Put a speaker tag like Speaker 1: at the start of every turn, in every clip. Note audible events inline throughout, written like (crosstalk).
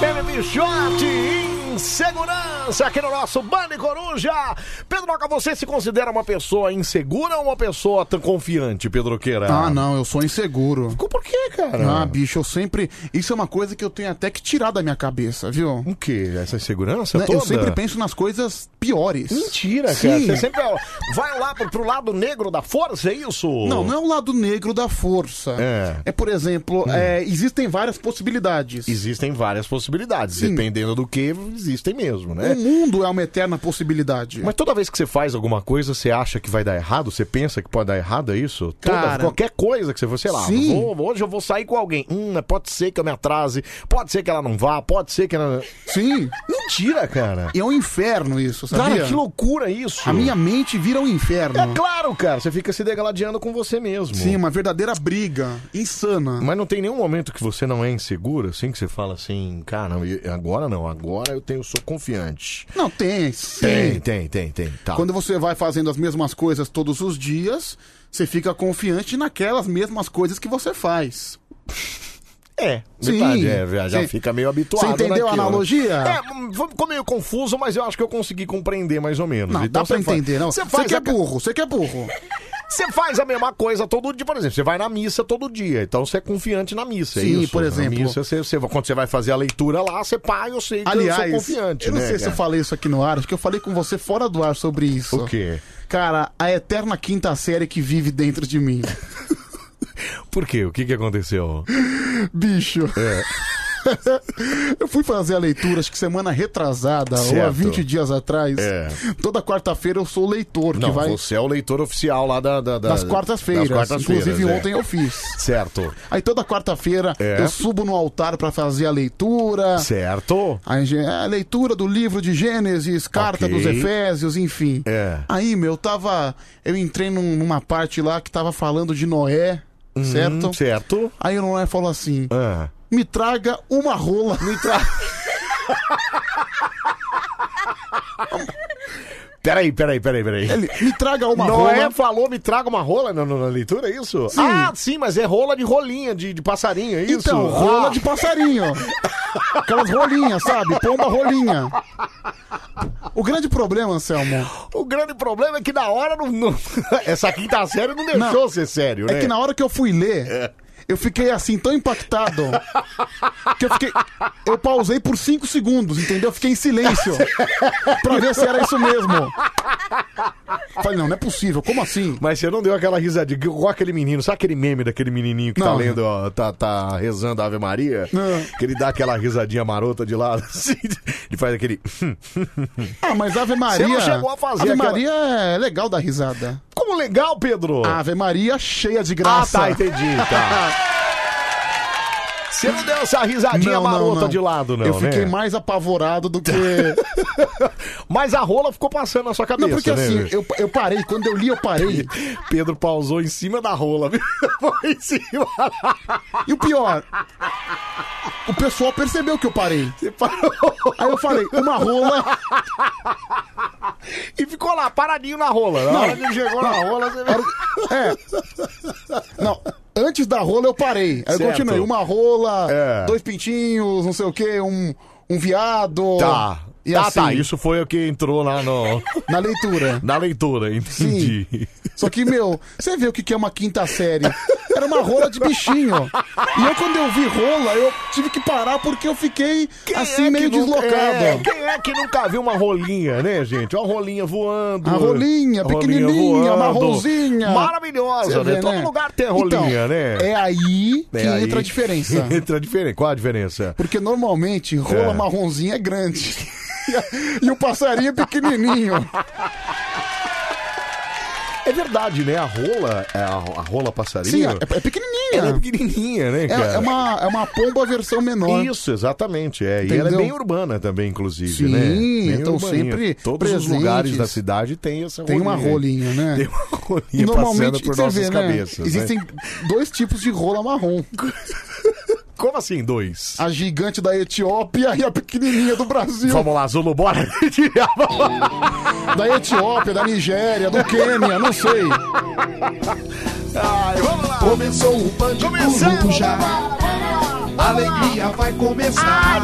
Speaker 1: Band FM Shot em segurança aqui no nosso Band Coruja. Pedroca, você se considera uma pessoa insegura ou uma pessoa tão confiante, Pedroqueira?
Speaker 2: Ah, não, eu sou inseguro.
Speaker 1: Tá. Por quê, cara?
Speaker 2: Ah, bicho, eu sempre. Isso é uma coisa que eu tenho até que tirar da minha cabeça, viu?
Speaker 1: O quê? Essa insegurança
Speaker 2: Né, Eu
Speaker 1: toda?
Speaker 2: sempre penso nas coisas piores.
Speaker 1: Mentira, cara. Você sempre ó, vai lá pro, pro lado negro da força, é isso?
Speaker 2: Não, não é o lado negro da força.
Speaker 1: É.
Speaker 2: por exemplo, é, existem várias possibilidades.
Speaker 1: Existem várias possibilidades,
Speaker 2: Sim.
Speaker 1: dependendo do que existem mesmo, né?
Speaker 2: O mundo é uma eterna possibilidade.
Speaker 1: Mas toda vez que você faz alguma coisa, você acha que vai dar errado? Você pensa que pode dar errado, é isso? Toda-
Speaker 2: Cara.
Speaker 1: qualquer coisa que você for, sei lá,
Speaker 2: Sim.
Speaker 1: vou- vou- hoje eu vou sair com alguém. Hum, pode ser que eu me atrase, pode ser que ela não vá, pode ser que ela.
Speaker 2: Sim.
Speaker 1: Mentira, cara.
Speaker 2: E é um inferno isso, sabia?
Speaker 1: Cara, que loucura isso.
Speaker 2: A minha mente vira um inferno.
Speaker 1: É claro, cara, você fica se degladiando com você mesmo.
Speaker 2: Sim, uma verdadeira briga. Insana.
Speaker 1: Mas não tem nenhum momento que você não é inseguro, assim, que você fala assim, cara, eu- agora não, agora eu tenho, sou confiante.
Speaker 2: Não tem, sim.
Speaker 1: Tem, tem, tem, tem. Tá.
Speaker 2: Quando você vai fazendo as mesmas coisas todos os dias, você fica confiante naquelas mesmas coisas que você faz.
Speaker 1: É,
Speaker 2: Sim.
Speaker 1: verdade, é, já- já
Speaker 2: Sim.
Speaker 1: fica meio habituado.
Speaker 2: Você entendeu
Speaker 1: naquilo,
Speaker 2: a
Speaker 1: né?
Speaker 2: analogia?
Speaker 1: É, hum, ficou ficou meio confuso, mas eu acho que eu consegui compreender mais ou menos. Então
Speaker 2: Não, dá pra
Speaker 1: você faz-
Speaker 2: entender, não.
Speaker 1: Você
Speaker 2: Você
Speaker 1: faz,
Speaker 2: que
Speaker 1: a...
Speaker 2: é burro, você que é burro.
Speaker 1: (laughs) você faz a mesma coisa todo dia, por exemplo, você vai na missa todo dia, então você é confiante na missa, é
Speaker 2: Sim,
Speaker 1: isso?
Speaker 2: por exemplo.
Speaker 1: Na missa, você, você- quando você vai fazer a leitura lá, você pá, eu sei que eu sou
Speaker 2: Aliás,
Speaker 1: confiante,
Speaker 2: eu não
Speaker 1: né,
Speaker 2: sei se eu
Speaker 1: cara?
Speaker 2: falei isso aqui no ar, acho que eu falei com você fora do ar sobre isso.
Speaker 1: O quê?
Speaker 2: Cara, a eterna quinta série que vive dentro de
Speaker 1: (laughs)
Speaker 2: mim.
Speaker 1: Por quê? O que que
Speaker 2: (laughs)
Speaker 1: aconteceu?
Speaker 2: Bicho.
Speaker 1: É.
Speaker 2: (laughs) Eu fui fazer a leitura, acho que semana retrasada, ou há
Speaker 1: Certo.
Speaker 2: 20 dias atrás.
Speaker 1: É.
Speaker 2: Toda quarta-feira eu sou o leitor
Speaker 1: Não,
Speaker 2: que vai
Speaker 1: você é o leitor oficial lá da, da- da-
Speaker 2: das quartas-feiras.
Speaker 1: das quartas-feiras,
Speaker 2: Inclusive
Speaker 1: é.
Speaker 2: ontem eu fiz.
Speaker 1: Certo,
Speaker 2: Aí toda quarta-feira
Speaker 1: É.
Speaker 2: eu subo no altar pra fazer a leitura.
Speaker 1: certo.
Speaker 2: A, enge- a leitura do livro de Gênesis, carta
Speaker 1: Ok.
Speaker 2: dos Efésios, enfim.
Speaker 1: É.
Speaker 2: Aí, meu, tava. Eu entrei num- numa parte lá que tava falando de Noé, certo?
Speaker 1: Hum, certo.
Speaker 2: Aí o Noé falou assim:
Speaker 1: Ah.
Speaker 2: me traga uma rola. Me traga.
Speaker 1: Peraí, peraí, peraí, peraí.
Speaker 2: me traga uma
Speaker 1: Noé
Speaker 2: rola.
Speaker 1: falou, me traga uma rola na, na- na leitura, é isso?
Speaker 2: Sim.
Speaker 1: Ah, sim, mas é rola de rolinha, de, de passarinho, é isso?
Speaker 2: Então, rola
Speaker 1: Ah, (laughs)
Speaker 2: de passarinho. Aquelas rolinhas, sabe? Pomba rolinha. O grande problema, Anselmo,
Speaker 1: O grande problema é que na hora, não, não- (laughs) essa quinta série não deixou
Speaker 2: Não.
Speaker 1: ser sério, né? É.
Speaker 2: é que na hora que eu fui ler, eu fiquei assim tão impactado que eu fiquei. Eu pausei por cinco segundos, entendeu? Eu fiquei em silêncio pra ver se era isso mesmo. Falei, não, não é possível, como assim?
Speaker 1: Mas você não deu aquela risadinha, igual aquele menino, sabe aquele meme daquele menininho que tá
Speaker 2: Não.
Speaker 1: lendo, ó, tá, tá rezando a Ave Maria?
Speaker 2: Não.
Speaker 1: Que ele dá aquela risadinha marota de lado, (laughs) assim, ele faz aquele... (laughs)
Speaker 2: Ah, mas Ave Maria.
Speaker 1: Você não chegou a fazer
Speaker 2: Ave
Speaker 1: aquela-
Speaker 2: Maria é legal da risada.
Speaker 1: Como legal, Pedro!
Speaker 2: Ave Maria cheia de
Speaker 1: Ah,
Speaker 2: graça.
Speaker 1: tá, entendi, tá.
Speaker 2: (laughs)
Speaker 1: Você não deu essa risadinha marota de lado, não,
Speaker 2: Eu fiquei
Speaker 1: né?
Speaker 2: mais
Speaker 1: (laughs)
Speaker 2: apavorado do que.
Speaker 1: Mas a rola ficou passando na sua cabeça,
Speaker 2: Não, porque
Speaker 1: né?
Speaker 2: assim,
Speaker 1: meu?
Speaker 2: eu, eu parei, quando eu li, eu parei.
Speaker 1: (laughs) Pedro pausou em cima da rola, viu? (laughs) Foi em cima.
Speaker 2: E o pior, o pessoal percebeu que eu parei.
Speaker 1: Você parou.
Speaker 2: Aí eu falei, uma rola.
Speaker 1: (laughs) E ficou lá, paradinho na rola. Na
Speaker 2: Não.
Speaker 1: hora que ele chegou na rola, você viu.
Speaker 2: É. Não, antes da rola eu parei. Aí eu
Speaker 1: Certo.
Speaker 2: continuei, uma rola,
Speaker 1: É.
Speaker 2: dois pintinhos, não sei o quê, um, um viado.
Speaker 1: Tá.
Speaker 2: E
Speaker 1: tá,
Speaker 2: assim,
Speaker 1: tá. Isso foi o que entrou lá no,
Speaker 2: na leitura.
Speaker 1: (laughs) na leitura, entendi.
Speaker 2: Só que, meu, você vê o que que é uma quinta série. Era uma rola de bichinho. E eu, quando eu vi rola, eu tive que parar porque eu fiquei, assim,
Speaker 1: é
Speaker 2: meio
Speaker 1: que nunca-
Speaker 2: deslocado.
Speaker 1: é, quem é que nunca viu uma rolinha, né, gente? Uma rolinha voando.
Speaker 2: A rolinha, pequenininha,
Speaker 1: voando.
Speaker 2: marronzinha. Você
Speaker 1: Maravilhosa, né?
Speaker 2: vê,
Speaker 1: Todo
Speaker 2: né?
Speaker 1: lugar tem rolinha,
Speaker 2: Então,
Speaker 1: né?
Speaker 2: É aí que
Speaker 1: É aí
Speaker 2: entra a diferença.
Speaker 1: que (laughs) entra a diferença. Qual a diferença?
Speaker 2: Porque normalmente rola
Speaker 1: É.
Speaker 2: marronzinha é grande. (laughs) E a- E o passarinho é pequenininho.
Speaker 1: É verdade, né? A rola, é a, a rola passarinho.
Speaker 2: Sim, é, é
Speaker 1: Ela é
Speaker 2: pequenininha.
Speaker 1: pequenininha, né,
Speaker 2: É,
Speaker 1: cara?
Speaker 2: é uma, é uma pomba versão menor.
Speaker 1: Isso, exatamente, é. E ela é
Speaker 2: Entendeu?
Speaker 1: bem urbana também, inclusive,
Speaker 2: Sim,
Speaker 1: né? Bem
Speaker 2: então
Speaker 1: urbaninha.
Speaker 2: sempre
Speaker 1: Todos
Speaker 2: presentes.
Speaker 1: os lugares da cidade tem essa
Speaker 2: Tem uma rolinha, né?
Speaker 1: Tem uma rolinha
Speaker 2: E normalmente
Speaker 1: passando por
Speaker 2: você
Speaker 1: nossas
Speaker 2: vê, né?
Speaker 1: cabeças. né?
Speaker 2: Existem dois tipos de rola
Speaker 1: (laughs)
Speaker 2: marrom:
Speaker 1: Como assim, dois?
Speaker 2: a gigante da Etiópia e a pequenininha do Brasil.
Speaker 1: Vamos lá, Zulu, bora! (laughs)
Speaker 2: Da Etiópia, da Nigéria, do Quênia, não sei.
Speaker 1: Ai, vamos lá!
Speaker 2: Começou o Band
Speaker 1: Começamos!
Speaker 2: Coruja.
Speaker 1: vamos lá, vamos lá.
Speaker 3: A alegria vai começar.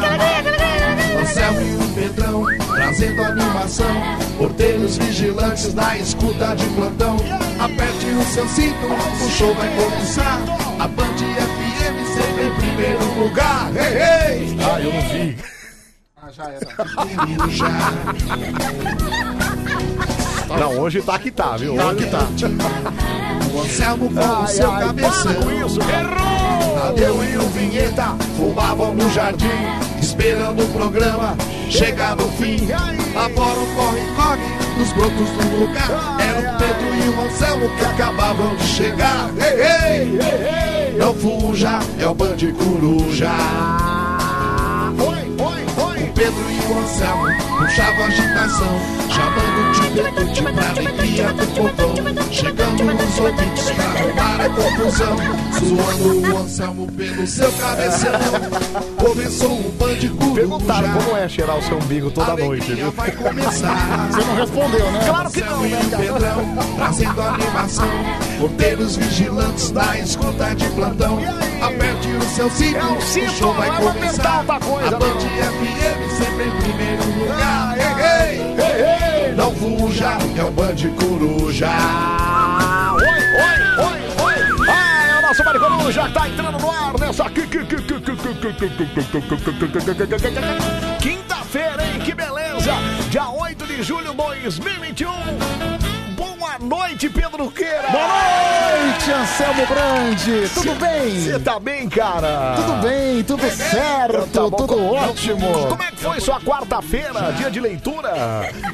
Speaker 3: Anselmo e o Pedrão, trazendo animação. Porteiros vigilantes na escuta de plantão. Aperte o seu cinto, o show vai começar. A Band FM sempre em primeiro lugar. Hey, hey!
Speaker 1: Ah, eu não vi.
Speaker 3: Ah, já era. Menino já.
Speaker 1: Não, hoje tá que tá, viu?
Speaker 3: Tá
Speaker 1: Hoje
Speaker 3: que tá. O Anselmo com o seu
Speaker 1: ai,
Speaker 3: cabeção.
Speaker 1: para com isso. Errou!
Speaker 3: Tadeu e o Vinheta fumavam no jardim, esperando o programa chegar no fim. Agora o corre-corre nos brotos do lugar. Era o Pedro e o Anselmo que acabavam de chegar. Ei, ei, ei, ei. Não fuja, é o Band Coruja.
Speaker 1: Oi, oi, oi.
Speaker 3: Pedro e o Anselmo puxavam agitação, chamando o tibetute pra alegria do povão. Chegando os ouvintes pra arrumar a confusão, zoando o Anselmo pelo seu cabeção. Começou um o band
Speaker 1: Perguntaram como
Speaker 3: coruja,
Speaker 1: é cheirar o seu umbigo
Speaker 3: a
Speaker 1: toda noite,
Speaker 3: alegria
Speaker 1: viu?
Speaker 3: vai começar.
Speaker 2: Você não respondeu, né?
Speaker 1: Claro que não,
Speaker 3: Anselmo e
Speaker 1: né,
Speaker 3: o
Speaker 1: cara?
Speaker 3: Pedrão trazendo animação. Porteiros vigilantes da escuta de plantão. Aperte o seu cinto,
Speaker 1: É o cinto,
Speaker 3: o show um vai
Speaker 1: não é pra apertar
Speaker 3: começar.
Speaker 1: outra coisa,
Speaker 3: a Band
Speaker 1: não.
Speaker 3: FM sempre em primeiro lugar. Ei, ei,
Speaker 1: Ei, ei.
Speaker 3: não fuja, é o Band Coruja.
Speaker 1: (laughs) Ah, Oi, oi, oi, oi. Ah, é o nosso Maricolão já tá entrando no ar nessa qui- qui- qui- qui- qui- qui- qui- qui- qui- qui- qui- qui- qui- qui- quinta-feira, hein? Que beleza! Dia 8 de julho de 2021. Boa noite, Pedro
Speaker 2: Boa
Speaker 1: Queira.
Speaker 2: noite, Anselmo Grande! Tudo
Speaker 1: Você
Speaker 2: bem?
Speaker 1: tá bem, cara?
Speaker 2: Tudo bem, tudo certo,
Speaker 1: Tá bom.
Speaker 2: tudo
Speaker 1: Como-
Speaker 2: ótimo.
Speaker 1: Como é que foi sua quarta-feira, dia de leitura?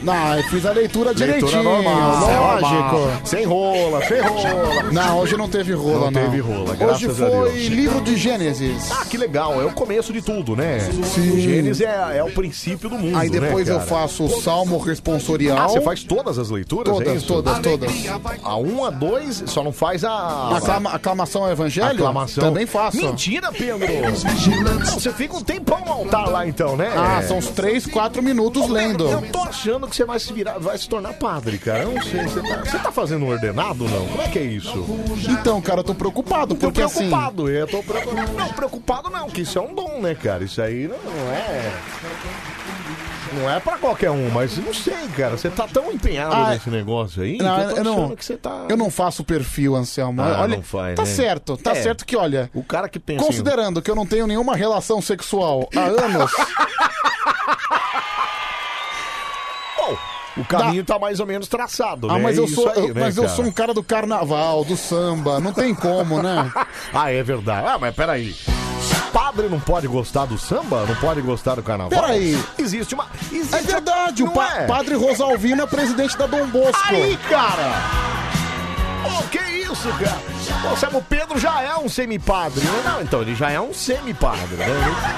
Speaker 2: Não, Ah, eu fiz a leitura direitinho,
Speaker 1: Leitura normal, normal.
Speaker 2: lógico.
Speaker 1: Sem rola, sem rola.
Speaker 2: Não, hoje não teve rola,
Speaker 1: Não teve rola,
Speaker 2: Hoje
Speaker 1: graças a
Speaker 2: foi
Speaker 1: Deus.
Speaker 2: livro de Gênesis.
Speaker 1: Ah, que legal, é o começo de tudo, né?
Speaker 2: Sim.
Speaker 1: O Gênesis é, é o princípio do mundo,
Speaker 2: Aí
Speaker 1: né,
Speaker 2: depois eu
Speaker 1: cara?
Speaker 2: faço o salmo responsorial.
Speaker 1: Ah, você faz todas as leituras, é
Speaker 2: todas,
Speaker 1: isso?
Speaker 2: todas, todas.
Speaker 1: A 1, a 2, só não faz a...
Speaker 2: Aclama, aclamação ao evangelho? Tá
Speaker 1: aclamação.
Speaker 2: Também faço.
Speaker 1: Mentira, Pedro!
Speaker 3: Vigilantes,
Speaker 1: Você fica um tempão no altar lá, então, né?
Speaker 2: Ah, são uns 3, 4 minutos lendo.
Speaker 1: Eu tô achando que você vai se virar, vai se tornar padre, cara. Eu não sei, você tá, você tá fazendo um ordenado ou não? Como é que é isso?
Speaker 2: Então, cara, eu tô preocupado,
Speaker 1: Tô
Speaker 2: porque assim.
Speaker 1: preocupado, eu tô preocupado. Não, preocupado não, que isso é um dom, né, cara? Isso aí não é. Não é pra qualquer um, mas não sei, cara. Você tá tão empenhado
Speaker 2: Ah,
Speaker 1: nesse negócio aí.
Speaker 2: Não,
Speaker 1: que eu tô
Speaker 2: eu não-
Speaker 1: achando que você tá.
Speaker 2: Eu não faço perfil, Anselmo.
Speaker 1: Ah,
Speaker 2: olha,
Speaker 1: não faz,
Speaker 2: tá
Speaker 1: né?
Speaker 2: certo, tá
Speaker 1: É.
Speaker 2: certo que, olha,
Speaker 1: O cara que pensa. em-
Speaker 2: considerando que eu não tenho nenhuma relação sexual há
Speaker 1: (laughs)
Speaker 2: anos,
Speaker 1: Bom, o caminho tá mais ou menos traçado,
Speaker 2: ah,
Speaker 1: né?
Speaker 2: mas
Speaker 1: É
Speaker 2: eu
Speaker 1: isso
Speaker 2: sou,
Speaker 1: aí,
Speaker 2: eu-
Speaker 1: né,
Speaker 2: mas eu
Speaker 1: cara? (laughs)
Speaker 2: sou um cara do carnaval, do samba, não tem como, né?
Speaker 1: Ah, é verdade. Ah, mas peraí. Padre não pode gostar do samba? Não pode gostar do carnaval?
Speaker 2: Peraí.
Speaker 1: Existe uma. Existe
Speaker 2: É verdade, o
Speaker 1: Não
Speaker 2: pa-
Speaker 1: é?
Speaker 2: padre Rosalvino é presidente da Dom Bosco.
Speaker 1: Aí, cara! Pô, que isso, cara? Pô, sabe, o Pedro já é um semipadre, né? Não, então, ele já é um semipadre, né?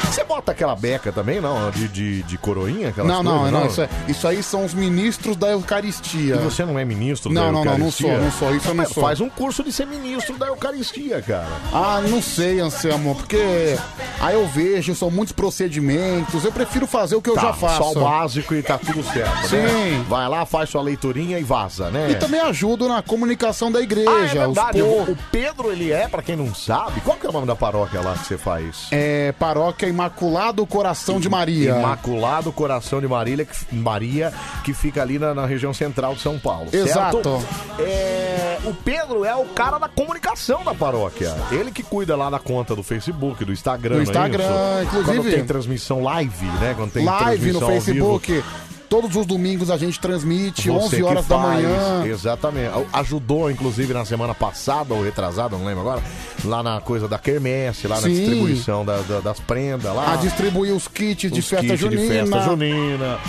Speaker 1: Você bota aquela beca também, não? De, de, de coroinha, aquelas
Speaker 2: Não, não,
Speaker 1: coisas,
Speaker 2: não, isso, é- isso aí são os ministros da Eucaristia.
Speaker 1: E você não é ministro da
Speaker 2: Não, não, não, não
Speaker 1: Eucaristia?
Speaker 2: sou, não sou, isso eu não
Speaker 1: Mas
Speaker 2: sou.
Speaker 1: Faz um curso de ser ministro da Eucaristia, cara.
Speaker 2: Ah, não sei, Anselmo, porque aí eu vejo, são muitos procedimentos, eu prefiro fazer o que eu
Speaker 1: Tá,
Speaker 2: já faço.
Speaker 1: Só o básico e tá tudo certo, né?
Speaker 2: Sim.
Speaker 1: Vai lá, faz sua leiturinha e vaza, né?
Speaker 2: E também ajudo na comunicação da igreja,
Speaker 1: Ah, é verdade.
Speaker 2: os
Speaker 1: O
Speaker 2: povos.
Speaker 1: o Pedro, ele é, pra quem não sabe, qual que é o nome da paróquia lá que você faz?
Speaker 2: É, paróquia Imaculado Coração de Maria.
Speaker 1: Imaculado Coração de Marília, que, Maria, que fica ali na, na região central de São Paulo.
Speaker 2: Exato.
Speaker 1: certo? É, o Pedro é o cara da comunicação da paróquia. Ele que cuida lá da conta do Facebook, do Instagram. não
Speaker 2: Do
Speaker 1: é
Speaker 2: Instagram,
Speaker 1: isso?
Speaker 2: inclusive-
Speaker 1: Quando tem transmissão live, né? Quando tem
Speaker 2: Live no
Speaker 1: transmissão ao vivo,
Speaker 2: Facebook. Todos os domingos a gente transmite,
Speaker 1: você
Speaker 2: 11
Speaker 1: que
Speaker 2: horas da
Speaker 1: faz.
Speaker 2: manhã.
Speaker 1: Exatamente. Ajudou, inclusive, na semana passada ou retrasada, não lembro agora, lá na coisa da quermesse, lá na
Speaker 2: Sim.
Speaker 1: distribuição da- da- das prendas lá.
Speaker 2: A distribuir os kits de
Speaker 1: Os
Speaker 2: festa
Speaker 1: kits
Speaker 2: junina.
Speaker 1: de festa junina.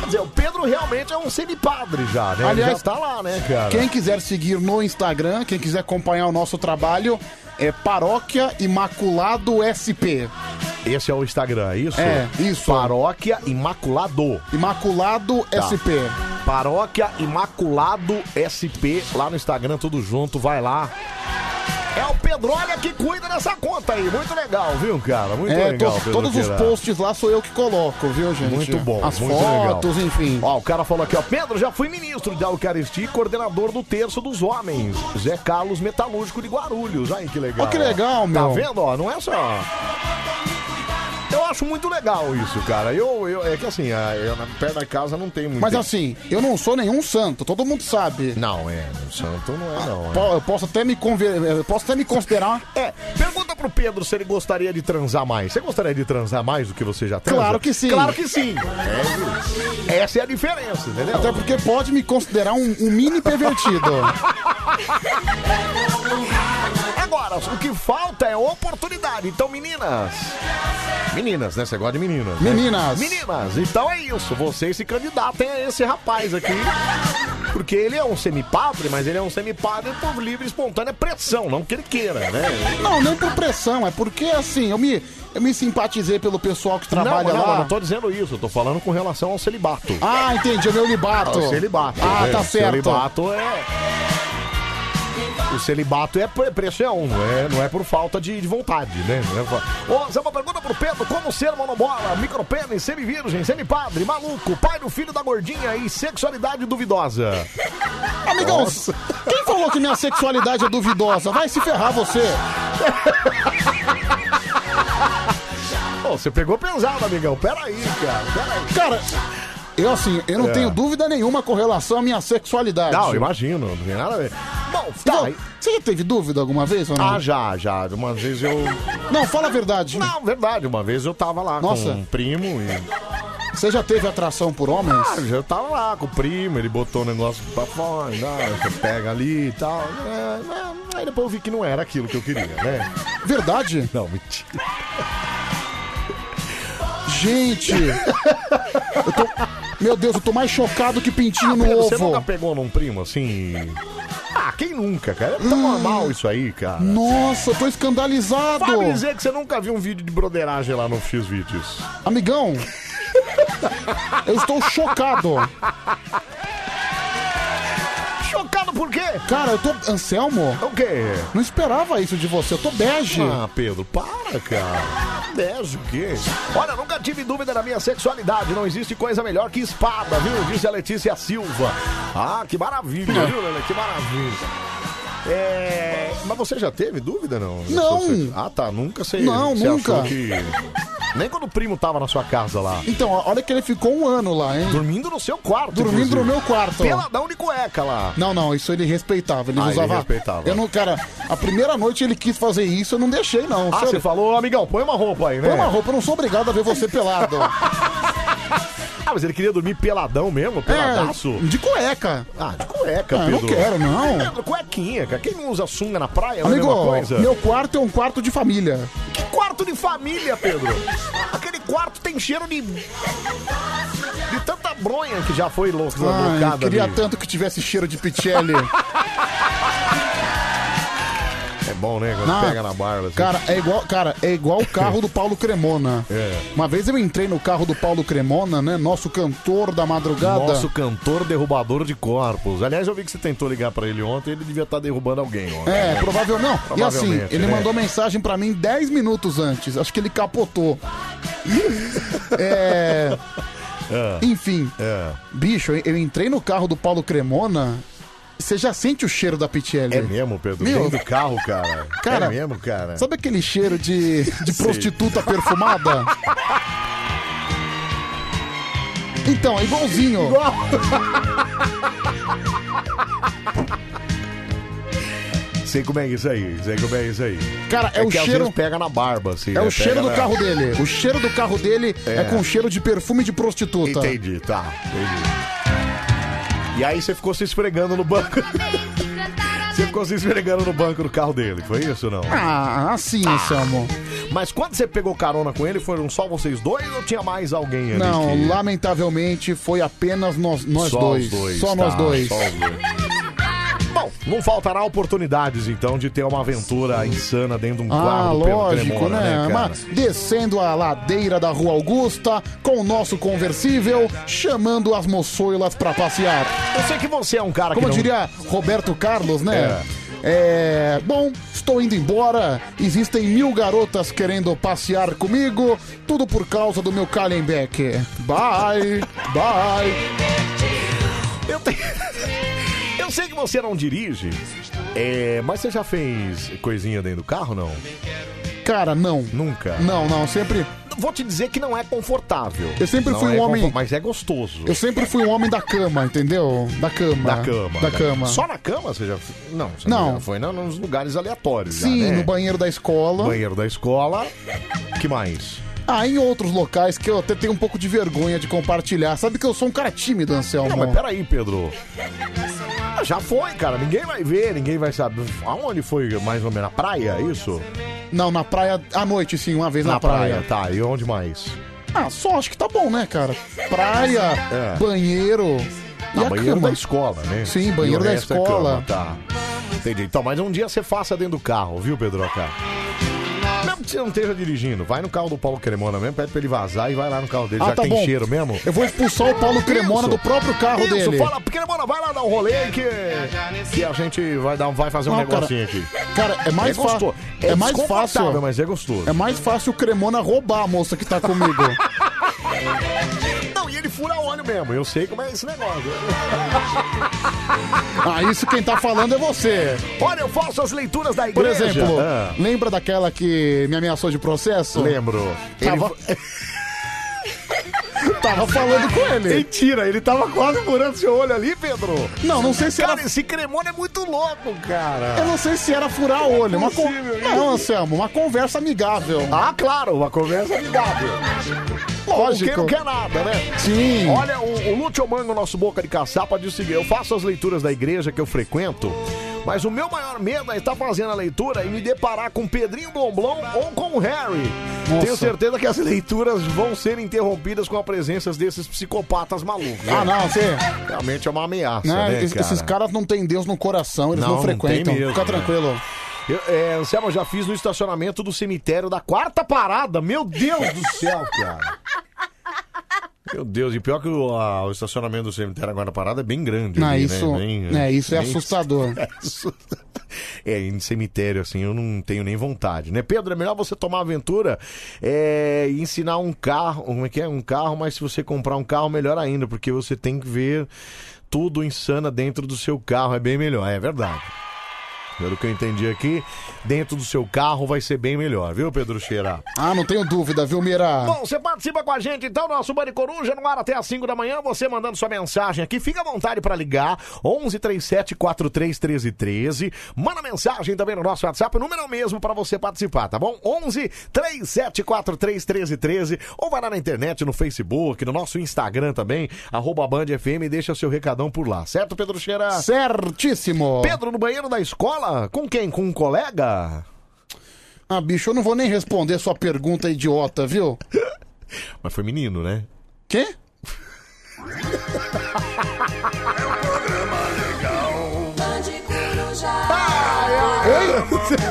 Speaker 1: Quer dizer, o Pedro realmente é um semipadre já, né? Ele já
Speaker 2: Aliás,
Speaker 1: tá lá, né, cara?
Speaker 2: Quem quiser seguir no Instagram, quem quiser acompanhar o nosso trabalho, é Paróquia Imaculado SP.
Speaker 1: Esse é o Instagram, é isso?
Speaker 2: É, isso.
Speaker 1: Paróquia Imaculado. Tá.
Speaker 2: Imaculado SP.
Speaker 1: Paróquia Imaculado SP, lá no Instagram, tudo junto, vai lá. É o Pedrolha que cuida dessa conta aí. Muito legal, viu, cara? Muito
Speaker 2: É,
Speaker 1: legal.
Speaker 2: to-
Speaker 1: Pedro
Speaker 2: todos os
Speaker 1: Queira.
Speaker 2: posts lá sou eu que coloco, viu, gente?
Speaker 1: Muito bom,
Speaker 2: As
Speaker 1: muito
Speaker 2: fotos,
Speaker 1: legal.
Speaker 2: enfim.
Speaker 1: Ó, o cara falou aqui, ó. Pedro, já fui ministro da Eucaristia e coordenador do Terço dos Homens. Zé Carlos Metalúrgico de Guarulhos. Aí, que legal.
Speaker 2: Ó, que legal,
Speaker 1: Tá
Speaker 2: meu.
Speaker 1: vendo, ó? Não é só... Eu acho muito legal isso, cara. Eu, eu- é que assim, a- eu, na- perto da casa não tem muito.
Speaker 2: Mas assim, eu não sou nenhum santo, todo mundo sabe.
Speaker 1: Não, é, o santo não é, não. é.
Speaker 2: Eu posso até me, conver... eu posso até me considerar.
Speaker 1: É, pergunta pro Pedro se ele gostaria de transar mais. Você gostaria de transar mais do que você já transa?
Speaker 2: Claro que sim.
Speaker 1: Claro que sim. É, essa é a diferença, entendeu?
Speaker 2: Até porque pode me considerar um, um
Speaker 1: (laughs)
Speaker 2: mini pervertido.
Speaker 1: Agora, o que falta é oportunidade. Então, meninas. Meninas, né? Você gosta de meninas. né?
Speaker 2: Meninas.
Speaker 1: Meninas, então é isso. Vocês se candidatem a esse rapaz aqui. Porque ele é um semipadre, mas ele é um semipadre por livre e espontânea pressão, não que ele queira, né?
Speaker 2: Não, nem por pressão, é porque assim, eu me, eu me simpatizei pelo pessoal que trabalha
Speaker 1: não, não,
Speaker 2: lá.
Speaker 1: eu não tô dizendo isso, eu tô falando com relação ao celibato.
Speaker 2: Ah, entendi, é meu libato.
Speaker 1: O celibato.
Speaker 2: Ah,
Speaker 1: né?
Speaker 2: tá
Speaker 1: O
Speaker 2: certo.
Speaker 1: Celibato é. O celibato é pre- pressão, não é, não é por falta de, de vontade, né? Não é fa- Ô, Zé, uma pergunta pro Pedro: como ser monobola, micropênis, semi-virgem, semi-padre, maluco, pai do filho da gordinha e sexualidade duvidosa?
Speaker 2: (laughs) Amigão, quem falou que minha sexualidade é duvidosa? Vai se ferrar você.
Speaker 1: Ô, você pegou pesado, amigão. Peraí, cara. Peraí.
Speaker 2: Cara, eu assim, eu não
Speaker 1: É.
Speaker 2: tenho dúvida nenhuma com relação à minha sexualidade.
Speaker 1: Não, imagino, não
Speaker 2: né?
Speaker 1: tem nada a ver. Bom, tá.
Speaker 2: Então, Você já teve dúvida alguma vez ou não?
Speaker 1: Ah, já, já. Uma vez eu.
Speaker 2: (laughs) Não, fala a verdade.
Speaker 1: Não, verdade, uma vez eu tava lá
Speaker 2: Nossa.
Speaker 1: com um primo e.
Speaker 2: Você já teve atração por homens?
Speaker 1: Ah, eu tava lá com o primo, ele botou o negócio pra fora, né, você pega ali e tal. É, é, Aí depois eu vi que não era aquilo que eu queria, né?
Speaker 2: Verdade?
Speaker 1: Não, mentira. (laughs)
Speaker 2: Gente! eu tô- Meu Deus, eu tô mais chocado que pintinho no
Speaker 1: Ah, Pedro, você
Speaker 2: ovo.
Speaker 1: nunca pegou num primo assim? Ah, quem nunca, cara? É tão normal isso aí, cara.
Speaker 2: Hum. Nossa, eu tô escandalizado!
Speaker 1: Vai me dizer que você nunca viu um vídeo de broderagem lá no X Vídeos.
Speaker 2: Amigão, eu estou chocado.
Speaker 1: Chocado por quê?
Speaker 2: Cara, eu tô. Anselmo,
Speaker 1: O quê?
Speaker 2: não esperava isso de você. Eu tô bege.
Speaker 1: Ah, Pedro, para, cara. Dez o quê? Olha, nunca tive dúvida da minha sexualidade. Não existe coisa melhor que espada, viu? Disse a Letícia Silva. Ah, que maravilha, viu, Lele? Que maravilha. É... Mas você já teve dúvida, não?
Speaker 2: Não.
Speaker 1: Você- Ah, tá. Nunca você...
Speaker 2: Não,
Speaker 1: você
Speaker 2: nunca.
Speaker 1: achou que- Nem quando o primo tava na sua casa lá.
Speaker 2: Então, ó, olha que ele ficou um ano lá, hein?
Speaker 1: Dormindo no seu quarto.
Speaker 2: Dormindo no
Speaker 1: inclusive.
Speaker 2: meu quarto.
Speaker 1: Peladão de cueca lá.
Speaker 2: Não, não, isso ele respeitava. Ele
Speaker 1: Ah, ele
Speaker 2: usava.
Speaker 1: respeitava.
Speaker 2: Eu não, cara, a primeira noite ele quis fazer isso, eu não deixei, não.
Speaker 1: Ah,
Speaker 2: Sério.
Speaker 1: você falou, amigão, põe uma roupa aí, né?
Speaker 2: Põe uma roupa, eu não sou obrigado a ver você pelado.
Speaker 1: Ah, mas ele queria dormir peladão mesmo? (laughs) Peladaço?
Speaker 2: É, de cueca.
Speaker 1: Ah, de cueca,
Speaker 2: Ah, eu
Speaker 1: Pedro.
Speaker 2: não quero, não.
Speaker 1: Pedro, cuequinha, cara. Quem não usa sunga na praia não é a
Speaker 2: Amigo,
Speaker 1: mesma coisa?
Speaker 2: meu quarto é um quarto de família.
Speaker 1: Que quarto de família, Pedro? Aquele quarto tem cheiro de... De tanta Tá bronha que já foi louca,
Speaker 2: Ai,
Speaker 1: loucada
Speaker 2: queria
Speaker 1: ali.
Speaker 2: tanto que tivesse cheiro
Speaker 1: (laughs)
Speaker 2: de pichelli.
Speaker 1: É bom, né? Quando
Speaker 2: Não.
Speaker 1: pega na barba. Assim.
Speaker 2: Ah, cara, é igual, cara, é igual o carro do Paulo Cremona.
Speaker 1: É.
Speaker 2: Uma vez eu entrei no carro do Paulo Cremona, né? Nosso cantor da madrugada.
Speaker 1: Nosso cantor derrubador de corpos. Aliás, eu vi que você tentou ligar pra ele ontem, ele devia estar derrubando alguém. ó.
Speaker 2: É, provável não. E assim,
Speaker 1: Provavelmente,
Speaker 2: ele
Speaker 1: né?
Speaker 2: mandou mensagem pra mim 10 minutos antes. Acho que ele capotou. (laughs) é... Enfim,
Speaker 1: É.
Speaker 2: bicho, eu- eu entrei no carro do Paulo Cremona. Você já sente o cheiro da Pitielli?
Speaker 1: É mesmo, Pedro?
Speaker 2: Meu.
Speaker 1: Dentro do carro, cara.
Speaker 2: Cara,
Speaker 1: é mesmo, cara.
Speaker 2: Sabe aquele cheiro de,
Speaker 1: (laughs)
Speaker 2: de prostituta perfumada? Então, é igualzinho.
Speaker 1: Sei como é isso aí, sei como é isso aí.
Speaker 2: Cara, é, o
Speaker 1: que às
Speaker 2: cheiro.
Speaker 1: vezes pega na barba, assim.
Speaker 2: É
Speaker 1: né?
Speaker 2: o cheiro
Speaker 1: Pega
Speaker 2: do
Speaker 1: na-
Speaker 2: carro dele. O cheiro do carro dele é, com cheiro de perfume de prostituta.
Speaker 1: Entendi, tá. Entendi. E aí você ficou se esfregando no banco. (laughs) Você ficou se esfregando no banco do carro dele, foi isso ou não?
Speaker 2: Ah, assim, Anselmo.
Speaker 1: Mas quando você pegou carona com ele, foram só vocês dois ou tinha mais alguém ali?
Speaker 2: Não,
Speaker 1: que-
Speaker 2: lamentavelmente foi apenas nós, nós
Speaker 1: Só
Speaker 2: dois.
Speaker 1: os dois.
Speaker 2: Só nós
Speaker 1: tá,
Speaker 2: dois.
Speaker 1: só os dois. Bom, não faltará oportunidades então de ter uma aventura insana dentro de um
Speaker 2: Ah,
Speaker 1: quarto pelo
Speaker 2: lógico,
Speaker 1: Cremona,
Speaker 2: né?
Speaker 1: cara?
Speaker 2: Mas descendo a ladeira da Rua Augusta com o nosso conversível, chamando as moçoilas pra passear.
Speaker 1: Eu sei que você é um cara
Speaker 2: Como
Speaker 1: que não...
Speaker 2: diria Roberto Carlos, né? É, Bom, estou indo embora. Existem mil garotas querendo passear comigo. Tudo por causa do meu Kallenbeck. Bye, bye.
Speaker 1: Eu, tenho- (laughs) Eu sei que você não dirige, é, mas você já fez coisinha dentro do carro, não?
Speaker 2: Cara, não.
Speaker 1: Nunca.
Speaker 2: Não, não, sempre.
Speaker 1: vou te dizer que não é confortável.
Speaker 2: Eu sempre
Speaker 1: Não
Speaker 2: fui
Speaker 1: é
Speaker 2: um homem.
Speaker 1: confo- Mas é gostoso.
Speaker 2: Eu sempre fui um homem da cama, entendeu? Da cama.
Speaker 1: Da cama.
Speaker 2: Da
Speaker 1: né?
Speaker 2: cama.
Speaker 1: Só na cama? Você já... Não, você
Speaker 2: Não.
Speaker 1: já foi não, nos lugares aleatórios. já,
Speaker 2: Sim,
Speaker 1: né?
Speaker 2: no banheiro da escola.
Speaker 1: Banheiro da escola. que mais?
Speaker 2: Ah, em outros locais que eu até tenho um pouco de vergonha de compartilhar. Sabe que eu sou um cara tímido, Anselmo.
Speaker 1: Não, mas peraí, Pedro. Ah, Já foi, cara. Ninguém vai ver, ninguém vai saber. Aonde foi, mais ou menos? Na praia, é isso?
Speaker 2: Não, na praia à noite, sim, uma vez na, praia.
Speaker 1: Tá, e onde mais?
Speaker 2: Ah, só acho que tá bom, né, cara? Praia,
Speaker 1: É.
Speaker 2: banheiro. E
Speaker 1: Na
Speaker 2: a
Speaker 1: banheiro
Speaker 2: cama.
Speaker 1: da escola, né?
Speaker 2: Sim, banheiro
Speaker 1: E o
Speaker 2: da
Speaker 1: resto é
Speaker 2: escola.
Speaker 1: cama, tá. Entendi. Então, mas um dia você faça dentro do carro, viu, Pedro? Tá. Mesmo que você não esteja dirigindo, vai no carro do Paulo Cremona mesmo, pede pra ele vazar e vai lá no carro dele,
Speaker 2: Ah,
Speaker 1: já que
Speaker 2: tá
Speaker 1: tem
Speaker 2: bom.
Speaker 1: cheiro mesmo.
Speaker 2: Eu vou expulsar o Paulo Cremona do próprio carro
Speaker 1: Isso,
Speaker 2: dele.
Speaker 1: fala, Cremona, vai lá dar um rolê que, que a gente vai, dar, vai fazer um
Speaker 2: Não, Ah, cara.
Speaker 1: negocinho aqui.
Speaker 2: Cara, é mais
Speaker 1: gostoso.
Speaker 2: fácil. É, mais
Speaker 1: desconfortável,
Speaker 2: fácil.
Speaker 1: mas é gostoso.
Speaker 2: É mais fácil o Cremona roubar a moça que
Speaker 1: (laughs)
Speaker 2: tá comigo.
Speaker 1: Não, e ele fura óleo mesmo, eu sei como é esse negócio. (laughs)
Speaker 2: ah, isso quem tá falando é você.
Speaker 1: Olha, eu faço as leituras da
Speaker 2: Por
Speaker 1: igreja.
Speaker 2: exemplo,
Speaker 1: Ah.
Speaker 2: lembra daquela que me ameaçou de processo?
Speaker 1: Lembro.
Speaker 2: Tava... tava falando com ele.
Speaker 1: Mentira, ele tava quase furando seu olho ali, Pedro.
Speaker 2: Não, não sei se
Speaker 1: Cara,
Speaker 2: era.
Speaker 1: esse cremona é muito louco, cara.
Speaker 2: Eu não sei se era furar olho. Uma con...
Speaker 1: Impossível,
Speaker 2: Não, Anselmo, uma conversa amigável.
Speaker 1: Ah, claro, uma conversa amigável. Lógico. Quem não quer nada, né?
Speaker 2: Sim.
Speaker 1: Olha, o, é o Lúcio Mango, nosso boca de caçapa, diz o seguinte: eu faço as leituras da igreja que eu frequento, mas o meu maior medo é estar fazendo a leitura e me deparar com Pedrinho Blomblom ou com o Harry.
Speaker 2: Nossa.
Speaker 1: Tenho certeza que as leituras vão ser interrompidas com a presença desses psicopatas malucos. né?
Speaker 2: Ah, não, você.
Speaker 1: Realmente é uma ameaça,
Speaker 2: Né?
Speaker 1: né,
Speaker 2: es-
Speaker 1: cara?
Speaker 2: Esses caras não têm Deus no coração, eles
Speaker 1: Não,
Speaker 2: não,
Speaker 1: não tem
Speaker 2: frequentam.
Speaker 1: mesmo,
Speaker 2: Fica
Speaker 1: né?
Speaker 2: tranquilo.
Speaker 1: Eu, é, Anselmo, eu já fiz no estacionamento do cemitério da quarta parada. Meu Deus do céu, cara. Meu Deus, e pior que o, a- o estacionamento do cemitério da quarta parada é bem grande.
Speaker 2: Não,
Speaker 1: ali,
Speaker 2: isso,
Speaker 1: né? Bem-
Speaker 2: é, isso é
Speaker 1: bem- (laughs)
Speaker 2: assustador.
Speaker 1: É, em cemitério, assim, eu não tenho nem vontade, né? Pedro, é melhor você tomar aventura é, e ensinar um carro, como é que é? Um carro, mas se você comprar um carro, melhor ainda, porque você tem que ver tudo insana dentro do seu carro, é bem melhor, é verdade. Pelo que eu entendi aqui, dentro do seu carro vai ser bem melhor, viu, Pedro Cheira?
Speaker 2: Ah, não tenho dúvida, viu, Mira?
Speaker 1: Bom, Então, você participa com a gente, então, nosso Bande Coruja no ar até às 5 da manhã, você mandando sua mensagem aqui. Fica à vontade para ligar, 11 37 43 13 13. Manda mensagem também no nosso WhatsApp, o número é o mesmo para você participar, tá bom? 11 37 43 13 13. Ou vai lá na internet, no Facebook, no nosso Instagram também, arroba Band FM, e deixa seu recadão por lá, certo, Pedro Cheira?
Speaker 2: Certíssimo!
Speaker 1: Pedro, no banheiro da escola? Com quem? Com um colega?
Speaker 2: Ah, bicho, eu não vou nem responder sua pergunta idiota, viu?
Speaker 1: Mas foi menino, né?
Speaker 2: Quê?
Speaker 4: Bande Coruja. Bande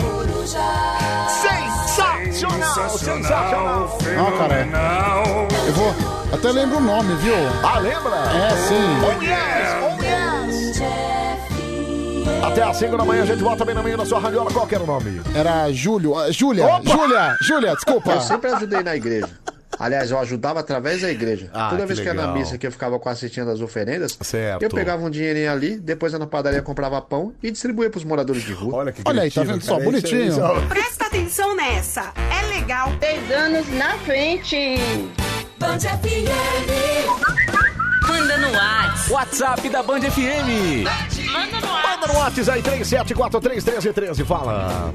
Speaker 4: Coruja.
Speaker 1: Sensacional! Sensacional!
Speaker 2: Ah, cara, é. eu vou. Até lembro o nome, viu?
Speaker 1: Ah, lembra?
Speaker 2: É, sim.
Speaker 1: Oh yes, oh yes!
Speaker 4: Jeff.
Speaker 1: Até às 5 da manhã a gente volta bem na manhã da sua radiola. Qual que era o nome?
Speaker 2: Era Júlio. ah, Júlia!
Speaker 1: Opa!
Speaker 2: Júlia! Júlia, desculpa!
Speaker 5: Eu sempre ajudei na igreja. Aliás, eu ajudava através da igreja.
Speaker 1: Ah,
Speaker 5: Toda
Speaker 1: que
Speaker 5: vez que era na
Speaker 1: legal. Tá
Speaker 5: missa que eu ficava com a cestinha das oferendas,
Speaker 1: Certo.
Speaker 5: eu pegava um dinheirinho ali, depois eu na padaria comprava pão e distribuía pros moradores de rua.
Speaker 1: que
Speaker 2: Olha aí, tá vendo só? Bonitinho.
Speaker 6: Presta atenção nessa. É legal.
Speaker 7: Seis anos na frente.
Speaker 4: Band FM.
Speaker 8: Manda no WhatsApp.
Speaker 9: WhatsApp da Band FM.
Speaker 8: Manda no WhatsApp.
Speaker 1: Manda Tá no WhatsApp aí, 37431313, fala.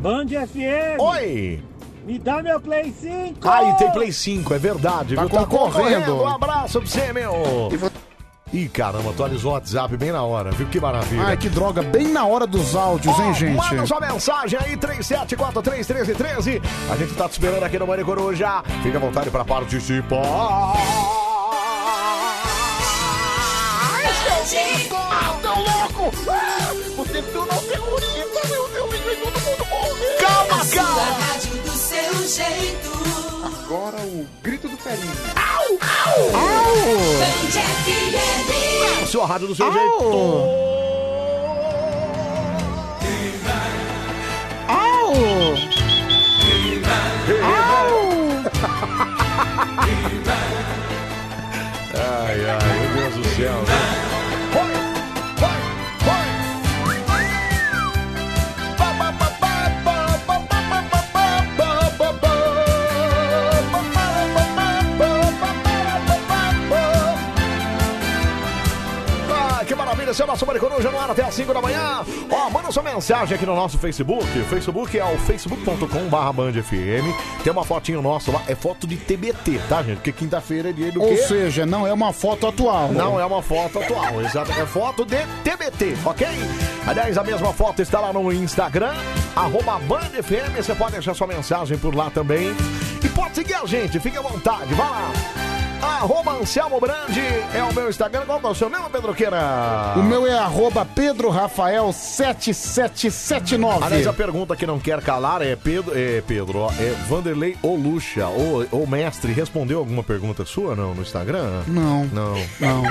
Speaker 10: Band FM,
Speaker 1: Oi!
Speaker 10: me dá meu Play 5!
Speaker 1: Aí tem Play 5, é verdade.
Speaker 2: Tá
Speaker 1: viu?
Speaker 2: concorrendo.
Speaker 1: Um abraço pra você, meu.
Speaker 5: E vo-
Speaker 1: Ih, caramba, atualizou o WhatsApp bem na hora, viu? Que maravilha.
Speaker 2: Ai, que droga, bem na hora dos áudios,
Speaker 1: Ó,
Speaker 2: hein, gente?
Speaker 1: Manda sua mensagem aí, 37431313. A gente tá te esperando aqui no Bande Coruja. Fica à vontade pra participar. Ah, Calma,
Speaker 4: Sua
Speaker 1: calma.
Speaker 4: Assim, rádio do seu jeito.
Speaker 5: Agora o grito do carinho.
Speaker 4: Band FM.
Speaker 1: Sua rádio do seu
Speaker 2: Au!
Speaker 1: jeito.
Speaker 2: Au! Au!
Speaker 1: Ai, ai, meu Deus do céu. Vai, vai, vai. Ba, ba, ba, ba, ba, ba, ba, ba, ba, ba, Ah, audiência, nosso Maricoruja no ar até às 5 da manhã. Ó, manda sua mensagem aqui no nosso Facebook. O Facebook é o facebook.com.br bandfm. Tem uma fotinho nosso lá, é foto de TBT, tá, gente? Porque quinta-feira é dia do
Speaker 2: Ou
Speaker 1: quê?
Speaker 2: seja, não é uma foto atual.
Speaker 1: Não é uma foto atual, exato. É foto de TBT, ok? Aliás, a mesma foto está lá no Instagram, arroba BandFM. Você pode deixar sua mensagem por lá também. E pode seguir a gente, fique à vontade, vai lá. Arroba Anselmo Brandi é o meu Instagram. Qual que é o seu mesmo, Pedroqueira?
Speaker 2: O meu é arroba pedrorafael7779.
Speaker 1: Aliás, a pergunta que não quer calar é Pedro, é Pedro, ó, é Vanderlei Olucha, ou, ou mestre, respondeu alguma pergunta sua não no Instagram?
Speaker 2: Não.
Speaker 1: Não.
Speaker 2: Não.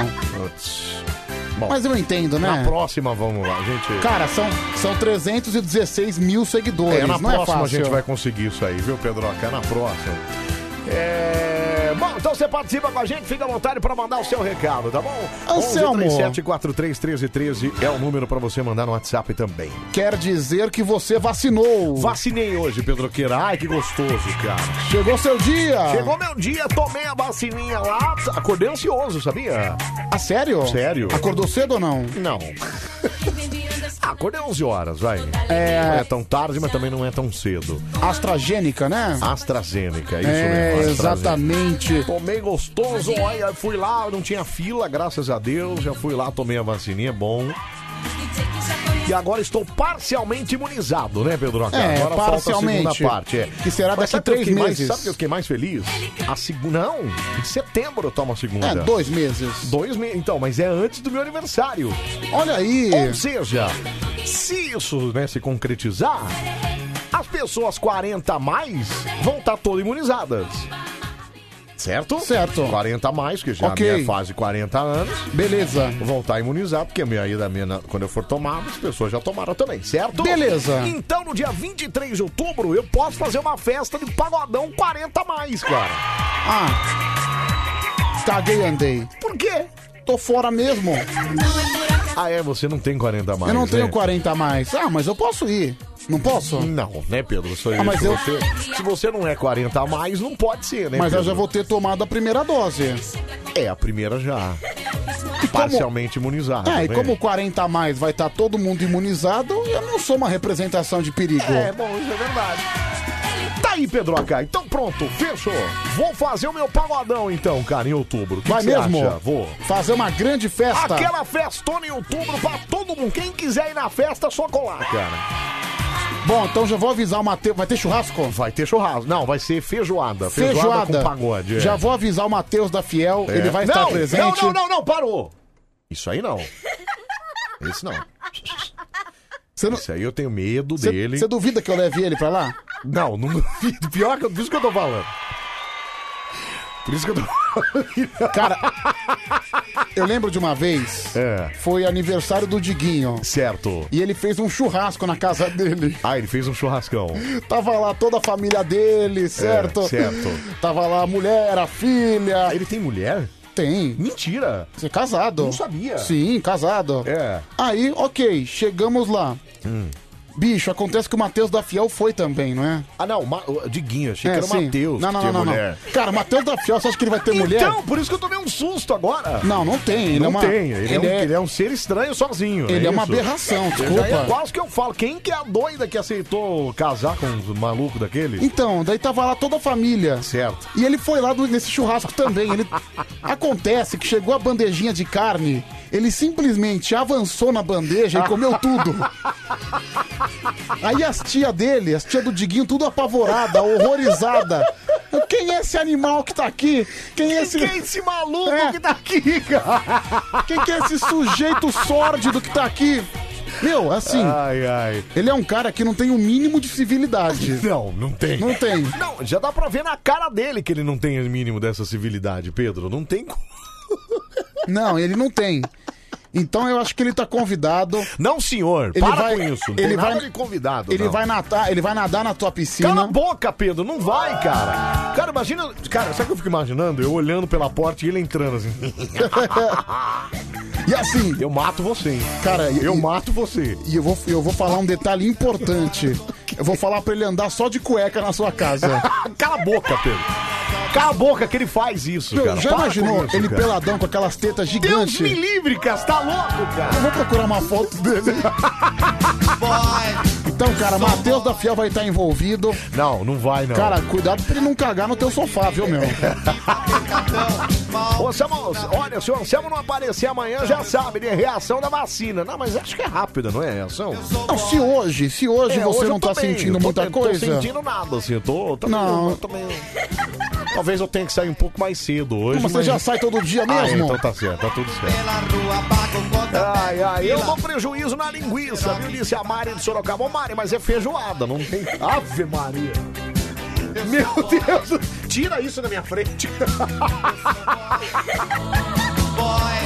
Speaker 2: Não.
Speaker 1: Putz. Bom,
Speaker 2: Mas eu entendo, né?
Speaker 1: na próxima vamos lá, gente.
Speaker 2: Cara, são, são 316 mil seguidores.
Speaker 1: É, na
Speaker 2: não
Speaker 1: próxima
Speaker 2: é fácil.
Speaker 1: a gente vai conseguir isso aí, viu, Pedroca? É na próxima. É... Bom, então você participa com a gente, fica à vontade para mandar o seu recado, tá bom?
Speaker 2: Anselmo.
Speaker 1: 1137-431313 é o número para você mandar no WhatsApp também.
Speaker 2: Quer dizer que você vacinou.
Speaker 1: Vacinei hoje, Pedroqueira. Ai, que gostoso, cara.
Speaker 2: Chegou seu dia.
Speaker 1: Chegou meu dia, tomei a vacininha lá, acordei ansioso, sabia?
Speaker 2: Ah, sério?
Speaker 1: Sério.
Speaker 2: Acordou cedo ou não?
Speaker 1: Não. Ah, Acordei 11 horas, vai.
Speaker 2: É.
Speaker 1: Não é tão tarde, mas também não é tão cedo.
Speaker 2: Astragênica, né?
Speaker 1: AstraZeneca, é isso
Speaker 2: é,
Speaker 1: mesmo. AstraZeneca.
Speaker 2: exatamente.
Speaker 1: Tomei gostoso, olha, fui lá, não tinha fila, graças a Deus, já fui lá, tomei a vacininha, é bom. E agora estou parcialmente imunizado, né, Pedro?
Speaker 2: É,
Speaker 1: agora falta a
Speaker 2: parcialmente.
Speaker 1: segunda parte. É.
Speaker 2: Que será daqui
Speaker 1: sabe que eu
Speaker 2: três
Speaker 1: fiquei mais-
Speaker 2: meses.
Speaker 1: sabe que eu fiquei mais feliz? A segunda. Não, em setembro eu tomo a segunda.
Speaker 2: É, dois meses.
Speaker 1: Dois meses. Então, mas é antes do meu aniversário.
Speaker 2: Olha aí.
Speaker 1: Ou seja, se isso né, se concretizar, as pessoas 40 a mais vão estar todas imunizadas. Certo?
Speaker 2: Certo.
Speaker 1: 40 a mais, que já
Speaker 2: Ok.
Speaker 1: é a minha fase 40 anos,
Speaker 2: Beleza.
Speaker 1: vão estar imunizados, porque a minha, aí da minha, na- quando eu for tomado, as pessoas já tomaram também, certo?
Speaker 2: Beleza.
Speaker 1: Então, no dia 23 de outubro, eu posso fazer uma festa de pagodão 40 a mais, cara.
Speaker 2: Ah. Caguei e andei.
Speaker 1: Por quê?
Speaker 2: Tô fora mesmo.
Speaker 1: Ah, é, você não tem 40 a mais,
Speaker 2: eu não
Speaker 1: né?
Speaker 2: tenho 40 a mais. Ah, mas eu posso ir. Não posso?
Speaker 1: Não, né, Pedro? Só isso.
Speaker 2: Ah, mas eu-
Speaker 1: Você- se você não é 40 a mais, não pode ser, né?
Speaker 2: Mas eu
Speaker 1: Pedro?
Speaker 2: já vou ter tomado a primeira dose.
Speaker 1: É, a primeira já. Parcialmente imunizada.
Speaker 2: É, e
Speaker 1: né?
Speaker 2: como 40 a mais vai estar todo mundo imunizado, eu não sou uma representação de perigo.
Speaker 1: É, bom, isso é verdade. Tá aí, Pedro AK. Então pronto, fechou. Vou fazer o meu pagodão então, cara, em outubro. O que
Speaker 2: Vai
Speaker 1: que você
Speaker 2: mesmo?
Speaker 1: acha? Vou.
Speaker 2: Fazer uma grande festa.
Speaker 1: Aquela festona em outubro pra todo mundo. Quem quiser ir na festa, é só colar, cara.
Speaker 2: Bom, então já vou avisar o Matheus. Vai ter churrasco?
Speaker 1: Vai ter churrasco. Não, vai ser feijoada. Feijoada, com pagode. é.
Speaker 2: Já vou avisar o Matheus da Fiel.
Speaker 1: É.
Speaker 2: Ele vai
Speaker 1: não,
Speaker 2: estar presente.
Speaker 1: Não, não, não, não, parou. Isso aí não. Isso não.
Speaker 2: Você não-
Speaker 1: Isso aí eu tenho medo
Speaker 2: você-
Speaker 1: dele.
Speaker 2: você duvida que eu leve ele pra lá?
Speaker 1: Não, não duvido. (laughs) Pior que por isso que eu tô falando. Por isso que eu tô
Speaker 2: Cara, eu lembro de uma vez.
Speaker 1: É.
Speaker 2: Foi aniversário do Diguinho.
Speaker 1: Certo.
Speaker 2: E ele fez um churrasco na casa dele.
Speaker 1: Ah, ele fez um churrascão.
Speaker 2: Tava lá toda a família dele, certo?
Speaker 1: É, certo.
Speaker 2: Tava lá a mulher, a filha.
Speaker 1: Ah, ele tem mulher?
Speaker 2: Tem.
Speaker 1: Mentira.
Speaker 2: Você é casado.
Speaker 1: Não sabia.
Speaker 2: Sim, casado.
Speaker 1: É. Hum.
Speaker 2: Aí, ok, chegamos lá. Bicho, acontece que o Matheus da Fiel foi também, não é?
Speaker 1: Ah, não, Ma... o Diguinho, achei
Speaker 2: é,
Speaker 1: que era o
Speaker 2: sim.
Speaker 1: Matheus
Speaker 2: Não,
Speaker 1: que
Speaker 2: não,
Speaker 1: tinha
Speaker 2: não, não,
Speaker 1: mulher.
Speaker 2: não. Cara, o Matheus da Fiel, você acha que ele vai ter mulher?
Speaker 1: Então, por isso que eu tomei um susto agora.
Speaker 2: Não, não tem. Ele é
Speaker 1: não
Speaker 2: uma...
Speaker 1: tem, ele,
Speaker 2: ele
Speaker 1: é um, ele é um ser estranho sozinho.
Speaker 2: ele é uma
Speaker 1: isso?
Speaker 2: aberração,
Speaker 1: Daí é
Speaker 2: desculpa.
Speaker 1: quase que eu falo, quem que é a doida que aceitou casar com um maluco daquele?
Speaker 2: Então, daí tava lá toda a família.
Speaker 1: Certo.
Speaker 2: E ele foi lá do- nesse churrasco
Speaker 1: (laughs)
Speaker 2: também. Ele... Acontece que chegou a bandejinha de carne, ele simplesmente avançou na bandeja e
Speaker 1: (laughs)
Speaker 2: comeu tudo. Aí as tia dele, as tia do Diguinho, tudo apavorada, horrorizada. Quem é esse animal que tá aqui? Quem é esse,
Speaker 1: Quem é esse maluco
Speaker 2: É.
Speaker 1: que tá aqui, cara?
Speaker 2: quem que é esse sujeito sórdido que tá aqui? Meu, assim,
Speaker 1: Ai, ai.
Speaker 2: ele é um cara que não tem o mínimo de civilidade.
Speaker 1: (laughs) Não, não tem.
Speaker 2: Não tem.
Speaker 1: Não, já dá pra ver na cara dele que ele não tem o mínimo dessa civilidade, Pedro. Não tem como.
Speaker 2: Não, ele não tem. Então eu acho que ele tá convidado.
Speaker 1: Não, senhor.
Speaker 2: Ele
Speaker 1: para
Speaker 2: vai-
Speaker 1: com isso. Não
Speaker 2: ele
Speaker 1: tem nada
Speaker 2: vai-
Speaker 1: de convidado.
Speaker 2: Ele
Speaker 1: não.
Speaker 2: vai, nadar, ele vai nadar na tua
Speaker 1: Cala a
Speaker 2: piscina.
Speaker 1: boca, Pedro. Não vai, cara. Cara, imagina. Cara, sabe o que eu fico imaginando? Eu olhando pela porta e ele entrando assim.
Speaker 2: (laughs) E assim,
Speaker 1: Eu mato você. hein?
Speaker 2: Cara, e-
Speaker 1: eu
Speaker 2: e-
Speaker 1: mato você.
Speaker 2: e eu vou, eu vou falar um detalhe
Speaker 1: (laughs)
Speaker 2: importante. Eu vou falar pra ele andar só de cueca na sua casa.
Speaker 1: Cala a boca, Pedro. Cala a boca que ele faz isso,
Speaker 2: Meu,
Speaker 1: cara.
Speaker 2: já
Speaker 1: Para
Speaker 2: imaginou
Speaker 1: com isso,
Speaker 2: ele
Speaker 1: cara.
Speaker 2: peladão com aquelas tetas gigantes?
Speaker 1: Deus me livre, Cas, tá louco, cara?
Speaker 2: Eu vou procurar uma foto dele. então, cara, Matheus da Fiel vai estar envolvido.
Speaker 1: Não, não vai, não.
Speaker 2: Cara, cuidado pra ele não cagar no teu sofá, viu, meu?
Speaker 1: Ô, Anselmo, olha, se o Anselmo não aparecer amanhã, já sabe, né? Reação da vacina. Não, mas acho que é rápida, não é reação?
Speaker 2: Não, se hoje, se hoje
Speaker 1: É,
Speaker 2: você
Speaker 1: eu
Speaker 2: não
Speaker 1: tô
Speaker 2: tá
Speaker 1: bem,
Speaker 2: sentindo
Speaker 1: eu tô
Speaker 2: muita
Speaker 1: bem,
Speaker 2: coisa.
Speaker 1: Não tô sentindo nada, assim, eu tô... tô
Speaker 2: Não.
Speaker 1: meio- tô meio- Talvez eu tenha que sair um pouco mais cedo hoje,
Speaker 2: Mas você já sai todo dia
Speaker 1: Ah,
Speaker 2: mesmo?
Speaker 1: então tá certo, tá tudo certo. Ai, ai, eu dou prejuízo na linguiça, viu? Disse a Mari de Sorocaba. Ô, Mari, mas é feijoada, não tem... Ave Maria. Meu Deus, tira isso da minha frente.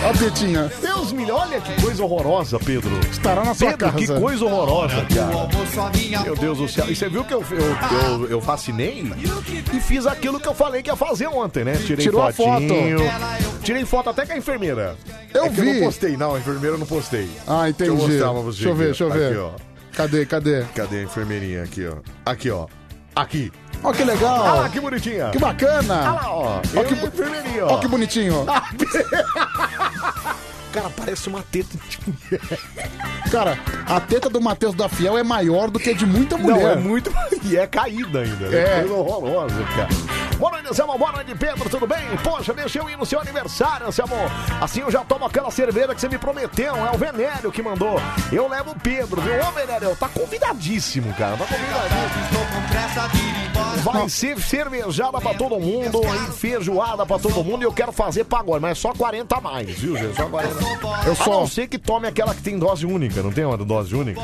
Speaker 2: Ó, Tetinha.
Speaker 1: Deus me livre, olha que coisa horrorosa, Pedro.
Speaker 2: Estará na sua
Speaker 1: Pedro,
Speaker 2: casa.
Speaker 1: que coisa horrorosa, cara. Meu Deus do céu. E você viu que eu, eu, eu, eu fascinei e fiz aquilo que eu falei que ia fazer ontem, né? Tirei
Speaker 2: Tirou a foto.
Speaker 1: fotinho. Tirei foto até com a enfermeira.
Speaker 2: Eu
Speaker 1: É que eu
Speaker 2: vi.
Speaker 1: não postei, não. A enfermeira eu não postei.
Speaker 2: Ah, entendi.
Speaker 1: Deixa eu mostrar pra você
Speaker 2: Deixa eu ver,
Speaker 1: aqui,
Speaker 2: deixa
Speaker 1: ó.
Speaker 2: eu ver.
Speaker 1: Aqui, ó.
Speaker 2: Cadê, cadê?
Speaker 1: Cadê a enfermeirinha? Aqui, ó. Aqui, ó. Aqui.
Speaker 2: Ó, que
Speaker 1: Ah,
Speaker 2: legal.
Speaker 1: lá, que bonitinha.
Speaker 2: Que bacana.
Speaker 1: Ah lá, ó.
Speaker 2: Ó,
Speaker 1: Ó que
Speaker 2: que bo-
Speaker 1: enfermeirinha, ó.
Speaker 2: Ó, que bonitinho.
Speaker 1: (laughs) Cara, parece uma teta de mulher.
Speaker 2: Cara, a teta do Matheus da Fiel é maior do que a de muita
Speaker 1: Não, é
Speaker 2: mulher.
Speaker 1: muito. (laughs) E é caída ainda. né?
Speaker 2: É.
Speaker 1: Coisa horrorosa, cara. Boa noite, Anselmo. Boa noite, Pedro. Tudo bem? Poxa, deixa eu ir no seu aniversário, Anselmo. Assim eu já tomo aquela cerveja que você me prometeu. É o Venério que mandou. Eu levo o Pedro, viu? Ô, Venério, tá convidadíssimo, cara. Tá convidadíssimo. Vai ser cervejada pra todo mundo e feijoada pra todo mundo. E eu quero fazer pra agora, mas é só 40 a mais, viu, gente? Só 40.
Speaker 2: Eu
Speaker 1: A
Speaker 2: só.
Speaker 1: não ser que tome aquela que tem dose única, não tem uma dose única?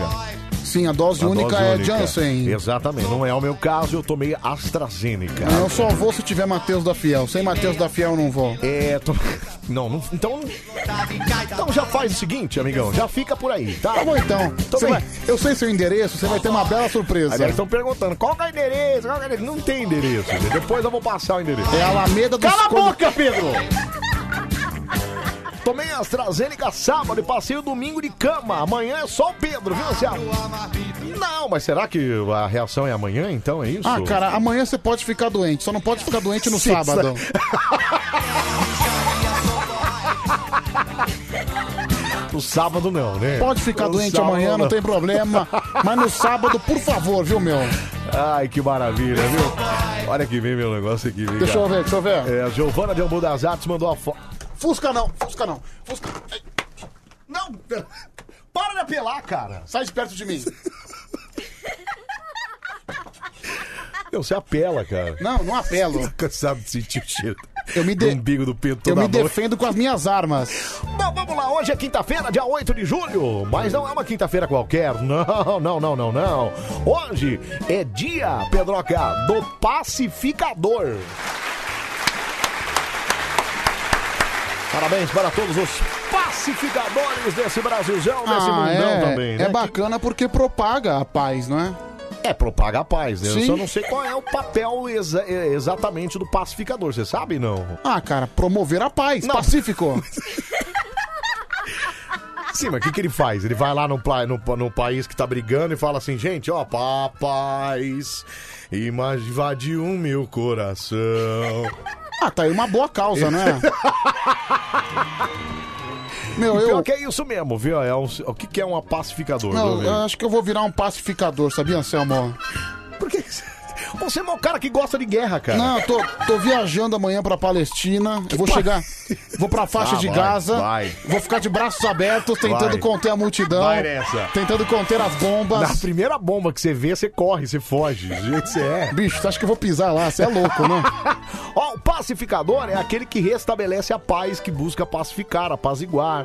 Speaker 2: Sim, a dose
Speaker 1: A
Speaker 2: única
Speaker 1: dose
Speaker 2: é Janssen.
Speaker 1: Exatamente, não é o meu caso, eu tomei AstraZeneca.
Speaker 2: Eu só vou se tiver Matheus da Fiel. Sem Matheus da Fiel eu não vou.
Speaker 1: É, to- não, não, então. Então já faz o seguinte, amigão, já fica por aí, tá?
Speaker 2: Tá bom então.
Speaker 1: Tô
Speaker 2: Você
Speaker 1: bem.
Speaker 2: vai- eu sei seu endereço, você vai ter uma bela surpresa.
Speaker 1: Aliás, estão perguntando qual que é o endereço, qual que é o endereço? Não tem endereço, gente. depois eu vou passar o endereço.
Speaker 2: É a Alameda dos
Speaker 1: Cala a
Speaker 2: Cor-
Speaker 1: boca, Pedro! Tomei AstraZeneca sábado e passei o domingo de cama. Amanhã é só o Pedro, viu, Anselmo? Não, mas será que a reação é amanhã, então? É isso?
Speaker 2: Ah, cara, amanhã você pode ficar doente, só não pode ficar
Speaker 1: (laughs)
Speaker 2: doente no
Speaker 1: Sexta.
Speaker 2: sábado.
Speaker 1: No sábado não, né?
Speaker 2: Pode ficar
Speaker 1: No
Speaker 2: doente
Speaker 1: sábado
Speaker 2: amanhã, não tem problema. Mas no sábado, por favor, viu, meu?
Speaker 1: Ai, que maravilha, viu? Olha que vem meu negócio aqui, vem
Speaker 2: Deixa
Speaker 1: cá.
Speaker 2: eu ver, deixa eu ver.
Speaker 1: É, a Giovana de Ambu das Artes mandou a foto.
Speaker 2: Fusca não, Fusca não. Fusca,
Speaker 1: Não! (laughs) Para de apelar, cara!
Speaker 2: sai de perto de mim.
Speaker 1: Meu, você apela, cara.
Speaker 2: Não, não apelo.
Speaker 1: Nunca sabe de sentir o cheiro.
Speaker 2: Eu me de-
Speaker 1: do umbigo do peito
Speaker 2: Eu
Speaker 1: toda
Speaker 2: me
Speaker 1: noite.
Speaker 2: defendo com as minhas armas.
Speaker 1: Bom, vamos lá, hoje é quinta-feira, dia 8 de julho, mas não é uma quinta-feira qualquer, não, não, não, não, não. Hoje é dia, Pedroca, do pacificador. Parabéns para todos os pacificadores desse Brasilzão, desse mundão
Speaker 2: é,
Speaker 1: também, né?
Speaker 2: é bacana porque propaga a paz, não é?
Speaker 1: É propaga a paz, né? Eu
Speaker 2: Sim.
Speaker 1: só não sei qual é o papel exa- é, exatamente do pacificador, você sabe, não?
Speaker 2: Ah, cara, promover a paz,
Speaker 1: Não.
Speaker 2: pacífico.
Speaker 1: Sim, mas o que, que ele faz? Ele vai lá no, pla- no, pa- no país que tá brigando e fala assim, gente, ó, papaz, ima- invadiu meu coração.
Speaker 2: (laughs) Ah, tá aí uma boa causa,
Speaker 1: (laughs)
Speaker 2: né? Meu,
Speaker 1: Pior
Speaker 2: eu,
Speaker 1: que é isso mesmo, viu? É um- o que, que é um pacificador?
Speaker 2: não,
Speaker 1: viu,
Speaker 2: eu
Speaker 1: velho?
Speaker 2: acho que eu vou virar um pacificador, sabia, Anselmo?
Speaker 1: Por que que você- Você é um cara que gosta de guerra, cara.
Speaker 2: Não, eu tô, tô viajando amanhã pra Palestina. Eu vou
Speaker 1: pa-
Speaker 2: chegar. Vou pra faixa
Speaker 1: Ah,
Speaker 2: de
Speaker 1: vai,
Speaker 2: Gaza.
Speaker 1: vai.
Speaker 2: Vou ficar de braços abertos, tentando
Speaker 1: Vai.
Speaker 2: conter a multidão.
Speaker 1: Vai nessa.
Speaker 2: Tentando conter as
Speaker 1: Na
Speaker 2: bombas.
Speaker 1: primeira bomba que você vê, você corre, você
Speaker 2: (laughs)
Speaker 1: foge. Do jeito que você é.
Speaker 2: Bicho, você acha que eu vou pisar lá? Você é louco, né?
Speaker 1: (laughs) Ó, o pacificador é aquele que restabelece a paz, que busca pacificar, apaziguar,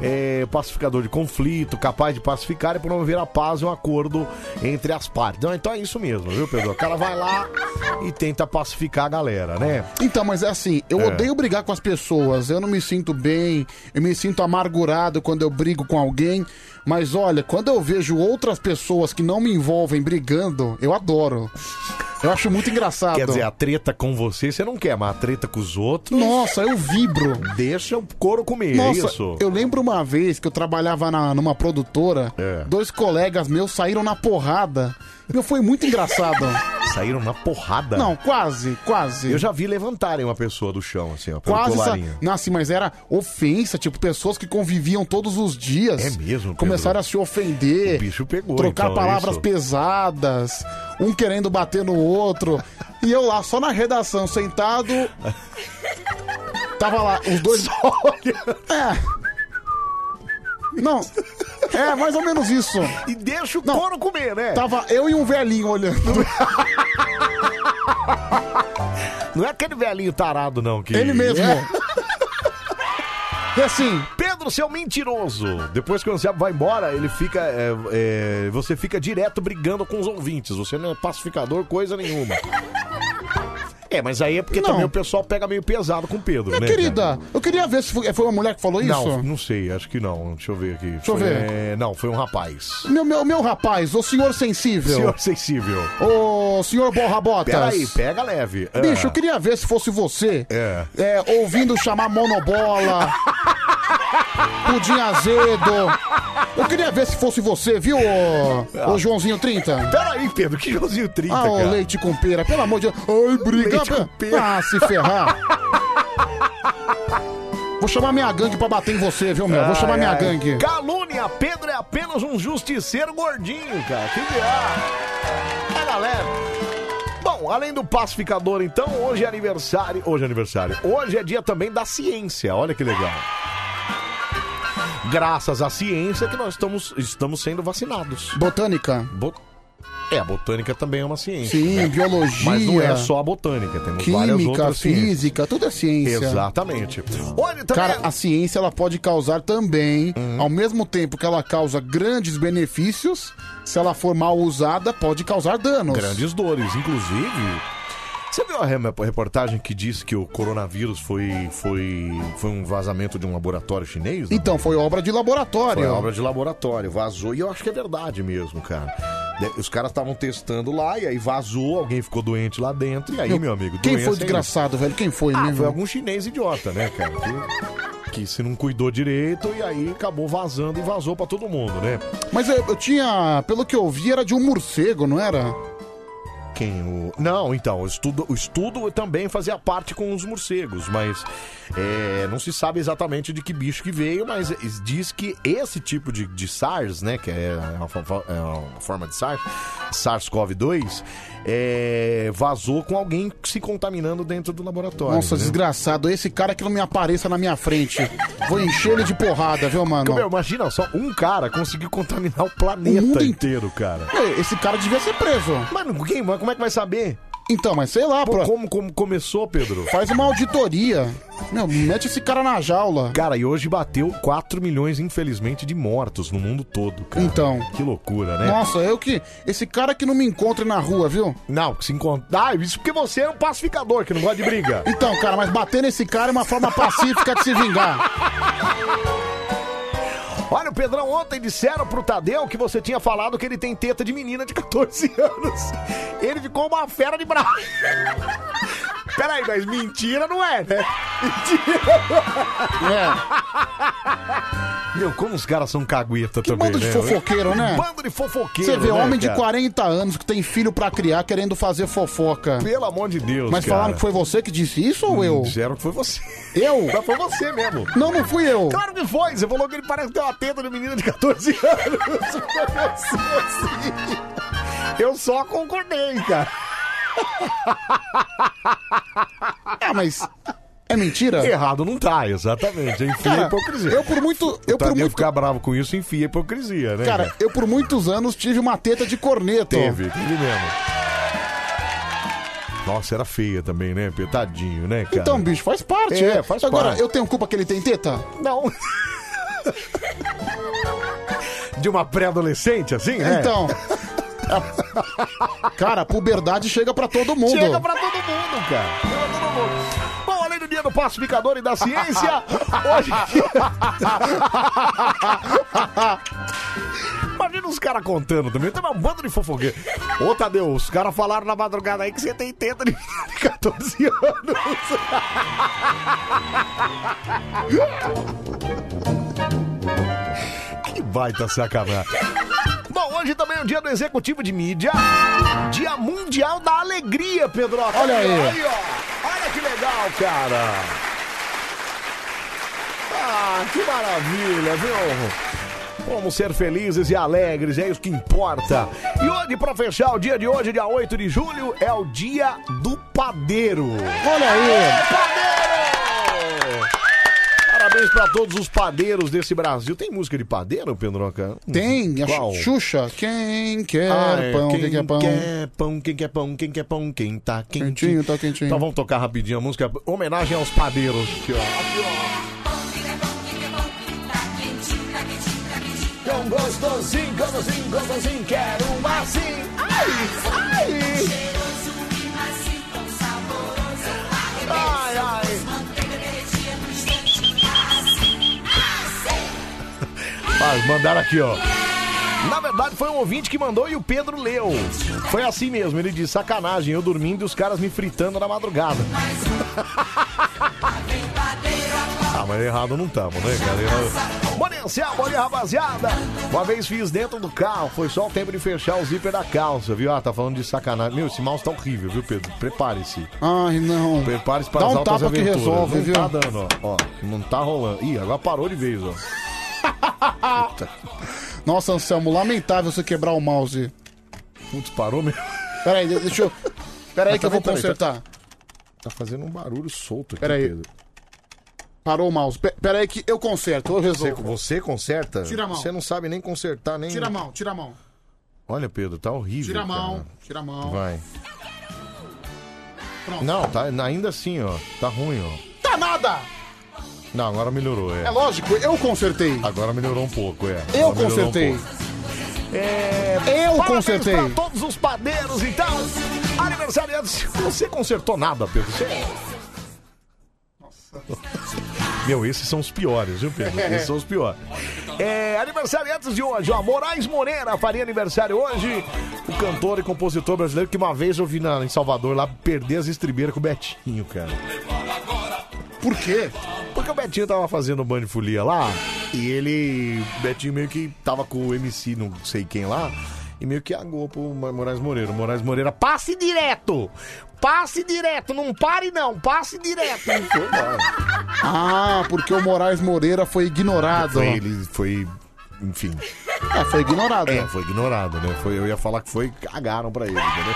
Speaker 1: é, pacificador de conflito, capaz de pacificar e promover a paz e um acordo entre as partes. Não, então é isso mesmo, viu, Pedro? O cara vai lá e tenta pacificar a galera, né?
Speaker 2: Então, mas é assim, eu
Speaker 1: É.
Speaker 2: odeio brigar com as pessoas, eu não me sinto bem, eu me sinto amargurado quando eu brigo com alguém, mas olha, quando eu vejo outras pessoas que não me envolvem brigando, eu adoro. Eu acho muito engraçado.
Speaker 1: Quer dizer, a treta com você você não quer, mas a treta com os outros
Speaker 2: Nossa, eu vibro.
Speaker 1: deixa o couro comer, é
Speaker 2: Nossa,
Speaker 1: isso?
Speaker 2: eu lembro uma vez que eu trabalhava na- numa produtora,
Speaker 1: É. (laughs)
Speaker 2: dois colegas meus saíram na porrada. Meu, foi muito engraçado.
Speaker 1: Saíram na porrada.
Speaker 2: Não, quase, quase.
Speaker 1: Eu já vi levantarem uma pessoa do chão, assim, ó, pelo
Speaker 2: Quase. Sa...
Speaker 1: colarinho.
Speaker 2: Nossa, mas era ofensa, tipo, pessoas que conviviam todos os dias.
Speaker 1: É mesmo, Pedro?
Speaker 2: Começaram a se ofender.
Speaker 1: O bicho pegou,
Speaker 2: Trocar
Speaker 1: então,
Speaker 2: palavras
Speaker 1: isso.
Speaker 2: pesadas, um querendo bater no outro. e eu lá, só na redação, sentado. Tava lá,
Speaker 1: (laughs)
Speaker 2: os dois. É. Não. É, mais ou menos isso.
Speaker 1: E deixa o
Speaker 2: Não.
Speaker 1: couro comer, né?
Speaker 2: Tava eu e um velhinho olhando.
Speaker 1: Não é aquele velhinho tarado, não. Que...
Speaker 2: Ele mesmo.
Speaker 1: É.
Speaker 2: E assim,
Speaker 1: Pedro, seu mentiroso. Depois que o Anselmo vai embora, ele fica. é, é, você fica direto brigando com os ouvintes. Você não é pacificador, coisa
Speaker 2: (laughs)
Speaker 1: nenhuma. É, mas aí é porque
Speaker 2: Não.
Speaker 1: também o pessoal pega meio pesado com o Pedro,
Speaker 2: minha
Speaker 1: né? cara?
Speaker 2: querida, eu queria ver se foi foi uma mulher que falou isso.
Speaker 1: Não, não sei, acho que não. Deixa eu ver aqui. Deixa
Speaker 2: eu ver.
Speaker 1: não, foi um rapaz.
Speaker 2: Meu, meu, meu rapaz, o senhor sensível.
Speaker 1: Senhor sensível.
Speaker 2: Ô, senhor Borra Botas.
Speaker 1: Peraí, pega leve. Ah,
Speaker 2: Bicho, eu queria ver se fosse você.
Speaker 1: É.
Speaker 2: É, ouvindo chamar
Speaker 1: (laughs)
Speaker 2: monobola. pudim azedo. Eu queria ver se fosse você, viu, ô, ô Joãozinho 30?
Speaker 1: Ah. Peraí, Pedro, que Josinho 30,
Speaker 2: Ah, ô
Speaker 1: cara.
Speaker 2: leite com pera, pelo amor de Deus. Ai, briga.
Speaker 1: Leite com pera.
Speaker 2: Ah, se ferrar. Vou chamar minha gangue pra bater em você, viu, meu? Vou chamar
Speaker 1: Ai,
Speaker 2: minha
Speaker 1: ai.
Speaker 2: gangue.
Speaker 1: Calúnia, Pedro é apenas um justiceiro gordinho, cara. Que viagem. É, galera. Bom, além do pacificador, então, hoje é aniversário. Hoje é aniversário. Hoje é dia também da ciência. Olha que legal. Graças à ciência que nós estamos, estamos sendo vacinados.
Speaker 2: Botânica.
Speaker 1: Bo- É, a botânica também é uma ciência.
Speaker 2: Sim,
Speaker 1: né?
Speaker 2: biologia.
Speaker 1: Mas não é só a botânica, temos várias
Speaker 2: Química,
Speaker 1: outras ciências.
Speaker 2: física, tudo é ciência.
Speaker 1: Exatamente. Olha, também é- Uhum.
Speaker 2: Cara, a ciência ela pode causar também, ao mesmo tempo que ela causa grandes benefícios, se ela for mal usada, pode causar danos.
Speaker 1: grandes dores. Inclusive, você viu a rem- reportagem que disse que o coronavírus foi, foi, foi um vazamento de um laboratório chinês? né?
Speaker 2: Então, foi obra de laboratório.
Speaker 1: Foi obra de laboratório, vazou. E eu acho que é verdade mesmo, cara. De- Os caras estavam testando lá e aí vazou, alguém ficou doente lá dentro. E aí, meu, amigo,
Speaker 2: Quem
Speaker 1: doença
Speaker 2: foi
Speaker 1: é isso.
Speaker 2: desgraçado, velho? Quem foi, né?
Speaker 1: Ah, foi
Speaker 2: velho?
Speaker 1: algum chinês idiota, né, cara? Que, que se não cuidou direito e aí acabou vazando e vazou pra todo mundo, né?
Speaker 2: Mas eu, eu tinha, pelo que eu vi, era de um morcego, não era?
Speaker 1: Quem o. Não, então, o estudo, o estudo também fazia parte com os morcegos, mas é, não se sabe exatamente de que bicho que veio, mas es- diz que esse tipo de, de SARS, né? Que é uma, fo- fo- é uma forma de SARS, SARS-CoV-2, é, vazou com alguém se contaminando dentro do laboratório. né?
Speaker 2: Nossa,
Speaker 1: entendeu?
Speaker 2: desgraçado, esse cara que não me apareça na minha frente. Vou encher ele de porrada, viu, mano?
Speaker 1: Meu, imagina só, um cara conseguiu contaminar o planeta
Speaker 2: O mundo
Speaker 1: inteiro, cara.
Speaker 2: Ei, Esse cara devia ser preso.
Speaker 1: Mano, quem, mas como é que vai saber?
Speaker 2: Então, mas sei lá,
Speaker 1: Pô,
Speaker 2: pra-
Speaker 1: como, como começou, Pedro?
Speaker 2: faz uma auditoria. Meu, mete esse cara na jaula.
Speaker 1: Cara, e hoje bateu 4 milhões, infelizmente, de mortos no mundo todo, cara.
Speaker 2: Então.
Speaker 1: Que loucura, né?
Speaker 2: Nossa, eu que. Esse cara que não me encontra na rua, viu?
Speaker 1: Não, que se encontrar. Ah, isso porque você é um pacificador que não gosta de briga.
Speaker 2: Então, cara, mas bater nesse cara é uma forma pacífica de se vingar.
Speaker 1: (laughs) Olha, o Pedrão, ontem disseram pro Tadeu que você tinha falado que ele tem teta de menina de 14 (laughs) anos. Ele ficou uma fera de bravo. Peraí, mas mentira não é, né? (laughs)
Speaker 2: É.
Speaker 1: (laughs) Meu, como os caras são cagueta
Speaker 2: Que
Speaker 1: também,
Speaker 2: é bando de
Speaker 1: né?
Speaker 2: fofoqueiro, né?
Speaker 1: Bando de fofoqueiro,
Speaker 2: Você vê,
Speaker 1: né,
Speaker 2: homem de
Speaker 1: cara?
Speaker 2: 40 anos que tem filho pra criar querendo fazer fofoca.
Speaker 1: Pelo amor de Deus,
Speaker 2: Mas
Speaker 1: cara.
Speaker 2: falaram que foi você que disse isso ou eu?
Speaker 1: Disseram que foi você.
Speaker 2: Eu?
Speaker 1: Mas foi você mesmo.
Speaker 2: Não, não fui eu.
Speaker 1: Claro que foi, você falou que ele parece ter uma teta de menina de 14 anos. (laughs) Eu só concordei, cara.
Speaker 2: Ah, mas. É mentira?
Speaker 1: Errado não tá, exatamente. Enfia
Speaker 2: Cara,
Speaker 1: a hipocrisia.
Speaker 2: eu por muito. Eu
Speaker 1: Eu
Speaker 2: por muito.
Speaker 1: ficar bravo com isso, enfia a hipocrisia, né?
Speaker 2: Cara, eu por muitos anos tive uma teta de corneto.
Speaker 1: teve, teve mesmo. Nossa, era feia também, né? Pedro? Tadinho, né, cara?
Speaker 2: Então, bicho, faz parte.
Speaker 1: É,
Speaker 2: né?
Speaker 1: faz
Speaker 2: Agora,
Speaker 1: parte.
Speaker 2: eu tenho culpa que ele tem teta?
Speaker 1: não. De uma pré-adolescente, assim, né? (laughs)
Speaker 2: Então. Cara, a puberdade chega pra todo mundo.
Speaker 1: Chega pra todo mundo, cara. Chega pra todo mundo. Bom, além do dia do pacificador e da ciência, (laughs) hoje. Imagina os caras contando também. Tem uma banda de fofoqueiro. Ô, Tadeu, os caras falaram na madrugada aí que você tem teta de (laughs) 14 anos. (laughs) Que baita sacanagem. Bom, hoje Hoje também é o dia do Executivo de Mídia. Dia Mundial da Alegria, Pedroca.
Speaker 2: Olha aí.
Speaker 1: ó. Olha que legal, cara. Ah, que maravilha, viu? Vamos ser felizes e alegres, é isso que importa. E hoje, pra fechar o dia de hoje, dia 8 de julho, é o dia do padeiro. Olha aí! Padeiro! Parabéns pra todos os padeiros desse Brasil. Tem música de padeiro, Pedroca?
Speaker 2: Tem,
Speaker 1: Uhum.
Speaker 2: a
Speaker 1: Qual?
Speaker 2: Xuxa. Quem quer
Speaker 1: Ah, é.
Speaker 2: pão, quem, quer pão.
Speaker 1: quer pão, quem quer pão, quem quer pão, quem tá quentinho.
Speaker 2: Quentinho, tá quentinho.
Speaker 1: Então vamos tocar rapidinho a música. Homenagem aos padeiros. Aqui, ó. Tão gostosinho, gostosinho, gostosinho, quero um assim. Ai, ai. Ai, ai. Mas mandaram aqui, ó. Na verdade, foi um ouvinte que mandou e o Pedro leu. Foi assim mesmo, ele disse: sacanagem, eu dormindo e os caras me fritando na madrugada. Ah, mas errado não tamo, né, galera? Bonencial, bom dia, rapaziada! Uma vez fiz dentro do carro, foi só o tempo de fechar o zíper da calça, viu? Ah, tá falando de sacanagem. Meu, esse mouse tá horrível, viu, Pedro? Prepare-se.
Speaker 2: Ai, não.
Speaker 1: Prepare-se para
Speaker 2: Dá
Speaker 1: as
Speaker 2: um
Speaker 1: altas
Speaker 2: tapa que
Speaker 1: aventuras.
Speaker 2: resolve,
Speaker 1: não
Speaker 2: viu?
Speaker 1: tá dando, ó. ó. Não tá rolando. Ih, agora parou de vez, ó.
Speaker 2: Nossa, Anselmo, lamentável você quebrar o mouse.
Speaker 1: Putz, parou mesmo. Ah,
Speaker 2: Peraí, de- deixa eu. (laughs) Peraí que eu vou
Speaker 1: Peraí, peraí,
Speaker 2: consertar.
Speaker 1: Tá fazendo um barulho solto aqui,
Speaker 2: Peraí.
Speaker 1: Pedro.
Speaker 2: Parou o mouse. Pe- Peraí que eu conserto, eu
Speaker 1: Você,
Speaker 2: resolvo.
Speaker 1: você conserta?
Speaker 2: Tira a mão.
Speaker 1: tá. Você não sabe nem consertar, nem...
Speaker 2: Tira a mão, tira a mão.
Speaker 1: Olha, Pedro, tá horrível,
Speaker 2: Tira a mão,
Speaker 1: cara.
Speaker 2: tira a mão.
Speaker 1: Vai.
Speaker 2: Pronto.
Speaker 1: Não, tá, ainda assim, ó. Tá ruim, ó.
Speaker 2: Tá nada!
Speaker 1: Não, agora melhorou, é.
Speaker 2: É lógico, eu consertei.
Speaker 1: Agora melhorou um pouco, é.
Speaker 2: Eu
Speaker 1: Agora melhorou um
Speaker 2: consertei.
Speaker 1: pouco. É.
Speaker 2: Eu
Speaker 1: Parabéns
Speaker 2: consertei.
Speaker 1: pra todos os padeiros, então. Aniversariantes, você consertou nada, Pedro. Você... Meu, esses são os piores, viu,
Speaker 2: (laughs)
Speaker 1: Pedro? Esses são os piores. É, aniversariantes de hoje, ó. Moraes Moreira faria aniversário hoje. O cantor e compositor brasileiro que uma vez eu vi na, em Salvador lá perder as estribeiras com o Betinho, cara.
Speaker 2: Por quê?
Speaker 1: Porque o Betinho tava fazendo o Band Folia lá e ele. o Betinho meio que tava com o MC, não sei quem lá, e meio que agou pro Ma- Moraes Moreira. O Moraes Moreira, passe direto! Passe direto, não pare não, passe direto! E foi embora.
Speaker 2: Ah, porque o Moraes Moreira foi ignorado.
Speaker 1: Foi, ele foi. Enfim.
Speaker 2: É, foi ignorado.
Speaker 1: É, foi ignorado, né? Foi, eu ia falar que foi, cagaram pra ele, entendeu?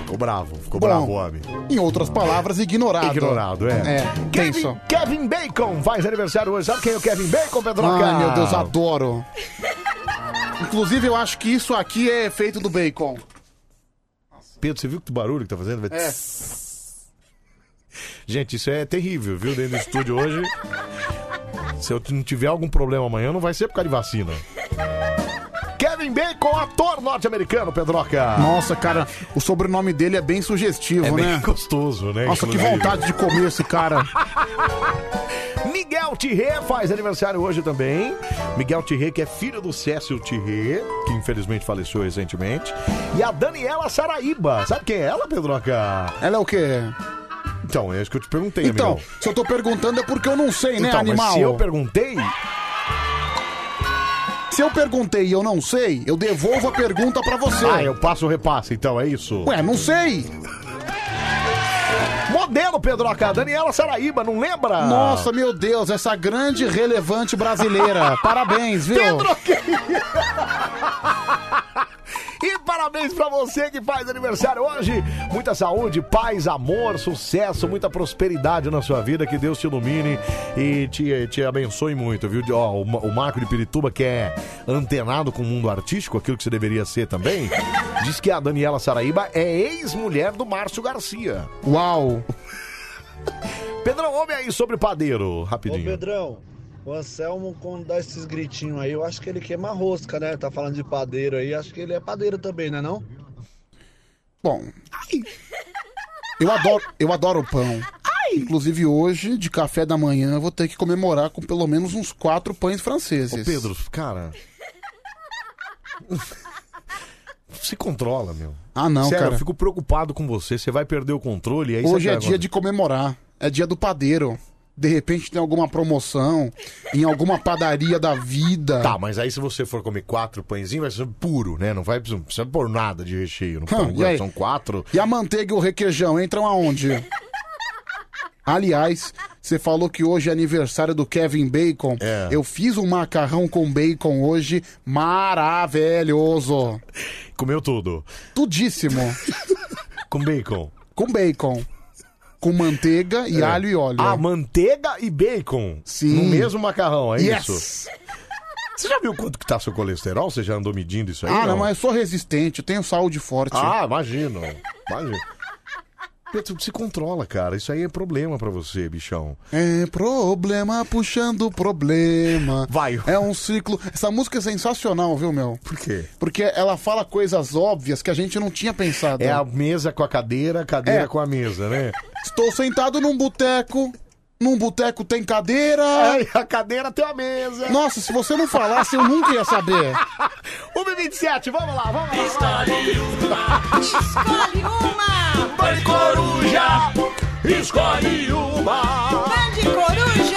Speaker 1: Ficou bravo, ficou
Speaker 2: Bom,
Speaker 1: bravo o homem.
Speaker 2: Em outras palavras, ignorado.
Speaker 1: Ignorado, é.
Speaker 2: É,
Speaker 1: Kevin,
Speaker 2: tenso.
Speaker 1: Kevin Bacon faz aniversário hoje. Sabe quem é o Kevin Bacon, Pedroca?
Speaker 2: Ai, meu Deus, adoro. Inclusive, eu acho que isso aqui é feito do bacon.
Speaker 1: Pedro, você viu que barulho que tá fazendo? Vai
Speaker 2: É.
Speaker 1: tss. Gente, isso é terrível, viu? Dentro do estúdio hoje. Se eu não tiver algum problema amanhã, não vai ser por causa de vacina. Kevin Bacon, ator norte-americano, Pedroca.
Speaker 2: Nossa, cara, o sobrenome dele é bem sugestivo,
Speaker 1: É bem
Speaker 2: né?
Speaker 1: gostoso, né?
Speaker 2: Nossa, que
Speaker 1: inclusive?
Speaker 2: vontade de comer esse cara.
Speaker 1: Miguel Tirré faz aniversário hoje também. Miguel Tirré, que é filho do Cécio Tirré, que infelizmente faleceu recentemente. E a Daniela Saraíba. Sabe quem é ela, Pedroca?
Speaker 2: Ela é o quê?
Speaker 1: Então, é isso que eu (laughs) te perguntei,
Speaker 2: Então,
Speaker 1: amigão.
Speaker 2: se eu tô perguntando é porque eu não sei, né,
Speaker 1: então,
Speaker 2: animal?
Speaker 1: mas se eu perguntei,
Speaker 2: Se eu perguntei e eu não sei, eu devolvo a pergunta pra você.
Speaker 1: Ah, eu passo o repasse, então, é isso.
Speaker 2: Ué, não sei.
Speaker 1: Modelo, Pedroca, Daniela Saraíba, não lembra?
Speaker 2: Nossa, meu Deus, essa grande e
Speaker 1: (laughs)
Speaker 2: relevante brasileira. Parabéns, viu?
Speaker 1: E parabéns pra você que faz aniversário hoje. Muita saúde, paz, amor, sucesso, muita prosperidade na sua vida. Que Deus te ilumine e te, te abençoe muito, viu? Ó, o, Ma- o Marco de Pirituba, que é antenado com o mundo artístico, aquilo que você deveria ser também, diz que a Daniela Saraíba é ex-mulher do Márcio Garcia.
Speaker 2: Uau.
Speaker 1: (laughs) Pedrão, ouve aí sobre o padeiro, rapidinho.
Speaker 11: Pedrão, o Anselmo, quando dá esses gritinhos aí, eu acho que ele queima rosca, né? Tá falando de padeiro aí, acho que ele é padeiro também, né não?
Speaker 2: Bom. ai. Eu adoro, eu adoro pão. Inclusive hoje, de café da manhã, eu vou ter que comemorar com pelo menos uns quatro pães franceses.
Speaker 1: Ô, Pedro, cara. Se controla, meu.
Speaker 2: Ah, não,
Speaker 1: Sério,
Speaker 2: cara.
Speaker 1: eu fico preocupado com você. né? Você vai perder o controle. Aí
Speaker 2: Hoje
Speaker 1: você
Speaker 2: é dia de comemorar. É dia É do padeiro. de repente tem alguma promoção em alguma padaria da vida.
Speaker 1: Tá, mas aí se você for comer quatro pãezinhos, vai ser puro, né? Não vai não precisa pôr nada de recheio no pão.
Speaker 2: Hum, e aí?
Speaker 1: são quatro.
Speaker 2: E a manteiga e o requeijão entram aonde? Aliás, você falou que hoje é aniversário do Kevin Bacon.
Speaker 1: É.
Speaker 2: Eu fiz um macarrão com bacon hoje maravilhoso.
Speaker 1: Comeu tudo.
Speaker 2: Tudíssimo.
Speaker 1: Com bacon.
Speaker 2: com bacon. Com manteiga e
Speaker 1: É.
Speaker 2: alho e óleo.
Speaker 1: Ah, manteiga e bacon.
Speaker 2: Sim.
Speaker 1: No mesmo macarrão, é
Speaker 2: assim? Yes.
Speaker 1: isso? Você já viu quanto que tá seu colesterol? Você já andou medindo isso aí?
Speaker 2: Ah, não, mas eu sou resistente, eu tenho saúde forte.
Speaker 1: Ah, imagino. imagino. Pedro, se controla, cara. Isso aí é problema pra você, bichão.
Speaker 2: É problema puxando problema.
Speaker 1: Vai.
Speaker 2: É um ciclo. Essa música é sensacional, viu, meu?
Speaker 1: Por quê?
Speaker 2: Porque ela fala coisas óbvias que a gente não tinha pensado.
Speaker 1: É a mesa com a cadeira, a cadeira
Speaker 2: É.
Speaker 1: com a mesa, né?
Speaker 2: Estou sentado num boteco. Num boteco tem cadeira.
Speaker 1: Ai, a cadeira tem a mesa.
Speaker 2: Nossa, se você não falasse, eu nunca ia
Speaker 1: (laughs)
Speaker 2: saber.
Speaker 1: 1h27, vamos lá, vamos lá.
Speaker 4: Escolhe uma!
Speaker 1: Bande Coruja, escolhe uma.
Speaker 4: Bande Coruja!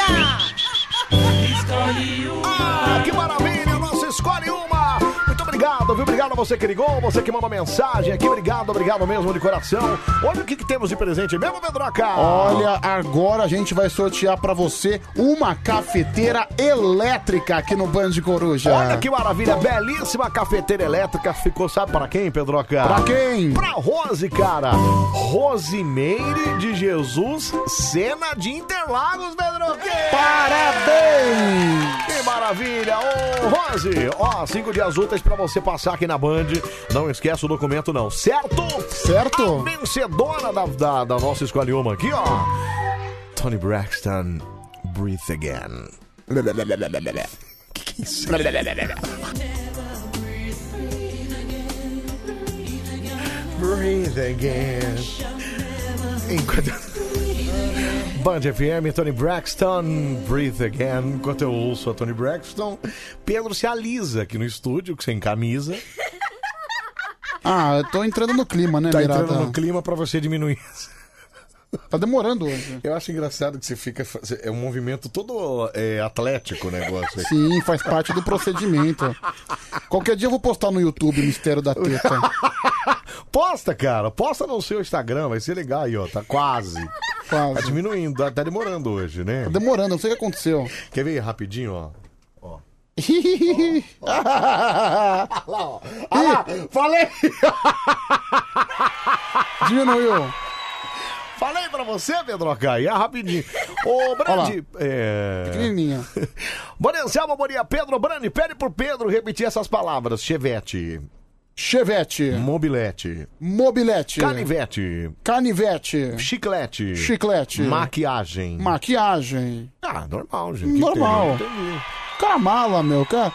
Speaker 1: Ah, que maravilha, o nosso escolhe uma. Muito obrigado, viu? Obrigado a você que ligou, você que mandou mensagem aqui. Obrigado, obrigado mesmo de coração. Olha o que, que temos de presente mesmo, Pedroca.
Speaker 2: Olha, agora a gente vai sortear pra você uma cafeteira elétrica aqui no Band Coruja.
Speaker 1: Olha que maravilha, belíssima cafeteira elétrica. Ficou, sabe para quem, Pedroca?
Speaker 2: Pra quem?
Speaker 1: Pra Rose, cara. Rosimeire de Jesus, cena de Interlagos, Pedroca.
Speaker 2: Parabéns!
Speaker 1: Que maravilha! Ô, Rose, ó, cinco dias úteis pra você passar aqui na Band. Não esquece o documento, não, certo?
Speaker 2: Certo?
Speaker 1: A vencedora da, da, da nossa escolha uma aqui, ó. Tony Braxton, Breathe Again. Que que é isso? Breathe Again. Enquanto... Band FM, Tony Braxton, Breathe Again. Enquanto eu ouço a Tony Braxton, Pedro se alisa aqui no estúdio, que sem camisa.
Speaker 2: Ah, eu tô entrando no clima, né,
Speaker 1: Tá
Speaker 2: Mirada?
Speaker 1: entrando no clima pra você diminuir.
Speaker 2: Tá demorando hoje.
Speaker 1: Eu acho engraçado que você fica. faz- É um movimento todo é, atlético o negócio. aí.
Speaker 2: Sim, faz parte do procedimento. Qualquer dia eu vou postar no YouTube Mistério da Teta.
Speaker 1: (laughs) Posta, cara. Posta no seu Instagram. Vai ser legal aí, ó. Tá quase. Tá
Speaker 2: Quase.
Speaker 1: diminuindo. Tá, tá demorando hoje, né?
Speaker 2: Tá demorando, não sei o que aconteceu.
Speaker 1: Quer ver rapidinho, ó?
Speaker 2: (laughs)
Speaker 1: Falei!
Speaker 2: Diminuiu.
Speaker 1: Falei pra você, Pedro Caia, rapidinho. Ô, Brandi. É... (laughs)
Speaker 2: Pequenininha.
Speaker 1: Bonencial, Mamoria, Pedro, Brandi, pede pro Pedro repetir essas palavras: chevette,
Speaker 2: Chevette.
Speaker 1: mobilete,
Speaker 2: Mobilete.
Speaker 1: canivete,
Speaker 2: Canivete.
Speaker 1: chiclete,
Speaker 2: Chiclete.
Speaker 1: maquiagem.
Speaker 2: Maquiagem.
Speaker 1: Ah, normal, gente. que
Speaker 2: Normal.
Speaker 1: tem, entendi.
Speaker 2: Camala, meu. Cara.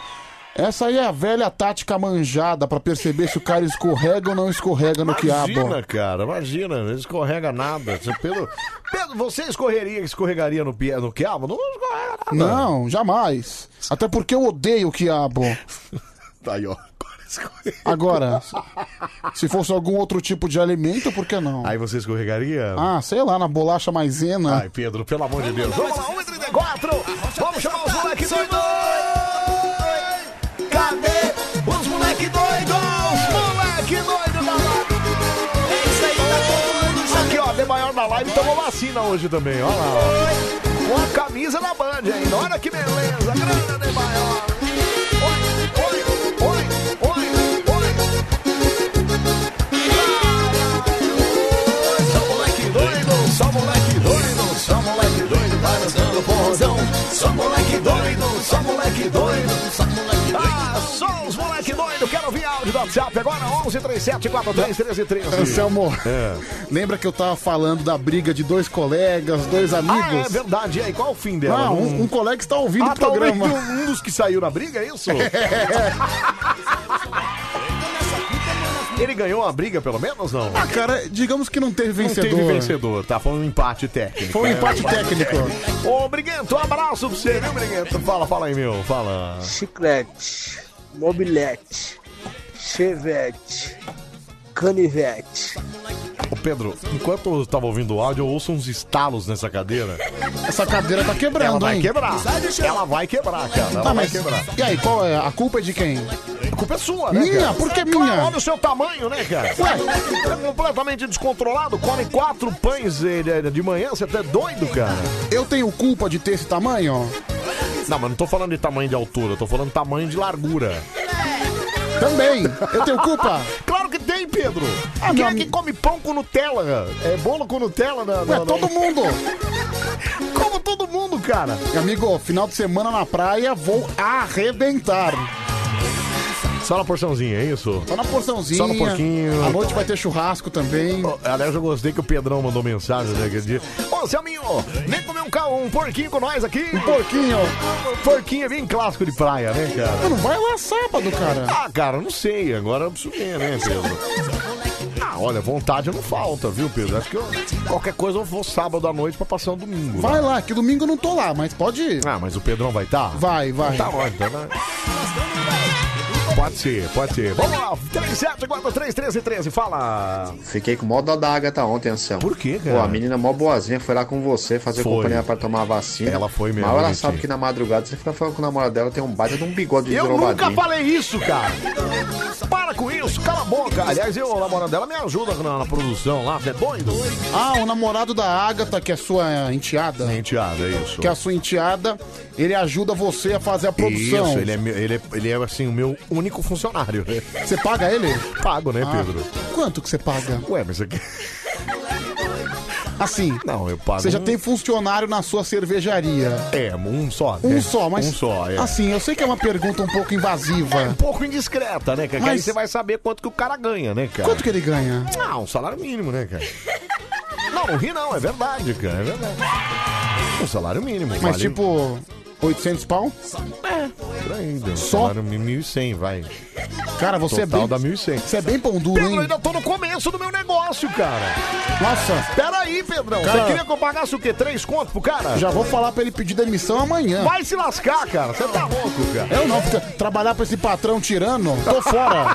Speaker 2: Essa aí é a velha tática manjada pra perceber se o cara escorrega ou não escorrega no
Speaker 1: Imagina,
Speaker 2: quiabo.
Speaker 1: cara, imagina, não escorrega nada. Você, Pedro, Pedro, você escorreria, escorregaria no, pia- no quiabo? Não escorrega nada.
Speaker 2: Não, jamais. Até porque eu odeio o quiabo.
Speaker 1: Tá aí, ó. Agora escorrega.
Speaker 2: Agora, se fosse algum outro tipo de alimento, por que não?
Speaker 1: Aí você escorregaria?
Speaker 2: Ah, sei lá, na bolacha maisena.
Speaker 1: Ai, Pedro, pelo amor de Deus. Vamos lá, 134. Vamos chamar os moleque doido. Cadê os moleque doido? Os moleque doido da live. É isso aí, tá todo mundo junto. Aqui, ó, de maior na live tomou vacina hoje também. Olha lá, ó. Com a camisa na band ainda. Olha que beleza. Grande de maior. Oi, oi, oi, oi, oi. Só moleque doido, só moleque doido, só moleque doido, vai dançando forrozão. Só moleque doido, só moleque doido, só moleque doido. Ah, só os moleque doido, quero ouvir áudio do WhatsApp agora, 11 37 43 13 13.
Speaker 2: Anselmo,
Speaker 1: É.
Speaker 2: lembra que eu tava falando da briga de dois colegas, dois
Speaker 1: Ah, é
Speaker 2: amigos?
Speaker 1: verdade, e aí, qual o fim dela?
Speaker 2: Não, um, um colega está ouvindo
Speaker 1: Ah,
Speaker 2: o programa.
Speaker 1: talvez um dos que saiu na briga, é
Speaker 2: (laughs)
Speaker 1: isso? Ele ganhou a briga, pelo menos, não?
Speaker 2: Ah, cara, digamos que não teve
Speaker 1: Não
Speaker 2: vencedor.
Speaker 1: teve vencedor, tá? Foi um empate técnico.
Speaker 2: Foi um
Speaker 1: né?
Speaker 2: empate técnico.
Speaker 1: Ô, Briguento, um abraço pra você, viu, Briguento? Fala, fala aí, meu, fala.
Speaker 3: chiclete, mobilete, chevette, canivete, Ô Pedro, enquanto eu tava ouvindo o áudio, eu ouço uns estalos nessa cadeira.
Speaker 2: Essa cadeira tá quebrando,
Speaker 3: Ela vai
Speaker 2: hein?
Speaker 3: quebrar. Ela vai quebrar, cara. Ela
Speaker 2: Tá,
Speaker 3: vai
Speaker 2: mas
Speaker 3: quebrar.
Speaker 2: E aí, qual é? A culpa é de quem?
Speaker 1: A culpa é sua,
Speaker 3: né,
Speaker 2: Minha?
Speaker 3: cara?
Speaker 2: Por que
Speaker 1: É
Speaker 2: minha?
Speaker 1: claro, olha o seu tamanho, né, cara?
Speaker 2: Ué.
Speaker 1: Tá completamente descontrolado, come quatro pães eh, de- de manhã, você tá doido, cara.
Speaker 2: Eu tenho culpa de ter esse tamanho?
Speaker 1: Não, mas não tô falando de tamanho de altura, eu tô falando tamanho de largura.
Speaker 2: Também. Eu tenho culpa?
Speaker 1: (laughs)
Speaker 2: Ah,
Speaker 1: claro que tem, Pedro. Quem é que come pão com Nutella? cara? É bolo com Nutella? Não,
Speaker 2: Ué, todo mundo.
Speaker 1: (laughs) Como todo mundo, cara.
Speaker 2: Amigo, final de semana na praia, vou arrebentar.
Speaker 1: Só na porçãozinha, é isso?
Speaker 2: Só na porçãozinha.
Speaker 3: Só no porquinho.
Speaker 2: À noite vai ter churrasco também.
Speaker 3: Aliás, eu gostei que o Pedrão mandou mensagem
Speaker 1: né,
Speaker 3: naquele dia.
Speaker 1: Ô, Selminho, vem comer um, ca- um porquinho com nós aqui. Um
Speaker 2: porquinho.
Speaker 1: Porquinho é bem clássico de praia, né, cara?
Speaker 2: Não vai lá sábado, cara.
Speaker 1: Ah, cara, não sei. Agora eu preciso ver, né, Pedro? Ah, olha, vontade não falta, viu, Pedro? Acho que eu- qualquer coisa eu vou sábado à noite pra passar o domingo.
Speaker 2: Vai
Speaker 1: né?
Speaker 2: lá, que domingo eu não tô lá, mas pode ir.
Speaker 1: Ah, mas o Pedrão vai estar?
Speaker 2: Vai, vai.
Speaker 1: Tá ótimo, tá né? Pode ser, pode ser. Vamos lá, 37431313, fala.
Speaker 5: Ah, Fiquei com mó dó da Agatha ontem, Anselmo. Por
Speaker 1: quê,
Speaker 5: cara? Pô, a menina mó boazinha foi lá com você fazer
Speaker 3: Foi.
Speaker 5: companhia pra tomar a vacina.
Speaker 3: Ela foi mesmo,
Speaker 5: Mas ela
Speaker 3: bonitinha.
Speaker 5: sabe que na madrugada você fica falando com o namorado dela, tem um baita de um bigode de
Speaker 1: Eu nunca
Speaker 5: drobadinho.
Speaker 1: falei isso, cara. Para com isso, cala a boca. Aliás, eu, a namorada dela, me ajuda na, na produção lá, você é doido?
Speaker 2: Ah, o namorado da Agatha, que é sua enteada.
Speaker 3: Enteada, é isso.
Speaker 2: Que é a sua enteada, ele ajuda você a fazer a produção.
Speaker 3: Isso, ele é, meu- ele, é, ele é assim, o meu único funcionário. né?
Speaker 2: Você paga ele?
Speaker 3: Pago, né,
Speaker 2: Ah.
Speaker 3: Pedro?
Speaker 2: Quanto que você paga?
Speaker 3: Ué, mas aqui.
Speaker 2: (laughs) Assim.
Speaker 3: Não, eu pago.
Speaker 2: Você já
Speaker 3: um-
Speaker 2: tem funcionário na sua cervejaria.
Speaker 3: É, um só.
Speaker 2: Um
Speaker 3: né?
Speaker 2: só, mas.
Speaker 3: Um só, é.
Speaker 2: Assim, eu sei que é uma pergunta um pouco
Speaker 1: Um
Speaker 2: invasiva.
Speaker 1: pouco indiscreta, né, cara? Que
Speaker 2: Mas-
Speaker 1: Aí você vai saber quanto que o cara ganha, né, cara?
Speaker 2: Quanto que ele ganha?
Speaker 1: Ah, um salário mínimo, né, cara? Não, não ri não, é verdade, cara, é verdade. Um salário mínimo.
Speaker 2: Mas
Speaker 3: vale-
Speaker 2: tipo, 800 pau?
Speaker 3: Por aí,
Speaker 1: um
Speaker 3: deu.
Speaker 2: Só?
Speaker 3: Salário mi- 1.100, vai.
Speaker 2: Cara, você
Speaker 3: Total
Speaker 2: é bem.
Speaker 3: dá 1.100.
Speaker 2: Você é bem pão duro,
Speaker 1: Pedro, eu
Speaker 2: hein?
Speaker 1: ainda tô no começo do meu negócio, cara.
Speaker 2: Nossa,
Speaker 1: Peraí, Pedrão,
Speaker 2: Cara-
Speaker 1: você queria que eu pagasse o quê? Três contos pro cara?
Speaker 2: já vou falar pra ele pedir demissão amanhã.
Speaker 1: Vai se lascar, cara, você tá louco, cara.
Speaker 2: Eu não, porque trabalhar pra esse patrão tirano, tô fora.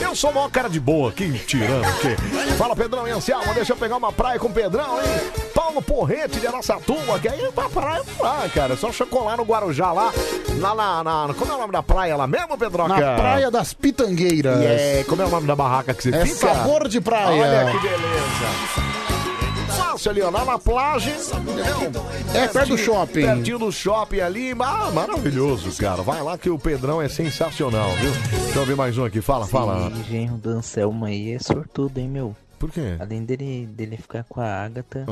Speaker 1: Eu sou o maior cara de boa aqui, tirando aqui. Fala, Pedrão e Anselmo, deixa eu pegar uma praia com o Pedrão, hein? Paulo Porrete de Araçatuba, que aí pra praia não lá, cara. É só chocolar no Guarujá lá, lá na, na- Como é o nome da praia lá mesmo, Pedroca?
Speaker 2: Na Praia das Pitangueiras.
Speaker 1: E é, como é o nome da barraca que você
Speaker 2: É
Speaker 1: fica?
Speaker 2: sabor de praia.
Speaker 1: Olha que beleza. Fácil ali, ó, lá na Plage. entendeu?
Speaker 2: É perto do shopping.
Speaker 1: Pertinho do shopping ali. Ah, maravilhoso, cara. Vai lá que o Pedrão é sensacional, viu? Deixa eu ver mais um aqui. Fala, fala.
Speaker 12: Esse genro do Anselmo aí é sortudo, hein, meu?
Speaker 3: Por quê? Ah.
Speaker 12: Além dele, dele ficar com a Agatha,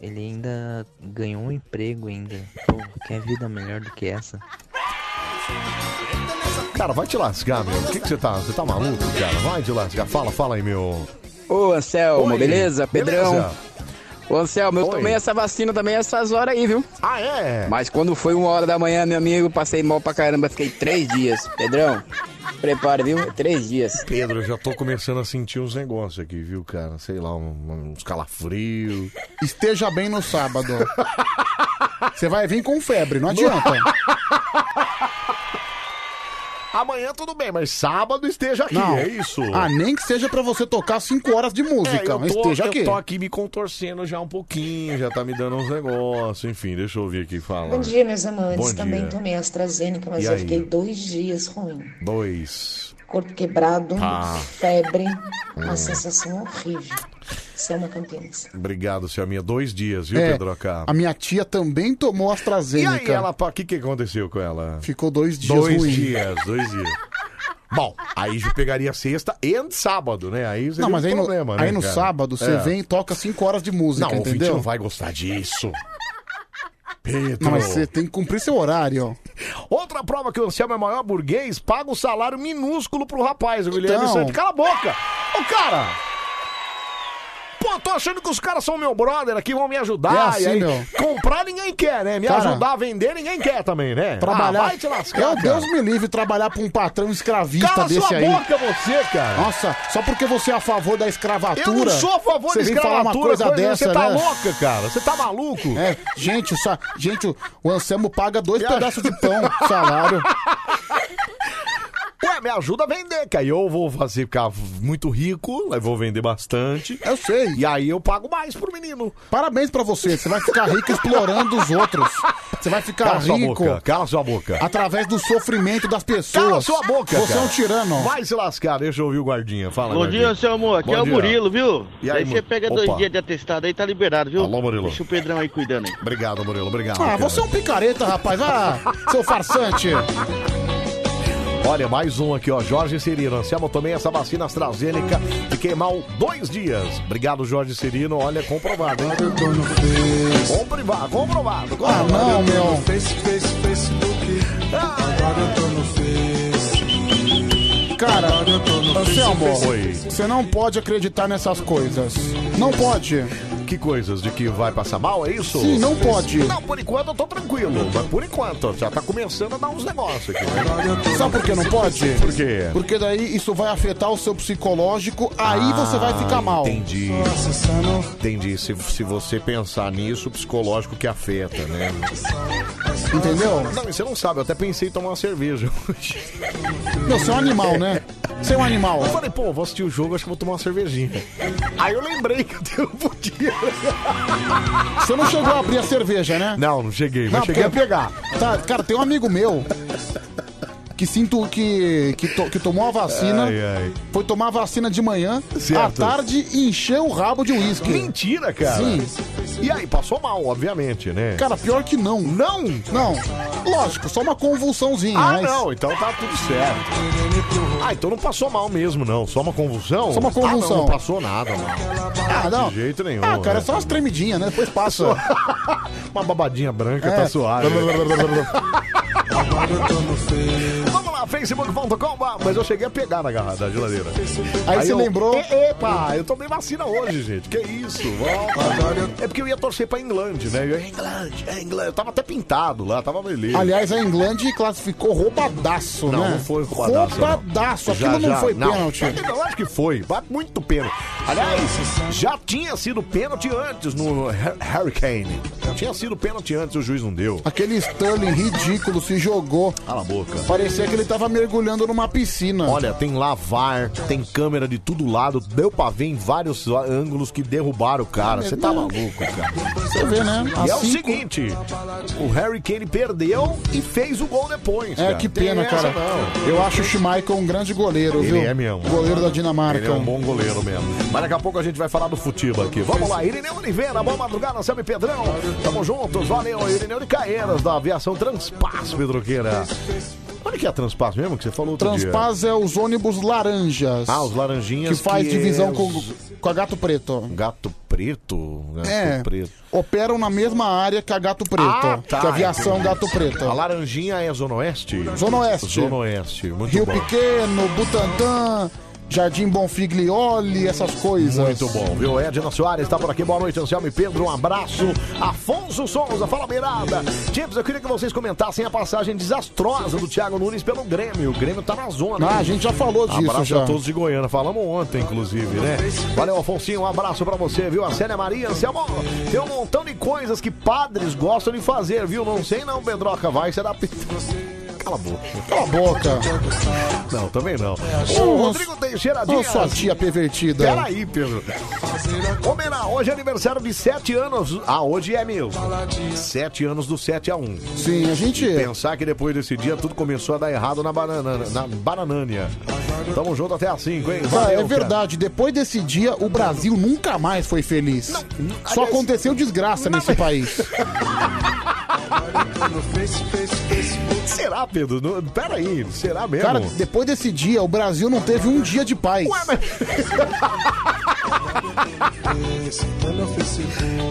Speaker 12: ele ainda ganhou um emprego ainda. Pô, que vida melhor do que essa?
Speaker 3: Cara, vai te lascar, meu. O que que você tá? Você tá maluco, cara? Vai te lascar. Fala, fala aí, meu.
Speaker 13: Ô Anselmo,
Speaker 3: Oi.
Speaker 13: beleza? Pedrão.
Speaker 3: Beleza.
Speaker 13: Ô Anselmo, eu
Speaker 3: Oi.
Speaker 13: tomei essa vacina também essas horas aí, viu?
Speaker 1: Ah, é?
Speaker 13: Mas quando foi uma hora da manhã, meu amigo, passei mal pra caramba, fiquei três dias. Pedrão, prepara, viu? É Três dias.
Speaker 3: Pedro, eu já tô começando a sentir uns negócios aqui, viu, cara? Sei lá, um- uns calafrios.
Speaker 2: Esteja bem no sábado. Você vai vir com febre, não adianta.
Speaker 1: Amanhã tudo bem, mas sábado esteja aqui,
Speaker 2: Não.
Speaker 1: é isso.
Speaker 2: Ah, nem que seja pra você tocar 5 horas de
Speaker 3: (laughs) É,
Speaker 2: música,
Speaker 3: eu,
Speaker 2: mas
Speaker 3: tô,
Speaker 2: esteja
Speaker 3: eu
Speaker 2: aqui.
Speaker 3: tô aqui me contorcendo já um pouquinho, já tá me dando uns negócios, enfim, deixa eu ouvir aqui fala.
Speaker 14: Bom dia, meus amantes.
Speaker 3: Bom
Speaker 14: Também
Speaker 3: dia.
Speaker 14: tomei AstraZeneca, mas
Speaker 3: E
Speaker 14: eu
Speaker 3: aí?
Speaker 14: fiquei dois dias ruim.
Speaker 3: Dois.
Speaker 14: Corpo quebrado,
Speaker 3: Ah.
Speaker 14: febre, uma
Speaker 3: Hum.
Speaker 14: sensação horrível. é Selma Campinas.
Speaker 3: Obrigado, Selminha. Dois dias, viu,
Speaker 2: É,
Speaker 3: Pedro K?
Speaker 2: a minha tia também tomou
Speaker 3: E aí,
Speaker 2: AstraZeneca.
Speaker 3: ela, o que, que aconteceu com ela?
Speaker 2: Ficou dois dias
Speaker 3: dois
Speaker 2: ruim.
Speaker 3: dias, dois dias. Bom, aí já pegaria sexta e sábado, né? Aí seria
Speaker 2: Não, mas
Speaker 3: um
Speaker 2: aí no,
Speaker 3: problema, né,
Speaker 2: aí no
Speaker 3: cara?
Speaker 2: sábado você
Speaker 3: É.
Speaker 2: vem e toca 5 horas de música,
Speaker 3: Não, o ouvinte
Speaker 2: entendeu?
Speaker 3: não vai gostar disso. Pedro.
Speaker 2: Não, mas você tem que cumprir seu horário.
Speaker 1: Outra prova que o Anselmo é maior burguês, paga um salário minúsculo pro rapaz, o Guilherme
Speaker 2: Então.
Speaker 1: Santos. Cala a boca! Ô, cara! Pô, tô achando que os caras são meu brother aqui, vão me ajudar.
Speaker 2: É assim,
Speaker 1: e aí,
Speaker 2: meu.
Speaker 1: Comprar ninguém quer, né? Me
Speaker 2: Cara,
Speaker 1: ajudar a vender ninguém quer também, né?
Speaker 2: Trabalhar.
Speaker 1: Ah, vai te lascar,
Speaker 2: Meu
Speaker 1: cara.
Speaker 2: Deus me livre trabalhar pra um patrão escravista
Speaker 1: Cala
Speaker 2: desse
Speaker 1: sua
Speaker 2: aí.
Speaker 1: boca você, cara.
Speaker 2: Nossa, só porque você é a favor da escravatura.
Speaker 1: Eu não sou a favor
Speaker 2: você
Speaker 1: de
Speaker 2: vem falar uma
Speaker 1: escravatura,
Speaker 2: coisa
Speaker 1: coisa-
Speaker 2: dessa,
Speaker 1: você tá
Speaker 2: né?
Speaker 1: louca, cara. Você tá maluco?
Speaker 2: É, gente, só, gente, o- o Anselmo paga dois
Speaker 1: Eu
Speaker 2: pedaços de pão salário.
Speaker 1: É, me ajuda a vender, que aí eu vou fazer ficar muito rico, aí vou vender bastante.
Speaker 2: Eu sei.
Speaker 1: E aí eu pago mais pro menino.
Speaker 2: Parabéns pra você. Você vai ficar rico explorando
Speaker 1: (laughs)
Speaker 2: os outros. Você vai ficar
Speaker 1: Cala sua
Speaker 2: rico
Speaker 1: boca, cala sua boca.
Speaker 2: através do sofrimento das pessoas.
Speaker 1: Cala sua boca,
Speaker 2: Você é
Speaker 1: cara.
Speaker 2: um tirano.
Speaker 1: Vai se lascar, deixa eu ouvir o guardinha. Fala,
Speaker 15: Bom dia,
Speaker 1: guardinha.
Speaker 15: seu amor. Aqui
Speaker 1: Bom
Speaker 15: é o
Speaker 1: dia.
Speaker 15: Murilo, viu?
Speaker 1: E
Speaker 15: aí,
Speaker 1: aí,
Speaker 15: você
Speaker 1: Murilo?
Speaker 15: pega
Speaker 1: Opa.
Speaker 15: dois dias de atestado aí, tá liberado, viu?
Speaker 1: Alô, Murilo.
Speaker 15: Deixa o Pedrão aí cuidando aí.
Speaker 1: Obrigado, Murilo. Obrigado.
Speaker 2: Ah, você é um picareta, rapaz. Ah, seu farsante.
Speaker 1: Olha, mais um aqui, ó. Jorge Cirino. Anselmo, tomei essa vacina AstraZeneca. Fiquei mal dois dias. Obrigado, Jorge Cirino. Olha, comprovado, hein? Comprovado, comprovado.
Speaker 2: Ah, não, meu. Cara, Anselmo,
Speaker 1: é um Oi.
Speaker 2: você não pode acreditar nessas coisas. Não pode.
Speaker 1: Que coisas? De que vai passar mal, é isso?
Speaker 2: Sim, não pode.
Speaker 1: Não, por enquanto eu tô tranquilo. Mas por enquanto, já tá começando a dar uns negócios aqui. né?
Speaker 2: Sabe por que não pode?
Speaker 1: Por quê?
Speaker 2: Porque daí isso vai afetar o seu psicológico, aí
Speaker 1: Ah,
Speaker 2: você vai ficar mal.
Speaker 1: Entendi. Entendi. Se, se você pensar nisso, o psicológico que afeta, né?
Speaker 2: Entendeu?
Speaker 1: Não, e você não sabe. Eu até pensei em tomar uma cerveja hoje.
Speaker 2: Meu, você é um animal, né? Você é um animal.
Speaker 1: Eu falei, pô, vou assistir o jogo, acho que vou tomar uma cervejinha. Aí eu lembrei que eu podia.
Speaker 2: Você não chegou a abrir a cerveja, né?
Speaker 1: Não, não cheguei, mas
Speaker 2: Não,
Speaker 1: cheguei a
Speaker 2: porque-
Speaker 1: pegar.
Speaker 2: Tá, cara, tem um amigo meu que sinto que que, to- que tomou a vacina,
Speaker 1: Ai, ai.
Speaker 2: foi tomar a vacina de manhã,
Speaker 1: Certo.
Speaker 2: à tarde e encheu o rabo de uísque.
Speaker 1: Mentira, cara.
Speaker 2: Sim.
Speaker 1: E aí, passou mal, obviamente, né?
Speaker 2: Cara, pior que não.
Speaker 1: Não?
Speaker 2: Não. Lógico, só uma convulsãozinha.
Speaker 1: ah,
Speaker 2: mas-
Speaker 1: não, então tá tudo certo. Ah, então não passou mal mesmo, não. Só uma convulsão?
Speaker 2: Só uma
Speaker 1: Ah, não,
Speaker 2: convulsão.
Speaker 1: não passou nada, mano.
Speaker 2: Ah, não.
Speaker 1: De jeito nenhum.
Speaker 2: Ah, cara,
Speaker 1: né?
Speaker 2: é só umas tremidinhas, né? Depois passa.
Speaker 1: Uma babadinha branca
Speaker 2: É.
Speaker 1: tá suave. Vamos lá, facebook.com. Mas eu cheguei a pegar na garra da geladeira.
Speaker 2: Aí você
Speaker 1: eu-
Speaker 2: lembrou?
Speaker 1: E- Epa, eu tomei vacina hoje, gente. Que isso? Volta. É porque eu ia torcer pra Inglândia, né? Eu ia Inglândia, Inglândia. Eu tava até pintado lá, tava beleza.
Speaker 2: (laughs) Aliás, a Inglândia classificou roubadaço,
Speaker 1: Não,
Speaker 2: né?
Speaker 1: não foi roubadaço.
Speaker 2: Roubadaço.
Speaker 1: não.
Speaker 2: Aquilo
Speaker 1: Já,
Speaker 2: não
Speaker 1: já,
Speaker 2: foi pênalti.
Speaker 1: É, Eu acho que foi. Vai muito pênalti. Aliás, já tinha sido pênalti antes no Hur- Hurricane. Já tinha sido pênalti antes, o juiz não deu.
Speaker 2: Aquele Sterling ridículo se jogou.
Speaker 1: Cala a boca.
Speaker 2: Parecia que ele tá- tava mergulhando numa piscina.
Speaker 1: Olha, tem lavar, tem câmera de todo lado, deu pra ver em vários ângulos que derrubaram o cara. Você tá maluco, cara.
Speaker 2: Você vê, né?
Speaker 1: E é
Speaker 2: Assim
Speaker 1: o seguinte, o Harry Kane perdeu e fez o gol depois.
Speaker 2: É,
Speaker 1: cara.
Speaker 2: que
Speaker 1: Tem
Speaker 2: pena,
Speaker 1: essa,
Speaker 2: cara. Eu acho o Schmeichel um grande goleiro,
Speaker 1: Ele
Speaker 2: viu?
Speaker 1: é mesmo.
Speaker 2: Goleiro da Dinamarca.
Speaker 1: Ele é um bom goleiro mesmo. Mas daqui a pouco a gente vai falar do futebol aqui. Vamos lá, Irineu Oliveira, boa madrugada, Sam e Pedrão. Tamo juntos, valeu. Irineu de Caeiras, da aviação Transpaz, Pedroqueira. Onde que é a Transpaz mesmo que você falou outro dia?
Speaker 2: Transpaz é os ônibus laranjas.
Speaker 1: Ah, os laranjinhas
Speaker 2: Que faz
Speaker 1: que
Speaker 2: divisão
Speaker 1: é
Speaker 2: com,
Speaker 1: os-
Speaker 2: com a Gato Preto.
Speaker 1: Gato preto? né? Gato
Speaker 2: É.
Speaker 1: preto.
Speaker 2: Operam na mesma área que a Gato Preto.
Speaker 1: Ah, tá.
Speaker 2: Que é a aviação
Speaker 1: Entendi.
Speaker 2: Gato Preto.
Speaker 1: A laranjinha é Zona Oeste?
Speaker 2: Zona Oeste.
Speaker 1: Zona Oeste, muito
Speaker 2: Rio
Speaker 1: bom.
Speaker 2: Pequeno, Butantã, Jardim Bonfiglioli, essas coisas.
Speaker 1: Muito bom, viu? Edna Soares está por aqui. Boa noite, Anselmo e Pedro. Um abraço. Afonso Souza, fala beirada. Tips, eu queria que vocês comentassem a passagem desastrosa do Thiago Nunes pelo Grêmio. O Grêmio tá na zona.
Speaker 2: Ah,
Speaker 1: hein?
Speaker 2: a gente já falou disso
Speaker 1: Abraço
Speaker 2: já.
Speaker 1: a todos de Goiânia. Falamos ontem, inclusive, né? Valeu, Afonsinho. Um abraço pra você, viu? A Célia Maria, Anselmo. Tem um montão de coisas que padres gostam de fazer, viu? Não sei não, Pedroca. Vai, será. Cala a boca.
Speaker 2: Cala a boca.
Speaker 1: Não, também não.
Speaker 2: Ô,
Speaker 1: O Rodrigo Teixeira
Speaker 2: Ô,
Speaker 1: Dias.
Speaker 2: sua tia pervertida.
Speaker 1: Peraí, Pedro. Ô, Mena, hoje é aniversário de 7 anos. Ah, hoje é mesmo. 7 anos do 7 a 1.
Speaker 2: Sim, a gente. é.
Speaker 1: E pensar que depois desse dia tudo começou a dar errado na, banana, na bananânia. Tamo junto até às 5, hein?
Speaker 2: Cara, é
Speaker 1: Valeu, cara.
Speaker 2: verdade, depois desse dia, o Brasil nunca mais foi feliz. Só aconteceu desgraça nesse país.
Speaker 1: (laughs) Será, Pedro? Não- Peraí, será mesmo?
Speaker 2: Cara, depois desse dia, o Brasil não teve um dia de paz.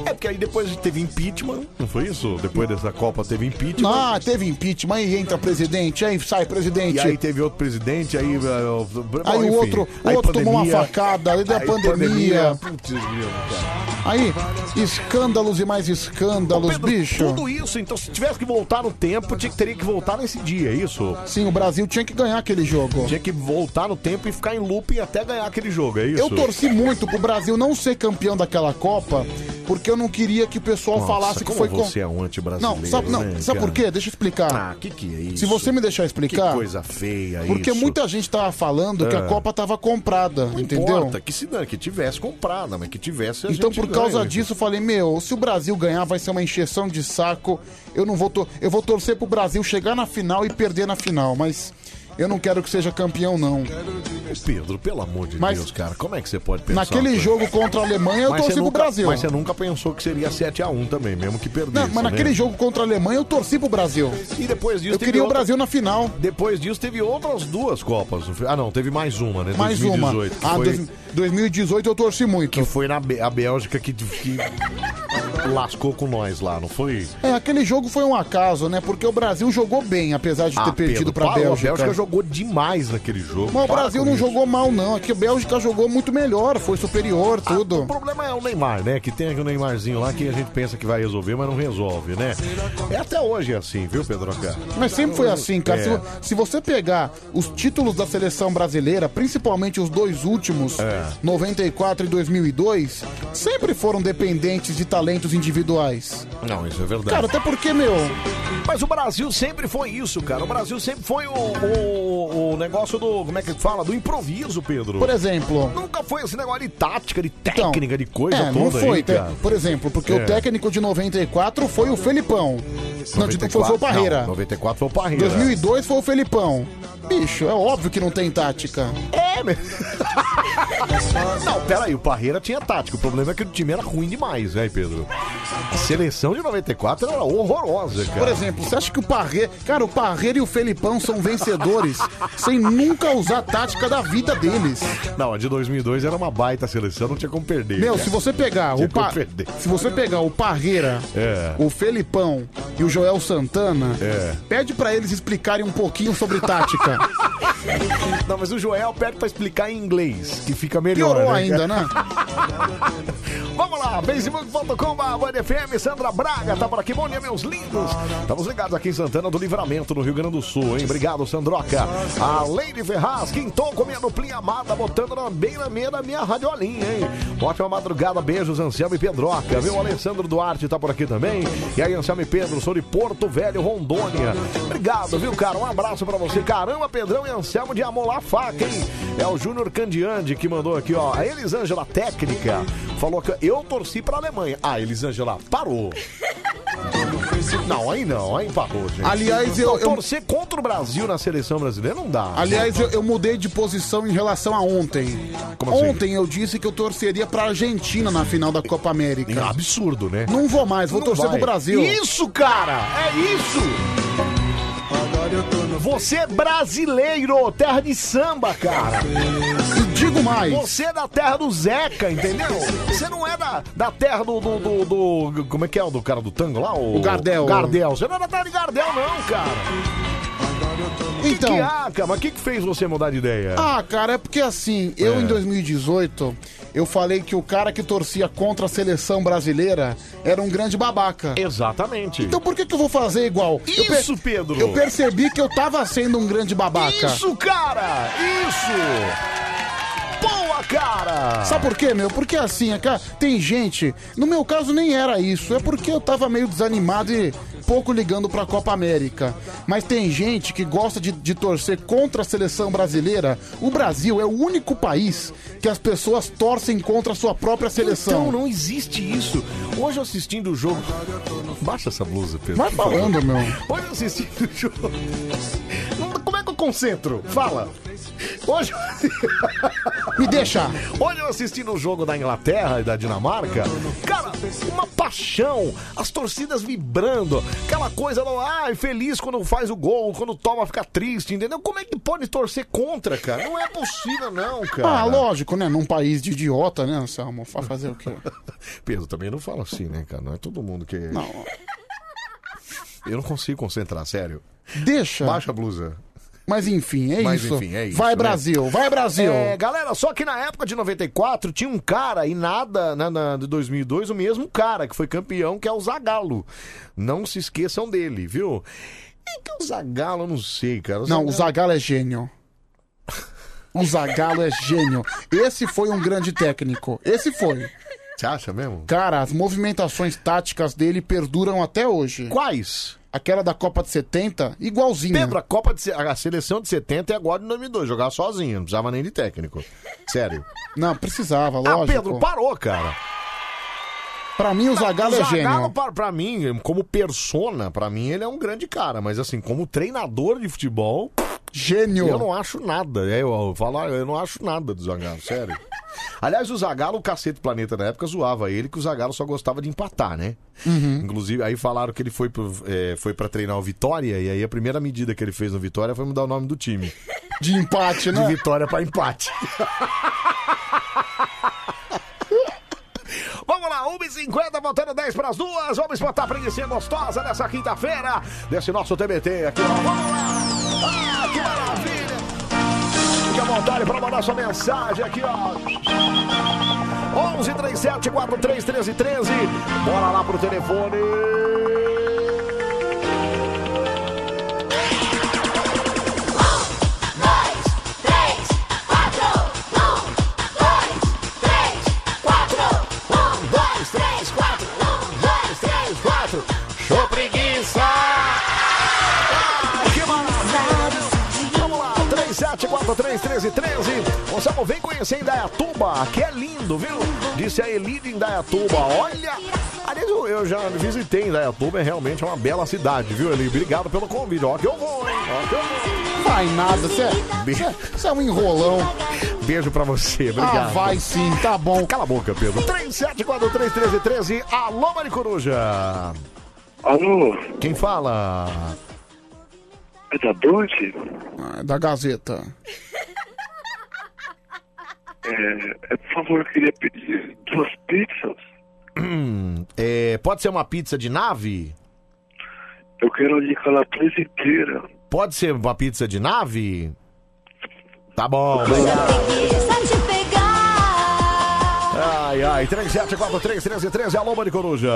Speaker 1: É porque aí depois teve impeachment, não foi isso? Depois dessa Copa teve impeachment.
Speaker 2: Ah, teve impeachment, aí entra presidente, aí sai presidente.
Speaker 1: E aí teve outro presidente, aí. ah, bom,
Speaker 2: Aí o
Speaker 1: enfim,
Speaker 2: outro- o
Speaker 1: aí
Speaker 2: outro tomou uma facada, aí deu a pandemia.
Speaker 1: Putz, grilo, cara.
Speaker 2: Aí, escândalos e mais escândalos,
Speaker 1: Pedro,
Speaker 2: bicho.
Speaker 1: Tudo isso, então se tivesse que voltar no tempo, tinha, teria que voltar nesse dia, é isso?
Speaker 2: Sim, o Brasil tinha que ganhar aquele jogo.
Speaker 1: Tinha que voltar no tempo e ficar em looping até ganhar aquele jogo, é isso?
Speaker 2: Eu torci muito pro Brasil não ser campeão daquela Copa, Porque eu não queria que o pessoal
Speaker 1: Nossa,
Speaker 2: falasse que
Speaker 1: como
Speaker 2: foi
Speaker 1: você é um anti-brasileiro,
Speaker 2: Não, sabe, não,
Speaker 1: né,
Speaker 2: sabe por
Speaker 1: cara?
Speaker 2: quê? Deixa eu explicar.
Speaker 1: Ah, que que é isso?
Speaker 2: Se você me deixar explicar.
Speaker 1: Que coisa feia
Speaker 2: Porque
Speaker 1: isso.
Speaker 2: muita gente tava falando que a
Speaker 1: É.
Speaker 2: Copa tava comprada,
Speaker 1: Não
Speaker 2: entendeu?
Speaker 1: importa, que se dane, que tivesse comprada, mas que tivesse a
Speaker 2: Então,
Speaker 1: gente
Speaker 2: por causa
Speaker 1: ganha.
Speaker 2: disso, eu falei, meu, se o Brasil ganhar, vai ser uma encheção de saco. Eu não vou, tor- eu vou torcer pro Brasil chegar na final e perder na final, mas eu não quero que seja campeão, não.
Speaker 1: Pedro, pelo amor de
Speaker 2: Mas-
Speaker 1: Deus, cara, como é que você pode pensar?
Speaker 2: Naquele
Speaker 1: uma coisa?
Speaker 2: jogo contra a Alemanha, eu
Speaker 1: Mas
Speaker 2: torci
Speaker 1: você
Speaker 2: pro
Speaker 1: nunca-
Speaker 2: Brasil.
Speaker 1: Mas você nunca pensou que seria 7x1 também, mesmo que perdesse.
Speaker 2: Não, mas naquele
Speaker 1: né?
Speaker 2: jogo contra a Alemanha, eu torci pro Brasil.
Speaker 1: E depois disso
Speaker 2: Eu
Speaker 1: teve
Speaker 2: queria o
Speaker 1: outra-
Speaker 2: Brasil na final.
Speaker 1: Depois disso teve outras duas Copas. não foi? Ah, não, teve mais uma, né?
Speaker 2: Mais uma.
Speaker 1: 2018, que
Speaker 2: Ah,
Speaker 1: foi-
Speaker 2: dois- 2018 eu torci muito.
Speaker 1: Que foi na Bé- a Bélgica que, que lascou com nós lá, não foi?
Speaker 2: É, aquele jogo foi um acaso, né? Porque o Brasil jogou bem, apesar de ter
Speaker 1: Ah,
Speaker 2: perdido
Speaker 1: Pedro,
Speaker 2: pra
Speaker 1: para,
Speaker 2: Bélgica.
Speaker 1: A Bélgica jogou demais naquele jogo.
Speaker 2: Mas o
Speaker 1: para
Speaker 2: Brasil
Speaker 1: com
Speaker 2: não
Speaker 1: isso.
Speaker 2: jogou mal, não. Aqui a Bélgica jogou muito melhor, foi superior, tudo.
Speaker 1: O problema é o Neymar, né? Que tem aqui o Neymarzinho lá que a gente pensa que vai resolver, mas não resolve, né? É até hoje assim, viu, Pedro
Speaker 2: Mas sempre foi assim, cara.
Speaker 1: É.
Speaker 2: Se, vo- se você pegar os títulos da seleção brasileira, principalmente os dois últimos,
Speaker 1: É.
Speaker 2: 94 e 2002, sempre foram dependentes de talentos individuais.
Speaker 1: Não, isso é verdade.
Speaker 2: Cara, até porque, meu,
Speaker 1: Mas o Brasil sempre foi isso, cara. O Brasil sempre foi o, o, o negócio do. Como é que fala? Do improviso, Pedro.
Speaker 2: por exemplo.
Speaker 1: Nunca foi esse negócio de tática, de técnica, de coisa
Speaker 2: é,
Speaker 1: toda.
Speaker 2: não foi.
Speaker 1: aí,
Speaker 2: te-
Speaker 1: cara.
Speaker 2: Por exemplo, porque
Speaker 1: É.
Speaker 2: o técnico de 94 foi o Felipão. Não, de- foi, foi o Parreira.
Speaker 1: Não, 94 foi o Parreira.
Speaker 2: 2002 foi o Felipão. Bicho, é óbvio que não tem tática.
Speaker 1: É, meu. Não, peraí, o Parreira tinha tática. O problema é que o time era ruim demais, né, Pedro? A seleção de 94 era horrorosa, cara.
Speaker 2: Por exemplo, você acha que o Parreira. Cara, o Parreira e o Felipão
Speaker 1: (laughs)
Speaker 2: são vencedores sem nunca usar a tática da vida deles.
Speaker 1: Não, a de 2002 era uma baita seleção, não tinha como perder.
Speaker 2: Meu,
Speaker 1: cara.
Speaker 2: se você pegar
Speaker 1: Tinha
Speaker 2: o
Speaker 1: como
Speaker 2: Pa-
Speaker 1: perder.
Speaker 2: se você pegar o Parreira,
Speaker 1: É.
Speaker 2: o Felipão e o Joel Santana,
Speaker 1: É.
Speaker 2: pede pra eles explicarem um pouquinho sobre (laughs) tática.
Speaker 1: Não, mas o Joel pede pra explicar em inglês, que fica melhor.
Speaker 2: Piorou
Speaker 1: né?
Speaker 2: ainda, né?
Speaker 1: Vamos lá, facebook.com, Band FM, Sandra Braga, tá por aqui. Bom dia, meus lindos. (laughs) Estamos ligados aqui em Santana do Livramento, no Rio Grande do Sul, hein? Obrigado, Sandroca. A Lady Ferraz, quintou com minha duplinha amada, botando na, bem na meia da minha radiolinha, hein? Ótima madrugada, beijos, Anselmo e Pedroca. Viu, Alessandro Duarte tá por aqui também. E aí, Anselmo e Pedro, sou de Porto Velho, Rondônia. Obrigado, viu, cara? Um abraço pra você. Caramba, Pedrão e Anselmo de amolar a faca, hein? É o Júnior Candiande que mandou aqui, ó. A Elisângela Técnica falou que eu torci pra Alemanha. Ah, Elisângela,
Speaker 2: (laughs)
Speaker 1: parou. Não, aí não, aí parou, gente.
Speaker 2: Aliás, eu-
Speaker 1: Não,
Speaker 2: eu-
Speaker 1: Torcer contra o Brasil na seleção brasileira não dá.
Speaker 2: Aliás, eu, eu mudei de posição em relação a ontem.
Speaker 1: Como assim?
Speaker 2: Ontem eu disse que eu torceria pra Argentina na final da Copa América.
Speaker 1: absurdo, né?
Speaker 2: Não vou mais, vou
Speaker 1: Não
Speaker 2: torcer
Speaker 1: vai.
Speaker 2: pro Brasil.
Speaker 1: Isso, cara! É isso! Você é brasileiro, terra de samba, cara.
Speaker 2: Digo mais.
Speaker 1: Você é da terra do Zeca, entendeu? Você não é da, da terra do, do, do- do- Como é que é o do cara do tango lá? O,
Speaker 2: O Gardel.
Speaker 1: Gardel. Você não é da terra de Gardel, não, cara.
Speaker 2: Então.
Speaker 1: Que que há, cara? Mas o que, que fez você mudar de ideia?
Speaker 2: Ah, cara, é porque assim, eu em 2018, eu falei que o cara que torcia contra a seleção brasileira era um grande babaca.
Speaker 1: Exatamente.
Speaker 2: Então por que, que eu vou fazer igual? Eu per-
Speaker 1: Isso, Pedro.
Speaker 2: Eu percebi que eu tava sendo um grande babaca.
Speaker 1: Isso, cara! Isso! Boa, cara!
Speaker 2: Sabe por quê, meu? Porque assim, é ca- tem gente. No meu caso nem era isso. É porque eu tava meio desanimado e pouco ligando pra Copa América. Mas tem gente que gosta de, de torcer contra a seleção brasileira. O Brasil é o único país que as pessoas torcem contra a sua própria seleção.
Speaker 1: Então, não existe isso. Hoje assistindo o jogo. Baixa essa blusa, Pedro.
Speaker 2: Vai
Speaker 1: por favor.
Speaker 2: falando, meu.
Speaker 1: Hoje assistindo o jogo. Não, Como é que eu concentro? Fala. Hoje.
Speaker 2: Me deixa.
Speaker 1: Hoje eu assisti no jogo da Inglaterra e da Dinamarca. Cara, uma paixão. As torcidas vibrando. Aquela coisa lá, ai, feliz quando faz o gol, quando toma, fica triste, entendeu? Como é que pode torcer contra, cara? Não é possível, não, cara.
Speaker 2: Ah, lógico, né? Num país de idiota, né, Anselmo? Fa- Fazer
Speaker 1: (laughs)
Speaker 2: o quê?
Speaker 1: Pedro, também não fala assim, né, cara? Não é todo mundo que. Não. Eu não consigo concentrar, sério.
Speaker 2: Deixa.
Speaker 1: Baixa a blusa.
Speaker 2: Mas enfim, é
Speaker 1: Mas
Speaker 2: isso.
Speaker 1: enfim, é isso.
Speaker 2: Vai,
Speaker 1: né?
Speaker 2: Brasil, vai, Brasil.
Speaker 1: É, galera, só que na época de 94 tinha um cara e nada, na, na- de 2002, o mesmo cara que foi campeão, que é o Zagalo. Não se esqueçam dele, viu? É que o Zagalo, eu não sei, cara.
Speaker 2: Não, o Zagallo é gênio. O Zagallo é gênio. Esse foi um grande técnico. Esse foi.
Speaker 1: Você acha mesmo?
Speaker 2: Cara, as movimentações táticas dele perduram até hoje.
Speaker 1: Quais?
Speaker 2: Aquela da Copa de 70, igualzinha.
Speaker 1: Lembra, a, Copa de, se- a seleção de 70 é agora de 2002, jogar sozinho, não precisava nem de técnico. Sério.
Speaker 2: Não, precisava,
Speaker 1: Ah,
Speaker 2: lógico.
Speaker 1: Pedro, parou, cara.
Speaker 2: Pra mim, o Zagallo é
Speaker 1: Zagallo,
Speaker 2: gênio.
Speaker 1: pra, pra mim, como persona, pra mim ele é um grande cara, mas assim, como treinador de futebol...
Speaker 2: Gênio.
Speaker 1: Eu não acho nada. Eu, eu falo, ah, eu não acho nada do Zagallo, sério. Aliás, o Zagallo, o Cacete Planeta na época, zoava ele que o Zagallo só gostava de empatar, né? Inclusive, aí falaram que ele foi, pro, eh, foi pra treinar o Vitória, e aí a primeira medida que ele fez no Vitória foi mudar o nome do time.
Speaker 2: De empate,
Speaker 1: né? De vitória pra empate. Vamos lá, 1h50, voltando 10 para as duas. Vamos botar a preguiça gostosa nessa quinta-feira, desse nosso TBT aqui. ó. Vamos lá! Ah, que maravilha! Fique à vontade para mandar sua mensagem aqui, ó. 11 37 43 13 13. Bora lá pro telefone. Um, Um, dois, três, quatro, um, dois, três, quatro. Show preguiça! Que maravilha! Vamos lá, 37431313. Gonçalo, vem conhecer Indaiatuba, que é lindo, viu? Disse a Elida Indaiatuba. Olha! Aliás, eu, eu já visitei Indaiatuba, é realmente uma bela cidade, viu, Eli? Obrigado pelo convite. Ó, que eu vou, hein? Ó, que eu vou.
Speaker 2: Vai nada, você é,
Speaker 1: Beijo.
Speaker 2: cê é um enrolão.
Speaker 1: Beijo pra você,
Speaker 2: Ah,
Speaker 1: obrigado.
Speaker 2: vai sim, tá bom.
Speaker 1: Cala a boca, Pedro. 37431313, alô, Mari Coruja.
Speaker 16: Alô?
Speaker 1: Quem fala?
Speaker 16: É da Band?
Speaker 2: Ah, Da Gazeta.
Speaker 16: É, é, por favor, eu queria pedir duas pizzas.
Speaker 1: Hum, é, pode ser uma pizza de nave?
Speaker 16: Eu quero de calabresa inteira.
Speaker 1: Pode ser uma pizza de nave? Tá bom, Ai, ai, 37431313, alô, Mari Coruja.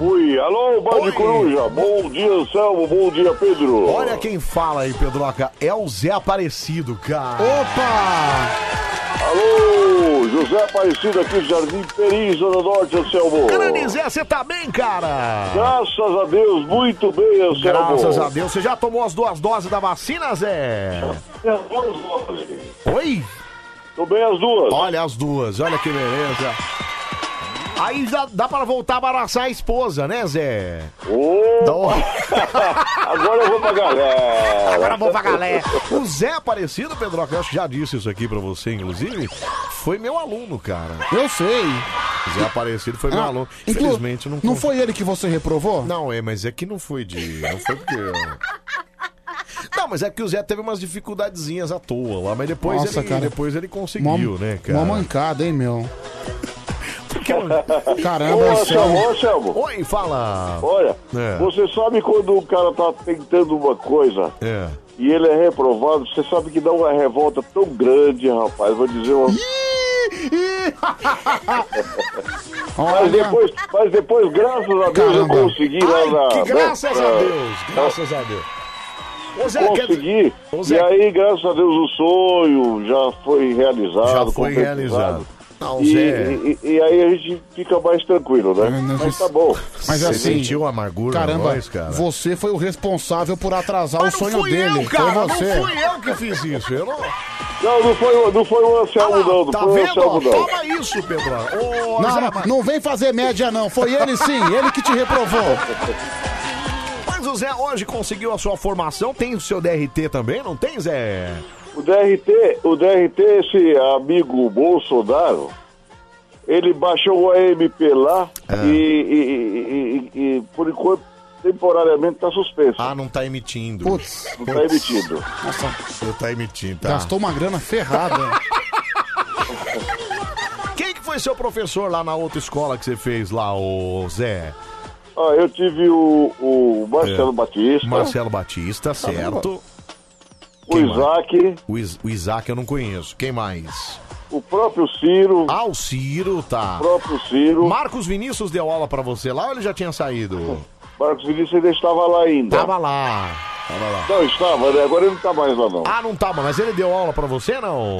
Speaker 17: Oi, alô, Bande Coruja. Bom dia, Anselmo. Bom dia, Pedro.
Speaker 1: Olha É quem fala aí, Pedroca, é o Zé Aparecido, cara.
Speaker 2: Opa!
Speaker 17: Alô, José Aparecido aqui do Jardim Peri, Zona Norte, Anselmo.
Speaker 1: Grande Zé, você tá bem, cara?
Speaker 17: Graças a Deus, muito bem, Anselmo.
Speaker 1: Graças a Deus. Você já tomou as duas doses da vacina, Zé?
Speaker 17: Minhas duas vozes.
Speaker 1: Oi?
Speaker 17: Tô bem as duas.
Speaker 1: Olha as duas, olha que beleza. Aí já dá pra voltar a abraçar a esposa, né, Zé?
Speaker 17: (laughs)
Speaker 1: um-
Speaker 17: Agora eu vou pra galera.
Speaker 1: Agora eu vou pra galera. O Zé Aparecido, Pedro, eu acho que já disse isso aqui pra você, inclusive, foi meu aluno, cara.
Speaker 2: Eu sei.
Speaker 1: Zé Aparecido foi meu
Speaker 2: Ah,
Speaker 1: aluno.
Speaker 2: inclu-
Speaker 1: Infelizmente, não...
Speaker 2: Não foi ele que você reprovou?
Speaker 1: Não, é, mas é que não foi de... Não foi porque... Não, mas é que o Zé teve umas dificuldadezinhas à toa lá, mas depois,
Speaker 2: Nossa,
Speaker 1: ele,
Speaker 2: cara.
Speaker 1: depois ele conseguiu,
Speaker 2: Mó-
Speaker 1: né, cara?
Speaker 2: Mó mancada, hein, meu?
Speaker 17: Ô,
Speaker 2: Caramba,
Speaker 17: Anselmo, ô,
Speaker 2: Anselmo.
Speaker 17: Anselmo.
Speaker 1: Oi, fala.
Speaker 17: Olha,
Speaker 1: É.
Speaker 17: você sabe quando o cara tá tentando uma coisa
Speaker 1: É.
Speaker 17: e ele é reprovado, você sabe que dá uma revolta tão grande, rapaz. Vou dizer uma. (laughs) mas, depois, mas depois, graças a Deus,
Speaker 1: Caramba.
Speaker 17: eu consegui lá
Speaker 1: Ai,
Speaker 17: na.
Speaker 1: que graças
Speaker 17: na-
Speaker 1: a Deus, graças a Deus. Ô, Zé, quer-
Speaker 17: consegui.
Speaker 1: Ô, Zé.
Speaker 17: E aí, graças a Deus, o sonho já foi realizado.
Speaker 1: Já foi
Speaker 17: concretizado.
Speaker 1: realizado. Não,
Speaker 17: e,
Speaker 1: Zé.
Speaker 17: e- e aí a gente fica mais tranquilo, né? Mas tá bom.
Speaker 2: Mas
Speaker 1: Você
Speaker 2: assim,
Speaker 1: sentiu a amargura
Speaker 2: Caramba,
Speaker 1: em nós, cara?
Speaker 2: você foi o responsável por atrasar o sonho
Speaker 1: fui
Speaker 2: dele.
Speaker 1: eu, cara,
Speaker 2: foi
Speaker 1: não
Speaker 2: você.
Speaker 1: fui eu que fiz isso. Eu não...
Speaker 17: Não, não foi, o- não foi o Anselmo, não. Não
Speaker 1: Tá
Speaker 17: foi o
Speaker 1: vendo? ó?
Speaker 17: Anselmo, não.
Speaker 1: Toma isso, Pedro. Ô,
Speaker 2: Não,
Speaker 1: Zé,
Speaker 2: não,
Speaker 1: mas-
Speaker 2: não vem fazer média, não. Foi ele sim, ele que te reprovou.
Speaker 1: Mas o Zé hoje conseguiu a sua formação, tem o seu DRT também, não tem, Zé?
Speaker 17: O DRT, o DRT, esse amigo Bolsonaro, ele baixou o AMP lá e, e- e- e- e, por enquanto, temporariamente, tá suspenso.
Speaker 1: Ah, não tá emitindo.
Speaker 2: Putz.
Speaker 17: Não tá emitido.
Speaker 1: Não tá emitindo, tá.
Speaker 2: Gastou uma
Speaker 1: (laughs)
Speaker 2: grana ferrada.
Speaker 1: Quem que foi seu professor lá na outra escola que você fez lá, ô Zé?
Speaker 17: Ah, eu tive o, o Marcelo
Speaker 1: É.
Speaker 17: Batista, Tá
Speaker 1: Marcelo Batista, certo.
Speaker 17: o Isaac,
Speaker 1: O, Is- o Isaac eu não conheço. Quem mais?
Speaker 17: o próprio Ciro,
Speaker 1: Ah, o Ciro, tá.
Speaker 17: o próprio Ciro.
Speaker 1: Marcos Vinícius deu aula pra você lá ou ele já tinha saído?
Speaker 17: (laughs) Marcos Vinícius ainda estava lá ainda.
Speaker 1: Tava lá. Tava lá.
Speaker 17: Não, estava, né? Agora ele não tá mais lá, não.
Speaker 1: Ah, não tava, mas ele deu aula pra você, não?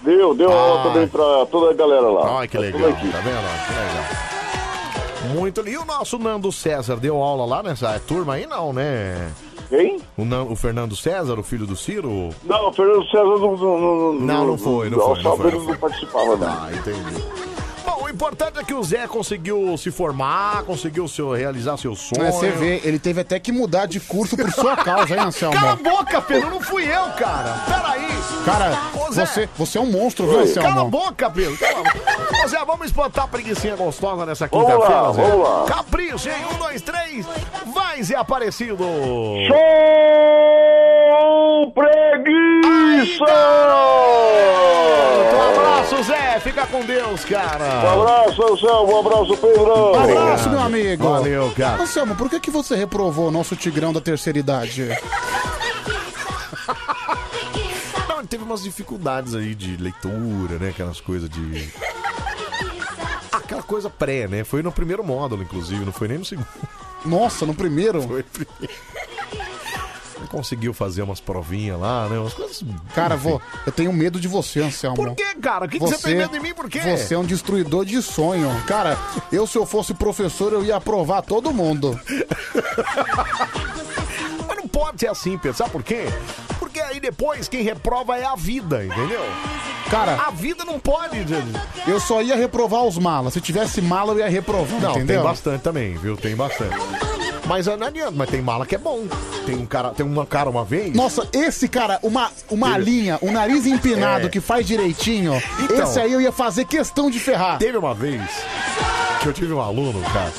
Speaker 3: Deu, deu aula também pra toda a galera lá.
Speaker 1: Ai, que
Speaker 3: Pra
Speaker 1: legal,
Speaker 3: toda a
Speaker 17: é
Speaker 1: tá
Speaker 3: equipe.
Speaker 1: vendo? Que legal. Muito li- E o nosso Nando César deu aula lá nessa turma aí, não, né?
Speaker 3: Quem?
Speaker 1: O, Nan- o Fernando César, o filho do Ciro?
Speaker 3: Não, o Fernando César não. Não, não,
Speaker 1: Não, não foi, não foi, não foi, não
Speaker 3: não participava, não.
Speaker 1: Ah, entendi. Bom, o importante é que o Zé conseguiu se formar, conseguiu seu, realizar seu sonho.
Speaker 2: Mas você vê, ele teve até que mudar de curso por sua causa, hein, Anselmo?
Speaker 1: Cala a boca, Pedro, não fui eu, cara. Peraí.
Speaker 2: Cara,
Speaker 1: Ô, Zé.
Speaker 2: você, você é um monstro, viu, Anselmo?
Speaker 1: Cala a boca, Pedro. Cala a boca. Ô, Zé, vamos espantar a preguiçinha gostosa nessa
Speaker 3: Vamos
Speaker 1: quinta-feira,
Speaker 3: lá,
Speaker 1: Zé.
Speaker 3: vamos lá.
Speaker 1: Capricha, hein? Um, dois, três. Vai, Zé Aparecido.
Speaker 3: Sou preguiça!
Speaker 1: Um abraço, Zé. Fica com Deus, cara.
Speaker 3: Um abraço, Anselmo. Um abraço, Pedrão.
Speaker 2: Um abraço, meu amigo.
Speaker 1: Valeu, cara.
Speaker 2: Anselmo, por que, que você reprovou o nosso Tigrão da terceira idade?
Speaker 1: Não, ele teve umas dificuldades aí de leitura, né? Aquelas coisas de. Aquela coisa pré, né? Foi no primeiro módulo, inclusive, não foi nem no segundo.
Speaker 2: Nossa, no primeiro?
Speaker 1: Foi primeiro. Ele conseguiu fazer umas provinhas lá, né? Umas coisas.
Speaker 2: Cara, vou, eu tenho medo de você, Anselmo.
Speaker 1: Por quê, cara? O que, que você tem medo de mim? Por quê?
Speaker 2: Você é um destruidor de sonho. Cara, eu se eu fosse professor, eu ia aprovar todo mundo.
Speaker 1: Mas não pode ser assim, Pedro. Sabe por quê? Porque aí depois quem reprova é a vida, entendeu?
Speaker 2: Cara-
Speaker 1: A vida não pode.
Speaker 2: Eu só ia reprovar os malas. Se tivesse mala, eu ia reprovar,
Speaker 1: Não,
Speaker 2: entendeu?
Speaker 1: tem bastante também, viu? Tem bastante. Mas ah, não adianta, mas tem mala que é bom. Tem um cara, tem uma cara uma vez.
Speaker 2: Nossa, esse cara, uma, uma linha, o nariz empinado
Speaker 1: É.
Speaker 2: que faz direitinho,
Speaker 1: Então.
Speaker 2: esse aí eu ia fazer questão de ferrar.
Speaker 1: Teve uma vez que eu tive um aluno, cara.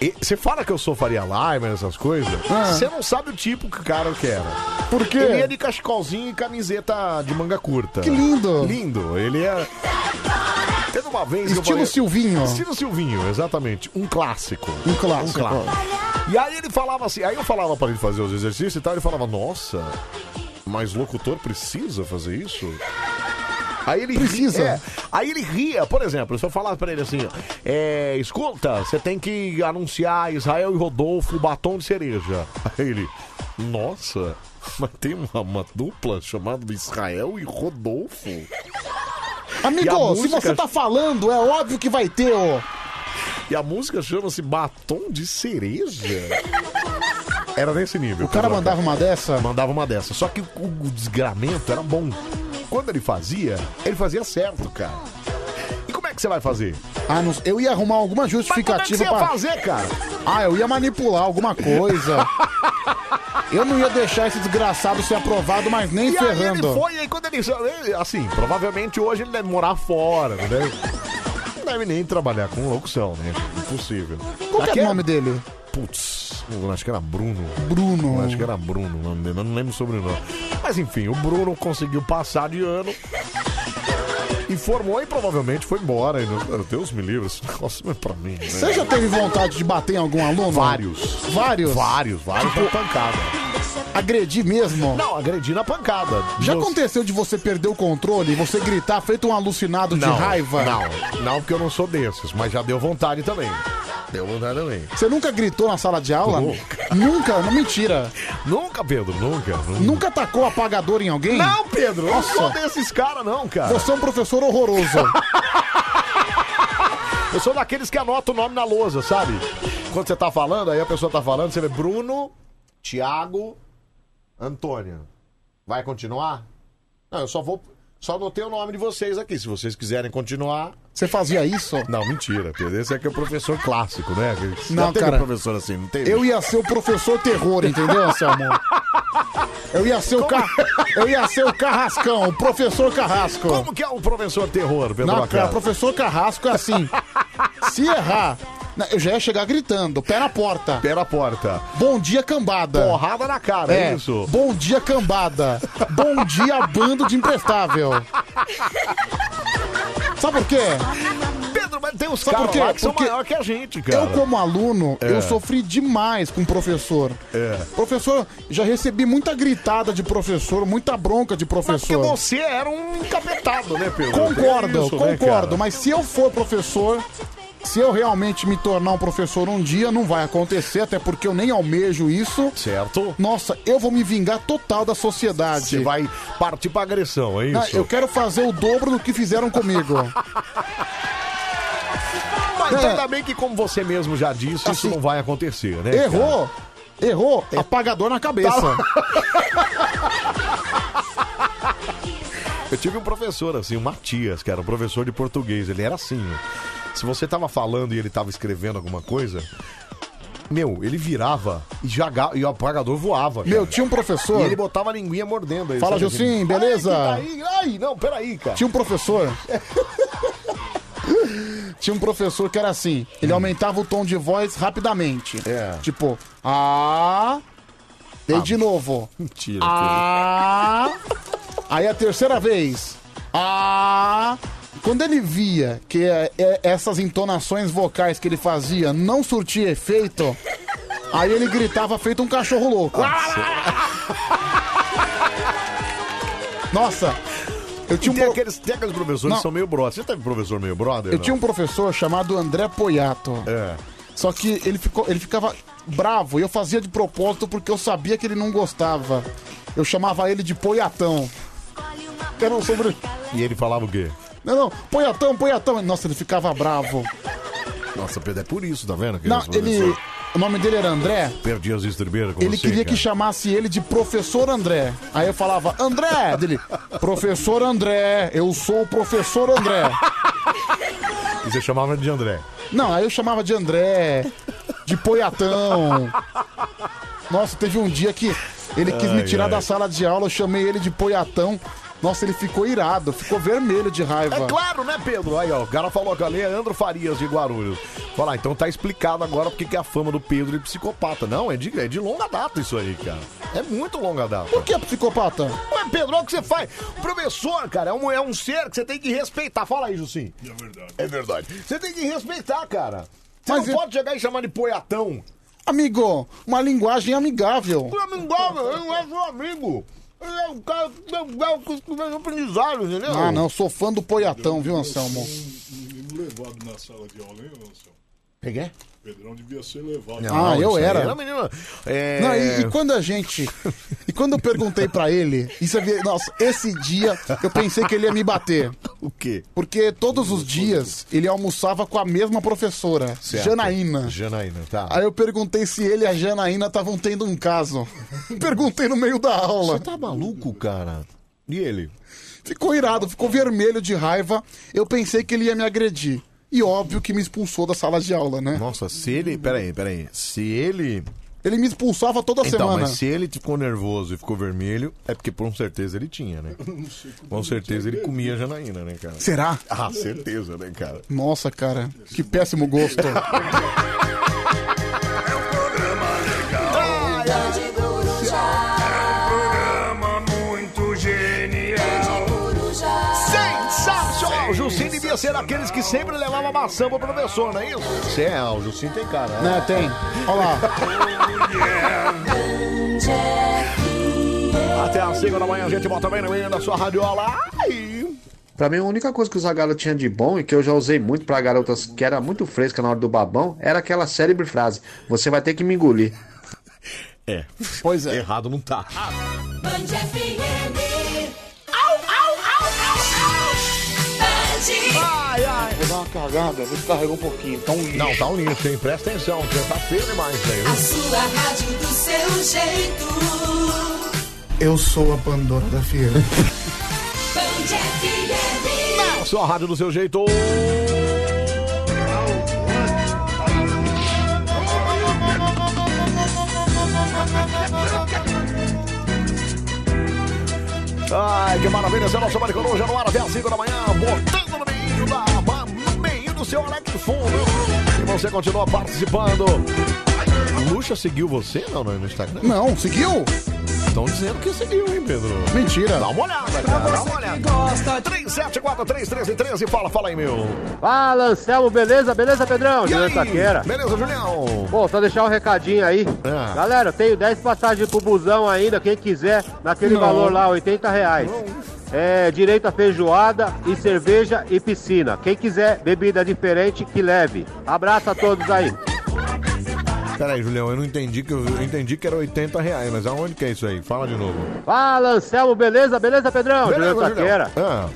Speaker 1: e Você fala que eu sou Faria Limer, essas coisas. Você não sabe o tipo que o cara que era.
Speaker 2: Ah. Por quê?
Speaker 1: Ele ia de cachecolzinho e camiseta de manga curta.
Speaker 2: Que lindo.
Speaker 1: Lindo. Ele é. Teve uma vez.
Speaker 2: Estilo Silvinho.
Speaker 1: Estilo Silvinho, exatamente. Um clássico.
Speaker 2: Um clássico.
Speaker 1: E aí ele falava assim. Aí eu falava pra ele fazer os exercícios e tal. Ele falava, nossa, mas locutor precisa fazer isso? Aí ele
Speaker 2: Precisa.
Speaker 1: ria- é. aí ele ria, por exemplo, se eu falasse pra ele assim, ó, é, escuta, você tem que anunciar Israel e Rodolfo batom de cereja. Aí ele, nossa, mas tem uma, uma dupla chamada Israel e Rodolfo. E a
Speaker 2: Amigo, se
Speaker 1: música-
Speaker 2: você tá falando, é óbvio que vai ter, ó.
Speaker 1: E a música chama-se Batom de Cereja. Era nesse nível.
Speaker 2: O cara mandava uma dessa?
Speaker 1: Mandava uma dessa. Só que o, o desgramento era bom. Quando ele fazia, ele fazia certo, cara. E como é que você vai fazer?
Speaker 2: Ah, não- eu ia arrumar alguma
Speaker 1: Mas
Speaker 2: justificativa
Speaker 1: como é
Speaker 2: pra.
Speaker 1: que você ia fazer, cara?
Speaker 2: Ah, eu ia manipular
Speaker 1: (laughs)
Speaker 2: alguma coisa. eu não ia deixar esse desgraçado ser aprovado, mas nem
Speaker 1: e aí ele
Speaker 2: ferrando.
Speaker 1: foi, aí quando ele, ele- Assim, provavelmente hoje ele deve morar fora, né? Não deve nem trabalhar com locução, né? Impossível.
Speaker 2: Qual que é
Speaker 1: Aquele-
Speaker 2: o nome dele?
Speaker 1: Putz, eu acho que era Bruno.
Speaker 2: Bruno.
Speaker 1: Eu acho que era Bruno o nome dele, eu não lembro o sobrenome. Mas enfim, o Bruno conseguiu passar de ano. E formou e provavelmente foi embora. E não- Deus me livre, esse (laughs) negócio não é pra mim. né?
Speaker 2: Você já teve vontade de bater em algum aluno?
Speaker 1: Vários.
Speaker 2: Vários?
Speaker 1: Vários, vários na
Speaker 2: (laughs)
Speaker 1: pancada.
Speaker 2: Agredir mesmo?
Speaker 1: Não, agredi na pancada.
Speaker 2: Já
Speaker 1: Meus-
Speaker 2: aconteceu de você perder o controle e você gritar feito um alucinado de
Speaker 1: não,
Speaker 2: raiva?
Speaker 1: Não, não, porque eu não sou desses, mas já deu vontade também. Deu vontade também.
Speaker 2: Você nunca gritou na sala de aula?
Speaker 1: Nunca.
Speaker 2: Nunca? Não mentira.
Speaker 1: Nunca, Pedro, nunca.
Speaker 2: Nunca atacou apagador em alguém?
Speaker 1: Não, Pedro, eu não
Speaker 2: Nossa.
Speaker 1: sou desses caras, não, cara.
Speaker 2: Você é um professor horroroso.
Speaker 1: (laughs) Eu sou daqueles que anotam o nome na lousa, sabe? Quando você tá falando, aí a pessoa tá falando, você vê Bruno, Tiago, Antônio. Vai continuar? Não, eu só vou. Só anotei o nome de vocês aqui. Se vocês quiserem continuar.
Speaker 2: Você fazia isso?
Speaker 1: Não, mentira, Pedro. Esse aqui é o professor clássico, né? Já
Speaker 2: Não,
Speaker 1: teve
Speaker 2: cara.
Speaker 1: professor assim, não teve?
Speaker 2: Eu ia ser o professor terror, entendeu, Anselmo? Eu ia ser o, ca... eu ia ser o Carrascão, o professor Carrasco.
Speaker 1: Como que é o professor terror, Pedro
Speaker 2: Não,
Speaker 1: Lacerda?
Speaker 2: cara, professor Carrasco é assim. Se errar, na- eu já ia chegar gritando, pé na porta.
Speaker 1: Pé na porta.
Speaker 2: Bom dia, cambada.
Speaker 1: Porrada na cara, é isso?
Speaker 2: Bom dia, cambada. Bom dia, bando de imprestável. Sabe por quê?
Speaker 1: Pedro, mas tem uns
Speaker 2: Sabe por
Speaker 1: caras
Speaker 2: quê?
Speaker 1: lá que são
Speaker 2: Porque
Speaker 1: maior que a gente, cara.
Speaker 2: Eu, como aluno,
Speaker 1: É.
Speaker 2: eu sofri demais com o professor.
Speaker 1: É.
Speaker 2: Professor, já recebi muita gritada de professor, muita bronca de
Speaker 1: Porque
Speaker 2: professor.
Speaker 1: você era um encapetado, né, Pedro?
Speaker 2: Concordo,
Speaker 1: É isso, né,
Speaker 2: concordo.
Speaker 1: cara?
Speaker 2: mas se eu for professor, Se eu realmente me tornar um professor um dia, não vai acontecer, até porque eu nem almejo isso.
Speaker 1: Certo.
Speaker 2: Nossa, eu vou me vingar total da sociedade. Você
Speaker 1: vai partir pra agressão, é
Speaker 2: Ah,
Speaker 1: isso?
Speaker 2: eu quero fazer o dobro do que fizeram comigo.
Speaker 1: Mas
Speaker 2: É. Assim,
Speaker 1: ainda bem que, como você mesmo já disse, isso não vai acontecer, né? É. Tá
Speaker 2: Errou? Errou? Apagador na (laughs) cabeça.
Speaker 1: Eu tive um professor assim, o Matias, que era um professor de português. Ele era assim. ó. Se você tava falando e ele tava escrevendo alguma coisa, meu, ele virava e, jaga, e o apagador voava.
Speaker 2: Meu, tinha um professor-
Speaker 1: E ele botava a linguinha mordendo. aí,
Speaker 2: Fala,
Speaker 1: sabe,
Speaker 2: Jussim,
Speaker 1: assim,
Speaker 2: beleza?
Speaker 1: "Ai, que daí? Ai, não, peraí, cara.
Speaker 2: Tinha um professor. Tinha um professor que era assim,
Speaker 1: Hum.
Speaker 2: ele aumentava o tom de voz rapidamente.
Speaker 1: É.
Speaker 2: Tipo, ah. E aí de novo.
Speaker 1: Mentira. (laughs)
Speaker 2: Ah. Aí a terceira vez. Ah. Quando ele via que é, é, essas entonações vocais que ele fazia não surtia efeito, aí ele gritava feito um cachorro louco. (laughs) Nossa, eu tinha
Speaker 1: um tem, aqueles, tem aqueles professores
Speaker 2: Não.
Speaker 1: que são meio brother. Você teve professor meio brother?
Speaker 2: Eu
Speaker 1: não?
Speaker 2: tinha um professor chamado André Poiato.
Speaker 1: É.
Speaker 2: Só que ele, ficou, ele ficava bravo e eu fazia de propósito porque eu sabia que ele não gostava. Eu chamava ele de Poiatão. Era um sobre.
Speaker 1: E ele falava o quê?
Speaker 2: Não, não, Poiatão, Poiatão. Nossa, ele ficava bravo.
Speaker 1: Nossa, Pedro, é por isso, tá vendo? que
Speaker 2: Não,
Speaker 1: esse
Speaker 2: ele.
Speaker 1: professor-
Speaker 2: O nome dele era André.
Speaker 1: Perdi as estribeiras com
Speaker 2: Ele
Speaker 1: você,
Speaker 2: queria
Speaker 1: assim, cara.
Speaker 2: que chamasse ele de Professor André. Aí eu falava, André! Dele, Professor André, eu sou o Professor André.
Speaker 1: E você chamava ele de André.
Speaker 2: Não, aí eu chamava de André, de Poiatão. Nossa, teve um dia que ele quis me
Speaker 1: Ai,
Speaker 2: tirar
Speaker 1: ai.
Speaker 2: da sala de aula, eu chamei ele de Poiatão. Nossa, ele ficou irado, ficou vermelho de raiva.
Speaker 1: É claro, né, Pedro? Aí, ó, o cara falou que ali é Andro Farias de Guarulhos. Falar, então tá explicado agora porque que a fama do Pedro de psicopata. Não, é de, é de longa data isso aí, cara. É muito longa data. Por
Speaker 2: que psicopata?
Speaker 1: Ué, Pedro, olha o que você faz. Professor, cara, é um, é um ser que você tem que respeitar. Fala aí, Jussim. É verdade. É verdade. Você tem que respeitar, cara. Você não pode chegar e chamar de poiatão.
Speaker 2: Amigo, uma linguagem amigável.
Speaker 1: Tu é mingau, meu, ele não é seu amigo. Ele é um cara que tem um grau que tem um aprendizado, entendeu?
Speaker 2: Ah, não, eu sou fã do Poiatão, viu, Anselmo?
Speaker 18: Menino levado na sala de aula, hein, Anselmo?
Speaker 1: Peguei?
Speaker 18: Pedrão devia ser levado.
Speaker 2: ah, eu
Speaker 1: isso aí
Speaker 2: era.
Speaker 1: era menino, é-
Speaker 2: Não, e, e quando a gente. E quando eu perguntei pra ele, isso é, ver- nossa, esse dia eu pensei que ele ia me bater.
Speaker 1: O quê?
Speaker 2: Porque todos os dias ele almoçava com a mesma professora,
Speaker 1: Certo.
Speaker 2: Janaína.
Speaker 1: Janaína, tá.
Speaker 2: Aí eu perguntei se ele e a Janaína estavam tendo um
Speaker 1: (laughs)
Speaker 2: caso. Perguntei no meio da aula. Você
Speaker 1: tá maluco, cara? E ele?
Speaker 2: Ficou irado, ficou vermelho de raiva. Eu pensei que ele ia me agredir. E óbvio que me expulsou da sala de aula, né?
Speaker 1: Nossa, se ele. Peraí, peraí. Se ele.
Speaker 2: Ele me expulsava toda
Speaker 1: então,
Speaker 2: semana.
Speaker 1: mas se ele ficou nervoso e ficou vermelho, é porque com certeza ele tinha, né? Com certeza ele comia a Janaína, né, cara?
Speaker 2: Será?
Speaker 1: Ah, certeza, né, cara?
Speaker 2: Nossa, cara, que
Speaker 1: (laughs)
Speaker 2: péssimo gosto.
Speaker 1: É Sensacional! O Jussim devia ser aqueles que sempre levava maçã pro professor, não é isso? Você é, o Jussim tem cara.
Speaker 2: Né, tem. Olha
Speaker 1: lá. Até às 5 da manhã a gente volta bem no meio da sua radiola. Ai!
Speaker 5: Pra mim, a única coisa que o Zagalo tinha de bom e que eu já usei muito pra garotas que era muito fresca na hora do babão era aquela célebre frase: Você vai ter que me engolir.
Speaker 1: É.
Speaker 2: Pois é.
Speaker 1: Errado não tá.
Speaker 3: Band FM. Au, au, au, au, au. Band.
Speaker 1: Ai, ai.
Speaker 3: Vou
Speaker 5: dar uma cargada, vê se carregou um pouquinho. Tá um lixo.
Speaker 1: Não, tá um lixo, hein? Presta atenção, já tá feio demais, velho.
Speaker 3: A sua rádio do seu jeito.
Speaker 2: Eu sou a Pandora da Fiel.
Speaker 3: Band FM.
Speaker 1: (laughs) Só a rádio do seu jeito. Ai, que maravilha, esse é o nosso Maricoruja no ar até às 5 da manhã, botando no meio, da, ma- no meio do seu fundo. E você continua participando. Luxa seguiu você não, não, no Instagram?
Speaker 2: Não, seguiu?
Speaker 1: Estão dizendo que seguiu, hein, Pedro?
Speaker 2: Mentira.
Speaker 1: Dá uma olhada, cara, dá uma olhada. 37431313, fala, fala aí, meu.
Speaker 9: Fala, Ah, Anselmo, beleza? Beleza, Pedrão?
Speaker 1: E
Speaker 9: Juliano
Speaker 1: aí?
Speaker 9: Taqueira.
Speaker 1: Beleza, Julião?
Speaker 9: Bom, só deixar um recadinho aí.
Speaker 1: É.
Speaker 9: Galera, eu tenho 10 passagens pro busão ainda, quem quiser, naquele
Speaker 1: Não.
Speaker 9: valor lá, 80 reais. é, direito a feijoada e cerveja e piscina. Quem quiser bebida diferente, que leve. Abraço a todos aí.
Speaker 1: Peraí, Julião, eu não entendi que eu, eu entendi que era 80 reais, mas aonde que é isso aí? Fala de novo.
Speaker 9: Fala, Anselmo, beleza? Beleza, Pedrão?
Speaker 1: Beleza,
Speaker 9: Juliano Taquera.
Speaker 1: Julião.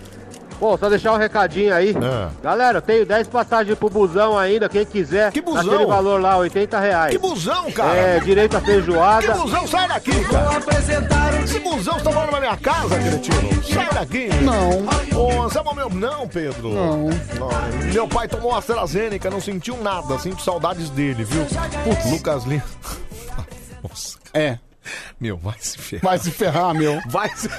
Speaker 9: Pô, só deixar um recadinho aí.
Speaker 1: Ah.
Speaker 9: Galera, eu tenho 10 passagens pro busão ainda, quem quiser. Que
Speaker 1: busão?
Speaker 9: Aquele valor lá, 80 reais.
Speaker 1: Que busão, cara?
Speaker 9: É, direito a feijoada.
Speaker 1: Que busão, sai daqui, cara. Vou apresentar Esse busão está falando tá na minha casa, cretino. Sai daqui. Não. Ô, Anselmo, meu... Não, Pedro.
Speaker 2: Não.
Speaker 1: Não. Meu pai tomou AstraZeneca, não sentiu nada. Sinto saudades dele, viu? Putz. Lucas Lima... (laughs) Nossa.
Speaker 2: É.
Speaker 1: Meu, vai se ferrar.
Speaker 2: Vai se ferrar, meu.
Speaker 1: Vai se... (laughs)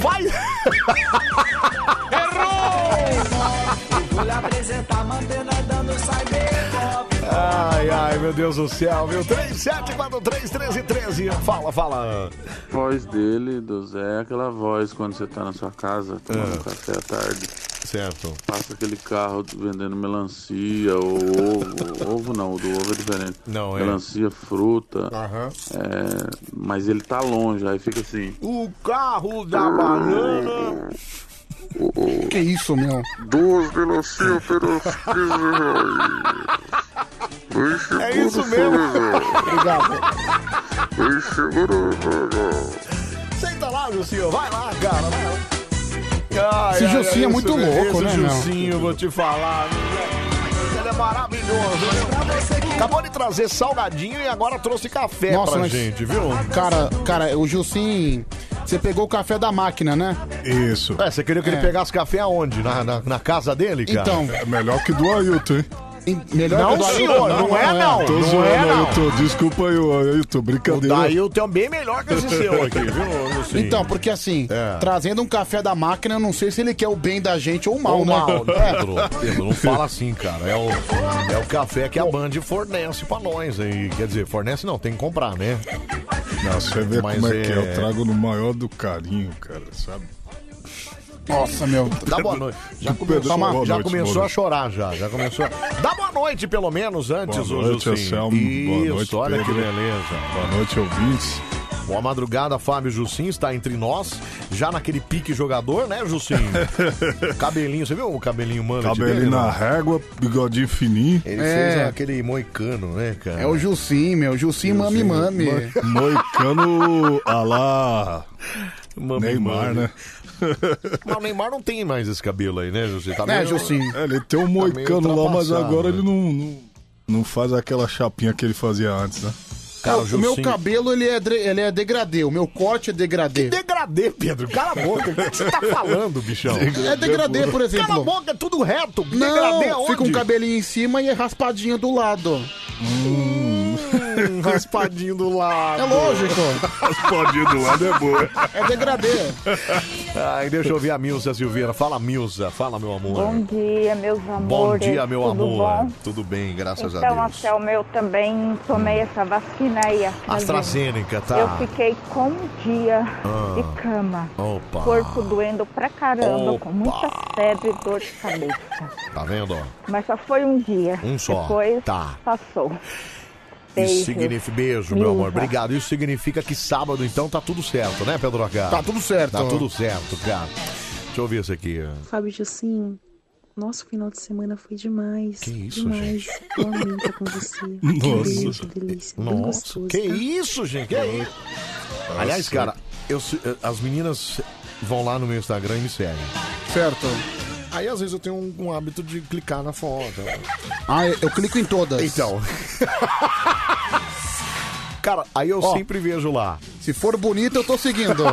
Speaker 1: Vai...
Speaker 3: Vou lhe apresentar mantendo dando
Speaker 1: Ai, ai, meu Deus do céu, viu? 37431313. Fala, fala.
Speaker 6: voz dele, do Zé, é aquela voz quando você tá na sua casa, tomando
Speaker 1: Ah.
Speaker 6: café à tarde.
Speaker 1: Certo.
Speaker 6: Passa aquele carro vendendo melancia ou ovo. (laughs) ovo não, o do ovo é diferente.
Speaker 1: Não, é.
Speaker 6: Melancia, fruta.
Speaker 1: Aham.
Speaker 6: É, mas ele tá longe, aí fica
Speaker 1: (laughs)
Speaker 6: assim.
Speaker 1: O carro da banana.
Speaker 2: Que isso, meu?
Speaker 6: Duas melancia pelas 15 reais.
Speaker 3: É isso mesmo.
Speaker 2: Obrigado.
Speaker 1: Senta lá, Jucinho. Vai lá, cara. Vai lá. Ai,
Speaker 2: Esse
Speaker 1: ai,
Speaker 2: Jucinho
Speaker 1: ai,
Speaker 2: é muito
Speaker 1: esse-
Speaker 2: louco,
Speaker 1: esse
Speaker 2: né, meu?
Speaker 1: Jucinho, eu vou te falar. viu? Ele é maravilhoso. viu? Acabou de trazer salgadinho e agora trouxe café pra gente, viu?
Speaker 2: Cara, cara, o Jusim, você pegou o café da máquina, né?
Speaker 1: Isso. É, você queria que
Speaker 2: É.
Speaker 1: ele pegasse café aonde? Na, na, na casa dele, cara?
Speaker 2: Então.
Speaker 1: É
Speaker 18: melhor que do Ailton, hein?
Speaker 2: melhor
Speaker 1: não,
Speaker 2: que o do
Speaker 1: senhor,
Speaker 2: Ailton,
Speaker 1: não,
Speaker 2: não,
Speaker 1: é
Speaker 2: não é.
Speaker 1: não.
Speaker 18: Tô
Speaker 1: não
Speaker 18: zoando,
Speaker 1: é não.
Speaker 18: Ailton. Desculpa aí, ô, Ailton. Brincadeira.
Speaker 1: Daí eu tenho bem melhor que esse seu Tá aqui, viu, (laughs) Lucinho?
Speaker 2: Então, porque assim,
Speaker 1: É.
Speaker 2: trazendo um café da máquina, eu não sei se ele quer o bem da gente ou o mal,
Speaker 1: Ou
Speaker 2: né?
Speaker 1: mal, né,
Speaker 2: É.
Speaker 1: Pedro? Pedro, não fala assim, cara. É o, é o café que a Band fornece pra nós. aí. Quer dizer, fornece não, tem que comprar, né?
Speaker 18: Nossa, você vê
Speaker 1: Mas
Speaker 18: como é, que é.
Speaker 1: é-
Speaker 18: Eu trago no maior do carinho, cara, sabe?
Speaker 2: Nossa, meu.
Speaker 1: Dá boa noite. Já
Speaker 18: Pedro,
Speaker 1: começou,
Speaker 18: boa noite,
Speaker 1: já
Speaker 18: boa
Speaker 1: começou a
Speaker 18: noite.
Speaker 1: chorar, já. Já começou a... Dá boa noite, pelo menos, antes,
Speaker 18: Boa
Speaker 1: ô
Speaker 18: noite,
Speaker 1: Jucinho.
Speaker 18: Anselmo.
Speaker 1: Isso,
Speaker 18: Boa noite,
Speaker 1: olha que
Speaker 18: Pedro.
Speaker 1: beleza.
Speaker 18: Boa noite, ouvintes.
Speaker 1: Boa madrugada, Fábio Jucinho está entre nós, já naquele pique jogador, né,
Speaker 18: (laughs)
Speaker 1: Jucinho? cabelinho, você viu o cabelinho, mano? né?
Speaker 18: Cabelinho na régua, bigodinho fininho.
Speaker 1: Ele fez aquele moicano, né, cara?
Speaker 2: É o Jusim, meu. Jusim mami mami.
Speaker 18: Moicano alá.
Speaker 1: Mami,
Speaker 18: Neymar,
Speaker 1: mami.
Speaker 18: né?
Speaker 1: Mas o Neymar não tem mais esse cabelo aí, né, Jucinho? Tá
Speaker 18: É,
Speaker 1: meio-
Speaker 18: Jucinho. ele tem um moicano lá, mas agora ele não, não, não faz aquela chapinha que ele fazia antes, né?
Speaker 1: Cara,
Speaker 2: o meu cabelo, ele é, dre- ele é degradê. O meu corte é degradê.
Speaker 1: Degradê, Pedro. Cala a boca. O que você tá falando, bichão?
Speaker 2: É degradê, por exemplo.
Speaker 1: Cala a boca, é tudo reto.
Speaker 2: Não,
Speaker 1: degradê é aonde?
Speaker 2: fica um cabelinho em cima e é raspadinho do lado.
Speaker 1: Hum, raspadinho do lado.
Speaker 2: É lógico.
Speaker 18: Raspadinho do lado é boa.
Speaker 2: É degradê.
Speaker 1: Ai, deixa eu ouvir a Milza Silveira. Fala, Milza. Fala, meu amor.
Speaker 19: Bom dia, meus amores.
Speaker 1: Bom dia, meu
Speaker 19: Tudo
Speaker 1: amor.
Speaker 19: bom?
Speaker 1: Tudo bem, graças
Speaker 19: então,
Speaker 1: a Deus.
Speaker 19: Anselmo, eu também tomei essa vacina aí.
Speaker 1: AstraZeneca, tá?
Speaker 19: assim, Eu fiquei com um dia
Speaker 1: Ah.
Speaker 19: de cama.
Speaker 1: Opa.
Speaker 19: Corpo doendo pra caramba,
Speaker 1: Opa.
Speaker 19: com muita febre e dor de cabeça.
Speaker 1: Tá vendo? ó?
Speaker 19: Mas só foi um dia.
Speaker 1: Um só.
Speaker 19: Depois
Speaker 1: Tá.
Speaker 19: passou.
Speaker 1: Isso
Speaker 19: Beijos.
Speaker 1: significa... Beijo, meu amor.
Speaker 19: Milza.
Speaker 1: Obrigado. Isso significa que sábado, então, tá tudo certo, né, Pedro H?
Speaker 2: Tá tudo certo.
Speaker 1: Tá tudo certo, cara. Deixa eu ver isso aqui.
Speaker 20: Fábio Jussim, nosso final de semana foi demais. Que
Speaker 1: isso,
Speaker 20: demais.
Speaker 1: gente?
Speaker 20: Eu amei estar com você.
Speaker 3: (laughs)
Speaker 1: Nossa.
Speaker 20: Que beijo, delícia. bem
Speaker 1: Nossa,
Speaker 20: gostoso,
Speaker 1: que
Speaker 20: tá?
Speaker 1: isso, gente? Que é isso? Aliás, cara, eu se- eh, as meninas vão lá no meu Instagram e me seguem.
Speaker 2: Certo.
Speaker 1: Aí às vezes eu tenho um, um hábito de clicar na foto.
Speaker 2: Ah, eu clico em todas.
Speaker 1: Então. (laughs) Cara, aí eu sempre vejo lá.
Speaker 2: Se for bonito, eu tô seguindo.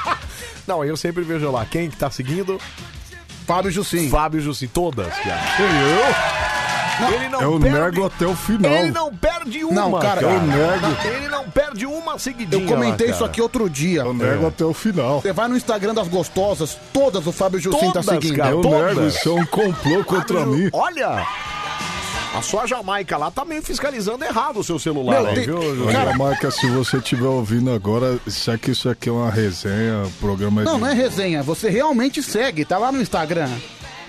Speaker 1: (laughs) Não, aí eu sempre vejo lá. Quem que tá seguindo?
Speaker 2: Fábio Jussim.
Speaker 1: Fábio Jussim, todas, cara. Ele não
Speaker 18: eu
Speaker 1: perde-
Speaker 18: nego até o final.
Speaker 1: Ele não perde uma,
Speaker 2: Não, cara,
Speaker 18: eu nego.
Speaker 1: Ele não perde uma seguidinha.
Speaker 2: Eu comentei
Speaker 1: lá, cara.
Speaker 2: isso aqui outro dia. Eu
Speaker 18: nego até o final.
Speaker 2: Você vai no Instagram das gostosas, todas o Fábio Jussim tá
Speaker 1: Todas,
Speaker 2: seguindo.
Speaker 1: cara, Eu todas. nego,
Speaker 18: isso é um complô contra mim.
Speaker 1: Olha! A sua Jamaica lá tá meio fiscalizando errado o seu celular,
Speaker 18: Meu,
Speaker 1: né,
Speaker 18: tem-
Speaker 1: viu, José?
Speaker 18: Olha, Marca, se você estiver ouvindo agora, sabe que isso aqui é uma resenha, programa de...
Speaker 2: Não, não é resenha. Você realmente segue, tá lá no Instagram.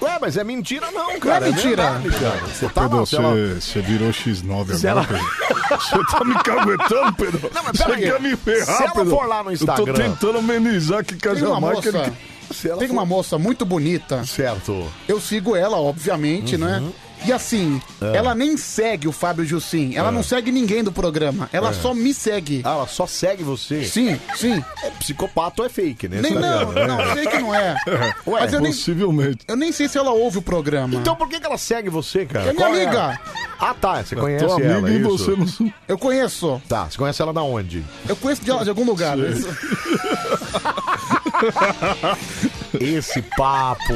Speaker 1: Ué, mas é mentira não,
Speaker 2: Não é mentira.
Speaker 1: verdade, cara. Você tá
Speaker 18: Pedro,
Speaker 1: lá, sei lá.
Speaker 18: você, você virou X9
Speaker 1: Sei
Speaker 18: agora,
Speaker 1: lá.
Speaker 18: Pedro. Você tá me caguetando, Pedro?
Speaker 1: Não, mas
Speaker 18: Você
Speaker 1: peraí.
Speaker 18: quer me ferrar,
Speaker 1: Se ela
Speaker 18: Pedro?
Speaker 1: for lá no
Speaker 18: Eu tô
Speaker 1: Instagram.
Speaker 18: tentando amenizar que com a
Speaker 2: Tem uma
Speaker 18: Jamaica...
Speaker 2: moça,
Speaker 18: ele-
Speaker 2: tem uma moça muito bonita.
Speaker 1: Certo.
Speaker 2: Eu sigo ela, obviamente,
Speaker 18: Uhum.
Speaker 2: né? E assim,
Speaker 1: É.
Speaker 2: ela nem segue o Fábio Jussim. Ela
Speaker 1: É.
Speaker 2: não segue ninguém do programa. Ela
Speaker 1: É.
Speaker 2: só me segue.
Speaker 1: Ah, ela só segue você?
Speaker 2: Sim, sim.
Speaker 1: Psicopata é fake, né?
Speaker 2: Nem,
Speaker 1: Tá
Speaker 2: não,
Speaker 1: ligado,
Speaker 2: não,
Speaker 1: né?
Speaker 2: sei que não é. (laughs)
Speaker 1: Ué,
Speaker 2: Mas eu nem,
Speaker 18: possivelmente.
Speaker 2: eu nem sei se ela ouve o programa.
Speaker 1: Então por que, que ela segue você, cara?
Speaker 2: É minha
Speaker 1: Qual
Speaker 2: amiga.
Speaker 1: Ah, tá. Você
Speaker 2: É
Speaker 1: conhece
Speaker 2: tua
Speaker 1: ela,
Speaker 2: amiga e
Speaker 1: isso?
Speaker 2: você Eu conheço.
Speaker 1: Tá, você conhece ela da onde?
Speaker 2: Eu conheço de, de algum lugar. né?
Speaker 1: (laughs) Esse papo.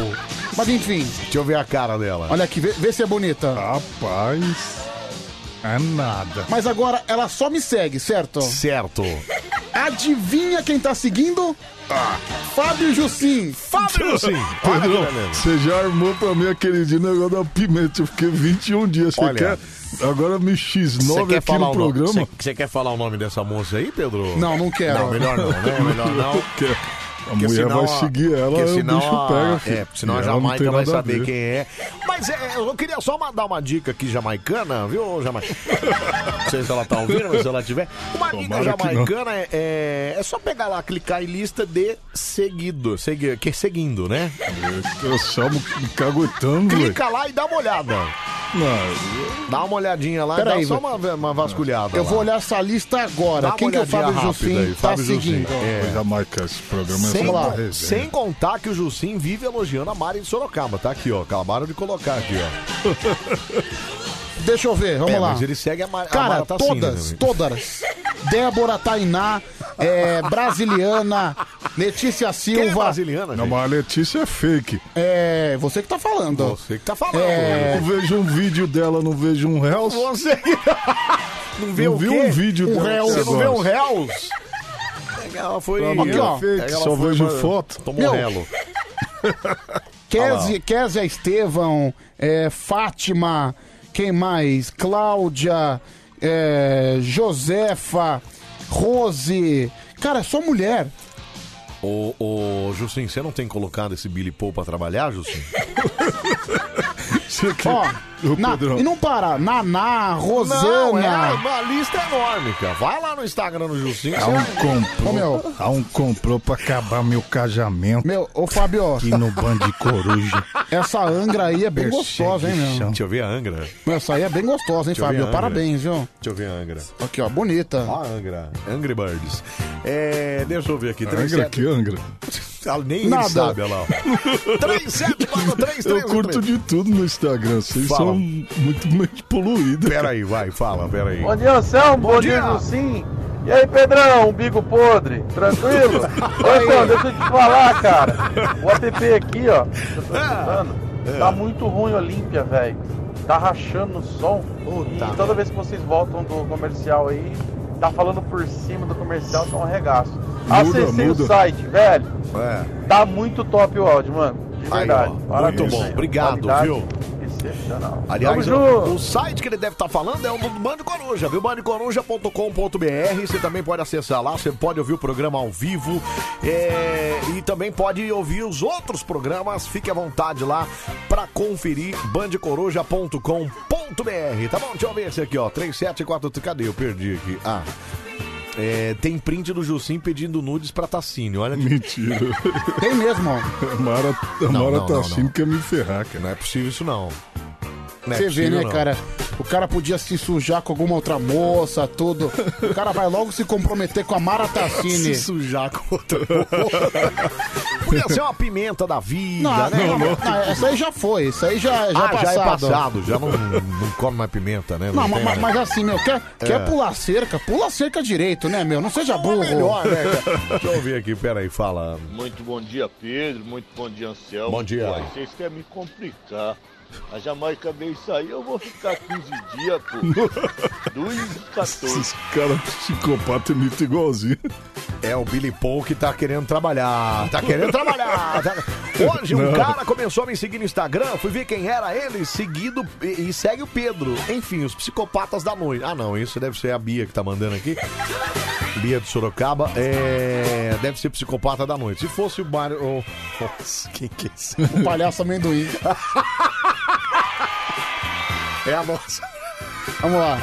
Speaker 2: Mas enfim.
Speaker 1: Deixa eu ver a cara dela.
Speaker 2: Olha aqui, vê, vê se é bonita.
Speaker 18: Rapaz. É nada.
Speaker 2: Mas agora ela só me segue, certo?
Speaker 1: Certo.
Speaker 2: Adivinha quem tá seguindo? Fábio Jussim.
Speaker 1: Fábio
Speaker 18: Pedro, você já armou pra mim aquele de negócio da pimenta. Eu fiquei 21 dias. Você
Speaker 1: Olha.
Speaker 18: quer? Agora me
Speaker 1: Você
Speaker 18: X9
Speaker 1: quer
Speaker 18: aqui
Speaker 1: falar
Speaker 18: no
Speaker 1: o nome-
Speaker 18: programa?
Speaker 1: você- Você quer falar o nome dessa moça aí, Pedro?
Speaker 18: Não, não quero.
Speaker 1: Não, melhor não, né? Melhor não.
Speaker 18: A mulher vai seguir ela,
Speaker 1: porque
Speaker 18: o
Speaker 1: senão
Speaker 18: bicho
Speaker 1: a-
Speaker 18: pega, filho.
Speaker 1: É, senão
Speaker 18: E
Speaker 1: a
Speaker 18: ela não tem
Speaker 1: Jamaica vai
Speaker 18: nada a
Speaker 1: saber
Speaker 18: ver.
Speaker 1: quem é. Mas é, eu queria só ma- dar uma dica aqui jamaicana, viu, Jamaica? (laughs) não sei se ela tá ouvindo, mas se ela tiver. Uma dica
Speaker 18: Tomara que não.
Speaker 1: jamaicana é, é, é só pegar lá, clicar em lista de seguido. Segui, que é seguindo, né?
Speaker 18: Eu chamo cagotando, velho.
Speaker 1: Clica lá e dá uma olhada. Dá uma olhadinha lá
Speaker 2: Peraí,
Speaker 1: e dá só
Speaker 2: vai-
Speaker 1: uma, uma vasculhada.
Speaker 2: Eu
Speaker 1: lá.
Speaker 2: vou olhar essa lista agora.
Speaker 1: Dá uma
Speaker 2: Quem que é o
Speaker 1: olhadinha
Speaker 2: Fábio
Speaker 1: rápida
Speaker 2: Jussim
Speaker 1: aí,
Speaker 2: tá
Speaker 1: Fábio Jussim.
Speaker 2: seguindo?
Speaker 1: É.
Speaker 18: Coisa marca esse programa. é
Speaker 1: Sem,
Speaker 18: só uma
Speaker 1: con-
Speaker 18: resenha.
Speaker 1: sem contar que o Jussim vive elogiando a Mari de Sorocaba. Tá aqui, ó. Acabaram de colocar aqui, ó.
Speaker 2: (laughs) Deixa eu ver, vamos
Speaker 1: É,
Speaker 2: lá.
Speaker 1: mas ele segue a Mari. a
Speaker 2: Cara,
Speaker 1: Mara tá assim,
Speaker 2: todas,
Speaker 1: né,
Speaker 2: todas. Débora Tainá, é, Brasiliana, Letícia Silva.
Speaker 1: Brasiliana,
Speaker 18: Não, mas a Letícia é fake.
Speaker 2: É, você que tá falando.
Speaker 1: Você que tá
Speaker 2: É.
Speaker 18: Eu vejo um vídeo dela, não vejo um real.
Speaker 1: Você (laughs) não vê
Speaker 18: Não
Speaker 1: o
Speaker 18: vi
Speaker 1: quê?
Speaker 18: um vídeo
Speaker 1: um
Speaker 18: dela
Speaker 1: réu. Você não
Speaker 18: agora.
Speaker 1: vê um réus? Ela foi.
Speaker 2: Aqui, ó.
Speaker 1: Ela
Speaker 18: só
Speaker 1: foi
Speaker 18: vejo
Speaker 1: uma-
Speaker 18: foto.
Speaker 1: Tomou
Speaker 2: Meu.
Speaker 1: relo. Olha
Speaker 2: Kézia, Kézia Estevão, é, Fátima, quem mais? Cláudia, é, Josefa, Rose. Cara, é só mulher.
Speaker 1: Ô, ô, Jussim, você não tem colocado esse Billy Paul pra trabalhar, Jussim?
Speaker 18: Você
Speaker 2: Ó, na- e não para. Naná, Rosana.
Speaker 1: Não, é uma lista enorme, cara. Vai lá no Instagram do Jussim.
Speaker 18: Há
Speaker 1: você
Speaker 18: um
Speaker 1: vai-
Speaker 18: comprou,
Speaker 1: Ô, meu,
Speaker 18: há um comprou pra acabar meu casamento.
Speaker 2: Meu, ô Fábio.
Speaker 18: Aqui no Band de Coruja.
Speaker 2: Essa Angra aí é bem gostosa, hein, meu?
Speaker 1: Deixa eu ver a Angra.
Speaker 2: Essa aí é bem gostosa, hein,
Speaker 1: Deixa eu ver a
Speaker 2: Fábio?
Speaker 1: Angra.
Speaker 2: Parabéns, viu?
Speaker 1: Deixa eu ver a Angra.
Speaker 2: Aqui, ó, bonita.
Speaker 1: Ó, a Angra. Angry Birds. É, deixa eu ver aqui.
Speaker 18: Angra que Angra?
Speaker 1: Ah, nem ele
Speaker 18: Nada.
Speaker 1: sabe, olha lá. 3743
Speaker 18: Eu curto de tudo no Instagram. Vocês
Speaker 1: Fala.
Speaker 18: são muito mente poluídos.
Speaker 1: Peraí, vai, fala, peraí.
Speaker 6: Bom dia, Anselmo. Bom,
Speaker 1: Bom
Speaker 6: dia,
Speaker 1: dia.
Speaker 6: Lucim. E aí,
Speaker 1: É
Speaker 6: Pedrão, bigo podre,
Speaker 1: (laughs)
Speaker 6: tranquilo? Ô, Anselmo, deixa eu te falar, cara. O app aqui, ó, que eu tô escutando, tá muito ruim o Olímpia, velho. Tá rachando o som. e toda vez que vocês voltam do comercial aí, tá falando por cima do comercial, tá um arregaço.
Speaker 18: Muda,
Speaker 6: Acessei
Speaker 18: muda.
Speaker 6: o site, velho.
Speaker 1: É.
Speaker 6: Tá muito top o áudio, mano. De
Speaker 1: Aí,
Speaker 6: verdade.
Speaker 1: ó, muito
Speaker 6: Parabéns,
Speaker 1: bom.
Speaker 6: velho.
Speaker 1: Obrigado,
Speaker 6: Qualidade
Speaker 1: viu?
Speaker 6: Excepcional.
Speaker 1: Aliás,
Speaker 6: Tamo
Speaker 1: o,
Speaker 6: junto.
Speaker 1: o site que ele deve estar falando é o do Bande Coruja, viu? bandecoruja.com.br. Você também pode acessar lá, você pode ouvir o programa ao vivo é, e também pode ouvir os outros programas. Fique à vontade lá para conferir bandecoruja.com.br. Tá bom? Deixa eu ver esse aqui, ó. 3743. Cadê? Eu perdi aqui. Ah. É, tem print do Jussim pedindo nudes pra Tassini, olha que...
Speaker 18: Mentira.
Speaker 2: Tem mesmo, ó.
Speaker 18: A (laughs) Mara,
Speaker 1: Não,
Speaker 18: a Mara
Speaker 1: não,
Speaker 18: tá
Speaker 1: não,
Speaker 18: assim,
Speaker 1: não.
Speaker 18: quer me ferrar, cara.
Speaker 1: Não é possível isso, não. Não é
Speaker 2: Você vê,
Speaker 1: possível,
Speaker 2: né,
Speaker 1: não. (laughs)
Speaker 2: cara? O cara podia se sujar com alguma outra moça, tudo. O cara vai logo se comprometer com a Mara Tassini.
Speaker 1: (laughs) Se sujar
Speaker 2: (laughs)
Speaker 1: com outra Podia ser uma pimenta da vida,
Speaker 2: Não,
Speaker 1: né?
Speaker 2: não, não, não, Ah, essa aí já foi, isso aí já, já,
Speaker 1: ah,
Speaker 2: é passado.
Speaker 1: já é passado, já
Speaker 2: (laughs)
Speaker 1: não, não come mais pimenta, né?
Speaker 2: Não,
Speaker 1: tem,
Speaker 2: mas,
Speaker 1: né?
Speaker 2: mas assim, meu, quer,
Speaker 1: É.
Speaker 2: quer pular cerca? Pula cerca direito, né, meu? Não seja burro.
Speaker 1: Melhor, né, cara? Deixa eu ouvir aqui, peraí, fala.
Speaker 3: Muito bom dia, Pedro. Muito bom dia, Anselmo.
Speaker 1: Bom dia.
Speaker 3: Pô, vocês querem me complicar. A Jamaica veio sair, eu vou ficar 15 dias, pô.
Speaker 1: (laughs)
Speaker 3: 2
Speaker 18: Esses
Speaker 3: 14.
Speaker 18: caras psicopatas imitam igualzinho.
Speaker 1: É o Billy Paul que tá querendo trabalhar. Tá querendo trabalhar. tá- Hoje um
Speaker 18: Não.
Speaker 1: cara começou a me seguir no Instagram, fui ver quem era ele, seguido e, e segue o Pedro. Enfim, os psicopatas da noite. Ah, não, isso deve ser a Bia que tá mandando aqui. Bia de Sorocaba, é... deve ser psicopata da noite. Se fosse o Mário. o- Nossa, quem que é esse?
Speaker 2: O palhaço amendoim.
Speaker 1: (laughs) É a nossa.
Speaker 2: Vamos lá.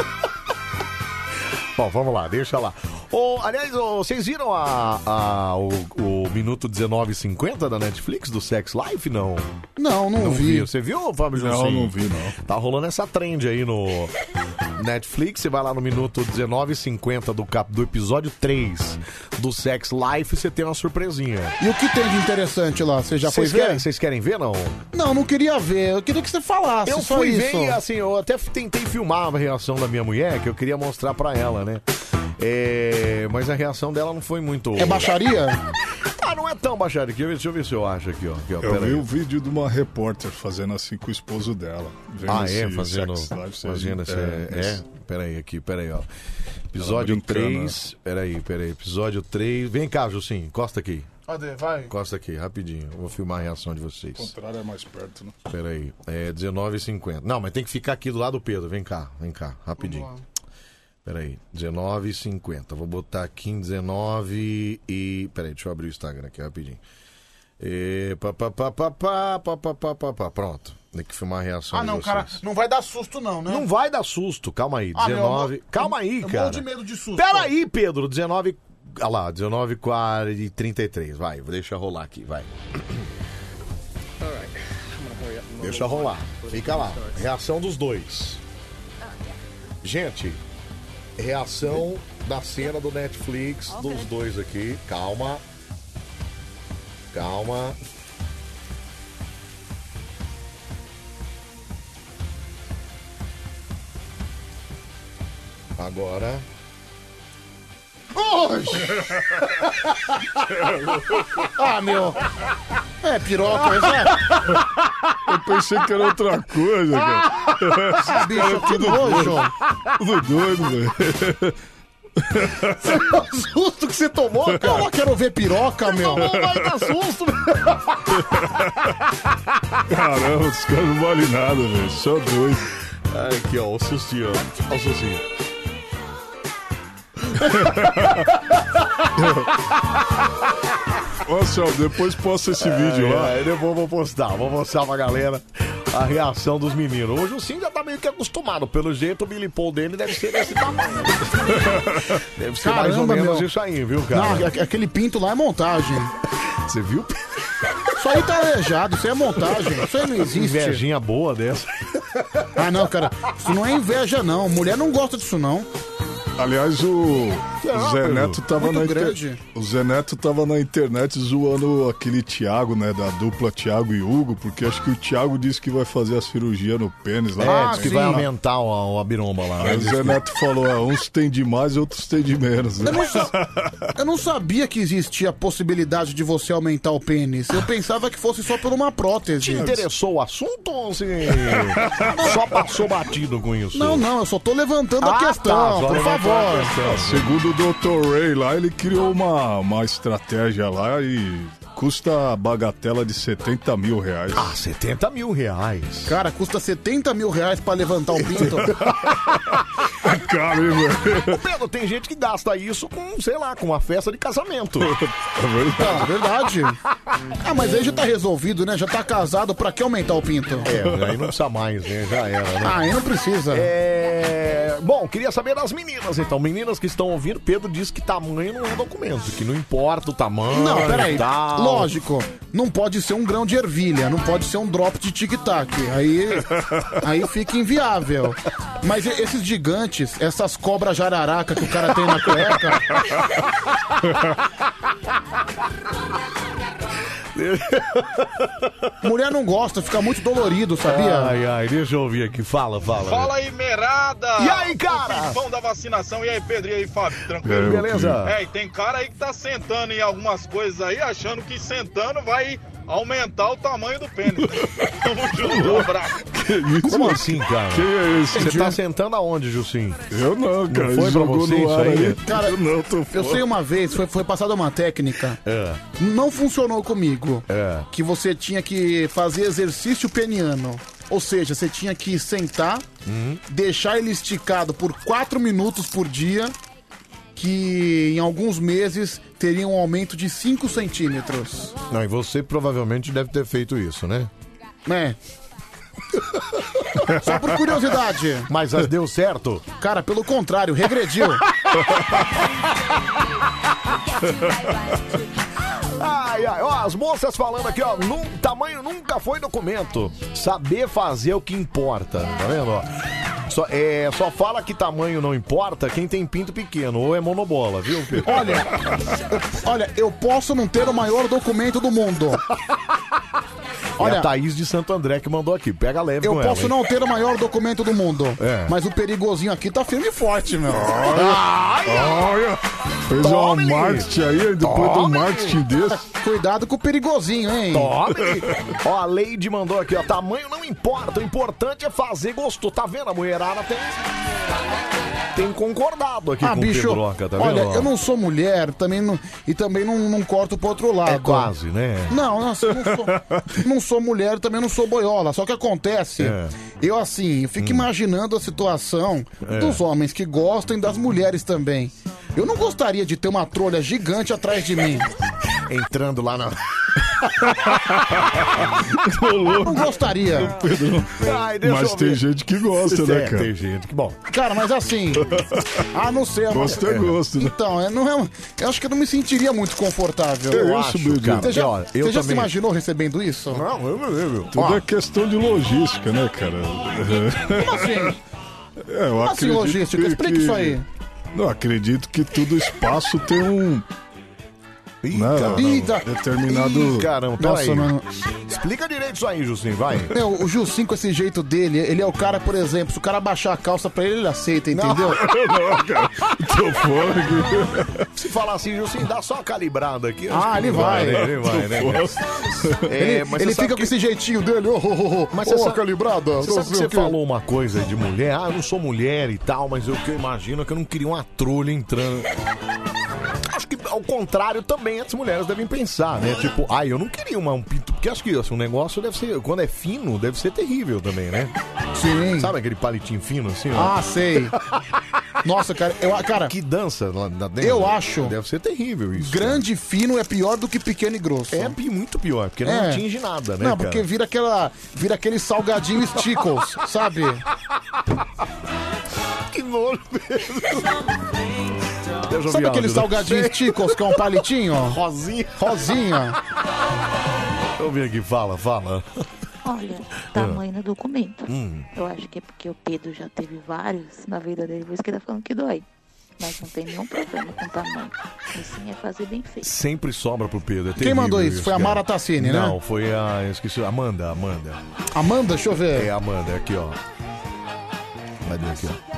Speaker 1: Bom, vamos lá, deixa lá. Ô, aliás, ô, vocês viram a, a- o, o minuto 19h50 da Netflix do Sex Life? Não.
Speaker 2: Não, não vi.
Speaker 1: viu. Você viu, Fábio
Speaker 18: Não,
Speaker 1: José?
Speaker 18: não vi, não.
Speaker 1: Tá rolando essa trend aí no Netflix. Você vai lá no minuto 19h50 do, cap, do episódio 3 do Sex Life e você tem uma surpresinha.
Speaker 2: E o que tem de interessante lá? Você já foi
Speaker 1: vocês,
Speaker 2: ver?
Speaker 1: querem, vocês querem ver, não?
Speaker 2: Não, não queria ver. Eu queria que você falasse.
Speaker 1: Eu
Speaker 2: só
Speaker 1: fui
Speaker 2: isso.
Speaker 1: ver e assim, eu até tentei filmar a reação da minha mulher, que eu queria mostrar pra ela, né? É, mas a reação dela não foi muito.
Speaker 2: É baixaria?
Speaker 1: (laughs) ah, não é tão baixaria. Deixa eu ver, deixa eu ver se eu acho aqui, ó. Aqui, ó.
Speaker 18: Eu
Speaker 1: Pera aí.
Speaker 18: vi o vídeo de uma repórter fazendo assim com o esposo dela. vendo
Speaker 1: Ah, é,
Speaker 18: esse
Speaker 1: fazendo.
Speaker 18: sex life, você-
Speaker 1: Fazendo esse. É,
Speaker 18: esse-
Speaker 1: peraí, aqui, peraí, ó. Episódio
Speaker 18: brincando, né?
Speaker 1: 3. Peraí, peraí. Episódio 3. Vem cá, Jussim, encosta aqui.
Speaker 18: Cadê? Vai.
Speaker 1: Encosta aqui, rapidinho. Eu vou filmar a reação de
Speaker 18: O
Speaker 1: vocês.
Speaker 18: contrário é mais perto, né?
Speaker 1: Peraí, é 19h50. Não, mas tem que ficar aqui do lado do Pedro. Vem cá, vem cá, rapidinho.
Speaker 18: Vamos
Speaker 1: Peraí, 19h50. Vou botar aqui em 19 e. Peraí, deixa eu abrir o Instagram aqui rapidinho. E... Pá, pá, pá, pá, pá, pá, pá, pá, pá, pá. Pronto, tem que filmar a reação.
Speaker 2: Ah,
Speaker 1: de
Speaker 2: não,
Speaker 1: vocês.
Speaker 2: cara, não vai dar susto, não, né?
Speaker 1: Não vai dar susto, calma aí.
Speaker 2: Ah, meu,
Speaker 1: 19.
Speaker 2: eu mo-
Speaker 1: calma aí,
Speaker 2: eu
Speaker 1: cara.
Speaker 2: morro de medo de susto.
Speaker 1: Peraí, Pedro, 19. Olha lá, 19 e 33. Vai, deixa rolar aqui, vai. Deixa rolar. Fica lá. Reação dos dois. Gente, reação da cena do Netflix dos dois aqui. Calma. Calma. Agora. (laughs)
Speaker 2: ah, meu. É piroca, mas é.
Speaker 18: Eu pensei que era outra coisa, cara. Esses (laughs) caras
Speaker 2: Bicho, que
Speaker 18: tudo
Speaker 2: nojo.
Speaker 18: doido. Tudo doido, velho.
Speaker 1: (laughs)
Speaker 2: O susto que você tomou, cara. Eu não quero ver piroca, meu.
Speaker 18: tomou um baita
Speaker 2: susto,
Speaker 18: Caramba, os caras não valem nada, velho. Só doido.
Speaker 1: Aqui, ó, o sustinho, ó. Olha o sustinho.
Speaker 18: Ô, Celso, depois posta esse vídeo
Speaker 1: É,
Speaker 18: lá.
Speaker 1: é, depois eu vou postar, vou mostrar pra galera a reação dos meninos. Hoje o Sim já tá meio que acostumado, pelo jeito o Billy Paul dele deve ser desse tamanho. Deve ser mais ou
Speaker 2: Caramba,
Speaker 1: menos
Speaker 2: meu.
Speaker 1: isso aí, viu,
Speaker 2: Não,
Speaker 1: cara?
Speaker 2: a- aquele pinto lá é montagem.
Speaker 1: Você viu?
Speaker 2: Isso aí tá aleijado, isso aí é montagem. Isso aí não existe.
Speaker 1: Invejinha boa dessa.
Speaker 2: Ah, não, cara. Isso não é inveja, não. Mulher não gosta disso, não.
Speaker 18: Aliás, o o Zé
Speaker 2: Pedro?
Speaker 18: Neto tava
Speaker 2: Muito
Speaker 18: na internet.
Speaker 2: grande.
Speaker 18: O Zé Neto tava na internet zoando aquele Thiago, né? Da dupla Thiago e Hugo, porque acho que o Thiago disse que vai fazer a cirurgia no pênis lá.
Speaker 1: É,
Speaker 18: Ah,
Speaker 1: diz que
Speaker 18: sim.
Speaker 1: vai aumentar o, a biromba lá. né?
Speaker 18: Aí o Zé Neto falou: é, uns tem de mais, outros tem de menos. né?
Speaker 2: Eu não, sa- eu não sabia que existia a possibilidade de você aumentar o pênis. Eu pensava que fosse só por uma prótese.
Speaker 1: Te interessou o assunto ou você só passou batido com isso?
Speaker 2: Não, não, eu só tô levantando a
Speaker 1: (laughs) Ah, tá,
Speaker 2: questão,
Speaker 1: só
Speaker 2: por
Speaker 1: levantou a
Speaker 2: favor.
Speaker 18: Ah, Segundo o Dr. Ray lá, ele criou uma, uma estratégia lá e custa a bagatela de 70 mil reais. Ah,
Speaker 1: 70 mil reais.
Speaker 2: Cara, custa 70 mil reais pra levantar o
Speaker 1: (laughs)
Speaker 2: pinto.
Speaker 18: Cara, hein, velho?
Speaker 1: Ô, Pedro, tem gente que gasta isso com, sei lá, com uma festa de casamento.
Speaker 2: Ah, verdade. Ah, mas aí já tá resolvido, né? Já tá casado, pra que aumentar o pinto?
Speaker 1: É, aí não precisa mais, né? Já era, né?
Speaker 2: Ah, aí não precisa.
Speaker 1: É... Bom, queria saber das meninas, então. Meninas que estão ouvindo, Pedro disse que tamanho não é documento, que não importa o tamanho.
Speaker 2: Não, peraí.
Speaker 1: e Tal.
Speaker 2: Lógico, não pode ser um grão de ervilha, não pode ser um drop de tic-tac. Aí, aí fica inviável. Mas e- esses gigantes, essas cobras jararaca que o cara tem na cueca. Mulher não gosta, fica muito dolorido, sabia?
Speaker 1: Ai, ai, deixa eu ouvir aqui. Fala, fala.
Speaker 21: Fala aí, merada!
Speaker 1: E aí, cara?
Speaker 21: Confirmão da vacinação. E aí, Pedro? E aí, Fábio? Tranquilo?
Speaker 1: É, beleza.
Speaker 21: É, e tem cara aí que tá sentando em algumas coisas aí, achando que sentando vai aumentar o tamanho do
Speaker 1: (laughs)
Speaker 21: pênis. né? Tamo junto, um abraço.
Speaker 1: Como assim, cara?
Speaker 18: Quem é esse?
Speaker 1: Você tá sentando aonde, Jussim?
Speaker 18: Eu não, cara.
Speaker 1: foi pra
Speaker 18: Jogou
Speaker 1: você
Speaker 18: no
Speaker 1: isso
Speaker 18: ar
Speaker 1: aí?
Speaker 18: aí.
Speaker 2: Cara,
Speaker 18: eu, não, tô
Speaker 2: Eu
Speaker 18: fora. É.
Speaker 2: sei uma vez, foi, foi passada uma técnica. Não funcionou comigo.
Speaker 1: É.
Speaker 2: Que você tinha que fazer exercício peniano. Ou seja, você tinha que sentar,
Speaker 1: Hum?
Speaker 2: deixar ele esticado por 4 minutos por dia, que em alguns meses teria um aumento de 5 centímetros.
Speaker 1: Não, e você provavelmente deve ter feito isso, né?
Speaker 2: Né? Só por curiosidade.
Speaker 1: Mas as deu certo?
Speaker 2: Ah, Cara, pelo contrário, regrediu.
Speaker 1: Ai, ai, ó, as moças falando aqui, ó, num, tamanho nunca foi documento. Saber fazer é o que importa, tá vendo, ó? Só, é, só fala que tamanho não importa quem tem pinto pequeno, ou é monobola, viu, Pedro?
Speaker 2: Olha, Olha, eu posso não ter o maior documento do mundo.
Speaker 1: olha. É a Thaís de Santo André que mandou aqui, pega leve
Speaker 18: É
Speaker 2: Eu
Speaker 1: com
Speaker 2: posso
Speaker 1: ela,
Speaker 2: não
Speaker 1: hein?
Speaker 2: ter o maior documento do mundo.
Speaker 1: É.
Speaker 2: Mas o perigosinho aqui tá firme e forte, meu.
Speaker 18: Olha. Fez uma
Speaker 2: Tome.
Speaker 18: marketing aí, depois do
Speaker 2: Tome.
Speaker 18: marketing desse.
Speaker 2: Cuidado com o perigosinho, hein?
Speaker 1: Tome! (laughs) ó, a Lady mandou aqui, ó. Tamanho não importa, o importante é fazer gostoso. Tá vendo? A mulherada tem. Tem concordado aqui
Speaker 2: ah,
Speaker 1: com
Speaker 2: bicho,
Speaker 1: o Pedroca, tá vendo?
Speaker 2: olha,
Speaker 1: ó?
Speaker 2: eu não sou mulher também não, e também não, não corto pro outro lado.
Speaker 1: É quase, né?
Speaker 2: Não, nossa, eu não sou,
Speaker 1: (laughs)
Speaker 2: não sou mulher, também não sou boiola. Só que acontece,
Speaker 1: É. Hum.
Speaker 2: eu assim, eu fico imaginando a situação
Speaker 1: É.
Speaker 2: dos homens que gostam e das mulheres também. Eu não gostaria de ter uma trolha gigante atrás de mim.
Speaker 1: (laughs) Entrando lá
Speaker 2: (laughs)
Speaker 1: na.
Speaker 2: Não gostaria.
Speaker 1: Ai, deixa
Speaker 18: Mas
Speaker 1: eu
Speaker 18: tem
Speaker 1: ver.
Speaker 18: gente que gosta,
Speaker 1: É,
Speaker 18: né, cara?
Speaker 1: tem gente que- bom.
Speaker 2: Cara, mas
Speaker 18: (laughs)
Speaker 2: assim. Ah, não sei.
Speaker 18: Gosto é
Speaker 2: mas-
Speaker 18: gosto, né?
Speaker 2: Então, é, não é, eu acho que eu não me sentiria muito confortável.
Speaker 18: É isso, Dudu.
Speaker 2: Você já,
Speaker 18: E, ó, eu
Speaker 2: você já se
Speaker 18: também.
Speaker 2: imaginou recebendo isso?
Speaker 1: Não, eu não lembro.
Speaker 18: Tudo é questão de logística, né, cara? Como (laughs)
Speaker 2: assim?
Speaker 18: É, eu
Speaker 2: Como assim
Speaker 18: acredito
Speaker 2: logística?
Speaker 18: que-
Speaker 2: Explica
Speaker 18: que-
Speaker 2: isso aí.
Speaker 18: Não, acredito que todo espaço tem um... né,
Speaker 1: caramba.
Speaker 18: Determinado...
Speaker 1: Ih, caramba,
Speaker 2: Nossa,
Speaker 1: peraí.
Speaker 2: mano.
Speaker 1: Explica direito isso aí, Justin, vai.
Speaker 2: É, o o Gilzinho com esse jeito dele, ele é o cara, por exemplo, se o cara baixar a calça pra ele, ele aceita,
Speaker 18: (laughs)
Speaker 2: entendeu?
Speaker 18: Não, cara. Tô fora
Speaker 1: (laughs) Se falar assim, Justin, dá só uma calibrada aqui.
Speaker 2: Ah,
Speaker 1: acho que
Speaker 2: ele vai.
Speaker 1: né? Ele vai, (laughs) né? É,
Speaker 2: ele
Speaker 1: mas
Speaker 2: ele
Speaker 1: você sabe
Speaker 2: fica com esse jeitinho dele, ô, ô, ô,
Speaker 1: Mas
Speaker 2: ô,
Speaker 1: você sabe-
Speaker 2: calibrada.
Speaker 1: Você
Speaker 2: não
Speaker 1: sabe que
Speaker 2: sei
Speaker 1: você
Speaker 2: o quê.
Speaker 1: falou uma coisa aí de mulher? Ah, eu não sou mulher e tal, mas eu que eu imagino é que eu não queria uma trolha entrando. Acho que ao contrário também as mulheres devem pensar, né? Tipo, ai, eu não queria uma, um pinto. Porque acho que assim, um negócio deve ser, quando é fino, deve ser terrível também, né?
Speaker 2: Sim.
Speaker 1: Sabe aquele palitinho fino assim? ó? (laughs)
Speaker 2: Ah, sei. Nossa, cara, eu, cara.
Speaker 1: Que dança lá lá dentro. né?
Speaker 2: Eu acho.
Speaker 1: Deve ser terrível isso.
Speaker 2: Grande e fino é pior do que pequeno e grosso.
Speaker 1: É pi- muito pior, porque não
Speaker 2: É.
Speaker 1: atinge nada, né?
Speaker 2: Não,
Speaker 1: cara?
Speaker 2: porque vira aquela. Vira aquele salgadinho Stickles, (laughs) sabe?
Speaker 1: Que nojo mesmo. Deixa eu ouvir
Speaker 2: Sabe aquele
Speaker 1: áudio, né?
Speaker 2: salgadinho Stickles que é um palitinho?
Speaker 1: (laughs) Rosinha.
Speaker 2: Rosinha.
Speaker 1: Deixa eu ver aqui, fala, fala.
Speaker 19: Olha, tamanho
Speaker 3: Ah.
Speaker 19: no documento.
Speaker 1: Hum.
Speaker 19: Eu acho que é porque o Pedro já teve vários na vida dele, por isso que ele tá falando que dói. Mas não tem nenhum problema com o tamanho. Assim é fazer bem feito.
Speaker 1: Sempre sobra pro Pedro. é
Speaker 2: Quem
Speaker 1: terrível
Speaker 2: mandou isso? Foi a
Speaker 1: cara.
Speaker 2: Mara Tassini, né?
Speaker 1: Não, foi a. Eu esqueci. Amanda, Amanda.
Speaker 2: Amanda, deixa eu ver.
Speaker 1: É, Amanda, aqui, ó. Cadê aqui, ó?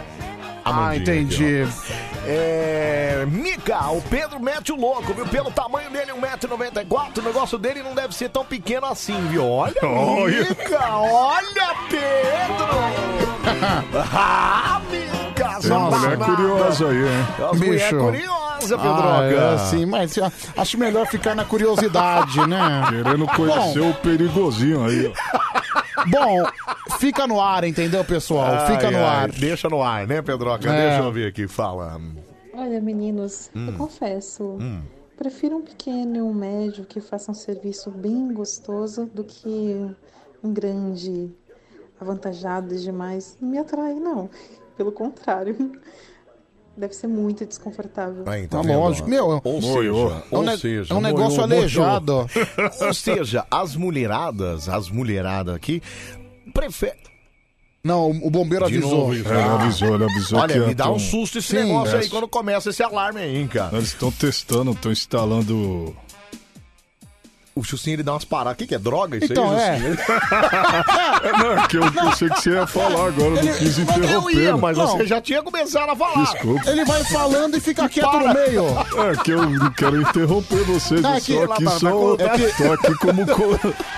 Speaker 2: Ah,
Speaker 1: Amandinha aqui,
Speaker 2: entendi.
Speaker 1: ó. é. Mica, o Pedro mete o louco, viu? Pelo tamanho dele, 1,94m. O negócio dele não deve ser tão pequeno assim, viu?
Speaker 2: (laughs)
Speaker 1: Olha,
Speaker 3: Olha.
Speaker 1: Mica, olha, Pedro! (laughs) ah, Mica,
Speaker 18: Tem uma mulher curiosa aí, hein?
Speaker 1: As mulher curiosa,
Speaker 2: Ah,
Speaker 18: Pedroca.
Speaker 2: é, sim, mas eu acho melhor ficar na
Speaker 1: (laughs)
Speaker 2: curiosidade, né?
Speaker 18: Querendo conhecer o perigosinho aí, ó.
Speaker 2: Bom, fica no ar, entendeu, pessoal? fica
Speaker 1: Ai,
Speaker 2: no
Speaker 1: ai,
Speaker 2: ar.
Speaker 1: Deixa no ar, né, Pedroca?
Speaker 2: É.
Speaker 1: Deixa eu ver aqui, fala.
Speaker 20: Olha, meninos,
Speaker 1: Hum.
Speaker 20: eu confesso,
Speaker 1: Hum.
Speaker 20: prefiro um pequeno e um médio que faça um serviço bem gostoso do que um grande avantajado e demais. Não me atrai, não. Pelo contrário, (laughs) deve ser muito desconfortável.
Speaker 18: Ah,
Speaker 1: Aí,
Speaker 18: então
Speaker 2: Tá lógico, meu.
Speaker 1: Ou seja,
Speaker 2: Moiô. É um
Speaker 1: ou
Speaker 2: ne-
Speaker 1: seja,
Speaker 2: é um negócio aleijado.
Speaker 18: (laughs)
Speaker 1: Ou seja, as mulheradas, as mulheradas aqui, preferem.
Speaker 2: Não, o bombeiro
Speaker 1: De
Speaker 2: avisou.
Speaker 1: novo isso. É, ele avisou, ele
Speaker 18: avisou
Speaker 1: Olha,
Speaker 18: que
Speaker 1: me
Speaker 18: ia
Speaker 1: dá
Speaker 18: ter
Speaker 1: um
Speaker 18: um-
Speaker 1: susto esse
Speaker 18: Sim.
Speaker 1: negócio aí
Speaker 18: É.
Speaker 1: quando começa esse alarme aí, hein, cara.
Speaker 18: Eles estão testando, estão instalando.
Speaker 1: O Chucinho ele dá umas paradas. O que, que é droga isso
Speaker 18: Então,
Speaker 1: aí?
Speaker 18: é. Não, (laughs) é que eu pensei que você ia falar agora, eu não quis interromper.
Speaker 1: Eu ia,
Speaker 18: né?
Speaker 1: mas
Speaker 18: Não,
Speaker 1: você já tinha começado a falar.
Speaker 18: Desculpa.
Speaker 2: Ele vai falando e fica quieto
Speaker 1: Para.
Speaker 2: no meio.
Speaker 18: É que eu não quero interromper vocês,
Speaker 2: Não, é
Speaker 18: eu
Speaker 2: que-
Speaker 18: sou
Speaker 2: lá,
Speaker 18: aqui
Speaker 2: vai, vai
Speaker 18: só.
Speaker 2: contar. É que- Tá
Speaker 18: Tô aqui como. co-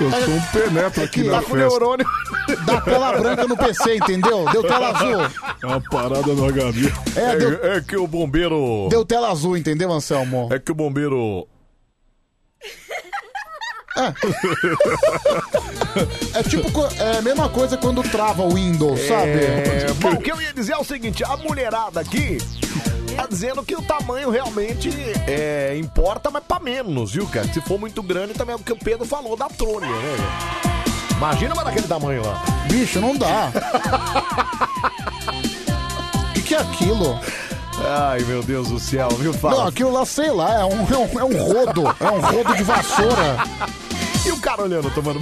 Speaker 18: Eu sou um
Speaker 2: (laughs)
Speaker 18: penetra aqui na festa.
Speaker 2: Dá tela branca no PC, entendeu? Deu tela
Speaker 18: (laughs)
Speaker 2: azul.
Speaker 18: É uma parada no HD.
Speaker 2: É,
Speaker 1: É, que o bombeiro.
Speaker 2: Deu tela azul, entendeu, Anselmo?
Speaker 1: É que o bombeiro.
Speaker 2: É tipo, co- é a mesma coisa quando trava o Windows,
Speaker 1: É,
Speaker 2: (laughs) sabe?
Speaker 1: bom, o que eu ia dizer é o seguinte: a mulherada aqui tá dizendo que o tamanho realmente é, importa, mas pra menos, viu, cara? Se for muito grande, também é o que o Pedro falou da trônia, né? velho? Imagina uma daquele tamanho lá.
Speaker 2: Bicho, não dá. O que, que é aquilo?
Speaker 1: (laughs) Ai, meu Deus do céu, viu,
Speaker 2: Não,
Speaker 1: Fábio?
Speaker 2: aquilo lá, sei lá, é um, é um, é um rodo. É um rodo de
Speaker 1: (laughs)
Speaker 2: vassoura. né?
Speaker 1: E o cara olhando, tomando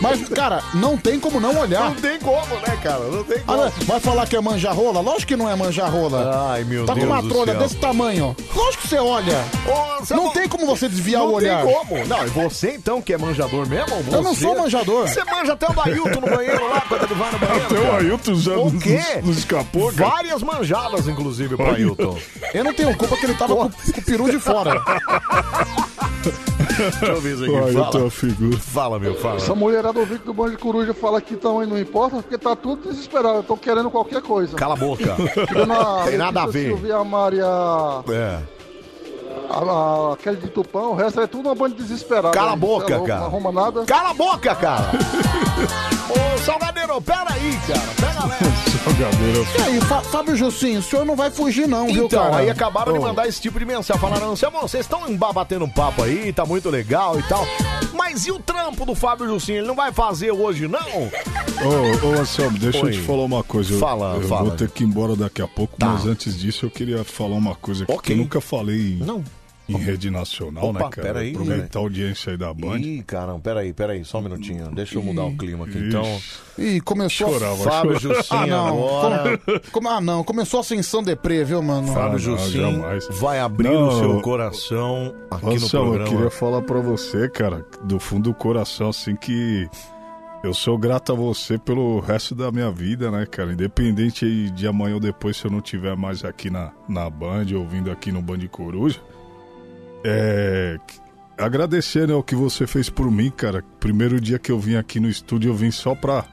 Speaker 2: Mas, cara, não tem como não olhar.
Speaker 1: Não tem como, né, cara? Não tem
Speaker 2: como. vai falar que é manjarrola? Lógico que não é manjarrola.
Speaker 1: Ai, meu
Speaker 2: tá
Speaker 1: Deus
Speaker 2: Tá com
Speaker 1: do
Speaker 2: uma trolha
Speaker 1: céu.
Speaker 2: desse tamanho. Lógico que você olha. não tem como você desviar o olhar.
Speaker 1: Não tem como. Não, e você então que é manjador mesmo?
Speaker 2: Eu não
Speaker 1: Você-
Speaker 2: sou manjador.
Speaker 1: Você manja até o Ailton no banheiro lá, quando ele vai no banheiro.
Speaker 18: Até o
Speaker 1: cara.
Speaker 18: Então, Ailton já
Speaker 1: O
Speaker 18: nos-
Speaker 1: quê?
Speaker 18: nos escapou, cara.
Speaker 1: Várias manjadas, inclusive, pro
Speaker 18: Olha.
Speaker 1: Ailton.
Speaker 2: Eu não tenho culpa que ele tava com, com o peru de fora.
Speaker 1: (laughs) Deixa eu ver isso aqui.
Speaker 18: Ai, eu tô
Speaker 1: fala.
Speaker 18: uma então, figura.
Speaker 1: fala, meu, fala.
Speaker 11: Essa mulherada ouvinte do Bando de Coruja fala que tamanho não importa, porque tá tudo desesperado, estão querendo qualquer coisa.
Speaker 1: Cala a boca.
Speaker 11: Dona
Speaker 1: (laughs) Tem nada a
Speaker 11: Letícia
Speaker 1: ver.
Speaker 11: Silvia, a Maria, a,
Speaker 1: É.
Speaker 11: a, aquele de Tupã, o resto é tudo uma banda desesperada.
Speaker 1: Cala a
Speaker 11: Você
Speaker 1: boca,
Speaker 11: é louco,
Speaker 1: cara.
Speaker 11: Não arruma nada.
Speaker 1: Cala a boca, cara! Ô, Salgadeiro, pera aí, cara. Pega leve.
Speaker 2: E aí, Fá- Fábio Jussim, o senhor não vai fugir não, viu,
Speaker 1: Então,
Speaker 2: cara?
Speaker 1: aí acabaram de
Speaker 2: Oh.
Speaker 1: mandar esse tipo de mensagem. Falaram assim, amor, vocês estão batendo um papo aí, tá muito legal e tal. Mas e o trampo do Fábio Jussim? Ele não vai fazer hoje, não?
Speaker 18: Ô, ô Anselmo, deixa
Speaker 1: Oi.
Speaker 18: eu te falar uma coisa. Eu-
Speaker 1: Fala,
Speaker 18: eu
Speaker 1: fala. Tá.
Speaker 18: vou ter que ir embora daqui a pouco, mas antes disso eu queria falar uma coisa que
Speaker 1: Ok.
Speaker 18: eu nunca falei em, em rede nacional,
Speaker 1: Opa,
Speaker 18: né, cara?
Speaker 1: peraí,
Speaker 18: Aproveitar
Speaker 1: peraí.
Speaker 18: a audiência aí da Band.
Speaker 1: Ih, caramba, peraí, peraí, só um minutinho. Deixa eu mudar o clima aqui, então.
Speaker 2: Ih, começou... a-
Speaker 1: Chorava, Fábio chorava. Jussim
Speaker 2: ah, não.
Speaker 1: agora. Ah,
Speaker 2: Como- como- ah, não. Começou a ascensão deprê, viu, mano?
Speaker 1: Fábio Jussim vai abrir o
Speaker 18: Ah, Não.
Speaker 1: seu coração aqui no
Speaker 18: Anselmo, eu
Speaker 1: programa.
Speaker 18: queria falar pra você, cara, do fundo do coração, assim, que eu sou grato a você pelo resto da minha vida, né, cara? Independente aí de amanhã ou depois, se eu não estiver mais aqui na, na Band, ouvindo aqui no Band Coruja, é... que- Agradecer, né, o que você fez por mim, cara. Primeiro dia que eu vim aqui no estúdio, eu vim só pra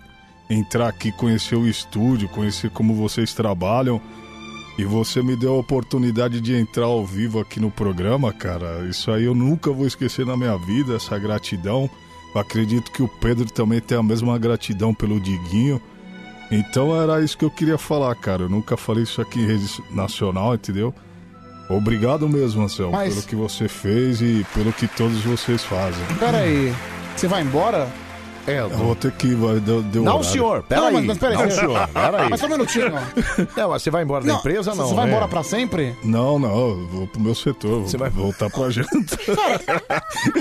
Speaker 18: entrar aqui, conhecer o estúdio, conhecer como vocês trabalham. E você me deu a oportunidade de entrar ao vivo aqui no programa, cara. Isso aí eu nunca vou esquecer na minha vida, essa gratidão. Acredito que o Pedro também tem a mesma gratidão pelo Diguinho. Então era isso que eu queria falar, cara. Eu nunca falei isso aqui em rede nacional, entendeu? Obrigado mesmo, Anselmo,
Speaker 2: Mas-
Speaker 18: pelo que você fez e pelo que todos vocês fazem.
Speaker 2: Pera aí. Você vai embora?
Speaker 1: É,
Speaker 18: eu vou ter que ir, vai, deu, deu
Speaker 1: Não,
Speaker 18: horário.
Speaker 1: senhor, pera
Speaker 2: Não,
Speaker 1: aí.
Speaker 2: mas- mas pera aí.
Speaker 1: Não, senhor, pera aí.
Speaker 2: Mas só um minutinho.
Speaker 1: (laughs) Não, mas você vai embora da
Speaker 2: Não,
Speaker 1: empresa, não?
Speaker 2: Você vai
Speaker 1: né?
Speaker 2: embora pra sempre?
Speaker 18: Não, não, eu vou pro meu setor, vou voltar
Speaker 1: (laughs)
Speaker 18: pra janta.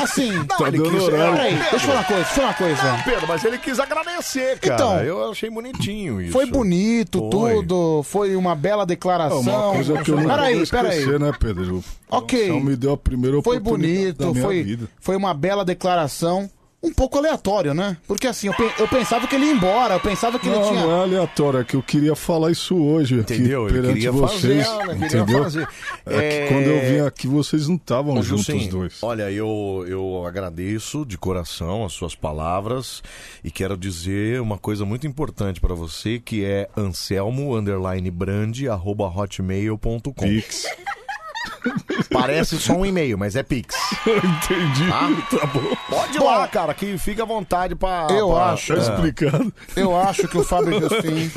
Speaker 2: Assim...
Speaker 18: Tá
Speaker 1: ele
Speaker 18: dando
Speaker 1: quis-
Speaker 18: horário.
Speaker 2: Peraí, deixa eu falar uma coisa, deixa eu falar uma coisa.
Speaker 1: Pedro, mas ele quis agradecer, cara.
Speaker 2: Então,
Speaker 1: eu achei bonitinho isso.
Speaker 2: Foi bonito,
Speaker 1: Foi.
Speaker 2: tudo. Foi uma bela declaração.
Speaker 18: É Uma coisa que eu não vou
Speaker 2: peraí, peraí.
Speaker 18: esquecer, né, Pedro?
Speaker 2: Ok.
Speaker 18: Então me deu a primeira
Speaker 2: Foi
Speaker 18: oportunidade da
Speaker 2: bonito,
Speaker 18: minha
Speaker 2: foi,
Speaker 18: vida.
Speaker 2: foi uma bela declaração. Um pouco aleatório, né? Porque assim, eu, pe- eu pensava que ele ia embora, eu pensava que ele
Speaker 18: Não,
Speaker 2: tinha.
Speaker 18: não é aleatório, é que eu queria falar isso hoje aqui
Speaker 1: Entendeu? Ele
Speaker 18: perante
Speaker 1: queria
Speaker 18: vocês,
Speaker 1: fazer, né? Queria
Speaker 18: entendeu?
Speaker 1: fazer.
Speaker 18: É
Speaker 1: É,
Speaker 18: que quando eu vim aqui vocês não estavam
Speaker 1: Ô,
Speaker 18: juntos
Speaker 1: Jussim,
Speaker 18: os dois.
Speaker 1: Olha, eu, eu agradeço de coração as suas palavras e quero dizer uma coisa muito importante pra você, que é anselmo, underline brand, arroba hotmail.com.
Speaker 18: Pix.
Speaker 1: (laughs) Parece só um e-mail, mas é Pix.
Speaker 18: (laughs) Entendi.
Speaker 1: Tá? bom. Pode ir lá, cara, que fica à vontade pra.
Speaker 2: Eu
Speaker 1: pra-
Speaker 2: acho.
Speaker 1: É.
Speaker 2: Eu acho que o
Speaker 18: (laughs)
Speaker 2: Fábio Justin.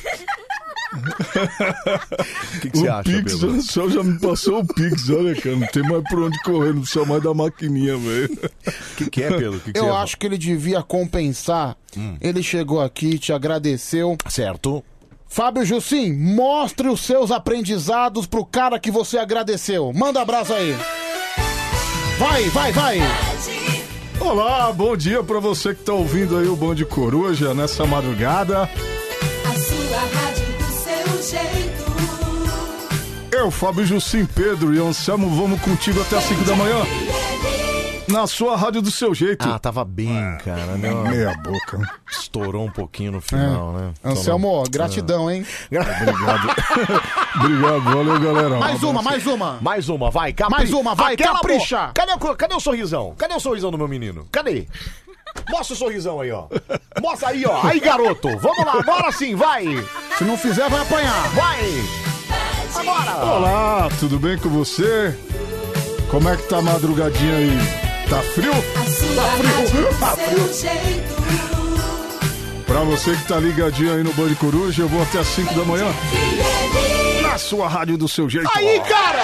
Speaker 1: O que, que
Speaker 18: O
Speaker 1: você acha,
Speaker 18: Pix,
Speaker 1: Pedro?
Speaker 18: olha só, já me passou o Pix, olha, cara. Não tem mais por onde correr, não precisa mais da maquininha, velho.
Speaker 1: O que, que é, Pedro? O que que
Speaker 2: eu
Speaker 1: você- Hum.
Speaker 2: acho que ele devia compensar. Ele chegou aqui, te agradeceu.
Speaker 1: Certo.
Speaker 2: Fábio Jussim, mostre os seus aprendizados pro cara que você agradeceu. Manda abraço aí. Vai, vai, vai.
Speaker 1: Tá
Speaker 18: Olá, bom dia pra você que tá ouvindo aí o Bom de Coruja nessa madrugada.
Speaker 3: A sua rádio do seu jeito.
Speaker 18: Eu, Fábio Jussim Pedro e Anselmo, vamos contigo até as 5 da manhã. Na sua rádio do seu jeito. É.
Speaker 1: Ah, tava bem, cara. Não.
Speaker 18: Meia boca. É.
Speaker 1: Estourou um pouquinho no final, né? É.
Speaker 2: Anselmo,
Speaker 1: Estourou.
Speaker 2: gratidão, hein?
Speaker 18: Obrigado. (laughs) Obrigado, valeu, galera.
Speaker 2: Mais uma, mais uma.
Speaker 1: Mais uma, vai, capricha.
Speaker 2: Mais uma, vai,
Speaker 1: Aquela
Speaker 2: capricha.
Speaker 1: boa. Cadê, o- cadê o sorrisão? Cadê o sorrisão do meu menino? Cadê? Mostra o sorrisão aí, ó. Mostra aí,
Speaker 18: (laughs)
Speaker 1: ó. Aí, garoto. Vamos lá, agora sim, vai.
Speaker 2: Se não fizer, vai apanhar.
Speaker 1: Vai. Agora.
Speaker 18: Olá, tudo bem com você? Como é que tá a madrugadinha aí? Tá frio? Tá
Speaker 3: A sua rádio do seu jeito.
Speaker 18: Pra você que tá ligadinho aí no Band Coruja, eu vou até as 5 da manhã. Na sua rádio do seu jeito.
Speaker 1: Aí, cara.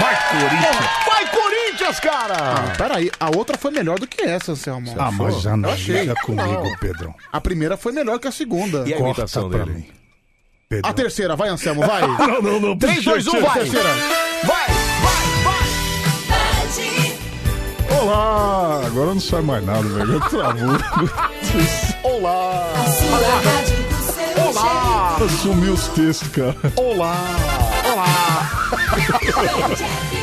Speaker 18: Vai, Corinthians.
Speaker 1: Vai, Corinthians, cara.
Speaker 2: Ah, peraí, a outra foi melhor do que essa, Anselmo.
Speaker 18: Ah, mas já não
Speaker 2: Eu achei.
Speaker 18: liga comigo,
Speaker 2: Não.
Speaker 18: Pedrão.
Speaker 2: A primeira foi melhor que a segunda.
Speaker 18: Corta pra mim.
Speaker 1: Pedro.
Speaker 2: A terceira, vai, Anselmo, vai.
Speaker 1: (laughs) Não, não, não.
Speaker 2: 3, 2, 1, vai. Terceira.
Speaker 18: Olá! Agora não sai mais nada, velho. Eu travou.
Speaker 1: Olá! Ah.
Speaker 3: Olá!
Speaker 18: Sumiu os textos, cara.
Speaker 1: Olá!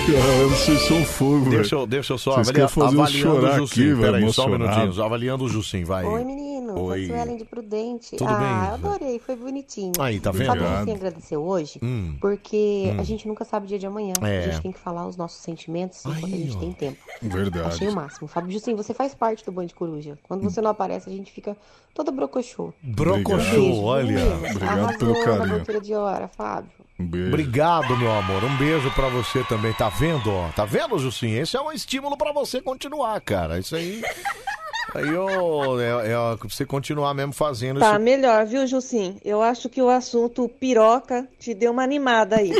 Speaker 18: Cara, vocês são fogo,
Speaker 1: Deixa
Speaker 18: velho.
Speaker 1: eu, deixa eu só
Speaker 18: Vocês
Speaker 1: avalia-
Speaker 18: querem fazer eu
Speaker 1: avaliando
Speaker 18: chorar
Speaker 1: o Jussim.
Speaker 18: aqui, velho,
Speaker 1: Peraí, só um
Speaker 18: emocionado.
Speaker 1: minutinho. Só avaliando o Jussim, vai.
Speaker 20: Oi, menino. é
Speaker 1: Oi.
Speaker 20: Eu sou Ellen de Prudente.
Speaker 1: Tudo
Speaker 20: ah,
Speaker 1: bem?
Speaker 20: eu adorei. Foi bonitinho.
Speaker 1: Aí, tá vendo?
Speaker 20: Sabe o que
Speaker 1: Obrigado.
Speaker 20: você agradeceu hoje?
Speaker 1: Hum.
Speaker 20: Porque
Speaker 1: Hum.
Speaker 20: a gente nunca sabe o dia de amanhã.
Speaker 1: É.
Speaker 20: A gente tem que falar os nossos sentimentos enquanto a gente
Speaker 1: ó.
Speaker 20: tem tempo.
Speaker 1: Verdade.
Speaker 20: Achei o máximo. Fábio Justin, você faz parte do Band Coruja. Quando você não aparece, a gente fica toda brocochô.
Speaker 1: Brocochô,
Speaker 20: Beijo,
Speaker 1: olha.
Speaker 20: meninas.
Speaker 1: Obrigado
Speaker 20: Arrasou
Speaker 1: pelo
Speaker 20: na
Speaker 1: carinho.
Speaker 20: abertura de hora, Fábio.
Speaker 18: Um
Speaker 1: Obrigado, meu amor. Um beijo pra você também. Tá vendo, ó? Tá vendo, Jussim? Esse é um estímulo pra você continuar, cara. Isso aí. Aí, ó, é, é pra você continuar mesmo fazendo
Speaker 22: Tá
Speaker 1: isso. (laughs)
Speaker 22: melhor, viu, Jussim? Eu acho que o assunto piroca te deu uma animada aí.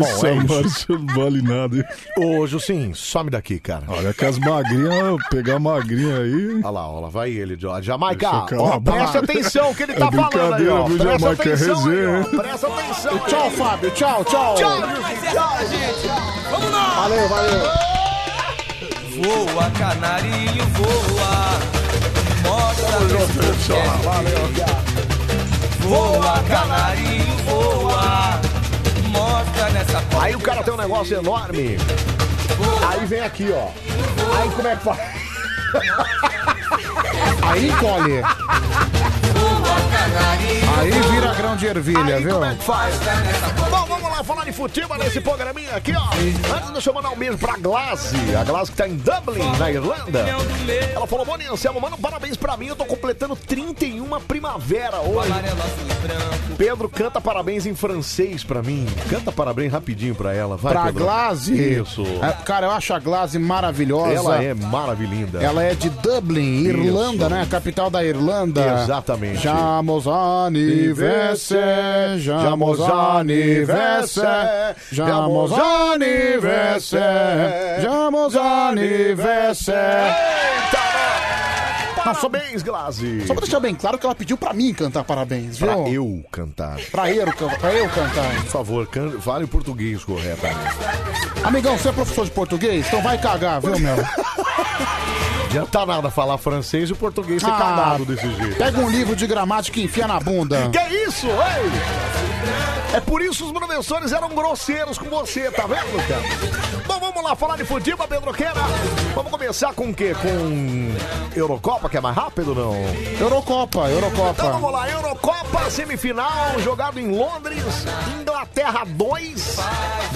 Speaker 18: Essa
Speaker 1: é isso.
Speaker 18: marcha não vale nada. hein?
Speaker 1: Ô, Jussim, some daqui, cara.
Speaker 18: Olha que as magrinhas, pegar magrinha aí.
Speaker 1: Olha lá, olha lá, vai ele, ó. Jamaica,
Speaker 18: Deixa eu calar
Speaker 1: ó,
Speaker 18: a boca.
Speaker 1: presta atenção que ele tá
Speaker 18: É
Speaker 1: falando aí, ó.
Speaker 18: brincadeira, viu,
Speaker 1: Presta
Speaker 18: Jamaica? É
Speaker 1: atenção aí, ó.
Speaker 18: resenha, hein?
Speaker 1: Presta atenção.
Speaker 2: Tchau, Fábio. Tchau, tchau.
Speaker 1: Tchau,
Speaker 3: Jussi. Tchau, gente. Vamos lá.
Speaker 2: Valeu, valeu.
Speaker 3: Voa, canarinho, voa. Mostra é o Voa, canarinho, voa. Mostra nessa porta.
Speaker 1: Aí o cara tem um negócio enorme. Aí vem aqui, ó. Aí como é que faz? (laughs)
Speaker 2: Aí encolhe. Aí vira grão de ervilha, viu?
Speaker 1: Faz. Bom, vamos lá falar de futebol nesse programinha aqui, ó. Antes, deixa eu mandar um beijo pra Glaze, a Glaze que tá em Dublin, na Irlanda. Ela falou, Boni Anselmo, mano, parabéns pra mim, eu tô completando 31 primavera hoje. Pedro canta parabéns em francês pra mim. Canta parabéns rapidinho pra ela, vai,
Speaker 2: pra
Speaker 1: Pedro.
Speaker 2: Glaze.
Speaker 1: Isso.
Speaker 2: É, Cara, eu acho a Glaze maravilhosa.
Speaker 1: Ela é maravilhinda.
Speaker 2: Ela é de Dublin,
Speaker 1: Isso.
Speaker 2: Irlanda, né? A capital da Irlanda.
Speaker 1: Exatamente.
Speaker 2: Já aniversaire, já aniversaire, já aniversaire, já aniversaire.
Speaker 1: né? Parabéns, Glaze.
Speaker 2: Só pra deixar bem claro que ela pediu pra mim cantar parabéns, viu?
Speaker 1: Pra eu cantar.
Speaker 2: Pra eu, can- pra eu cantar.
Speaker 1: Por favor, can... fale o português corretamente.
Speaker 2: Amigão, você é professor de português? Então vai cagar, viu, meu?
Speaker 1: Não adianta tá nada falar francês e o português ser
Speaker 2: Ah,
Speaker 1: cagado desse jeito.
Speaker 2: Pega um livro de gramática e enfia na bunda.
Speaker 1: Que é isso, ei? É por isso os professores eram grosseiros com você, tá vendo, cara? Bom, vamos lá falar de fudiba, Pedroqueira. Vamos começar com o quê? Com Eurocopa, que é mais rápido, não?
Speaker 2: Eurocopa, Eurocopa.
Speaker 1: Então vamos lá, Eurocopa, semifinal, jogado em Londres, Inglaterra 2,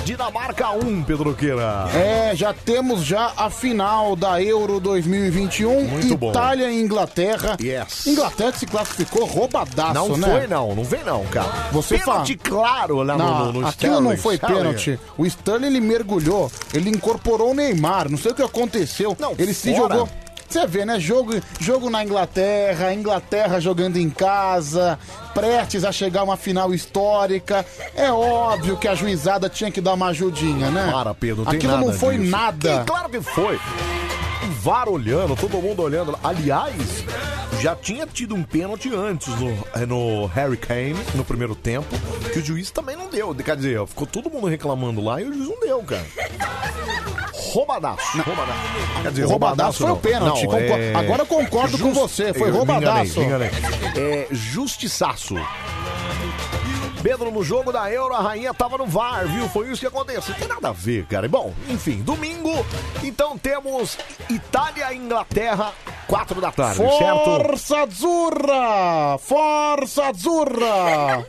Speaker 1: Dinamarca 1, Pedroqueira.
Speaker 2: É, já temos já a final da Euro 2021.
Speaker 1: Muito bom.
Speaker 2: Itália e Inglaterra.
Speaker 1: Yes.
Speaker 2: Inglaterra que se classificou roubadaço,
Speaker 1: Não
Speaker 2: né?
Speaker 1: foi, não, não vem, não, cara.
Speaker 2: Você
Speaker 1: Pênalti claro lá no- no, no
Speaker 2: aquilo
Speaker 1: Sterling,
Speaker 2: não foi
Speaker 1: Sterling.
Speaker 2: pênalti. O Sterling ele mergulhou, ele incorporou o Neymar. Não sei o que aconteceu. ele se
Speaker 1: fora.
Speaker 2: jogou. Você vê, né? Jogo, jogo na Inglaterra, Inglaterra jogando em casa, prestes a chegar uma final histórica. É óbvio que a juizada tinha que dar uma ajudinha, né?
Speaker 1: Para, Pedro, não tem
Speaker 2: Aquilo
Speaker 1: nada
Speaker 2: não foi
Speaker 1: disso.
Speaker 2: nada.
Speaker 1: Que- claro que foi. O VAR olhando, todo mundo olhando. Aliás, já tinha tido um pênalti antes no, eh, no Harry Kane, no primeiro tempo, que o juiz também não deu. Quer dizer, ó, ficou todo mundo reclamando lá e o juiz não deu, cara. Roubadaço, roubadaço. Quer dizer,
Speaker 2: O roubadaço foi o
Speaker 1: não.
Speaker 2: pênalti,
Speaker 1: Não,
Speaker 2: concor-
Speaker 1: é-
Speaker 2: agora eu concordo com você, foi
Speaker 1: Eu- me
Speaker 2: roubadaço.
Speaker 1: enganei, me enganei. É justiçaço. Pedro, no jogo da Euro, a rainha tava no VAR, viu? Foi isso que aconteceu. Tem nada a ver, cara. Bom, enfim, domingo, então temos Itália e Inglaterra, 4 da tarde, certo?
Speaker 2: Força Azzurra! Força Azzurra!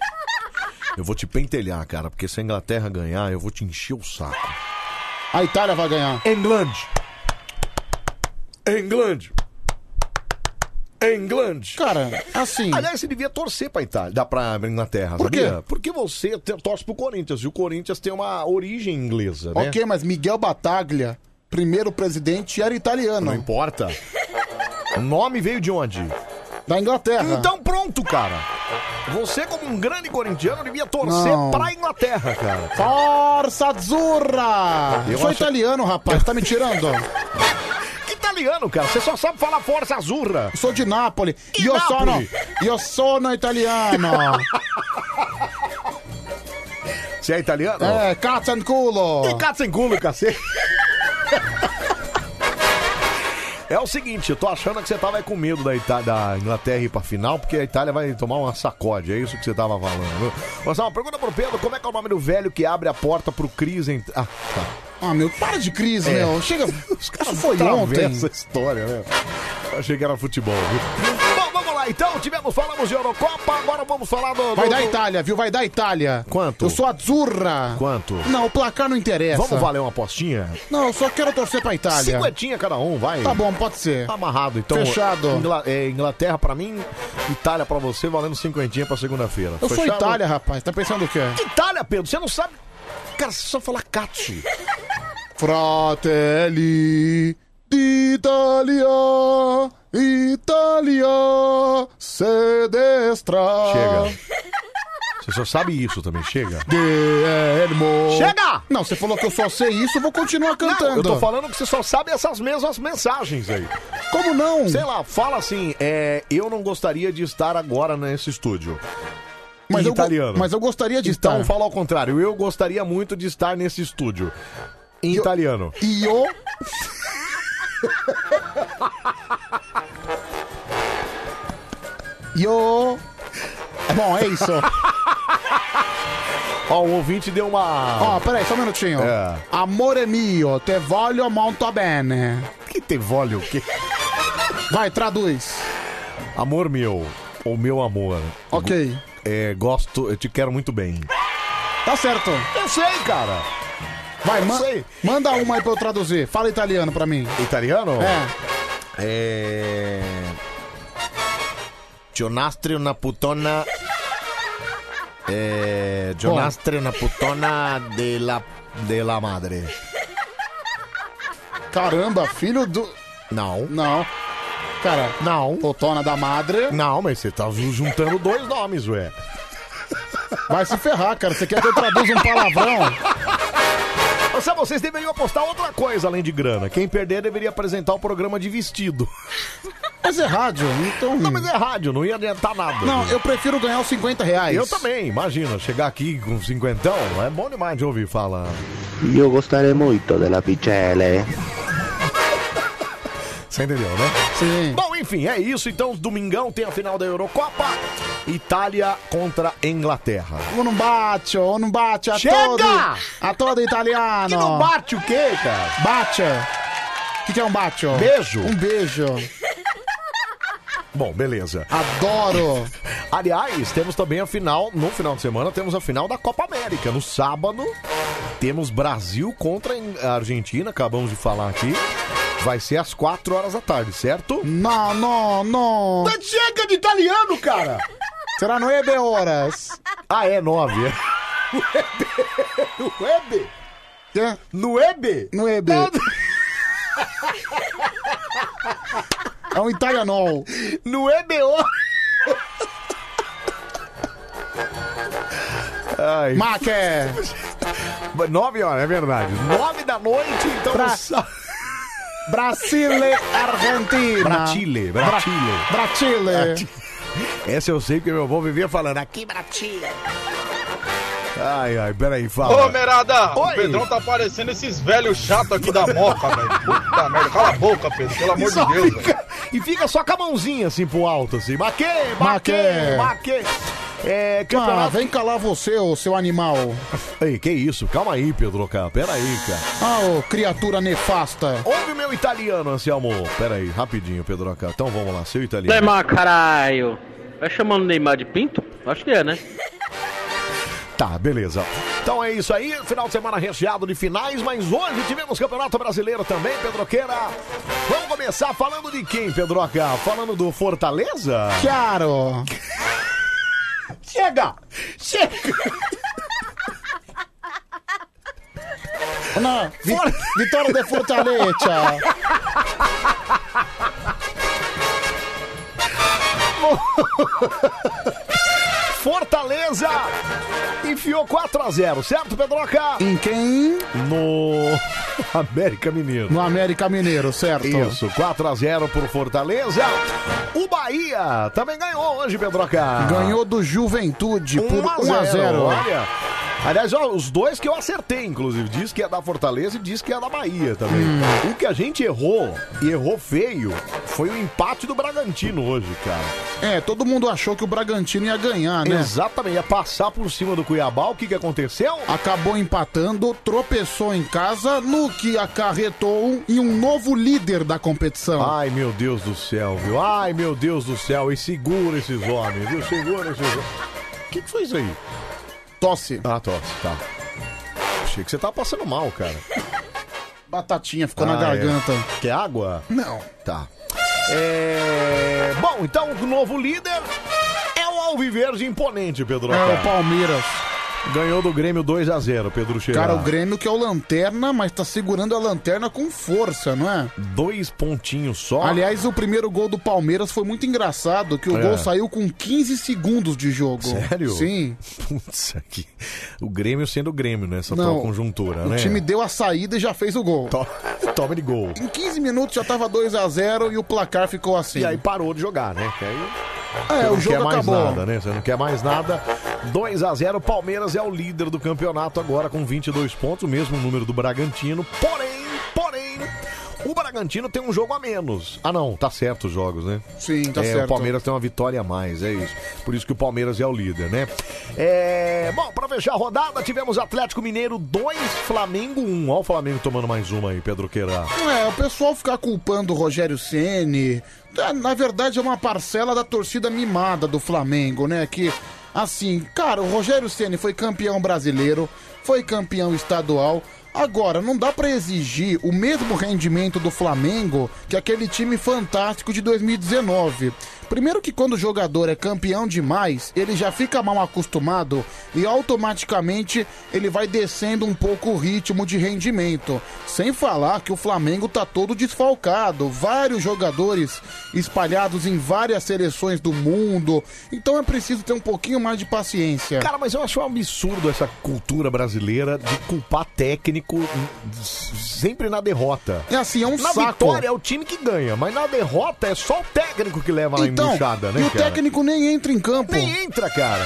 Speaker 1: Eu vou te pentelhar, cara, porque se a Inglaterra ganhar, eu vou te encher o saco.
Speaker 2: A Itália vai ganhar.
Speaker 1: England. England. England.
Speaker 2: Cara, assim.
Speaker 1: Aliás, você devia torcer pra Itália, dá pra Inglaterra,
Speaker 2: Por
Speaker 1: sabia?
Speaker 2: quê?
Speaker 1: Porque você te- torce pro Corinthians e o Corinthians tem uma origem inglesa, né?
Speaker 2: (laughs) Ok, mas Miguel Bataglia, primeiro presidente, era italiano. Não
Speaker 1: importa. O nome veio de onde?
Speaker 2: Da Inglaterra.
Speaker 1: Então pronto, cara. Você, como um grande corintiano, devia torcer
Speaker 2: Não.
Speaker 1: pra Inglaterra, cara.
Speaker 2: Força Azzurra!
Speaker 1: Eu
Speaker 2: Ah, Sou
Speaker 1: acho-
Speaker 2: italiano, rapaz, tá me
Speaker 1: (laughs)
Speaker 2: tirando?
Speaker 1: Que italiano, cara? Você só sabe falar Força Azzurra.
Speaker 2: Sou de Nápoles. E eu sono,
Speaker 1: Nápoles?
Speaker 2: eu sono italiano.
Speaker 1: (laughs) Você é italiano?
Speaker 2: É, cazzo and culo.
Speaker 1: Que cazzo and culo, cacete. (laughs) É o seguinte, eu tô achando que você tava aí com medo da, Ita da Inglaterra ir pra final, porque a Itália vai tomar uma sacode, é isso que você tava falando. viu? Mas uma pergunta pro Pedro, como é que é o nome do velho que abre a porta pro Cris entrar? Ah, tá.
Speaker 2: Ah, meu, para de crise,
Speaker 1: É.
Speaker 2: meu. Chega. Isso foi
Speaker 1: Atravessa
Speaker 2: ontem.
Speaker 1: essa história, né? Eu achei que era futebol, viu? Bom, vamos lá então, tivemos, falamos de Eurocopa, agora vamos falar do... do-
Speaker 2: Vai dar
Speaker 1: do-
Speaker 2: Itália, viu? Vai dar Itália.
Speaker 1: Quanto?
Speaker 2: Eu sou azurra.
Speaker 1: Quanto?
Speaker 2: Não, o placar não interessa.
Speaker 1: Vamos valer um uma apostinha?
Speaker 2: Não, eu só quero torcer pra Itália.
Speaker 1: Cinquentinha cada um, vai.
Speaker 2: Tá bom, pode ser.
Speaker 1: Tá amarrado, então.
Speaker 2: Fechado.
Speaker 1: Ingla- é, Inglaterra pra mim, Itália pra você, valendo cinquentinha pra segunda-feira.
Speaker 2: Eu sou
Speaker 1: Fechado?
Speaker 2: Itália, rapaz. Tá pensando o quê?
Speaker 1: Itália, Pedro, você não sabe. Cara, você só fala Cati.
Speaker 2: Fratelli d'Italia, Italia sedestra.
Speaker 1: Chega. Você só sabe isso também, chega.
Speaker 2: Guilhermo.
Speaker 1: Chega!
Speaker 2: Não, você falou que eu só sei isso, eu vou continuar cantando.
Speaker 1: Não, eu tô falando que você só sabe essas mesmas mensagens aí.
Speaker 2: Como não?
Speaker 1: Sei lá, fala assim, é, eu não gostaria de estar agora nesse estúdio.
Speaker 2: Mas
Speaker 1: Em
Speaker 2: eu go-
Speaker 1: italiano.
Speaker 2: mas eu gostaria de
Speaker 1: então,
Speaker 2: estar.
Speaker 1: fala ao contrário. Eu gostaria muito de estar nesse estúdio. Em italiano.
Speaker 2: Io. Io. Bom, é isso.
Speaker 1: (laughs) Ó, o ouvinte deu uma.
Speaker 2: Ó, peraí, só um minutinho.
Speaker 1: É.
Speaker 2: Amore mio, te voglio molto bene.
Speaker 1: Que te voglio o quê?
Speaker 2: Vai, traduz.
Speaker 1: Amor meu, ou meu amor.
Speaker 2: Ok.
Speaker 1: É, gosto, eu te quero muito bem.
Speaker 2: Tá certo.
Speaker 1: Eu sei, cara.
Speaker 2: Vai,
Speaker 1: Eu
Speaker 2: man-
Speaker 1: sei.
Speaker 2: manda uma aí pra eu traduzir. Fala italiano pra mim.
Speaker 1: Italiano?
Speaker 2: É.
Speaker 1: É. Gionnastre una putona. É. Gionnastre una putona de la, de la madre.
Speaker 2: Caramba, filho do.
Speaker 1: Não.
Speaker 2: Não. Cara,
Speaker 1: não.
Speaker 2: Totona da madre.
Speaker 1: Não, mas você tá ju- juntando dois nomes, ué.
Speaker 2: Vai se ferrar, cara. Você quer que eu traduza um palavrão?
Speaker 1: Nossa, vocês deveriam apostar outra coisa além de grana. Quem perder deveria apresentar o programa de vestido.
Speaker 2: Mas é rádio, então.
Speaker 1: Não, mas é rádio, não ia adiantar nada.
Speaker 2: Não, eu prefiro ganhar os 50 reais.
Speaker 1: Eu também, imagina, chegar aqui com cinquentão, é bom demais de ouvir falar.
Speaker 5: Io gostarei molto della picele.
Speaker 1: Você entendeu, né?
Speaker 2: Sim.
Speaker 1: Bom, enfim, é isso. Então, domingão tem a final da Eurocopa. Itália contra Inglaterra.
Speaker 2: Eu não bate, eu não bate a
Speaker 1: Chega!
Speaker 2: todo. A todo italiano.
Speaker 1: Que não bate o quê, cara?
Speaker 2: Bate. O que, que é um bate?
Speaker 1: Beijo.
Speaker 2: Um beijo.
Speaker 1: Bom, beleza.
Speaker 2: Adoro.
Speaker 1: (laughs) Aliás, temos também a final, no final de semana, temos a final da Copa América. No sábado, temos Brasil contra a Argentina, acabamos de falar aqui. Vai ser às 4 horas da tarde, certo?
Speaker 2: Não, não, não.
Speaker 1: Mas chega de italiano, cara!
Speaker 2: Será nove horas?
Speaker 1: Ah, é 9.
Speaker 2: (laughs)
Speaker 1: No Web?
Speaker 2: É.
Speaker 1: No Web?
Speaker 2: No EB. É um italianol.
Speaker 1: No EBO. Ai.
Speaker 2: Maque.
Speaker 1: 9 horas, é verdade. 9 da noite, então.
Speaker 2: Pra-
Speaker 1: sa-
Speaker 2: (laughs) Brasile, Argentina.
Speaker 1: Brasile, Brasile.
Speaker 2: Bra- Brasile.
Speaker 1: Essa eu sei porque meu avô vivia falando aqui, Bratilha. Ai, ai, peraí,
Speaker 21: Ô,
Speaker 1: fala.
Speaker 21: Merada,
Speaker 1: Oi.
Speaker 21: o Pedrão tá parecendo esses velhos chatos aqui da Moca, velho. Puta merda, cala a boca, Pedro, pelo amor
Speaker 1: E só
Speaker 21: de Deus. velho.
Speaker 1: fica- E fica só com a mãozinha assim pro alto, assim. Maque, maque,
Speaker 2: Maquê.
Speaker 1: maque. É,
Speaker 2: Ah,
Speaker 1: campeonato.
Speaker 2: vem calar você, ô seu animal.
Speaker 1: Ei, que isso? Calma aí, Pedro K. Pera aí, cara.
Speaker 2: Ah, ô criatura nefasta.
Speaker 1: Ouve o meu italiano, Anselmo. Pera aí, rapidinho, Pedro K. Então vamos lá, seu italiano.
Speaker 5: Neymar, caralho. Vai chamando o Neymar de pinto? Acho que é, né?
Speaker 1: Tá, beleza. Então é isso aí, final de semana recheado de finais, mas hoje tivemos Campeonato Brasileiro também, Pedroqueira. Vamos começar falando de quem, Pedroca? Falando do Fortaleza?
Speaker 2: Chiaro.
Speaker 1: Chega! Chega!
Speaker 2: Não, vi- Vitória de Fortaleza.
Speaker 1: (laughs) Fortaleza enfiou 4x0, certo, Pedroca?
Speaker 2: em quem?
Speaker 1: No (laughs) América Mineiro.
Speaker 2: No América Mineiro, certo?
Speaker 1: Isso, 4 a 0 por Fortaleza. O Bahia também ganhou hoje, Pedroca. Um
Speaker 2: Ganhou do Juventude por 1 a 0.
Speaker 1: Olha, Aliás, ó, os dois que eu acertei, inclusive. Diz que é da Fortaleza e diz que é da Bahia também.
Speaker 2: Hum.
Speaker 1: O que a gente errou, e errou feio, foi o empate do Bragantino hoje, cara.
Speaker 2: É, todo mundo achou que o Bragantino ia ganhar, né?
Speaker 1: Exatamente, ia passar por cima do Cuiabá. O que, que aconteceu?
Speaker 2: Acabou empatando, tropeçou em casa, no que acarretou em um novo líder da competição.
Speaker 1: Ai, meu Deus do céu, viu? Ai, meu Deus do céu, e segura esses homens, viu? Segura esses homens. O que, que foi isso aí?
Speaker 2: Tosse.
Speaker 1: Ah, tosse, tá. Achei que você tava passando mal, cara.
Speaker 2: Batatinha ficou na
Speaker 1: Ah,
Speaker 2: garganta.
Speaker 1: é. Quer água?
Speaker 2: Não.
Speaker 1: Tá. É... Bom, então o novo líder é o Alviverde imponente, Pedro.
Speaker 2: É, o Palmeiras.
Speaker 1: Ganhou do Grêmio 2 a 0 Pedro Cheirá.
Speaker 2: Cara, o Grêmio que é o lanterna, mas tá segurando a lanterna com força, não é?
Speaker 1: Dois pontinhos só.
Speaker 2: Aliás, o primeiro gol do Palmeiras foi muito engraçado, que o
Speaker 1: É.
Speaker 2: gol saiu com 15 segundos de jogo.
Speaker 1: Sério?
Speaker 2: Sim.
Speaker 1: (laughs) Putz, aqui. O Grêmio sendo o Grêmio nessa
Speaker 2: Não,
Speaker 1: atual conjuntura,
Speaker 2: o
Speaker 1: né?
Speaker 2: time deu a saída e já fez o gol.
Speaker 1: (laughs) Toma de gol.
Speaker 2: Em 15 minutos já tava 2 a 0 e o placar ficou assim. E aí
Speaker 1: parou de jogar, né? Que aí Você
Speaker 2: É, o
Speaker 1: não
Speaker 2: jogo
Speaker 1: quer mais
Speaker 2: acabou.
Speaker 1: nada, né? Você não quer mais nada. 2 a 0 Palmeiras é o líder do campeonato agora com 22 pontos, o mesmo número do Bragantino. Porém, porém, o Bragantino tem um jogo a menos. Ah, não, tá certo os jogos, né?
Speaker 2: Sim, tá
Speaker 1: é,
Speaker 2: certo.
Speaker 1: O Palmeiras tem uma vitória a mais, é isso. Por isso que o Palmeiras é o líder, né? É, bom, pra fechar a rodada, tivemos Atlético Mineiro 2, Flamengo 1. Olha o Flamengo tomando mais uma aí, Pedro Queira.
Speaker 2: É, o pessoal ficar culpando o Rogério Ceni, tá, na verdade é uma parcela da torcida mimada do Flamengo, né? Que assim, cara, o Rogério Ceni foi campeão brasileiro, foi campeão estadual. Agora, não dá pra exigir o mesmo rendimento do Flamengo que aquele time fantástico de 2019. Primeiro que quando o jogador é campeão demais, ele já fica mal acostumado e automaticamente ele vai descendo um pouco o ritmo de rendimento. Sem falar que o Flamengo tá todo desfalcado, vários jogadores espalhados em várias seleções do mundo. Então é preciso ter um pouquinho mais de paciência.
Speaker 1: Cara, mas eu acho um absurdo essa cultura brasileira de culpar técnico s- sempre na derrota.
Speaker 2: É assim, é um
Speaker 1: na
Speaker 2: saco.
Speaker 1: vitória é o time que ganha, mas na derrota é só o técnico que leva a
Speaker 2: Então,
Speaker 1: embuchada, né,
Speaker 2: e o
Speaker 1: cara?
Speaker 2: técnico nem entra em campo.
Speaker 1: Nem entra, cara.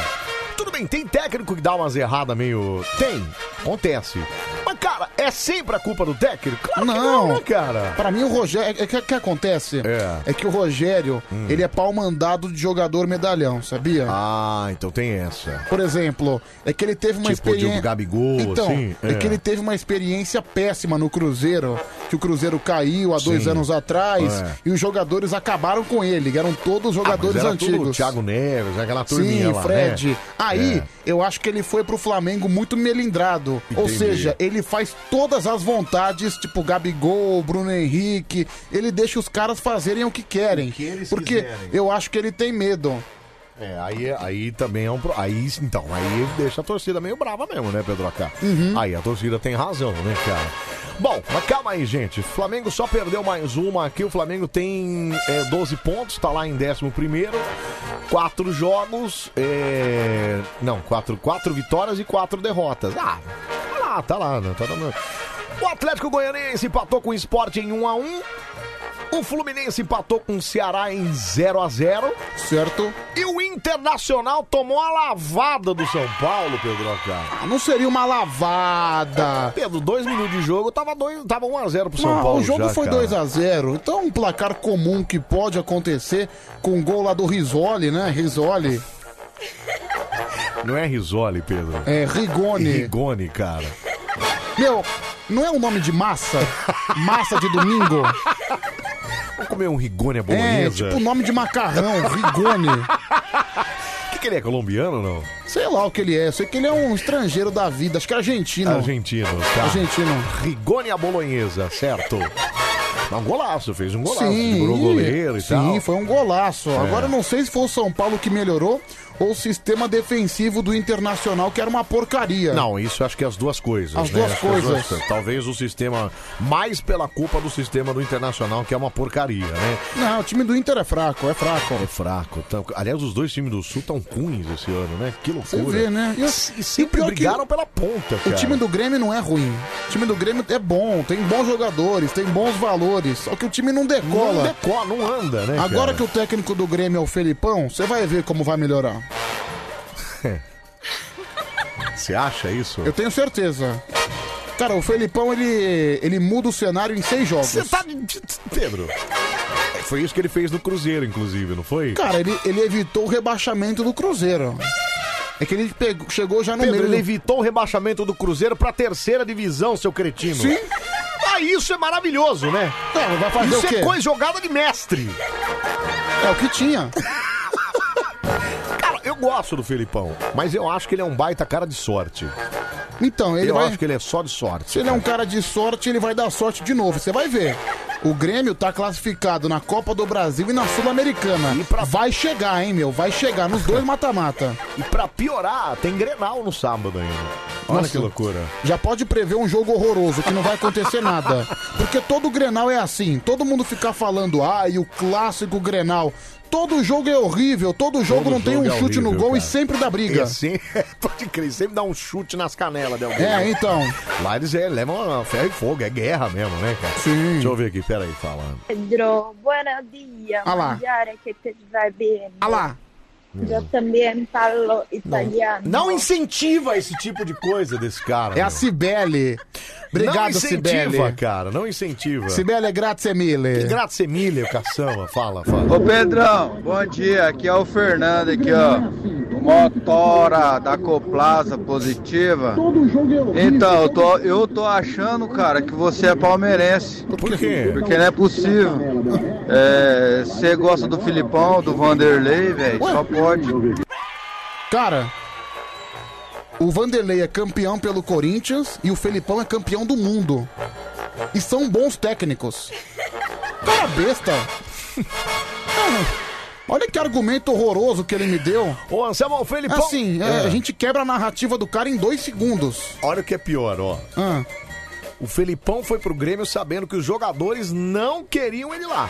Speaker 1: Tudo bem, tem técnico que dá umas erradas meio... Tem, acontece. Mas, cara, é sempre a culpa do técnico? Claro que não, né, cara?
Speaker 2: Pra mim, o Rogério. O que, que acontece é. que o Rogério,
Speaker 1: Hum.
Speaker 2: ele é pau mandado de jogador medalhão, sabia?
Speaker 1: Ah, então tem essa.
Speaker 2: Por exemplo, é que ele teve uma
Speaker 1: Tipo o Diogo
Speaker 2: experiência.
Speaker 1: Gabigol,
Speaker 2: então,
Speaker 1: assim,
Speaker 2: É.
Speaker 1: é.
Speaker 2: que ele teve uma experiência péssima no Cruzeiro, que o Cruzeiro caiu há dois
Speaker 1: Sim.
Speaker 2: anos atrás
Speaker 1: É. Ah,
Speaker 2: e os jogadores acabaram com ele. Eram todos jogadores
Speaker 1: Mas era tudo
Speaker 2: antigos.
Speaker 1: Thiago Neves, aquela turminha
Speaker 2: Sim,
Speaker 1: lá,
Speaker 2: Fred.
Speaker 1: né?
Speaker 2: Aí,
Speaker 1: É.
Speaker 2: eu acho que ele foi pro Flamengo muito melindrado. Ou
Speaker 1: Entendi.
Speaker 2: seja, ele faz todas as vontades, tipo Gabigol, Bruno Henrique. Ele deixa os caras fazerem o que querem. porque
Speaker 1: quiserem.
Speaker 2: eu acho que ele tem medo.
Speaker 1: É, aí, aí também é um. pro- Aí, então, aí deixa a torcida meio brava mesmo, né, Pedro Acá? Aí a torcida tem razão, né, cara? Bom, mas calma aí, gente. Flamengo só perdeu mais uma aqui. O Flamengo tem é, 12 pontos, tá lá em 11. Quatro jogos. é, Não, quatro, quatro vitórias e quatro derrotas. Ah, tá lá, tá lá, né? Tá dando- O Atlético Goianiense empatou com o Sport em 1 a 1 o Fluminense empatou com o Ceará em 0 a 0
Speaker 2: Certo.
Speaker 1: E o Internacional tomou a lavada do São Paulo, Pedro Acá.
Speaker 2: Ah, Não seria uma lavada.
Speaker 1: Pedro, dois minutos de jogo, tava, dois, tava 1x0 pro São
Speaker 2: Não,
Speaker 1: Paulo.
Speaker 2: Ah, o jogo
Speaker 1: já,
Speaker 2: foi
Speaker 1: cara.
Speaker 2: 2 a 0 Então, um placar comum que pode acontecer com o gol lá do Risoli, né? Risoli.
Speaker 1: Não é Risoli, Pedro.
Speaker 2: É Rigoni.
Speaker 1: Rigoni, cara.
Speaker 2: Meu, não é um nome de
Speaker 1: (laughs)
Speaker 2: massa? Massa de domingo?
Speaker 1: Vamos comer um Rigoni à
Speaker 2: É,
Speaker 1: bolonhesa?
Speaker 2: tipo nome de macarrão, (laughs) Rigoni.
Speaker 1: O que, que ele é, colombiano ou não?
Speaker 2: Sei lá o que ele é, sei que ele é um estrangeiro da vida, acho que é argentino.
Speaker 1: Argentino, tá.
Speaker 2: Argentino.
Speaker 1: Rigoni à bolonhesa, certo. Mas um golaço, fez um golaço.
Speaker 2: Sim,
Speaker 1: segurou o goleiro e
Speaker 2: sim,
Speaker 1: tal.
Speaker 2: foi um golaço.
Speaker 1: É.
Speaker 2: Agora eu não sei se foi o São Paulo que melhorou ou o sistema defensivo do Internacional, que era uma porcaria.
Speaker 1: Não, isso acho que é as duas coisas.
Speaker 2: As
Speaker 1: né?
Speaker 2: duas
Speaker 1: Acho que é
Speaker 2: coisas.
Speaker 1: Talvez o sistema, mais pela culpa do sistema do Internacional, que é uma porcaria, né?
Speaker 2: Não, o time do Inter é fraco, é fraco.
Speaker 1: É fraco. Tá- Aliás, os dois times do Sul estão ruins esse ano, né? Que loucura.
Speaker 2: Você vê, né?
Speaker 1: E, e sempre
Speaker 2: pior que
Speaker 1: brigaram pela ponta,
Speaker 2: O
Speaker 1: cara.
Speaker 2: time do Grêmio não é ruim. O time do Grêmio é bom, tem bons jogadores, tem bons valores. Só que o time não
Speaker 1: Não
Speaker 2: decola.
Speaker 1: decola, não anda, né?
Speaker 2: Agora que
Speaker 1: (laughs) cara?
Speaker 2: o técnico do Grêmio é o Felipão, você vai ver como vai melhorar.
Speaker 1: Você acha isso?
Speaker 2: Eu tenho certeza. Cara, o Felipão, ele, ele muda o cenário em seis jogos.
Speaker 1: Você tá. Pedro. É, Foi isso que ele fez no Cruzeiro, inclusive, não foi?
Speaker 2: Cara, ele, ele evitou o rebaixamento do Cruzeiro. É que ele pegou- chegou já no
Speaker 1: Pedro,
Speaker 2: meio.
Speaker 1: ele evitou o rebaixamento do Cruzeiro pra terceira divisão, seu cretino. Sim. Ah, isso é maravilhoso, né?
Speaker 2: Não, vai fazer
Speaker 1: isso
Speaker 2: o quê?
Speaker 1: é coisa jogada de mestre.
Speaker 2: É o que tinha.
Speaker 1: Cara, eu gosto do Felipão, mas eu acho que ele é um baita cara de sorte.
Speaker 2: Então, ele
Speaker 1: eu
Speaker 2: vai-
Speaker 1: acho que ele é só de sorte.
Speaker 2: Se ele é um cara de sorte, ele vai dar sorte de novo. Você vai ver. O Grêmio tá classificado na Copa do Brasil e na Sul-Americana. Vai chegar, hein, meu? Vai chegar nos dois mata-mata.
Speaker 1: E pra piorar, tem Grenal no sábado ainda. Olha
Speaker 2: Nossa.
Speaker 1: que loucura.
Speaker 2: Já pode prever um jogo horroroso, que não vai acontecer nada. Porque todo Grenal é assim. Todo mundo fica falando, ah, e o clássico Grenal. Todo jogo é horrível, todo jogo
Speaker 1: Todo
Speaker 2: não tem um
Speaker 1: jogo é
Speaker 2: chute no
Speaker 1: horrível,
Speaker 2: gol e
Speaker 1: cara.
Speaker 2: sempre dá briga.
Speaker 1: E assim, (laughs) pode crer, sempre dá um chute nas canelas de alguém.
Speaker 2: É, então.
Speaker 1: Lá eles é, levam a ferro e fogo, é guerra mesmo, né, cara? Sim. Deixa eu ver aqui, peraí, fala.
Speaker 20: (laughs) Pedro, buenos días.
Speaker 1: Ah lá.
Speaker 20: Mangiare que te vai bem.
Speaker 2: Ah lá.
Speaker 20: Eu também falo italiano.
Speaker 1: Não incentiva esse tipo de coisa desse cara. É a
Speaker 2: Cibele. Obrigado,
Speaker 1: não incentiva,
Speaker 2: Cibele.
Speaker 1: cara, não incentiva.
Speaker 2: Cibele, grazie mille.
Speaker 1: Grazie mille, o caçamba. Fala, fala.
Speaker 5: Ô Pedrão, bom dia. Aqui é o Fernando aqui, ó. Motora da Coplaza positiva. Então, eu tô, eu tô achando, cara, que você é palmeirense. Por
Speaker 1: quê?
Speaker 5: Porque não é possível. É, Você gosta do Filipão, do Vanderlei, velho? Só pode.
Speaker 2: Cara, o Vanderlei é campeão pelo Corinthians e o Felipão é campeão do mundo. E são bons técnicos. Cara besta. (laughs) Cara, Olha que argumento horroroso que ele me deu.
Speaker 1: Ô, Anselmo, o Felipão...
Speaker 2: Assim, é,
Speaker 1: É.
Speaker 2: a gente quebra a narrativa do cara em dois segundos. Ah.
Speaker 1: Olha o que é pior, ó. O Felipão foi pro Grêmio sabendo que os jogadores não queriam ele lá.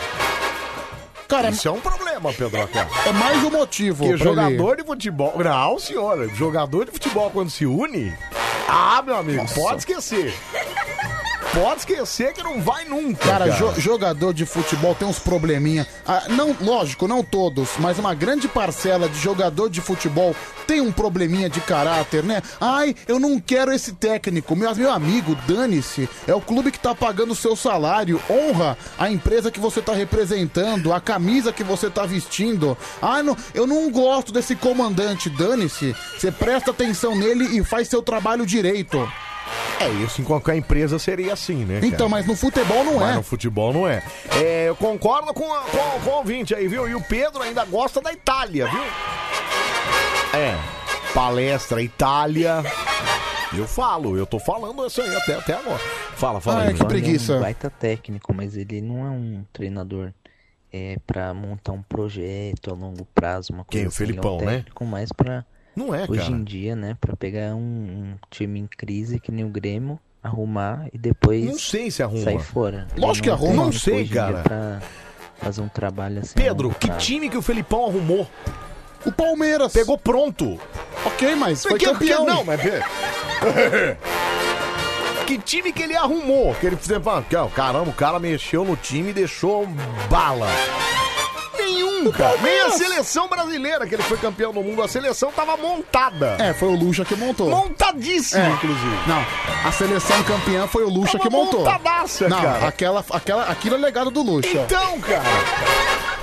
Speaker 2: Cara,
Speaker 1: Isso é um problema, Pedro Acá.
Speaker 2: É mais um motivo.
Speaker 1: Porque
Speaker 2: pra ele-
Speaker 1: jogador de futebol. Não, senhora. Jogador de futebol, quando se une. Ah, meu amigo,
Speaker 2: Nossa.
Speaker 1: pode esquecer. Pode esquecer que não vai nunca.
Speaker 2: Cara,
Speaker 1: Cara,
Speaker 2: jo- jogador de futebol tem uns probleminha. Ah, não, lógico, não todos, mas uma grande parcela de jogador de futebol tem um probleminha de caráter, né? Ai, eu não quero esse técnico. Meu, meu amigo, dane-se. É o clube que tá pagando o seu salário. Honra a empresa que você tá representando, a camisa que você tá vestindo. Ai, não, eu não gosto desse comandante. Dane-se. Você presta atenção nele e faz seu trabalho direito.
Speaker 1: É isso, em qualquer empresa seria assim, né? cara?
Speaker 2: Então, mas no futebol não
Speaker 1: Mas
Speaker 2: é.
Speaker 1: no futebol não é. É, eu concordo com, a- com, com o ouvinte aí, viu? E o Pedro ainda gosta da Itália, viu? É, palestra Itália. Eu falo, eu tô falando isso aí até, até agora. Fala, Ah, fala
Speaker 2: Ah,
Speaker 1: aí. fala.
Speaker 23: É um baita técnico, mas ele não é um treinador é para montar um projeto a longo prazo, uma coisa
Speaker 1: Quem? O
Speaker 23: assim. Ele é um
Speaker 1: Felipão, né?
Speaker 23: técnico mais para
Speaker 1: Não é,
Speaker 23: hoje
Speaker 1: cara.
Speaker 23: em dia, né, para pegar um, um time em crise que nem o Grêmio, arrumar e depois
Speaker 1: Não sei se arruma.
Speaker 23: sair fora. Ele
Speaker 1: Lógico que
Speaker 23: não é um
Speaker 1: arruma. Não
Speaker 23: técnico
Speaker 1: sei,
Speaker 23: hoje em dia
Speaker 1: cara.
Speaker 23: pra fazer um trabalho assim. a
Speaker 1: Pedro,
Speaker 23: longo
Speaker 1: que
Speaker 23: prazo.
Speaker 1: time que o Felipão arrumou?
Speaker 2: O Palmeiras.
Speaker 1: Pegou pronto.
Speaker 2: Ok, mas foi
Speaker 1: que,
Speaker 2: campeão.
Speaker 1: Que, não, mas...
Speaker 2: (laughs)
Speaker 1: que time que ele arrumou? Que ele fez... ah, que, ó, Caramba, o cara mexeu no time e deixou bala. Nenhum, cara. Nem a seleção brasileira, que ele foi campeão do mundo, a seleção tava montada.
Speaker 2: É, foi o Lucha que montou.
Speaker 1: Montadíssimo,
Speaker 2: É.
Speaker 1: inclusive. É
Speaker 2: Não, a seleção campeã foi o Lucha que montou.
Speaker 1: montadaça,
Speaker 2: Não,
Speaker 1: cara.
Speaker 2: Aquela, aquela, aquilo é legado do Lucha.
Speaker 1: Então, cara.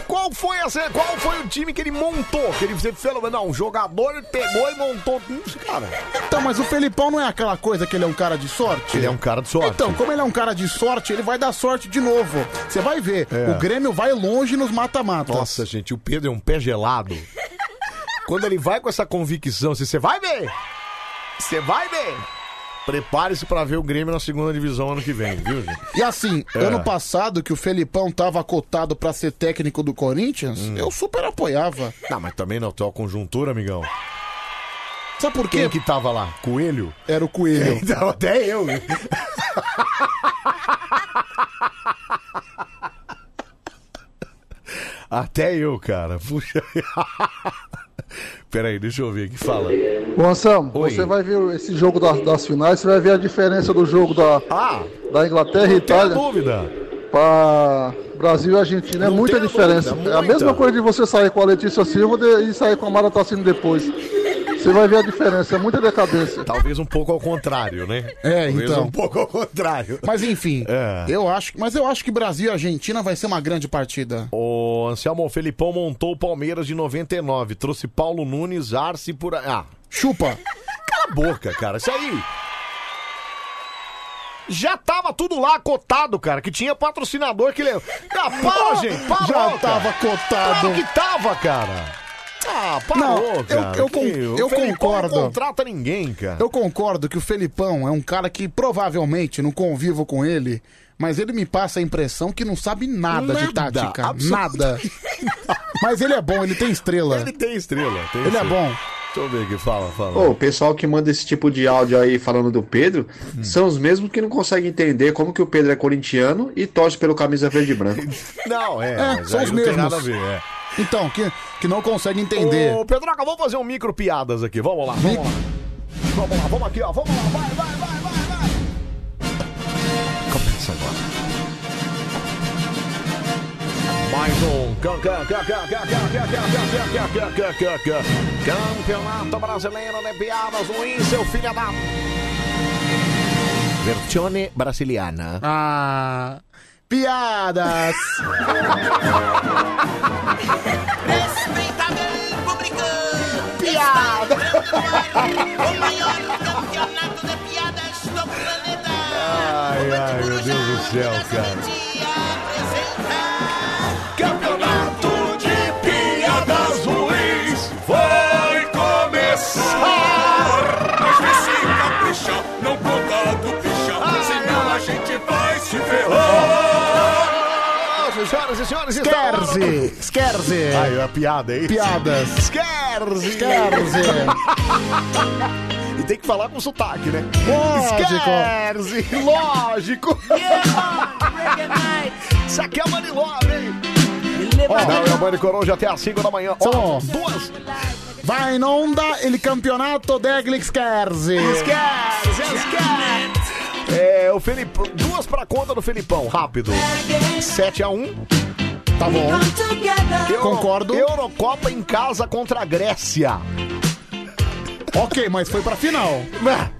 Speaker 1: Qual foi, essa, qual foi o time que ele montou? Que ele fez, não, um jogador ele pegou e montou. Hum, Cara,
Speaker 2: Então, mas o Felipão não é aquela coisa que ele é um cara de sorte?
Speaker 1: Ele é um cara de sorte.
Speaker 2: Então, como ele é um cara de sorte, ele vai dar sorte de novo. Você vai ver,
Speaker 1: É.
Speaker 2: o Grêmio vai longe nos mata-matas.
Speaker 1: Nossa, gente, o Pedro é um pé
Speaker 2: (laughs)
Speaker 1: gelado. Quando ele vai com essa convicção, você você vai ver! Você vai ver! Prepare-se pra ver o Grêmio na segunda divisão ano que vem, viu, gente?
Speaker 2: E assim,
Speaker 1: É.
Speaker 2: ano passado que o Felipão tava cotado pra ser técnico do Corinthians,
Speaker 1: Hum.
Speaker 2: eu super apoiava.
Speaker 1: Não, mas também na atual conjuntura, amigão.
Speaker 2: Sabe por
Speaker 1: quê? Quem que tava lá? Coelho?
Speaker 2: Era o
Speaker 1: (laughs)
Speaker 2: Coelho.
Speaker 1: Então, até eu. Até eu, cara. Puxa. Peraí, deixa eu ver aqui. Fala.
Speaker 11: Ô Anselmo,
Speaker 1: Oi.
Speaker 11: você vai ver esse jogo das, das finais, você vai ver a diferença do jogo da,
Speaker 1: Ah,
Speaker 11: da Inglaterra e Itália
Speaker 1: Dúvida?
Speaker 11: para Brasil e Argentina. É
Speaker 1: Não
Speaker 11: muita
Speaker 1: tenho
Speaker 11: diferença.
Speaker 1: dúvida,
Speaker 11: É a
Speaker 1: muita.
Speaker 11: mesma coisa de você sair com a Letícia Silva de- e sair com a Mara Tassino depois. Você vai ver a diferença, é muita decadência.
Speaker 1: Talvez um pouco ao contrário, né?
Speaker 2: É,
Speaker 1: Talvez
Speaker 2: então.
Speaker 1: um pouco ao contrário.
Speaker 2: Mas enfim,
Speaker 1: É.
Speaker 2: eu acho, mas eu acho que Brasil e Argentina vai ser uma grande partida.
Speaker 1: O Anselmo Felipão montou o Palmeiras de 99. Trouxe Paulo Nunes, Arce por. Ah.
Speaker 2: Chupa!
Speaker 1: Cala a boca, cara. Isso aí. Já tava tudo lá cotado, cara, que tinha patrocinador que levou. Ah, para, gente, para!
Speaker 2: Já
Speaker 1: cara.
Speaker 2: tava cotado.
Speaker 1: Claro que tava, cara! Ah, parou,
Speaker 2: Não, eu-
Speaker 1: cara.
Speaker 2: eu
Speaker 1: Que-
Speaker 2: con-
Speaker 1: o
Speaker 2: eu
Speaker 1: Felipão
Speaker 2: concordo.
Speaker 1: Não contrata ninguém, cara.
Speaker 2: Eu concordo que o Felipão é um cara que provavelmente não convivo com ele, mas ele me passa a impressão que não sabe nada, de
Speaker 1: Nada,
Speaker 2: tática.
Speaker 1: absolutamente
Speaker 2: Nada. Mas ele é bom, ele tem estrela.
Speaker 1: Ele tem estrela, tem
Speaker 2: Ele é
Speaker 1: estrela.
Speaker 2: bom.
Speaker 1: Deixa eu ver aqui, fala, fala.
Speaker 5: Ô, o pessoal que manda esse tipo de áudio aí falando do Pedro
Speaker 2: Hum.
Speaker 5: são os mesmos que não conseguem entender como que o Pedro é corintiano e torce pelo camisa verde e
Speaker 2: (laughs)
Speaker 5: branco.
Speaker 1: Não, é,
Speaker 2: É,
Speaker 1: mas
Speaker 2: são
Speaker 1: aí
Speaker 2: os
Speaker 1: não tem
Speaker 2: mesmos.
Speaker 1: nada a ver, é.
Speaker 2: Então, que, que não consegue entender.
Speaker 1: Ô, Pedroca, vamos fazer um micro piadas aqui, vamos lá, vamos lá. Vamos lá, vamos aqui, ó, vamos lá, vai, vai, vai, vai, vai. Começa agora. Mais um cam- cam- cam- cam- cam- cam- cam- cam- cam- cam- cam- cam- Campeonato Brasileiro de Piadas É ruim, seu filho da... Versione brasiliana.
Speaker 2: Ah, piadas.
Speaker 3: Respeitável público!
Speaker 2: Piada!
Speaker 3: O maior campeonato de piadas do planeta!
Speaker 1: Ai, ai, meu Deus do céu, cara. Campeonato de piadas ruins vai começar.
Speaker 3: Mas vê se capricha, não conta do
Speaker 1: Ah,
Speaker 3: picha,
Speaker 1: é.
Speaker 3: senão a gente vai se ferrar!
Speaker 1: Senhoras e senhores, está na hora do-
Speaker 2: Esquerze, esquerze.
Speaker 1: Ai, é piada aí.
Speaker 2: Piadas.
Speaker 1: Esquerze.
Speaker 2: Esquerze.
Speaker 3: (laughs)
Speaker 1: E tem que falar com sotaque, né?
Speaker 3: Lógico.
Speaker 1: Esquerze.
Speaker 3: (laughs)
Speaker 1: Lógico. Isso aqui é Money Love, hein? Ó, não, é o Bande Coruja até às 5 da manhã. Ó, duas.
Speaker 2: Vai in onda il campionato degli scherzi.
Speaker 1: Esquerze, esquerze. É, o Felipão. Duas pra conta do Felipão, rápido. 7x1.
Speaker 2: Tá bom.
Speaker 1: Concordo. Eurocopa em casa contra a Grécia.
Speaker 2: Ok, mas foi pra final.
Speaker 1: Né?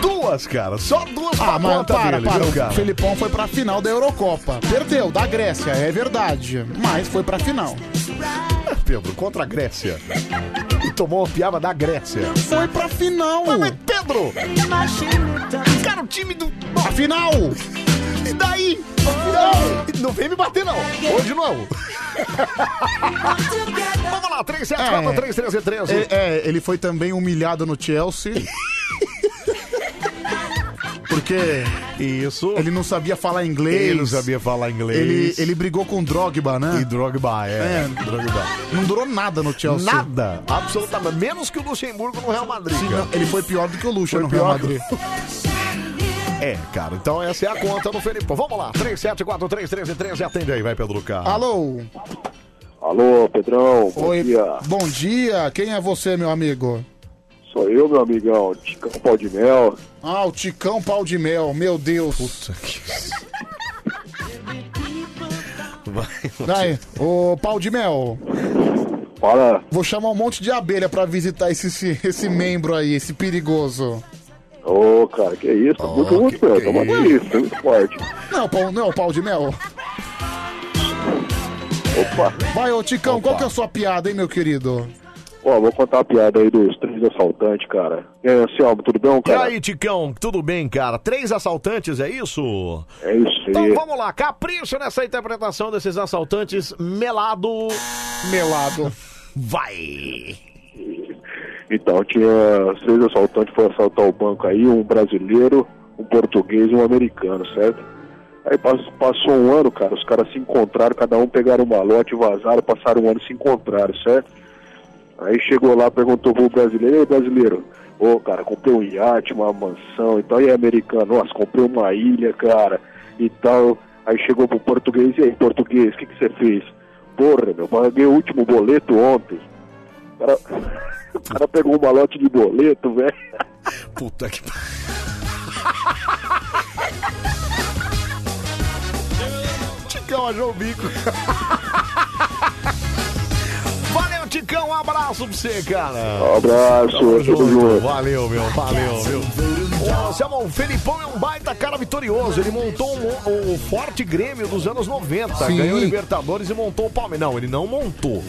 Speaker 1: Duas, cara. Só duas pra
Speaker 2: Ah, mas
Speaker 1: conta
Speaker 2: para,
Speaker 1: dele,
Speaker 2: para.
Speaker 1: viu,
Speaker 2: o
Speaker 1: cara?
Speaker 2: Felipão foi pra final da Eurocopa. Perdeu, da Grécia, é verdade. Mas foi pra final.
Speaker 1: (laughs) Pedro, contra a Grécia. E tomou uma piada da Grécia.
Speaker 2: Foi pra final. Mas,
Speaker 1: Pedro! Cara, o time do.
Speaker 2: A final!
Speaker 1: E daí? Não, não vem me bater, não. Hoje não. (laughs) Vamos lá, 374313.
Speaker 2: É, é, ele foi também humilhado no Chelsea.
Speaker 1: (laughs)
Speaker 2: Porque
Speaker 1: Isso.
Speaker 2: ele não sabia falar inglês.
Speaker 1: Ele não sabia falar inglês.
Speaker 2: Ele, ele brigou com o Drogba, né?
Speaker 1: E Drogba, é.
Speaker 2: É.
Speaker 1: Drogba.
Speaker 2: Não durou nada no Chelsea.
Speaker 1: Nada, absolutamente. Menos que o Luxemburgo no Real Madrid.
Speaker 2: Sim,
Speaker 1: cara.
Speaker 2: não, ele foi pior do que o Lucha
Speaker 1: Foi
Speaker 2: no Real
Speaker 1: pior que-
Speaker 2: Madrid.
Speaker 1: É, cara, então essa é a conta do Felipão. Vamos lá, 37431313, atende aí, vai, Pedro
Speaker 2: Ah.
Speaker 1: Carlos.
Speaker 2: Alô?
Speaker 4: Alô, Pedrão, bom
Speaker 2: Oi.
Speaker 4: dia.
Speaker 2: Bom dia. Quem é você, meu amigo?
Speaker 4: Sou eu, meu amigão, Ticão Pau de Mel.
Speaker 2: Ah, o Ticão Pau de Mel, meu Deus. Puta que. Aí, ô Pau de Mel.
Speaker 4: Fala,
Speaker 2: Vou chamar um monte de abelha pra visitar esse, esse, esse membro aí, esse perigoso.
Speaker 4: ô cara, que isso? muito muito, meu. Toma com isso, é muito forte.
Speaker 2: Não, pau, não é o Pau de Mel? Vai, ô Ticão, qual que é a sua piada, hein, meu querido?
Speaker 4: Ó, vou contar a piada aí dos três assaltantes, cara. E aí, Anselmo, tudo bom,
Speaker 1: E
Speaker 4: cara?
Speaker 1: aí, Ticão, tudo bem, cara? Três assaltantes, é isso?
Speaker 4: É isso aí.
Speaker 1: Então vamos lá, capricho nessa interpretação desses assaltantes melado.
Speaker 2: Melado.
Speaker 1: Vai!
Speaker 4: Então, tinha seis assaltantes foram assaltar o banco aí, um brasileiro, um português e um americano, certo? Aí pass- passou um ano, cara, os caras se encontraram, cada um pegaram um malote, vazaram, passaram um ano e se encontraram, certo? Aí chegou lá, perguntou pro brasileiro, ei brasileiro, ô cara, comprei um iate, uma mansão e tal, e aí, americano, nossa, comprei uma ilha, cara, e tal. Aí chegou pro português, e aí, português, o que que você fez? Porra, meu, paguei o último boleto ontem. O cara, o cara pegou um malote de boleto, velho.
Speaker 1: (laughs) Puta que pariu. (laughs) Ticão achou o bico. um abraço pra você, cara.
Speaker 17: Um abraço,
Speaker 1: Tamo
Speaker 17: tudo junto.
Speaker 1: Valeu, meu, valeu, meu. Ô, Anselmo, o Felipão é um baita cara vitorioso. Ele montou o um, um forte Grêmio dos anos 90.
Speaker 3: Sim.
Speaker 1: Ganhou o Libertadores e montou o Palmeiras. Não, ele não montou.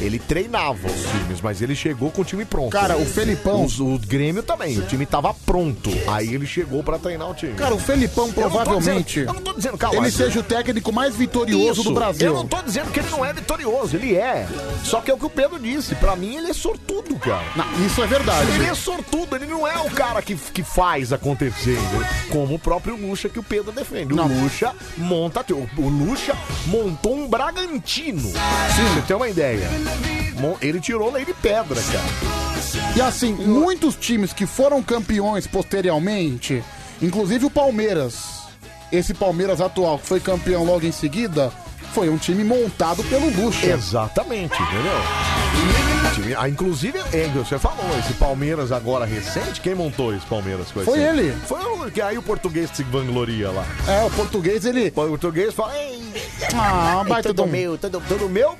Speaker 1: Ele treinava os times, mas ele chegou com o time pronto.
Speaker 2: Cara, o Felipão-
Speaker 1: Os- o Grêmio também. O time tava pronto. Aí ele chegou pra treinar o time.
Speaker 2: Cara, o Felipão
Speaker 1: Eu não tô
Speaker 2: provavelmente.
Speaker 1: dizendo- Eu não tô dizendo, calma.
Speaker 2: ele
Speaker 1: aí.
Speaker 2: seja o técnico mais vitorioso
Speaker 1: Isso.
Speaker 2: do Brasil.
Speaker 1: Eu não tô dizendo que ele não é vitorioso, ele é. Só que é o que o Pedro disse, pra mim ele é sortudo, cara.
Speaker 2: isso é verdade.
Speaker 1: Ele é sortudo, ele não é o cara que, que faz acontecer, entendeu? como o próprio Lucha que o Pedro defende. O Lucha monta, o, o Lucha montou um Bragantino. Sim. Você tem uma ideia. Mon- Ele tirou lei de pedra, cara.
Speaker 2: E assim, muitos times que foram campeões posteriormente, inclusive o Palmeiras, esse Palmeiras atual que foi campeão logo em seguida, foi um time montado pelo Lucha.
Speaker 1: Exatamente, entendeu? Time- ah, Inclusive, é, você falou, esse Palmeiras agora recente, quem montou esse Palmeiras? com
Speaker 2: Foi
Speaker 1: esse-
Speaker 2: ele.
Speaker 1: Foi o que aí o português se vangloria lá.
Speaker 2: É, o português ele. O
Speaker 1: português fala. Ei,
Speaker 2: ah,
Speaker 1: ei,
Speaker 2: vai
Speaker 1: tudo
Speaker 2: todo
Speaker 1: meu, todo, meu.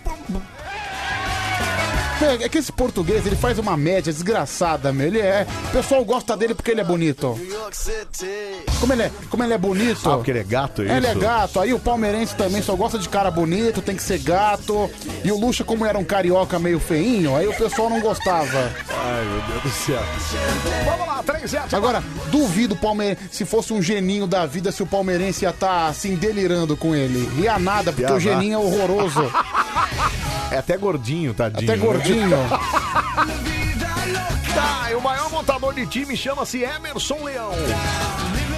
Speaker 2: É, é que esse português ele faz uma média desgraçada, meu. Ele é. O pessoal gosta dele porque ele é bonito. Como ele é, como ele é bonito.
Speaker 1: Ah, porque ele é gato, é
Speaker 2: Ele é
Speaker 1: isso?
Speaker 2: gato, aí o palmeirense também só gosta de cara bonito, tem que ser gato. E o Lucha, como era um carioca meio feinho, aí o pessoal não gostava.
Speaker 1: Ai, meu Deus do céu. Vamos lá, 3 7
Speaker 2: Agora, duvido o palmeirense, se fosse um geninho da vida, se o palmeirense ia estar assim delirando com ele. Ia nada, porque
Speaker 1: Ia
Speaker 2: o geninho é
Speaker 1: nada. (laughs)
Speaker 2: horroroso.
Speaker 1: É até gordinho, tadinho.
Speaker 2: Até gordinho.
Speaker 1: tá, e o maior montador de time chama-se Emerson Leão.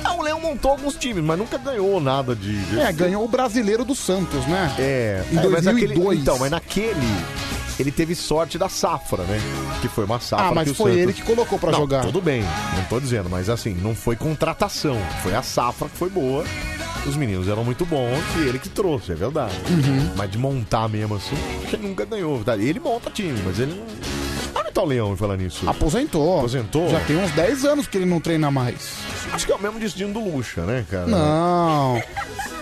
Speaker 1: Ah, o Leão montou alguns times, mas nunca ganhou nada de.
Speaker 2: É, ganhou o brasileiro do Santos, né?
Speaker 1: É,
Speaker 2: Em
Speaker 1: é, mas aquele-
Speaker 2: 2002.
Speaker 1: então, mas naquele. Ele teve sorte da safra, né? Que foi uma safra.
Speaker 2: Ah, mas
Speaker 1: que o
Speaker 2: foi
Speaker 1: Santos-
Speaker 2: ele que colocou pra
Speaker 1: Não,
Speaker 2: jogar.
Speaker 1: Tudo bem, não tô dizendo, mas assim, não foi contratação. Foi a safra que foi boa. Os meninos eram muito bons e ele que trouxe, é verdade.
Speaker 2: Uhum.
Speaker 1: Mas de montar mesmo assim, ele nunca ganhou. tá? Ele monta time, mas ele não. Onde tá o Leão falando nisso?
Speaker 2: Aposentou.
Speaker 1: Aposentou?
Speaker 2: Já tem uns 10 anos que ele não treina mais.
Speaker 1: Acho que é o mesmo destino do Lucha, né, cara?
Speaker 2: Não.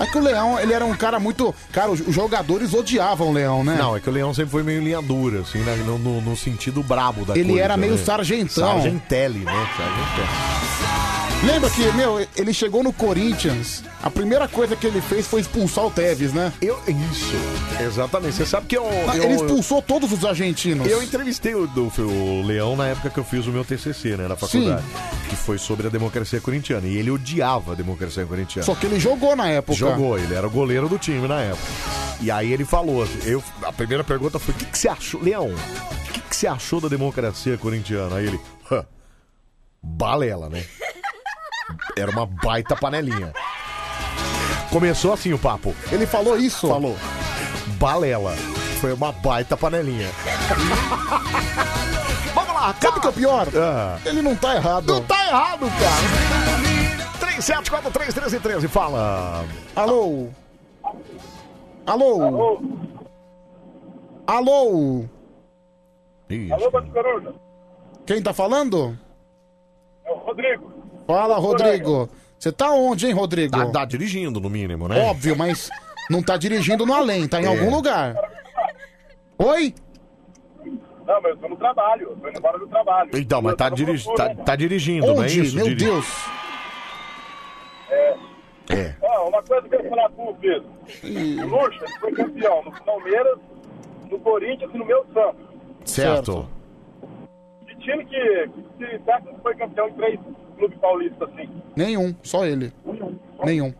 Speaker 2: É que o Leão, ele era um cara muito. Cara, os os jogadores odiavam o Leão, né?
Speaker 1: Não, é que o Leão sempre foi meio linha dura, assim, né? no, no- no sentido brabo da
Speaker 2: Ele
Speaker 1: coisa,
Speaker 2: era meio
Speaker 1: né?
Speaker 2: sargentão.
Speaker 1: Sargentelli, né? Sargentelli.
Speaker 2: Lembra que, meu, ele chegou no Corinthians, a primeira coisa que ele fez foi expulsar o Tevez, né?
Speaker 1: Eu, isso. Exatamente. Você sabe que eu. eu-
Speaker 2: Ele expulsou todos Ah, os argentinos.
Speaker 1: Eu entrevistei o, do- o Leão na época que eu fiz o meu TCC, né, na faculdade. Que foi sobre a democracia corintiana. E ele odiava a democracia corintiana.
Speaker 2: Só que ele jogou na época.
Speaker 1: Jogou, ele era o goleiro do time na época. E aí ele falou, eu, a primeira pergunta foi, o que, que você achou, Leão, o que, que você achou da democracia corintiana? Aí ele, "Hã, balela, né? Era uma baita panelinha. Começou assim o papo.
Speaker 2: Ele falou isso?
Speaker 1: Falou. Balela. Foi uma baita panelinha. Vamos lá,
Speaker 2: Sabe o que é o pior?
Speaker 1: Ah.
Speaker 2: Ele não tá errado. Não
Speaker 1: tá errado, cara. 37431313, fala.
Speaker 2: Alô? Alô? Alô? Alô?
Speaker 1: Alô,
Speaker 19: Bando Coruja.
Speaker 2: Quem tá falando?
Speaker 19: É o Rodrigo.
Speaker 2: Fala, Rodrigo. Você tá onde, hein, Rodrigo?
Speaker 1: Tá, tá dirigindo, no mínimo, né?
Speaker 2: Óbvio, mas não tá dirigindo no além, tá em
Speaker 1: É.
Speaker 2: algum lugar. Oi?
Speaker 19: Não, mas eu tô no trabalho. Eu tô indo embora do trabalho.
Speaker 1: Então, mas tá, dirigi tá, tá dirigindo, não é
Speaker 2: Onde?
Speaker 1: isso?
Speaker 2: Meu
Speaker 1: Diri-
Speaker 2: Deus.
Speaker 1: É.
Speaker 19: Ó, uma coisa que eu ia falar pro Pedro. O Lucha ele foi campeão no Palmeiras, no Corinthians e no meu Santos.
Speaker 1: Certo.
Speaker 19: De time que, que se certo, foi campeão em três clubes paulistas, assim.
Speaker 2: Nenhum, só ele. Nenhum.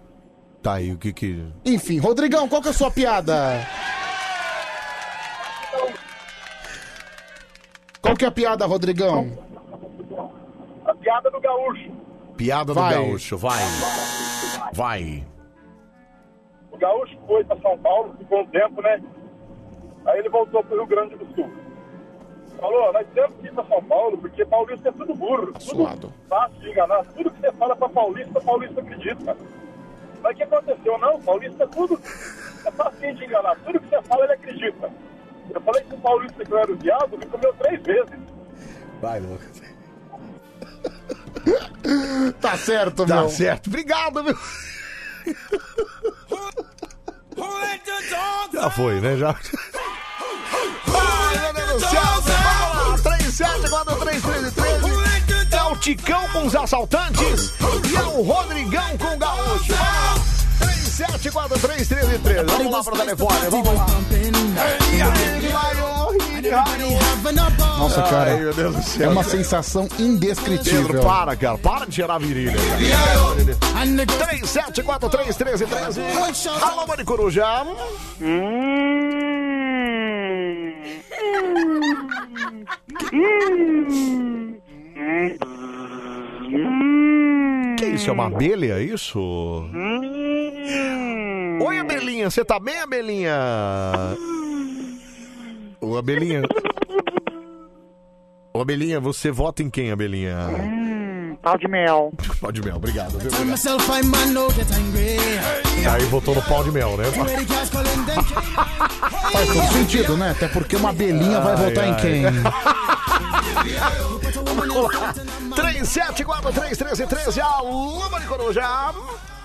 Speaker 1: Tá aí, o que que.
Speaker 2: Enfim, Rodrigão, qual que é a sua piada? Qual que é a piada, Rodrigão?
Speaker 19: A piada do gaúcho.
Speaker 1: Piada
Speaker 19: Vai.
Speaker 1: do gaúcho, vai. Vai.
Speaker 19: O gaúcho foi pra São Paulo, ficou um tempo, né? Aí ele voltou pro Rio Grande do Sul. Falou, nós temos que ir pra São Paulo, porque paulista é tudo burro. Tudo fácil de enganar. Tudo que você fala pra paulista, paulista acredita. Mas o que aconteceu? Não, paulista é tudo... É fácil de enganar. Tudo que você fala, ele acredita. Eu falei pro paulista que eu era o diabo, ele comeu três vezes.
Speaker 1: Vai, Lucas.
Speaker 2: (laughs) Tá certo,
Speaker 1: Tá
Speaker 2: meu.
Speaker 1: certo. Obrigado, meu. Já foi, né? Já. Ai, meu Deus do céu! 997-4313. É o Ticão com os assaltantes e é o Rodrigão com o Gaúcho. 374333. Vamos lá pro telefone, vamos lá.
Speaker 2: Nossa, cara.
Speaker 1: Ai, meu Deus do céu.
Speaker 2: É uma sensação indescritível.
Speaker 1: Pedro, para, cara. Para de gerar virilha. cara. 37433313. Alô, Mari Coruja. Que isso? É uma
Speaker 20: Hum.
Speaker 1: abelha, isso?
Speaker 20: Hum.
Speaker 1: Oi, abelhinha. Você tá bem, abelhinha? Ô, abelhinha. Ô, abelhinha, você vota em quem, abelhinha?
Speaker 20: Hum, Pau de mel.
Speaker 1: (laughs) Pau de mel, obrigado. viu? E aí votou no pau de mel, né?
Speaker 2: Faz todo sentido, né? Até porque uma abelhinha vai
Speaker 1: Ai,
Speaker 2: votar em
Speaker 1: ai.
Speaker 2: quem?
Speaker 1: 37431313, alô, Mari Coruja.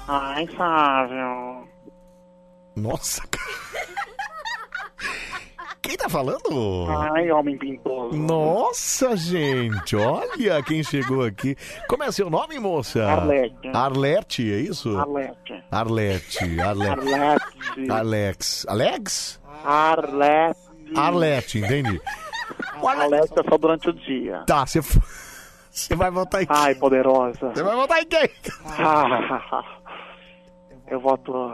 Speaker 20: Ai, Fábio.
Speaker 1: Nossa, cara. Quem tá falando?
Speaker 20: Ai, homem pintoso.
Speaker 1: Nossa, gente, olha quem chegou aqui. Como é seu nome, moça?
Speaker 20: Arlete.
Speaker 1: Arlete, é isso?
Speaker 20: Arlete.
Speaker 1: Arlete, Arlete.
Speaker 20: Arlete.
Speaker 1: Alex. Alex?
Speaker 20: Arlete.
Speaker 1: Arlete, entendi.
Speaker 20: Arlete é só durante o dia.
Speaker 1: Tá, você você vai votar em quem?
Speaker 20: Ai, poderosa. Ah.
Speaker 1: Você vai
Speaker 20: (laughs)
Speaker 1: votar em quem?
Speaker 20: Eu voto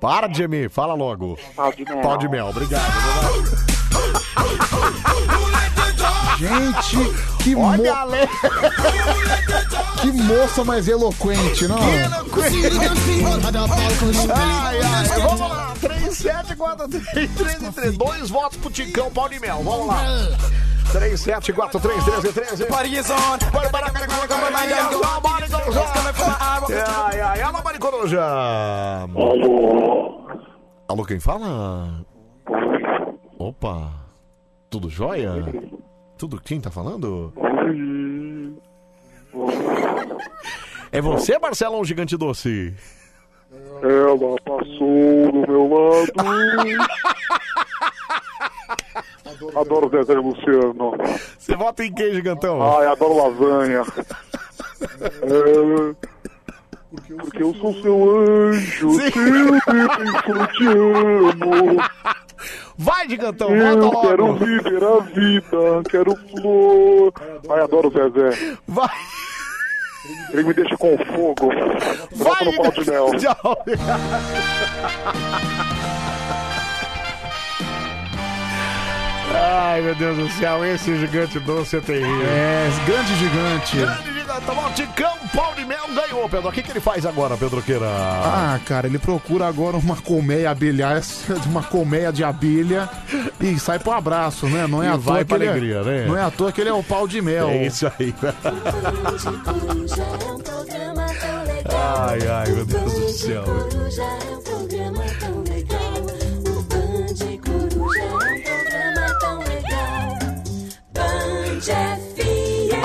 Speaker 1: Para, Jimmy, fala logo.
Speaker 20: pau de mel.
Speaker 1: Pau de mel, obrigado.
Speaker 20: (laughs)
Speaker 2: Gente, que, mo... que moça mais eloquente, não?
Speaker 1: Ai, ai, vamos lá. 3, 7, 4, 3, 13, 3. Dois votos pro Ticão, pau de mel. Vamos lá. 3, 7, 4, 3, 13, 13. Ai, ai, alô, É Maricoruja. Alô. Alô, quem fala? Opa. Tudo jóia? Tudo quem tá falando? É você, Marcelão Gigante Doce?
Speaker 19: Ela passou do meu
Speaker 1: (laughs)
Speaker 19: lado. Adoro o desenho, Luciano.
Speaker 1: Você vota em quem, gigantão?
Speaker 19: Ai, adoro lasanha. É, porque eu sou seu anjo, seu bicho, eu te amo.
Speaker 1: Vai, gigantão,
Speaker 19: Eu
Speaker 1: volta logo.
Speaker 19: quero viver a vida, quero flor. Ai, adoro o Zezé.
Speaker 1: Vai.
Speaker 19: Ele me deixa com fogo. Bota no pau de mel.
Speaker 1: Tchau. (laughs) Ai, meu Deus do céu, esse gigante doce é terrível.
Speaker 2: É, grande gigante.
Speaker 1: Grande gigante, tá bom, Ticão, pau de mel ganhou, Pedro. O que, que ele faz agora, Pedro Queira?
Speaker 2: Ah, cara, ele procura agora uma colmeia abelhar, (laughs) uma colmeia de abelha e sai pro abraço, né? Não é
Speaker 1: E
Speaker 2: à
Speaker 1: vai
Speaker 2: toa
Speaker 1: pra
Speaker 2: que ele
Speaker 1: alegria,
Speaker 2: é,
Speaker 1: né?
Speaker 2: Não é à toa que ele é o pau de mel.
Speaker 1: É isso aí. Ai, ai, meu Deus do céu.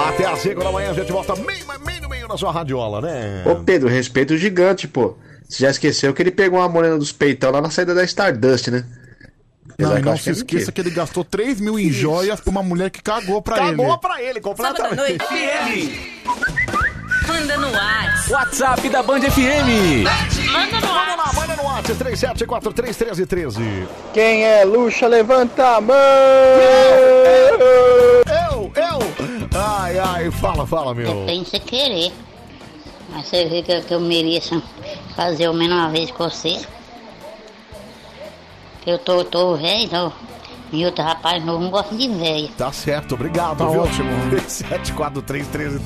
Speaker 1: Até às 5 da manhã a gente volta meio, mas meio no meio na sua radiola, né?
Speaker 5: Ô Pedro, respeita o gigante, pô. Você já esqueceu que ele pegou uma morena dos peitão lá na saída da Stardust, né?
Speaker 2: Não,
Speaker 5: Apesar
Speaker 2: e
Speaker 5: que eu
Speaker 2: não
Speaker 5: acho
Speaker 2: se
Speaker 5: que é
Speaker 2: esqueça que ele gastou 3 mil em joias pra uma mulher que cagou pra ele.
Speaker 1: Cagou pra ele, completamente.
Speaker 24: Manda no ar.
Speaker 1: WhatsApp da Band FM.
Speaker 24: Manda no
Speaker 1: Vamos lá, manda no WhatsApp 37431313.
Speaker 6: Quem é luxa, levanta a mão!
Speaker 1: Eu, eu! Ai, ai, fala, fala, meu.
Speaker 21: Tem que você querer. Mas você vê que eu, que eu mereço fazer ao menos uma vez com você. Que eu tô, tô velho, então. E outro rapaz novo não gosta de velho.
Speaker 1: Tá certo, obrigado,
Speaker 21: Tá
Speaker 1: viu?
Speaker 21: ótimo.
Speaker 1: 37431313.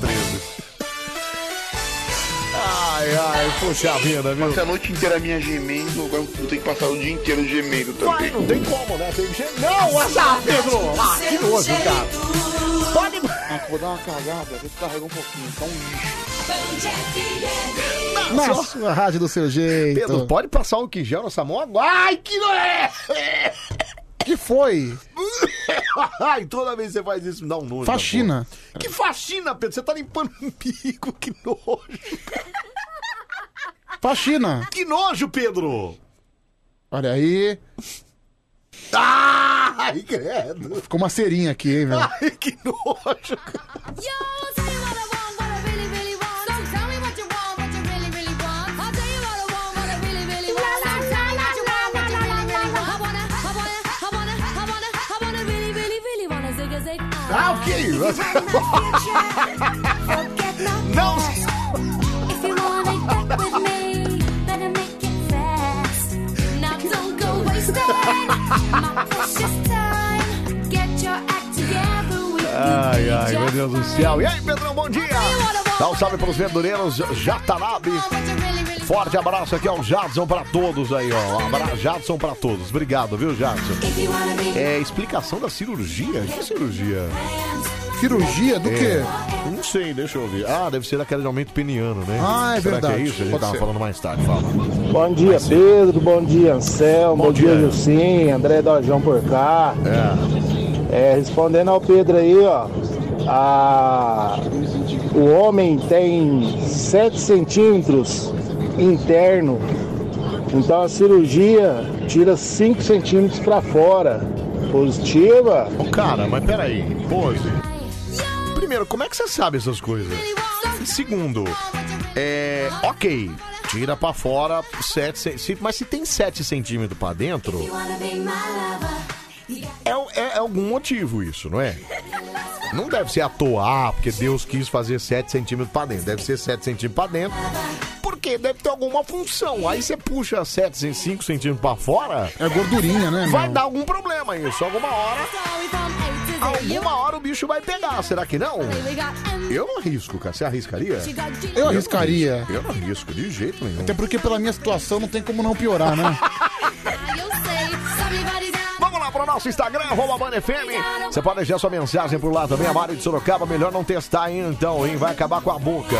Speaker 1: Ai, ai, puxa vida, viu?
Speaker 25: Passei a noite inteira minha gemendo, agora eu tenho que passar o dia inteiro gemendo também.
Speaker 1: não tem como, né? Tem que gemer. Não, WhatsApp, Pedro! Ah, que nojo, cara. Pode...
Speaker 25: Ah, vou dar uma cagada, vou descarregar um pouquinho, tá um lixo.
Speaker 2: Na sua rádio do seu jeito.
Speaker 1: Pedro, pode passar um quijão nessa mão agora? Ai, que nojo!
Speaker 2: Que foi?
Speaker 1: (laughs) Ai, toda vez que você faz isso, me dá um nojo.
Speaker 2: Faxina.
Speaker 1: pô. Que faxina, Pedro? Você tá limpando um bico, que nojo.
Speaker 2: Faxina.
Speaker 1: Que nojo, Pedro!
Speaker 2: Olha aí.
Speaker 1: Ah!
Speaker 2: Ai, credo. Ficou uma cerinha aqui, hein, velho?
Speaker 1: Ai, que nojo.
Speaker 4: Ah, o que é isso?
Speaker 1: (laughs)
Speaker 4: Não!
Speaker 1: Ai, ai, meu Deus do céu. E aí, Pedrão, bom dia. Dá um salve pros verdureiros Jatanabe. Forte abraço aqui ao Jadson pra todos aí, ó. Um abraço, Jadson pra todos. Obrigado, viu, Jadson? É explicação da cirurgia? Que cirurgia?
Speaker 2: Cirurgia do
Speaker 1: É,
Speaker 2: quê?
Speaker 1: Não sei, deixa eu ver. Ah, deve ser daquele de aumento peniano, né?
Speaker 2: Ah, é
Speaker 1: Será
Speaker 2: verdade.
Speaker 1: que é isso? A gente
Speaker 2: Pode
Speaker 1: tava
Speaker 2: ser.
Speaker 1: falando mais tarde, fala.
Speaker 7: Bom dia, Pedro. Bom dia, Anselmo. Bom, dia, Jussim. André Dojão por cá. É, respondendo ao Pedro aí, ó. a- O homem tem 7 centímetros interno. Então a cirurgia tira 5 centímetros pra fora. Positiva.
Speaker 1: Cara, mas peraí, pose. Primeiro, como é que você sabe essas coisas? E Segundo, é. Ok, tira pra fora 7 Mas se tem 7 centímetros pra dentro. É, o- é- é algum motivo isso, não é? Não deve ser à toa, ah, porque Deus quis fazer 7 centímetros pra dentro. Deve ser 7 centímetros pra dentro. Porque deve ter alguma função. Aí você puxa 7, 5 centímetros pra fora.
Speaker 2: É gordurinha, né?
Speaker 1: Vai
Speaker 2: meu?
Speaker 1: dar algum problema isso. Alguma hora. Alguma hora o bicho vai pegar. Será que não? Eu não arrisco, cara. Você arriscaria?
Speaker 2: Eu arriscaria.
Speaker 1: Eu não arrisco, de jeito nenhum.
Speaker 2: Até porque pela minha situação não tem como não piorar, né?
Speaker 1: Vamos lá pro nosso Instagram, arroba BanFM. Você pode deixar sua mensagem por lá também. A Mari de Sorocaba, melhor não testar, hein, então, hein? Vai acabar com a boca.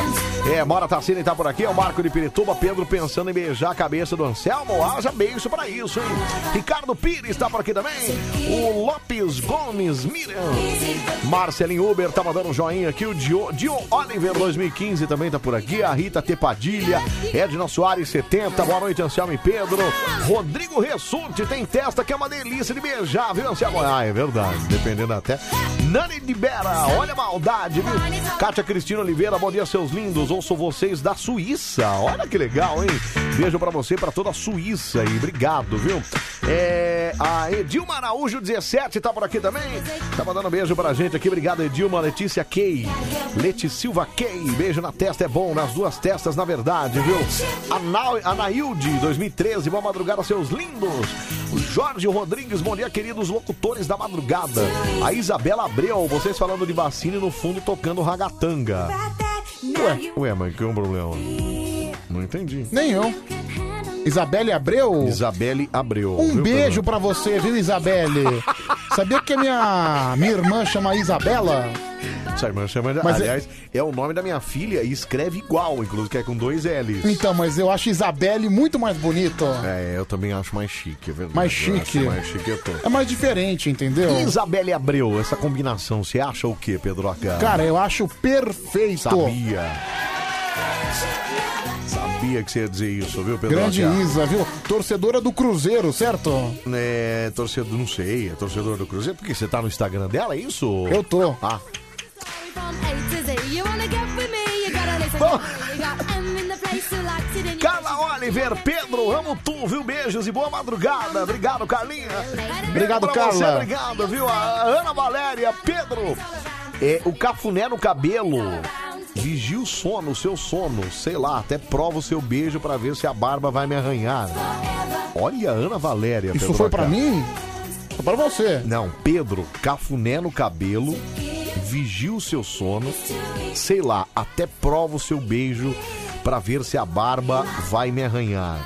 Speaker 1: É, Mora Tarcina tá por aqui, é o Marco de Pirituba. Pedro pensando em beijar a cabeça do Anselmo. Haja beijo pra isso, hein? Ricardo Pires tá por aqui também. O Lopes Gomes Miriam. Marcelinho Uber tá mandando um joinha aqui. O Dio, Dio Oliver 2015 também tá por aqui. A Rita Tepadilha. Edna Soares 70. Boa noite, Anselmo e Pedro. Rodrigo Ressunte tem testa que é uma delícia de beijar, viu, Anselmo? Ah, é verdade. Dependendo até. Nani Libera, olha a maldade, viu? Kátia Cristina Oliveira, bom dia, seus lindos. Ouço vocês da Suíça. Olha que legal, hein? Beijo pra você, e pra toda a Suíça e obrigado, viu? É, a Edilma Araújo 17 tá por aqui também. Tá mandando um beijo pra gente aqui. Obrigado, Edilma. Letícia Key. Leti Silva Key. Beijo na testa é bom, nas duas testas, na verdade, viu? Anau- Anailde 2013. Boa madrugada, seus lindos. O Jorge Rodrigues, bom dia, queridos locutores da madrugada. A Isabela Abreu, vocês falando de vacina e no fundo tocando ragatanga. Ué, ué, mas que é um problema? Não entendi.
Speaker 2: Nem eu. Isabelle Abreu?
Speaker 1: Isabelle Abreu.
Speaker 2: Um
Speaker 1: viu,
Speaker 2: beijo pra você, viu, Isabelle? Sabia que a minha, minha irmã chama Isabela?
Speaker 1: Essa irmã chama de...
Speaker 2: Mas é-
Speaker 1: Aliás, é... o nome da minha filha e escreve igual, inclusive, que é com dois L's.
Speaker 2: Então, mas eu acho Isabelle muito mais bonito.
Speaker 1: É, eu também acho mais chique, é verdade.
Speaker 2: Mais
Speaker 1: Eu acho
Speaker 2: chique.
Speaker 1: mais chique eu tô.
Speaker 2: É mais diferente, entendeu?
Speaker 1: Isabelle Abreu, essa combinação, você acha o quê, Pedro Acá?
Speaker 2: Cara, eu acho perfeito.
Speaker 1: Sabia. Sabia que você ia dizer isso, viu, Pedro
Speaker 2: Grande
Speaker 1: Acá?
Speaker 2: Isa, viu? Torcedora do Cruzeiro, certo?
Speaker 1: É, torcedor, não sei, é torcedor do Cruzeiro. Por que você tá no Instagram dela, é isso?
Speaker 2: Eu tô.
Speaker 1: Ah, Carla Oliver, Pedro, amo tu, viu? Beijos e boa madrugada. Obrigado, Carlinha.
Speaker 2: Obrigado,
Speaker 1: Beijo pra você,
Speaker 2: Carla.
Speaker 1: obrigado, viu? A Ana Valéria, Pedro. É, o cafuné no cabelo. Vigia o sono, o seu sono. Sei lá, até prova o seu beijo pra ver se a barba vai me arranhar. Olha, Ana Valéria.
Speaker 2: Isso
Speaker 1: Pedro
Speaker 2: foi pra
Speaker 1: Acá.
Speaker 2: mim? Foi Tá pra você.
Speaker 1: Não, Pedro, cafuné no cabelo, vigia o seu sono, sei lá, até prova o seu beijo pra ver se a barba vai me arranhar.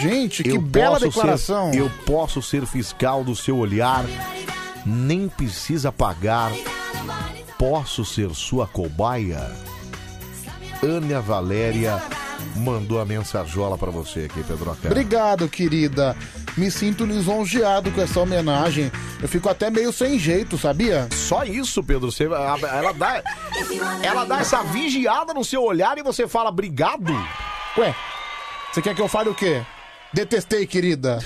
Speaker 2: Gente, que bela
Speaker 1: posso
Speaker 2: declaração.
Speaker 1: ser- eu posso ser fiscal do seu olhar, nem precisa pagar. Posso ser sua cobaia? Ana Valéria mandou a mensajola pra você aqui, Pedro Acá.
Speaker 2: Obrigado, querida. Me sinto lisonjeado com essa homenagem. Eu fico até meio sem jeito, sabia?
Speaker 1: Só isso, Pedro. Você, a- ela, dá, ela dá essa vigiada no seu olhar e você fala obrigado. (laughs)
Speaker 2: Ué, você quer que eu fale o quê? Detestei, querida.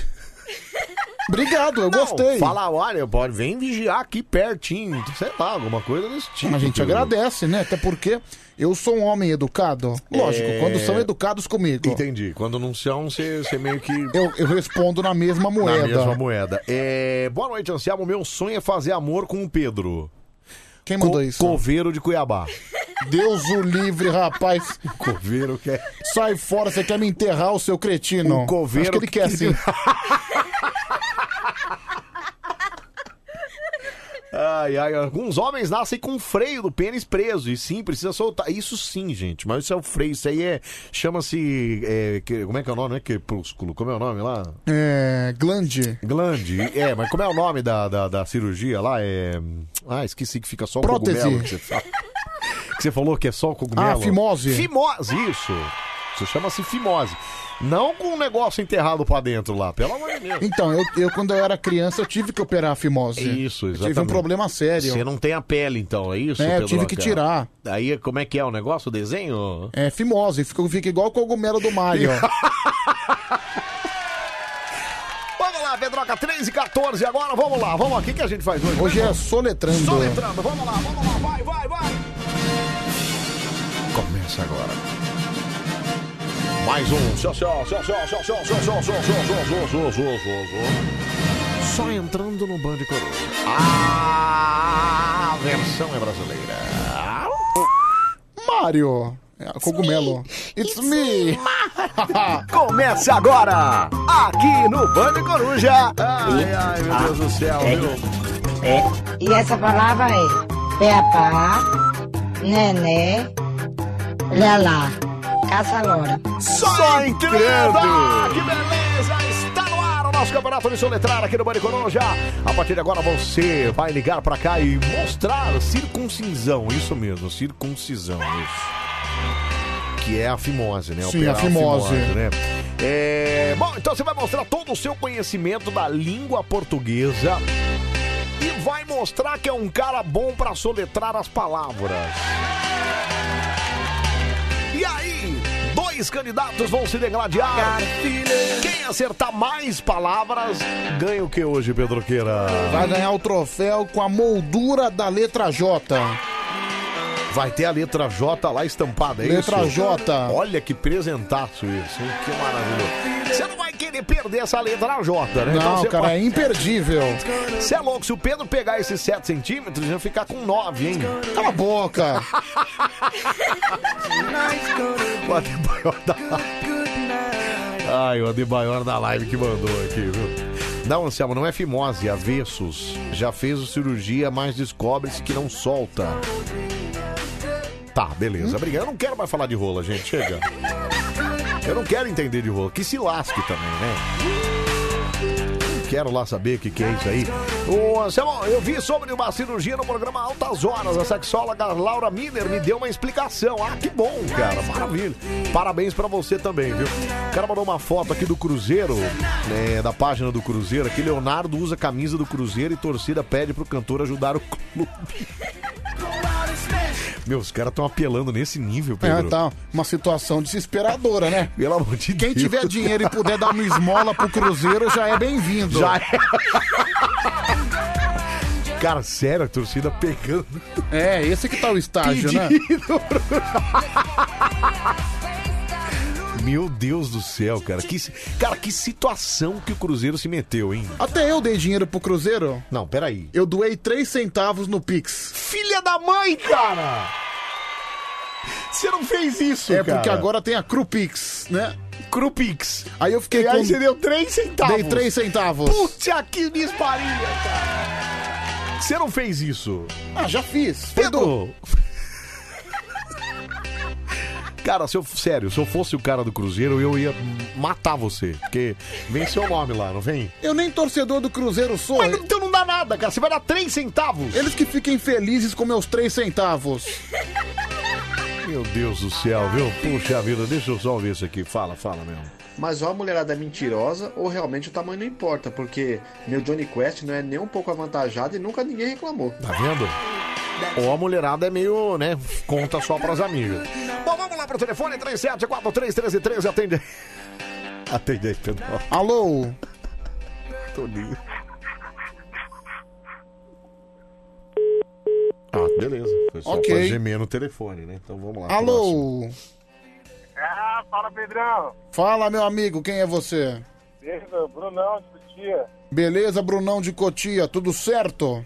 Speaker 2: Obrigado, eu gostei.
Speaker 1: Fala, olha, pode, vem vigiar aqui pertinho, sei lá, alguma coisa desse tipo.
Speaker 2: A gente agradece, né? Até porque eu sou um homem educado. Lógico,
Speaker 1: É.
Speaker 2: quando são
Speaker 1: (laughs)
Speaker 2: educados comigo.
Speaker 1: Entendi. Quando não são, você você meio que.
Speaker 2: (laughs) Eu, eu respondo na mesma
Speaker 1: Na
Speaker 2: moeda.
Speaker 1: mesma moeda. É... Boa noite, Anselmo. Meu sonho é fazer amor com o Pedro.
Speaker 2: Quem mandou isso?
Speaker 1: Coveiro de Cuiabá.
Speaker 2: Deus o livre, rapaz.
Speaker 1: (laughs) Coveiro é. quer.
Speaker 2: Sai fora, você quer me enterrar, o seu cretino.
Speaker 1: O coveiro
Speaker 2: Acho que ele quer
Speaker 1: que- Ah,
Speaker 2: sim.
Speaker 1: (laughs) Ai, ai, alguns homens nascem com o freio do pênis preso e sim, precisa soltar. Isso sim, gente, mas isso é o freio, isso aí é. Chama-se. é, que- como é que é o nome? Não é crepúsculo? Como é o nome lá?
Speaker 2: É. Glande.
Speaker 1: Glande. É, mas como é o nome da, da, da cirurgia lá? É. Ah, esqueci que fica só o
Speaker 2: Prótese.
Speaker 1: cogumelo que você fala. Que você falou que é só o cogumelo.
Speaker 2: Ah, fimose.
Speaker 1: Fimose, isso. Isso chama-se fimose. Não com um negócio enterrado pra dentro lá, pelo amor de Deus.
Speaker 2: Então, eu, eu, quando eu era criança, eu tive que operar a fimose.
Speaker 1: É Isso,
Speaker 2: Eu
Speaker 1: exatamente.
Speaker 2: Tive um problema sério.
Speaker 1: Você não tem a pele, então, é isso?
Speaker 2: É, eu
Speaker 1: Pedro
Speaker 2: tive que
Speaker 1: Lacerda?
Speaker 2: tirar.
Speaker 1: Aí, como é que é o negócio, o desenho?
Speaker 2: É fimose, fica, fica igual o cogumelo
Speaker 1: (laughs)
Speaker 2: do Mario.
Speaker 1: Vamos lá, Pedroca, 3 e 14 agora, vamos lá, vamos lá. O que, que a gente faz hoje?
Speaker 2: Hoje é
Speaker 1: mesmo?
Speaker 2: soletrando.
Speaker 1: Soletrando, vamos lá, vamos lá, vai, vai, vai. Começa agora. Mais um. Só, só, só, só, só, só, só, só, só, só, só, só, só, só, só. Só entrando no Band Coruja. A versão é brasileira.
Speaker 2: Mario. É, cogumelo. It's, me.
Speaker 1: (laughs) Começa agora, Ah, aqui no Band Coruja. Ai, ai, meu Deus do céu,
Speaker 9: É. E essa palavra é Peapá, Nené, Lelá, Caça-Loura.
Speaker 1: Só entrando! Ah, que beleza! Está no ar o nosso campeonato de soletrar aqui no Bande Coruja. A partir de agora você vai ligar pra cá e mostrar circuncisão. Isso mesmo, circuncisão. Isso. Que é a fimose, né?
Speaker 2: Sim,
Speaker 1: Operar
Speaker 2: a fimose.
Speaker 1: né? É, Bom, então você vai mostrar todo o seu conhecimento da língua portuguesa e vai mostrar que é um cara bom pra soletrar as palavras. E aí, dois candidatos vão se degladiar. Quem acertar mais palavras ganha o que hoje, Pedro Queira?
Speaker 2: Vai ganhar o troféu com a moldura da letra J. É,
Speaker 1: Vai ter a letra J lá estampada, é
Speaker 2: Letra
Speaker 1: isso?
Speaker 2: J.
Speaker 1: Olha que presentaço isso, hein? Que maravilhoso. Você não vai querer perder essa letra J, né?
Speaker 2: Não,
Speaker 1: você
Speaker 2: cara, é imperdível.
Speaker 1: Você é louco, se o Pedro pegar esses 7 centímetros, ele vai ficar com 9, hein?
Speaker 2: Cala
Speaker 1: (laughs)
Speaker 2: a boca.
Speaker 1: O Adebayor da live. Ai, o Adebayor da live que mandou aqui, viu? Não, Anselmo, não é fimose, é avessos. Já fez o cirurgia, mas descobre-se que não solta. Tá, beleza. Obrigado. Eu não quero mais falar de rola, gente. Chega. Eu não quero entender de rola. Que se lasque também, né? Quero lá saber o que, que é isso aí. Ô, Anselmo, eu vi sobre uma cirurgia no programa Altas Horas. A sexóloga Laura Miller me deu uma explicação. Ah, que bom, cara. Maravilha. Parabéns pra você também, viu? O cara mandou uma foto aqui do Cruzeiro, né, da página do Cruzeiro. Aqui, Leonardo usa a camisa do Cruzeiro e torcida pede pro cantor ajudar o clube. Meu, os caras estão apelando nesse nível,
Speaker 2: É,
Speaker 1: Pedro.
Speaker 2: tá uma situação desesperadora, né?
Speaker 1: Pelo amor de
Speaker 2: Quem
Speaker 1: Deus.
Speaker 2: tiver dinheiro e puder dar uma esmola pro Cruzeiro já é bem-vindo.
Speaker 1: Já é. Cara, sério, a torcida pegando.
Speaker 2: É, esse que tá o estágio,
Speaker 1: (laughs)
Speaker 2: né?
Speaker 1: Pedido Meu Deus do céu, cara. Que, si- cara, que situação que o Cruzeiro se meteu, hein?
Speaker 2: Até eu dei dinheiro pro Cruzeiro.
Speaker 1: Não, peraí.
Speaker 2: Eu doei 3 centavos no Pix.
Speaker 1: Filha da mãe, cara! Você não fez isso,
Speaker 2: É
Speaker 1: cara.
Speaker 2: porque agora tem a Crupix, né?
Speaker 1: Crupix.
Speaker 2: Aí eu fiquei
Speaker 1: E aí você deu
Speaker 2: 3
Speaker 1: três centavos.
Speaker 2: Dei 3 centavos.
Speaker 1: Putz, aqui disparia, cara. Você não fez isso.
Speaker 2: Ah, já fiz.
Speaker 1: Pedro! (laughs) Cara, se eu, sério, se eu fosse o cara do Cruzeiro, eu ia matar você. Porque vem seu nome lá, não vem?
Speaker 2: Eu nem torcedor do Cruzeiro sou.
Speaker 1: Mas então não dá nada, cara. Você vai dar 3 centavos.
Speaker 2: Eles que fiquem felizes com meus
Speaker 1: (laughs)
Speaker 2: 3 centavos.
Speaker 1: Meu Deus do céu, viu? Puxa vida, deixa eu só ver isso aqui. Fala, fala mesmo.
Speaker 5: Mas ou a mulherada é mentirosa ou realmente o tamanho não importa, porque meu Johnny Quest não é nem um pouco avantajado e nunca ninguém reclamou.
Speaker 1: Tá vendo? Ou a mulherada é meio, né? Conta só pras amigas. Bom, vamos lá pro telefone (laughs) 37431313. Atende. Atende aí, Pedro.
Speaker 2: Alô?
Speaker 1: Toninho. Ah, beleza. Foi só
Speaker 2: Ok.
Speaker 1: pra gemer no telefone, né? Então vamos lá.
Speaker 2: Alô?
Speaker 19: Ah, fala Pedrão.
Speaker 2: Fala, meu amigo, quem é você?
Speaker 19: Beleza, Brunão, discutia.
Speaker 2: Beleza, Brunão de Cotia, tudo certo?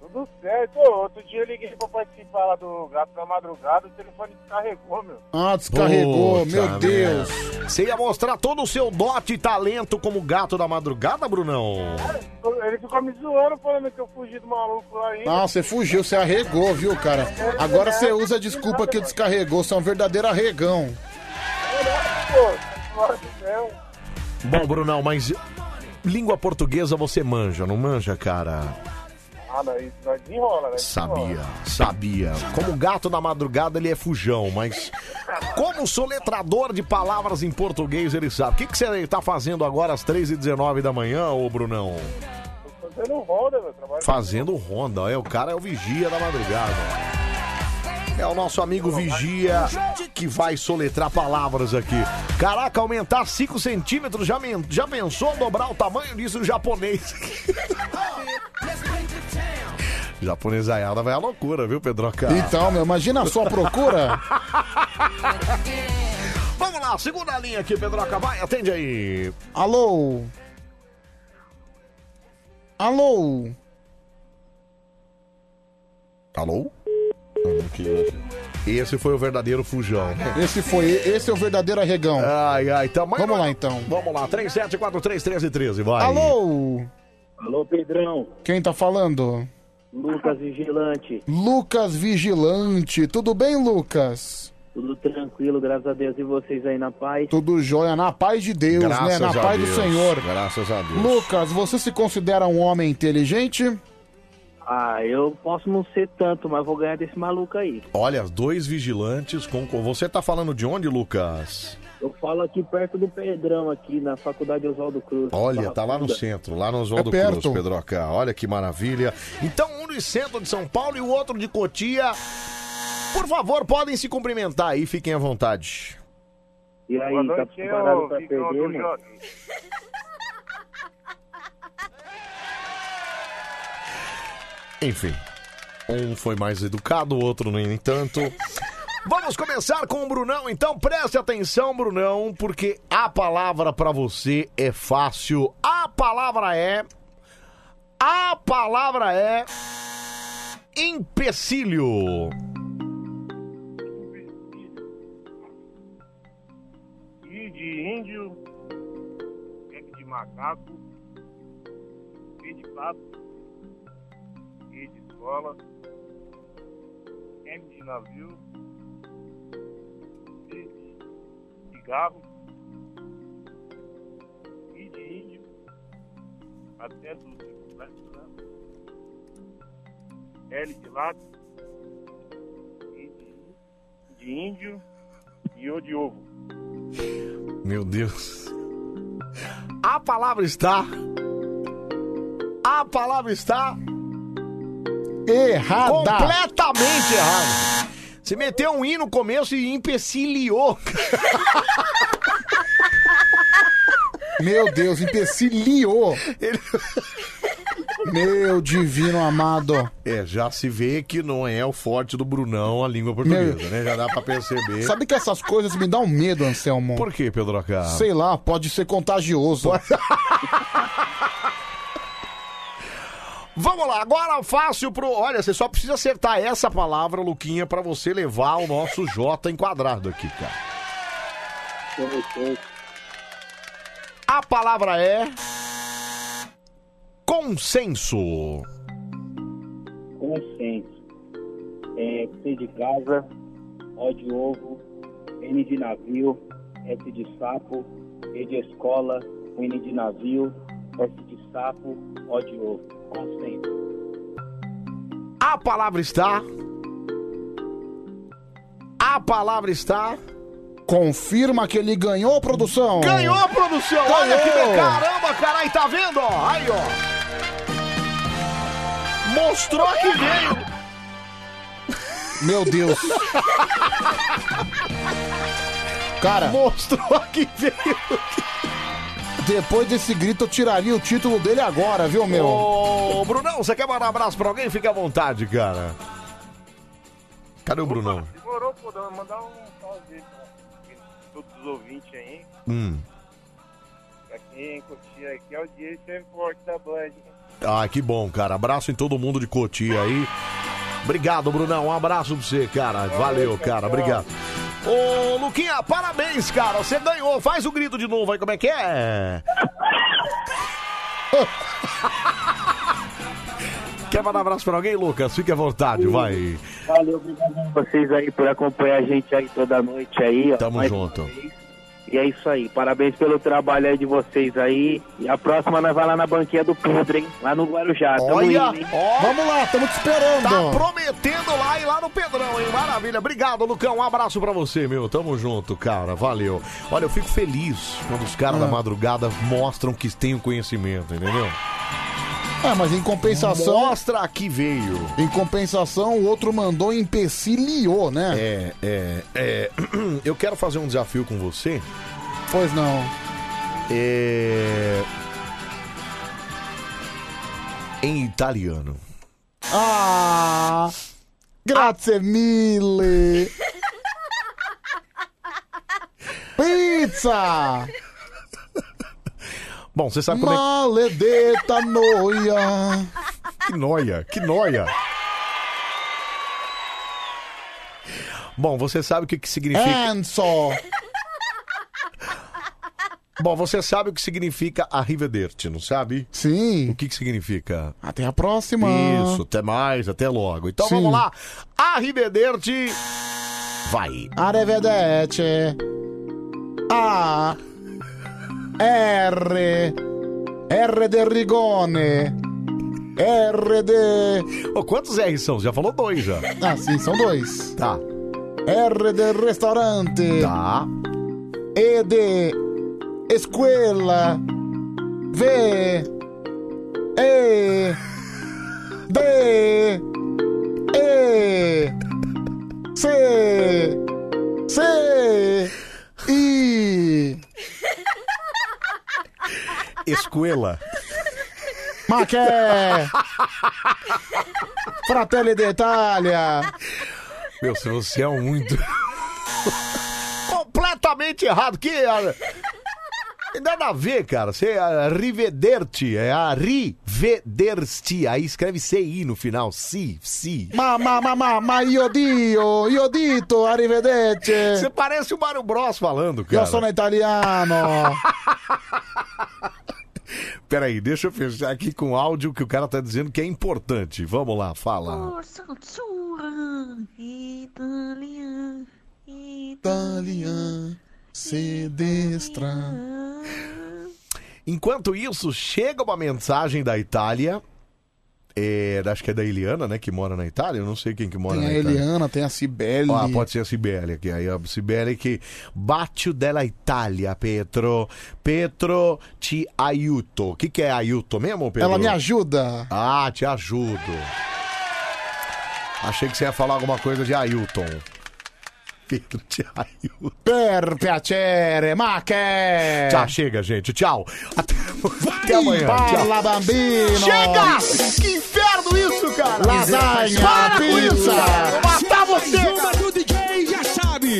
Speaker 19: Tudo certo. Ô, Outro dia eu liguei pra participar lá do Gato da Madrugada, o telefone descarregou, meu.
Speaker 2: Ah, descarregou,
Speaker 1: Puta
Speaker 2: meu Deus.
Speaker 1: merda. Você ia mostrar todo o seu dote e talento como gato da madrugada, Brunão?
Speaker 19: Ele ficou me zoando falando que eu fugi do maluco lá ainda.
Speaker 2: Ah, você fugiu, você arregou, viu, cara? Agora você usa a desculpa que descarregou, você é um verdadeiro arregão.
Speaker 19: Pô, fora do céu.
Speaker 1: Bom, Brunão, mas língua portuguesa você manja, não manja, cara?
Speaker 19: Ah, não, isso nós desenrola, né?
Speaker 1: Sabia, sabia. Como gato da madrugada ele é fujão, mas como soletrador de palavras em português ele sabe. O que, que você tá fazendo agora às 3h19 da manhã, ô Brunão?
Speaker 19: Fazendo um roda, meu trabalho.
Speaker 1: Fazendo ronda, é, o cara é o vigia da madrugada. É o nosso amigo Vigia que vai soletrar palavras aqui. Caraca, aumentar 5 centímetros, já, men- já pensou dobrar o tamanho disso em japonês? Japonesaiada vai à loucura, viu, Pedroca?
Speaker 2: Então, meu, imagina só a procura.
Speaker 1: Vamos lá, segunda linha aqui, Pedroca, vai, atende aí.
Speaker 2: Alô? Alô?
Speaker 1: Alô? Esse foi o verdadeiro fujão.
Speaker 2: Esse foi, esse é o verdadeiro arregão.
Speaker 1: Ai, ai, então,
Speaker 2: Vamos lá, então.
Speaker 1: Vamos lá, 37431313, vai.
Speaker 2: Alô?
Speaker 10: Alô, Pedrão,
Speaker 2: Quem tá falando?
Speaker 10: Lucas Vigilante.
Speaker 2: Lucas Vigilante. Tudo bem, Lucas?
Speaker 10: Tudo tranquilo, graças a Deus. E vocês aí na paz?
Speaker 2: Tudo jóia, na paz de Deus, né?
Speaker 1: Graças
Speaker 2: Na
Speaker 1: a
Speaker 2: paz
Speaker 1: Deus,
Speaker 2: do Senhor.
Speaker 1: Graças a Deus.
Speaker 2: Lucas, você se considera um homem inteligente?
Speaker 10: Ah, eu posso não ser tanto, mas vou ganhar desse maluco aí.
Speaker 1: Olha, dois vigilantes com. com- Você tá falando de onde, Lucas?
Speaker 10: Eu falo aqui perto do Pedrão, aqui na Faculdade Oswaldo Cruz.
Speaker 1: Olha, tá lá no centro, lá no Oswaldo
Speaker 10: É perto.
Speaker 1: Cruz, Pedroca. Olha que maravilha. Então, um no centro de São Paulo e o outro de Cotia. Por favor, podem se cumprimentar aí, fiquem à vontade.
Speaker 10: E aí,
Speaker 19: Boa
Speaker 10: tá
Speaker 19: noite,
Speaker 10: preparado
Speaker 19: ô,
Speaker 10: pra
Speaker 19: Vigão
Speaker 10: perder, né?
Speaker 19: do
Speaker 10: mano?
Speaker 19: Jota.
Speaker 1: Enfim, um foi mais educado, o outro nem
Speaker 10: (laughs)
Speaker 1: tanto. (laughs) Vamos começar com o Brunão, então preste atenção, Brunão, porque a palavra pra você é fácil. A palavra é. A palavra é. Empecilho.
Speaker 19: I de índio, F de macaco, P de pato, E de escola, M de navio, C de cigarro, I de índio, até do circunvento, L de lápis, I de, de índio e O de ovo.
Speaker 1: Meu Deus. A palavra está. A palavra está.
Speaker 2: Errada.
Speaker 1: Completamente errada. Você meteu um i no começo e empecilhou.
Speaker 2: (laughs) Meu Deus, empecilhou. (laughs) Meu divino amado.
Speaker 1: É, já se vê que não é o forte do Brunão a língua portuguesa,
Speaker 2: Meu-
Speaker 1: né? Já dá pra perceber.
Speaker 2: Sabe que essas coisas me dão medo, Anselmo?
Speaker 1: Por quê, Pedro Acá?
Speaker 2: Sei lá, pode ser contagioso.
Speaker 1: (laughs) Vamos lá, agora fácil pro. Olha, você só precisa acertar essa palavra, Luquinha, pra você levar o nosso J enquadrado aqui, cara. A palavra é. Consenso.
Speaker 10: Consenso. É, C de casa, O de ovo, N de navio, S de sapo, E de escola, N de navio, S de sapo, O de ovo. Consenso.
Speaker 1: A palavra está. A palavra está.
Speaker 2: Confirma que ele ganhou, produção.
Speaker 1: Ganhou, produção! Olha que
Speaker 2: Ganhou!
Speaker 1: be- caramba, caralho, tá vendo? ó? Aí, ó. Mostrou que veio.
Speaker 2: Meu
Speaker 1: (laughs)
Speaker 2: Deus. Cara.
Speaker 1: Mostrou que veio.
Speaker 2: Depois desse grito, eu tiraria o título dele agora, viu, meu?
Speaker 1: Ô, Brunão, você quer mandar um abraço pra alguém? Fica à vontade, cara. Cadê o Brunão?
Speaker 8: Demorou, pô, dá- mandar um salve aí pra todos os ouvintes aí.
Speaker 1: Hum.
Speaker 8: Aqui em Cotia, aqui é o dia sempre forte da Band.
Speaker 1: Ah, que bom, cara. Abraço em todo mundo de Cotia aí. Obrigado, Brunão. Um abraço pra você, cara. Valeu, cara. Obrigado. Ô, Luquinha, parabéns, cara. Você ganhou. Faz o grito de novo aí, como é que é? Quer mandar um abraço pra alguém, Lucas? Fique à vontade, vai.
Speaker 8: Valeu, obrigado a vocês aí por acompanhar a gente aí toda noite aí. ó.
Speaker 1: Tamo
Speaker 8: Mas-
Speaker 1: junto.
Speaker 8: E é isso aí, parabéns pelo trabalho aí de vocês aí. E a próxima nós vai lá na banquinha do Pedro, hein? Lá no Guarujá. Tamo
Speaker 1: Olha,
Speaker 8: indo, hein?
Speaker 2: Vamos lá, tamo te esperando.
Speaker 1: Tá prometendo lá e lá no Pedrão, hein? Maravilha. Obrigado, Lucão. Um abraço pra você, meu. Tamo junto, cara. Valeu. Olha, eu fico feliz quando os caras da madrugada mostram que têm o conhecimento, entendeu?
Speaker 2: Ah, mas em compensação.
Speaker 1: Mostra que veio.
Speaker 2: Em compensação, o outro mandou e empecilhou, né?
Speaker 1: É, é, é. (clears throat) Eu quero fazer um desafio com você.
Speaker 2: Pois não.
Speaker 1: É. Em italiano.
Speaker 2: Ah! Grazie mille!
Speaker 1: (laughs)
Speaker 2: Pizza!
Speaker 1: Bom, você sabe como é
Speaker 2: Maledetta noia!
Speaker 1: Que noia, que noia. Bom, você sabe o que, que significa.
Speaker 2: Enzo!
Speaker 1: Bom, você sabe o que significa arrivederci, não sabe?
Speaker 2: Sim.
Speaker 1: O que, que significa?
Speaker 2: Até a próxima!
Speaker 1: Isso, até mais, até logo. Então
Speaker 2: Sim.
Speaker 1: vamos lá. Arrivederci. Vai.
Speaker 2: Arrivederci! A! R! R de rigone! R de.
Speaker 1: Ô, quantos R's são? Você Já falou dois já.
Speaker 2: Ah, sim, são dois.
Speaker 1: Tá.
Speaker 2: R de restaurante.
Speaker 1: Tá.
Speaker 2: E de escola. V. E. D. E. C. C. I.
Speaker 1: Escuela.
Speaker 2: Maqué. Fratelli d'Italia.
Speaker 1: Meu, se você é um muito. Completamente errado. Que. ah, Tem nada a ver, cara. Você é arrivederci. É arrivederci. Aí escreve CI no final. Si, si.
Speaker 2: Ma, ma, ma, ma, ma, io dio, io dito, arrivederci.
Speaker 1: Você parece o Mário Bros falando, cara.
Speaker 2: Io sono italiano.
Speaker 1: Peraí, deixa eu fechar aqui com áudio que o cara tá dizendo que é importante. Vamos lá, fala.
Speaker 2: Italiano, sedestra.
Speaker 1: Enquanto isso, chega uma mensagem da Itália. É, acho que é da Eliana, né? Que mora na Itália. Eu não sei quem que mora
Speaker 2: Tem
Speaker 1: na
Speaker 2: a
Speaker 1: Itália.
Speaker 2: Eliana, tem a Cibele.
Speaker 1: Ah, pode ser a Sibeli aqui. Aí a Sibeli que bacio della Italia, Petro. Petro, te aiuto. O que, que é aiuto mesmo, Pedro?
Speaker 2: Ela me ajuda.
Speaker 1: Ah, te ajudo. Achei que você ia falar alguma coisa de Ailton. (laughs) Pedro, te ajudo.
Speaker 2: Per piacere, ma che.
Speaker 1: Tá, chega, gente. Tchau. Até, até amanhã.
Speaker 2: Fala,
Speaker 1: Tchau.
Speaker 2: bambino.
Speaker 1: Chega! Que inferno isso, cara!
Speaker 2: Lasanha,
Speaker 1: Para com
Speaker 2: pizza.
Speaker 1: isso, cara. Vou matar você, cara.
Speaker 2: DJ já sabe.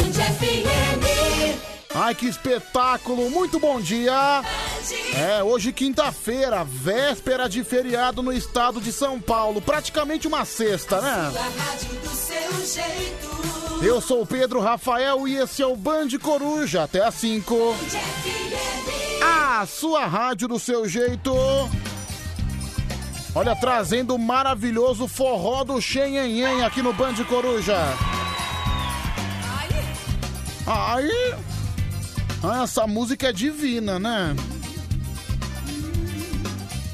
Speaker 2: Ai, que espetáculo! Muito bom dia! É, hoje quinta-feira, véspera de feriado no estado de São Paulo. Praticamente uma sexta, né? Eu sou o Pedro Rafael e esse é o Band Coruja. Até às 5.
Speaker 12: é
Speaker 2: A sua rádio do seu jeito. Olha, trazendo o maravilhoso forró do Xenhenhen aqui no Band Coruja. Ai. Ah, essa música é divina, né?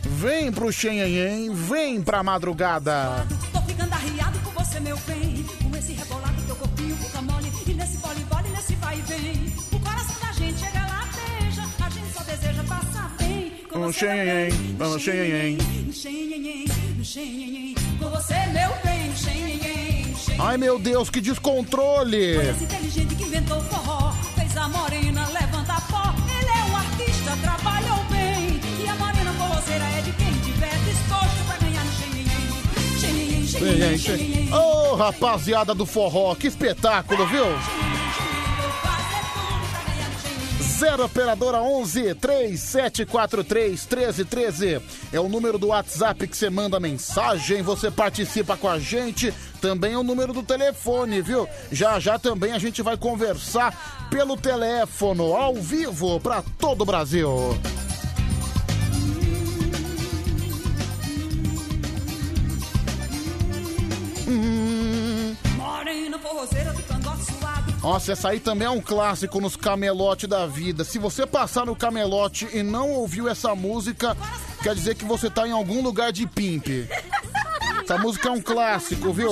Speaker 2: Vem pro Xenhenhen, vem pra madrugada.
Speaker 12: Tô ficando arriado com você, meu bem. Com esse rebolado, teu corpinho fica mole. E nesse vole-vole, nesse vai e vem. O coração da gente chega lá, beija. A gente só deseja passar bem. Com
Speaker 2: No
Speaker 12: você, meu
Speaker 2: Xenhenhen,
Speaker 12: bem.
Speaker 2: no Xenhenhen.
Speaker 12: No Xenhenhen, no Xenhenhen. Com você, meu bem. No Xenhenhen, no Xenhenhen.
Speaker 2: Ai meu Deus, que descontrole!
Speaker 12: Foi esse inteligente que inventou o forró. Fez a morena levantar pó. Ele é um artista, trabalhou é
Speaker 2: Sim, gente. Ô, rapaziada do forró, que espetáculo, viu? 0 operadora 11 3743 1313 é o número do WhatsApp que você manda mensagem, você participa com a gente, também é o número do telefone, viu? Já já também a gente vai conversar pelo teléfono ao vivo para todo o Brasil. Hum.
Speaker 12: Moreno, forrozeira do cangote suado.
Speaker 2: Nossa, essa aí também é um clássico nos camelote da vida. Se você passar no camelote e não ouviu essa música, quer dizer que você tá em algum lugar de pimp. Essa música é um clássico, viu?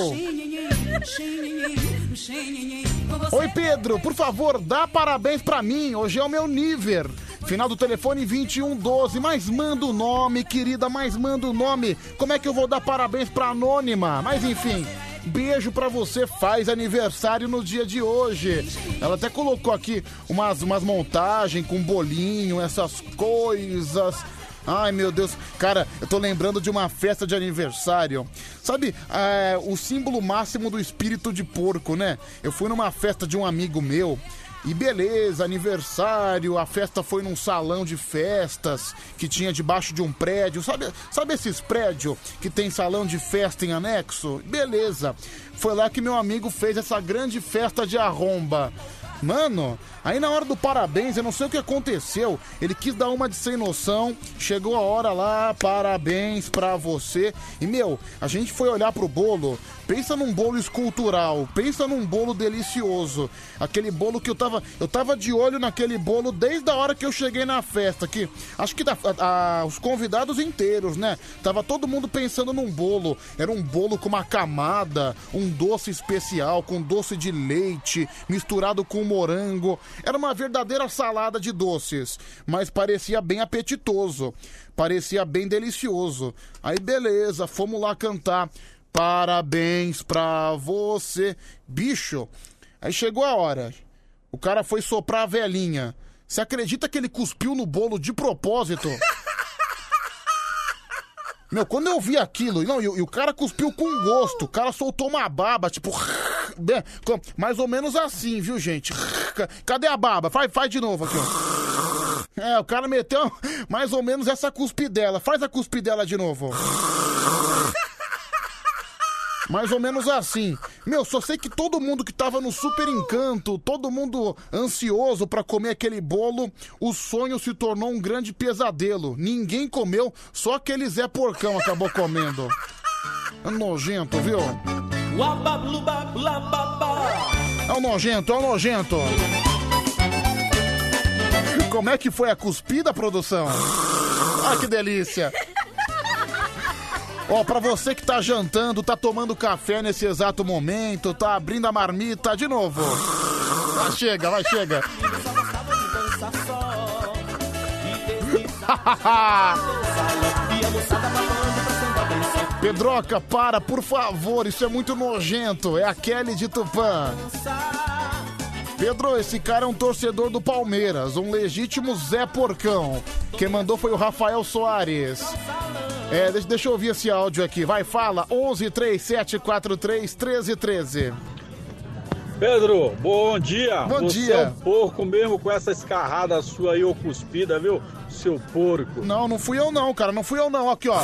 Speaker 2: Oi, Pedro, por favor, dá parabéns pra mim. Hoje é o meu nível. Final do telefone 2112. Mas manda o nome, querida, mas manda o nome. Como é que eu vou dar parabéns pra anônima? Mas enfim. Beijo pra você, faz aniversário no dia de hoje. Ela até colocou aqui umas, umas montagens com bolinho, essas coisas. Ai, meu Deus. Cara, eu tô lembrando de uma festa de aniversário. Sabe, é, o símbolo máximo do espírito de porco, né? Eu fui numa festa de um amigo meu. E beleza, aniversário, a festa foi num salão de festas que tinha debaixo de um prédio. Sabe, sabe esses prédios que tem salão de festa em anexo? Beleza. Foi lá que meu amigo fez essa grande festa de arromba. Mano, aí na hora do parabéns, eu não sei o que aconteceu. Ele quis dar uma de sem noção, chegou a hora lá, parabéns pra você. E meu, a gente foi olhar pro bolo, pensa num bolo escultural, pensa num bolo delicioso. Aquele bolo que eu tava, eu tava de olho naquele bolo desde a hora que eu cheguei na festa aqui. Acho que da- a- a- os convidados inteiros, né? Tava todo mundo pensando num bolo. Era um bolo com uma camada, um doce especial com doce de leite misturado com morango. Era uma verdadeira salada de doces, mas parecia bem apetitoso, parecia bem delicioso. Aí beleza, fomos lá cantar. Parabéns pra você, bicho. Aí chegou a hora. O cara foi soprar a velhinha. Você acredita que ele cuspiu no bolo de propósito? Meu, quando eu vi aquilo, não, e, o- e o cara cuspiu com gosto, o cara soltou uma baba, tipo, né, com- mais ou menos assim, viu, gente? Cadê a baba? Faz, faz de novo aqui, ó. É, o cara meteu mais ou menos essa cuspidela. Faz a cuspidela de novo. Mais ou menos assim. Meu, só sei que todo mundo que tava no super encanto, todo mundo ansioso pra comer aquele bolo, o sonho se tornou um grande pesadelo. Ninguém comeu, só aquele Zé Porcão acabou comendo. É nojento, viu? É um nojento, é um nojento. Como é que foi a cuspida, produção? Ah, que delícia. Ó, pra você que tá jantando, tá tomando café nesse exato momento, tá abrindo a marmita de novo. Vai, chega, vai, chega. (laughs) Pedroca, para, por favor, isso é muito nojento. É a Kelly de Tupã. Pedro, esse cara é um torcedor do Palmeiras, um legítimo Zé Porcão. Quem mandou foi o Rafael Soares. É, deixa, deixa eu ouvir esse áudio aqui. Vai, fala. 11 3743 1313.
Speaker 13: Pedro, bom dia.
Speaker 2: Bom
Speaker 13: Você
Speaker 2: dia.
Speaker 13: é um porco mesmo com essa escarrada sua aí, ô cuspida, viu? Seu porco.
Speaker 2: Não, não fui eu não, cara. Não fui eu não. Aqui, ó.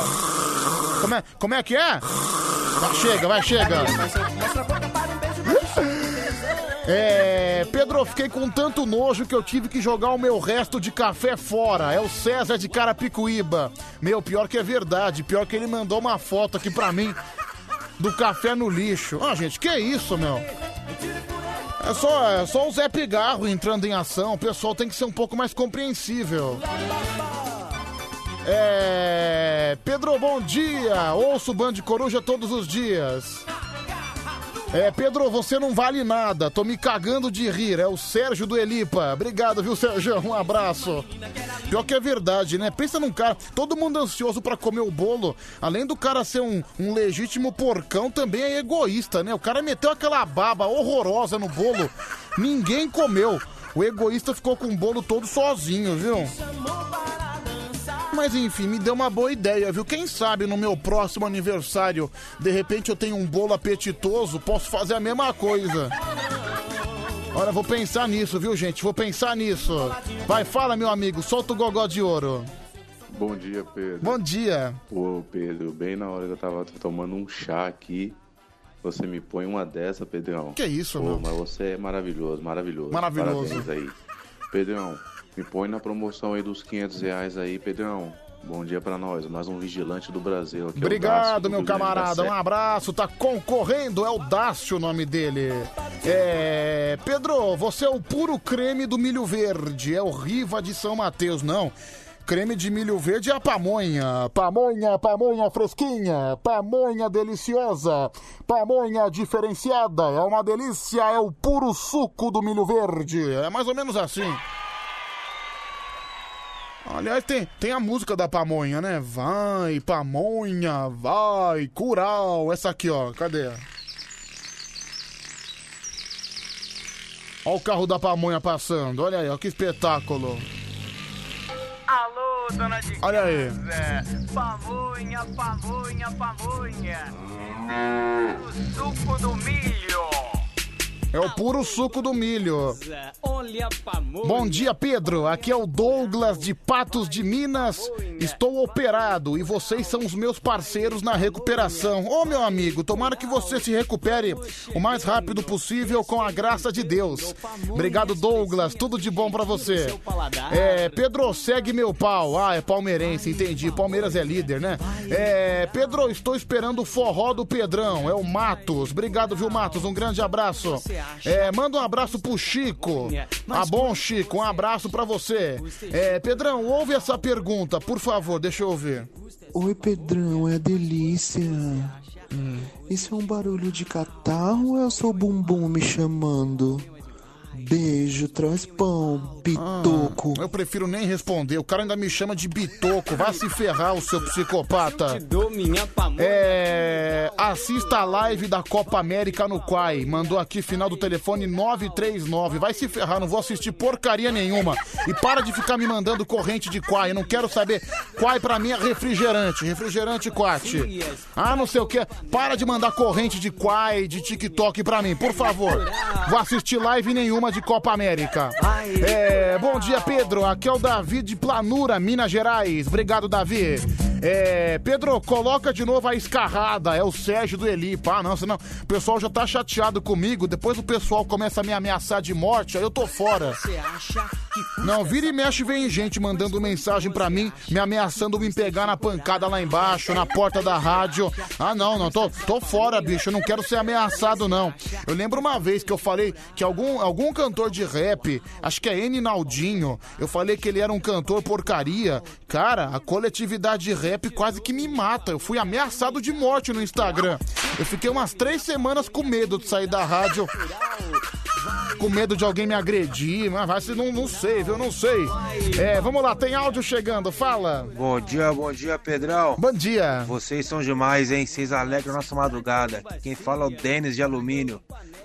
Speaker 2: Como é, como é que é? Vai, chega, vai, chega. É, Pedro, eu fiquei com tanto nojo que eu tive que jogar o meu resto de café fora. É o César de Carapicuíba. Meu, pior que é verdade. Pior que ele mandou uma foto aqui pra mim do café no lixo. Ah, gente, que isso, meu? É só, é só o Zé Pigarro entrando em ação. O pessoal tem que ser um pouco mais compreensível. É. Pedro, bom dia! Ouço o Band Coruja todos os dias. É, Pedro, você não vale nada. Tô me cagando de rir. É o Sérgio do Elipa. Obrigado, viu, Sérgio? Um abraço. Pior que é verdade, né? Pensa num cara, todo mundo ansioso pra comer o bolo. Além do cara ser um, um legítimo porcão, também é egoísta, né? O cara meteu aquela baba horrorosa no bolo. Ninguém comeu. O egoísta ficou com o bolo todo sozinho, viu? mas enfim, me deu uma boa ideia, viu? Quem sabe no meu próximo aniversário, de repente eu tenho um bolo apetitoso, posso fazer a mesma coisa. Olha, vou pensar nisso, viu, gente? Vou pensar nisso. Vai, fala, meu amigo, solta o gogó de ouro.
Speaker 14: Bom dia, Pedro.
Speaker 2: Bom dia.
Speaker 14: Pô, Pedro, bem na hora que eu tava tomando um chá aqui, você me põe uma dessa, Pedrão.
Speaker 2: Que isso,
Speaker 14: Pô,
Speaker 2: meu?
Speaker 14: mas você é maravilhoso, maravilhoso.
Speaker 2: Maravilhoso.
Speaker 14: Parabéns aí. Pedrão, me põe na promoção aí dos 500 reais aí, Pedrão. Bom dia pra nós, mais um vigilante do Brasil aqui. é o Dácio,
Speaker 2: Obrigado,
Speaker 14: do
Speaker 2: meu
Speaker 14: Rio Grande da
Speaker 2: camarada. Um
Speaker 14: Serra.
Speaker 2: abraço. Tá concorrendo, é o Dácio o nome dele. É. Pedro, você é o puro creme do milho verde. É o Riva de São Mateus, não. Creme de milho verde é a pamonha. Pamonha, pamonha fresquinha. Pamonha deliciosa. Pamonha diferenciada. É uma delícia. É o puro suco do milho verde. É mais ou menos assim. Aliás, tem, tem a música da pamonha, né? Vai, pamonha, vai, curau. Essa aqui, ó. Cadê? Ó o carro da pamonha passando. Olha aí, ó. Que espetáculo.
Speaker 15: Alô, dona de
Speaker 2: Olha aí.
Speaker 15: casa. Pamonha, pamonha, pamonha. O suco do milho.
Speaker 2: É o puro suco do milho.
Speaker 15: Olha a pamonha.
Speaker 2: Bom dia, Pedro. Aqui é o Douglas de Patos de Minas. Estou operado e vocês são os meus parceiros na recuperação. Ô, meu amigo, tomara que você se recupere o mais rápido possível com a graça de Deus. Obrigado, Douglas. Tudo de bom pra você. É, Pedro, segue meu pau. Ah, é palmeirense, entendi. Palmeiras é líder, né? É, Pedro, estou esperando o forró do Pedrão. É o Matos. Obrigado, viu, Matos? Um grande abraço. É, manda um abraço pro Chico. Tá bom, Chico? Um abraço pra você. É, Pedrão, ouve essa pergunta, por favor, deixa eu ouvir.
Speaker 18: Oi, Pedrão, é a delícia.
Speaker 15: Hum.
Speaker 18: Isso é um barulho de catarro ou é o seu bumbum me chamando? Beijo, traz
Speaker 2: Ah,
Speaker 18: pão, bitoco.
Speaker 2: Eu prefiro nem responder. O cara ainda me chama de bitoco. Vai se ferrar, o seu psicopata. É. Assista a live da Copa América no Quai. Mandou aqui final do telefone 939. Vai se ferrar, não vou assistir porcaria nenhuma. E para de ficar me mandando corrente de Quai. Eu não quero saber. Quai pra mim é refrigerante. Refrigerante Quate. Ah, não sei o que. Para de mandar corrente de Quai, de TikTok pra mim, por favor. Vou assistir live nenhuma de Copa América. É, bom dia, Pedro. Aqui é o Davi de Planura, Minas Gerais. Obrigado, Davi. É, Pedro, coloca de novo a escarrada. É o Sérgio do Elipa. Ah, não, senão o pessoal já tá chateado comigo. Depois o pessoal começa a me ameaçar de morte, aí eu tô fora. Não, vira e mexe vem gente mandando mensagem pra mim, me ameaçando me pegar na pancada lá embaixo, na porta da rádio. Ah, não, não, tô, tô fora, bicho, eu não quero ser ameaçado, não. Eu lembro uma vez que eu falei que algum, algum cantor de rap, acho que é N. Naldinho, eu falei que ele era um cantor porcaria. Cara, a coletividade de rap quase que me mata. Eu fui ameaçado de morte no Instagram. Eu fiquei umas três semanas com medo de sair da rádio com medo de alguém me agredir, mas vai se não, não sei, viu? Não sei. É, vamos lá, tem áudio chegando, fala.
Speaker 26: Bom dia, bom dia, Pedrão.
Speaker 2: Bom dia.
Speaker 26: Vocês são demais, hein? Vocês alegram a nossa madrugada. Quem fala é o Denis de Alumínio.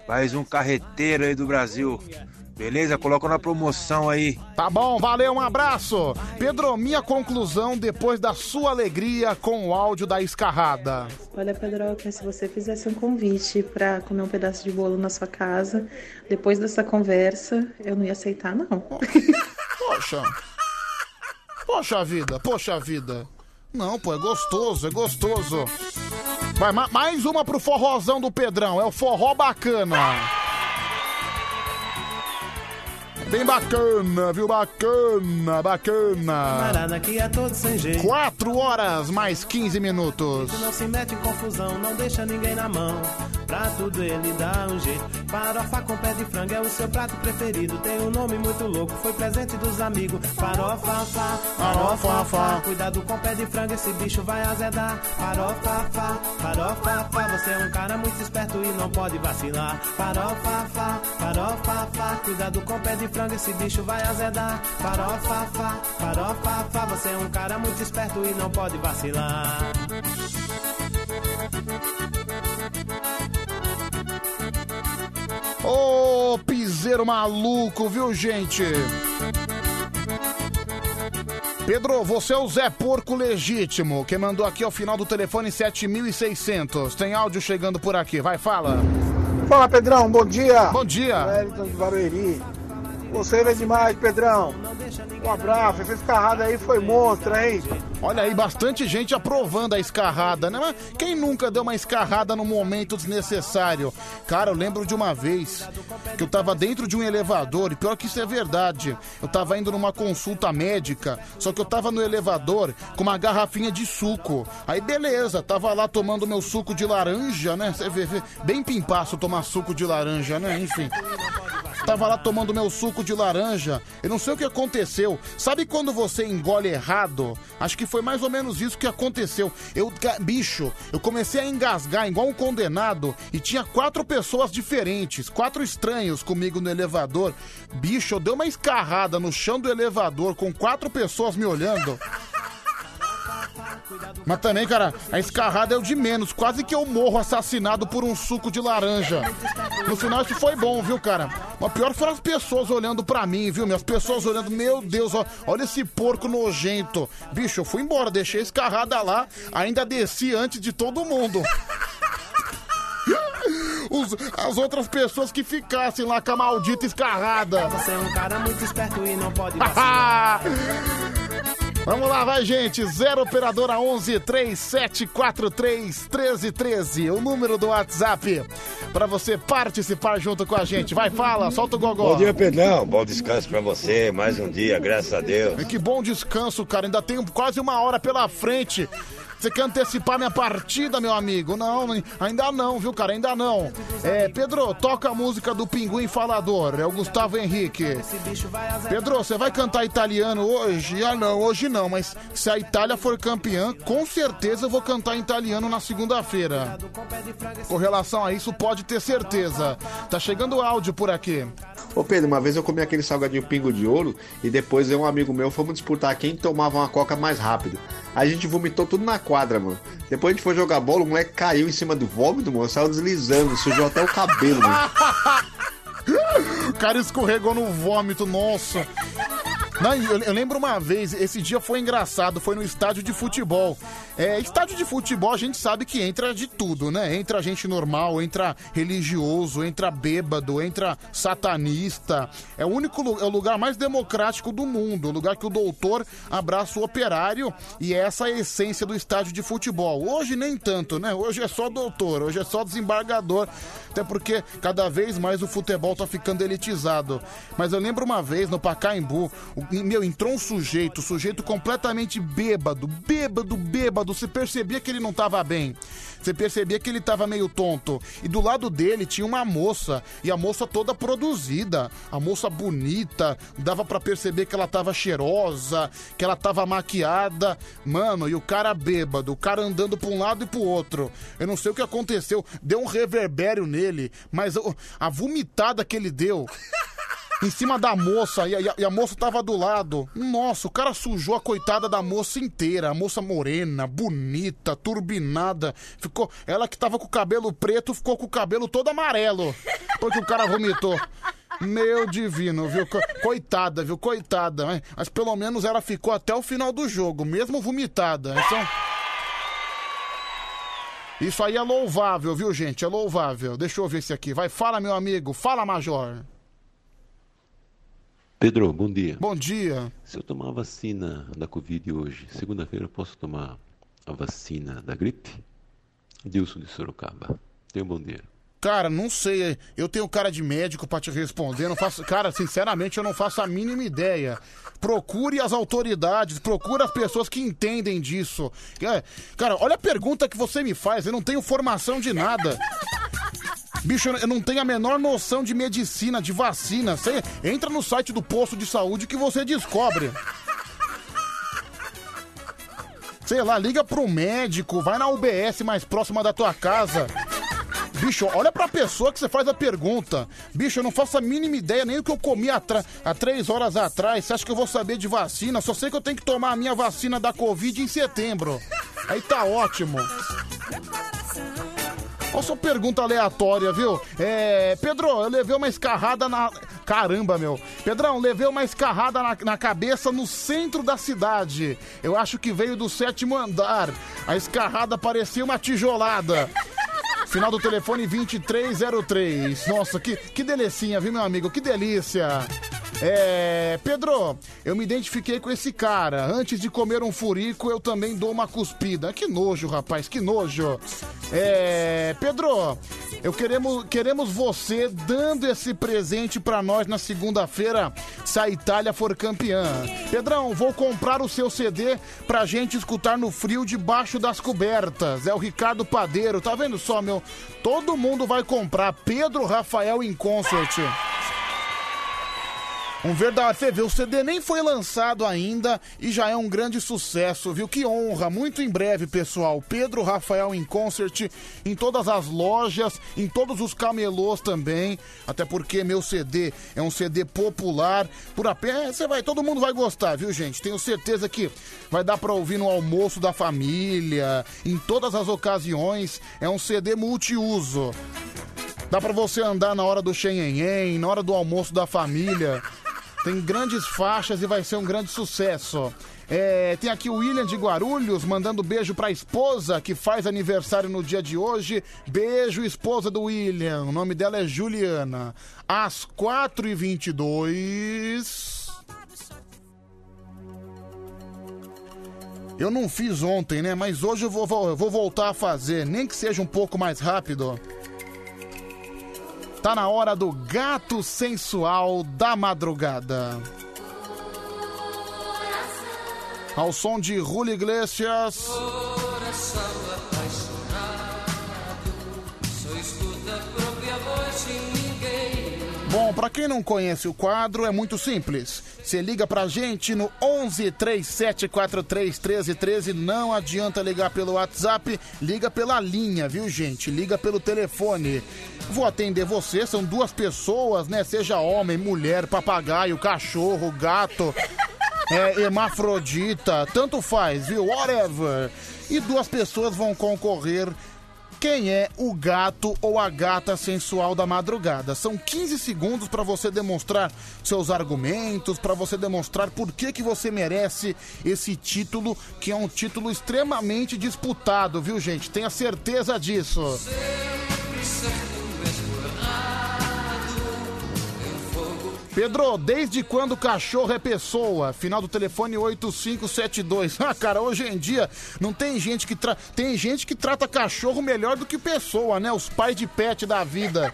Speaker 26: Mais um carreteiro aí do Brasil. Beleza? Coloca na promoção aí.
Speaker 2: Tá bom, valeu, um abraço. Pedro, minha conclusão depois da sua alegria com o áudio da escarrada.
Speaker 27: Olha, Pedroca, se você fizesse um convite para comer um pedaço de bolo na sua casa, depois dessa conversa, eu não ia aceitar, não.
Speaker 2: Poxa. Poxa vida, poxa vida. Não, pô, é gostoso, é gostoso. Vai, ma- mais uma pro forrozão do Pedrão. É o forró bacana. Bem bacana, viu? Bacana, bacana.
Speaker 28: Parada que é todo sem jeito.
Speaker 2: 4 horas mais 15 minutos.
Speaker 28: Não se mete em confusão, não deixa ninguém na mão. Pra tudo ele dá um jeito. Farofa com pé de frango é o seu prato preferido. Tem um nome muito louco, foi presente dos amigos. Farofa, fá, farofa, fá. Cuidado com pé de frango, esse bicho vai azedar. Farofa, fá, farofa, fá. Você é um cara muito esperto e não pode vacilar. Farofa, fá, farofa, fá. Cuidado com pé de frango, esse bicho vai azedar. Farofa, fá, farofa, fá. Você é um cara muito esperto e não pode vacilar.
Speaker 2: Ô, piseiro maluco, viu, gente? Pedro, você é o Zé Porco Legítimo, que mandou aqui ao final do telefone 7600. Tem áudio chegando por aqui, vai, fala.
Speaker 11: Fala, Pedrão, bom dia.
Speaker 2: Bom dia.
Speaker 11: Wellington de Barueri. Você é demais, Pedrão. Um abraço, essa escarrada aí foi monstra, hein?
Speaker 2: Olha aí, bastante gente aprovando a escarrada, né? Mas quem nunca deu uma escarrada num momento desnecessário? Cara, eu lembro de uma vez que eu tava dentro de um elevador, e pior que isso é verdade. Eu tava indo numa consulta médica, só que eu tava no elevador com uma garrafinha de suco. Aí beleza, tava lá tomando meu suco de laranja, né? Você vê, vê, bem pimpaço tomar suco de laranja, né? Enfim. Tava lá tomando meu suco de laranja. Eu não sei o que aconteceu. Sabe quando você engole errado? Acho que foi mais ou menos isso que aconteceu. Eu, ca- bicho, eu comecei a engasgar igual um condenado e tinha quatro pessoas diferentes, quatro estranhos comigo no elevador. Bicho, eu dei uma escarrada no chão do elevador com quatro pessoas me olhando. Mas também, cara, a escarrada é o de menos. Quase que eu morro assassinado por um suco de laranja. No final, isso foi bom, viu, cara? Mas pior foram as pessoas olhando pra mim, viu? Minhas pessoas olhando, meu Deus, ó, olha esse porco nojento. Bicho, eu fui embora, deixei a escarrada lá, ainda desci antes de todo mundo. Os- as outras pessoas que ficassem lá com a maldita escarrada.
Speaker 28: Você é um cara muito esperto e
Speaker 2: (laughs)
Speaker 28: não pode
Speaker 2: vacilar. Vamos lá, vai gente, 0 operadora 11 3743 1313, o número do WhatsApp pra você participar junto com a gente. Vai, fala, solta o gogó.
Speaker 17: Bom dia, Pedrão. Bom descanso pra você. Mais um dia, graças a Deus.
Speaker 2: E que bom descanso, cara, ainda tenho quase uma hora pela frente. Você quer antecipar minha partida, meu amigo? Não, ainda não, viu, cara? Ainda não. É, Pedro, toca a música do Pinguim Falador, é o Gustavo Henrique. Pedro, você vai cantar italiano hoje? Ah, não, hoje não, mas se a Itália for campeã, com certeza eu vou cantar em italiano na segunda-feira. Com relação a isso, pode ter certeza. Tá chegando áudio por aqui.
Speaker 5: Ô Pedro, uma vez eu comi aquele salgadinho pingo de ouro e depois eu e um amigo meu fomos disputar quem tomava uma coca mais rápido. A gente vomitou tudo na quadra, mano. Depois a gente foi jogar bola, o moleque caiu em cima do vômito, mano, saiu deslizando, sujou até o cabelo, mano.
Speaker 2: (laughs) O cara escorregou no vômito, nossa. Não, eu, eu lembro uma vez, esse dia foi engraçado, foi no estádio de futebol. É, estádio de futebol a gente sabe que entra de tudo, né? Entra gente normal, entra religioso, entra bêbado, entra satanista. É o único lu- é o lugar mais democrático do mundo, o lugar que o doutor abraça o operário e essa é a essência do estádio de futebol. Hoje nem tanto, né? Hoje é só doutor, hoje é só desembargador, até porque cada vez mais o futebol tá ficando elitizado. Mas eu lembro uma vez no Pacaembu, o- meu, entrou um sujeito, sujeito completamente bêbado, bêbado, bêbado. Você percebia que ele não tava bem. Você percebia que ele tava meio tonto. E do lado dele tinha uma moça, e a moça toda produzida, a moça bonita, dava pra perceber que ela tava cheirosa, que ela tava maquiada. Mano, e o cara bêbado, o cara andando pra um lado e pro outro. Eu não sei o que aconteceu, deu um reverbério nele, mas eu- a vomitada que ele deu em cima da moça e a, e a- e a moça tava do lado. Nossa, o cara sujou a coitada da moça inteira. A moça morena, bonita, turbinada. Ficou, ela que tava com o cabelo preto ficou com o cabelo todo amarelo porque o cara vomitou. Meu divino, viu? Co- Coitada, viu? Coitada. né? Mas pelo menos ela ficou até o final do jogo, mesmo vomitada. Então, isso aí é louvável, viu, gente? É louvável. Deixa eu ver esse aqui. Vai, fala, meu amigo. Fala, Major.
Speaker 21: Pedro, bom dia.
Speaker 2: Bom dia.
Speaker 21: Se eu tomar a vacina da Covid hoje, segunda-feira eu posso tomar a vacina da gripe? Dilson de Sorocaba. Tenha um bom dia.
Speaker 2: Cara, não sei. Eu tenho cara de médico pra te responder. Não faço, cara, sinceramente, eu não faço a mínima ideia. Procure as autoridades, procure as pessoas que entendem disso. É, Cara, olha a pergunta que você me faz. Eu não tenho formação de nada. Bicho, eu não tenho a menor noção de medicina, de vacina. Você entra no site do posto de saúde que você descobre. Sei lá, liga pro médico, vai na UBS mais próxima da tua casa. Bicho, olha pra pessoa que você faz a pergunta. Bicho, eu não faço a mínima ideia nem o que eu comi há, tra- há três horas atrás. Você acha que eu vou saber de vacina? Só sei que eu tenho que tomar a minha vacina da Covid em setembro. Aí tá ótimo. Olha só pergunta aleatória, viu? É, Pedro, eu levei uma escarrada na, Caramba, meu. Pedrão, levei uma escarrada na, na cabeça no centro da cidade. Eu acho que veio do sétimo andar. A escarrada parecia uma tijolada. (laughs) Final do telefone 2303. Nossa, que, que delicinha, viu, meu amigo? Que delícia. É. Pedro, eu me identifiquei com esse cara. Antes de comer um furico, eu também dou uma cuspida. Que nojo, rapaz, que nojo. É. Pedro, eu queremos, queremos você dando esse presente pra nós na segunda-feira, se a Itália for campeã. Pedrão, vou comprar o seu CD pra gente escutar no frio debaixo das cobertas. É o Ricardo Padeiro, tá vendo só, meu? Todo mundo vai comprar Pedro Rafael em concert. Um verdade, você vê, o CD nem foi lançado ainda e já é um grande sucesso, viu? Que honra! Muito em breve, pessoal. Pedro Rafael em concert, em todas as lojas, em todos os camelôs também. Até porque meu CD é um CD popular. Por apenas, você vai, todo mundo vai gostar, viu, gente? Tenho certeza que vai dar pra ouvir no almoço da família, em todas as ocasiões. É um CD multiuso. Dá pra você andar na hora do xenhenhen, na hora do almoço da família. Tem grandes faixas e vai ser um grande sucesso. É, tem aqui o William de Guarulhos mandando beijo pra esposa que faz aniversário no dia de hoje. Beijo, esposa do William. O nome dela é Juliana. Às 4h22. Eu não fiz ontem, né? Mas hoje eu vou, vou- eu vou voltar a fazer, nem que seja um pouco mais rápido. Tá na hora do gato sensual da madrugada. Ao som de Rulio Iglesias.
Speaker 17: Coração apaixonado, só escuta a própria voz de ninguém.
Speaker 2: Bom, pra quem não conhece o quadro, é muito simples. Você liga pra gente no 11 3743 1313. Não adianta ligar pelo WhatsApp, liga pela linha, viu, gente? Liga pelo telefone. Vou atender você, são duas pessoas, né? Seja homem, mulher, papagaio, cachorro, gato. É, hermafrodita, tanto faz, viu? Whatever. E duas pessoas vão concorrer quem é o gato ou a gata sensual da madrugada. São 15 segundos para você demonstrar seus argumentos, para você demonstrar por que, que você merece esse título, que é um título extremamente disputado, viu, gente? Tenha certeza disso.
Speaker 17: Sempre sendo escorado em fogo.
Speaker 2: Pedro, desde quando cachorro é pessoa? Final do telefone 8572. (laughs) Ah, cara, hoje em dia não tem gente que tra... tem gente que trata cachorro melhor do que pessoa, né? Os pais de pet da vida.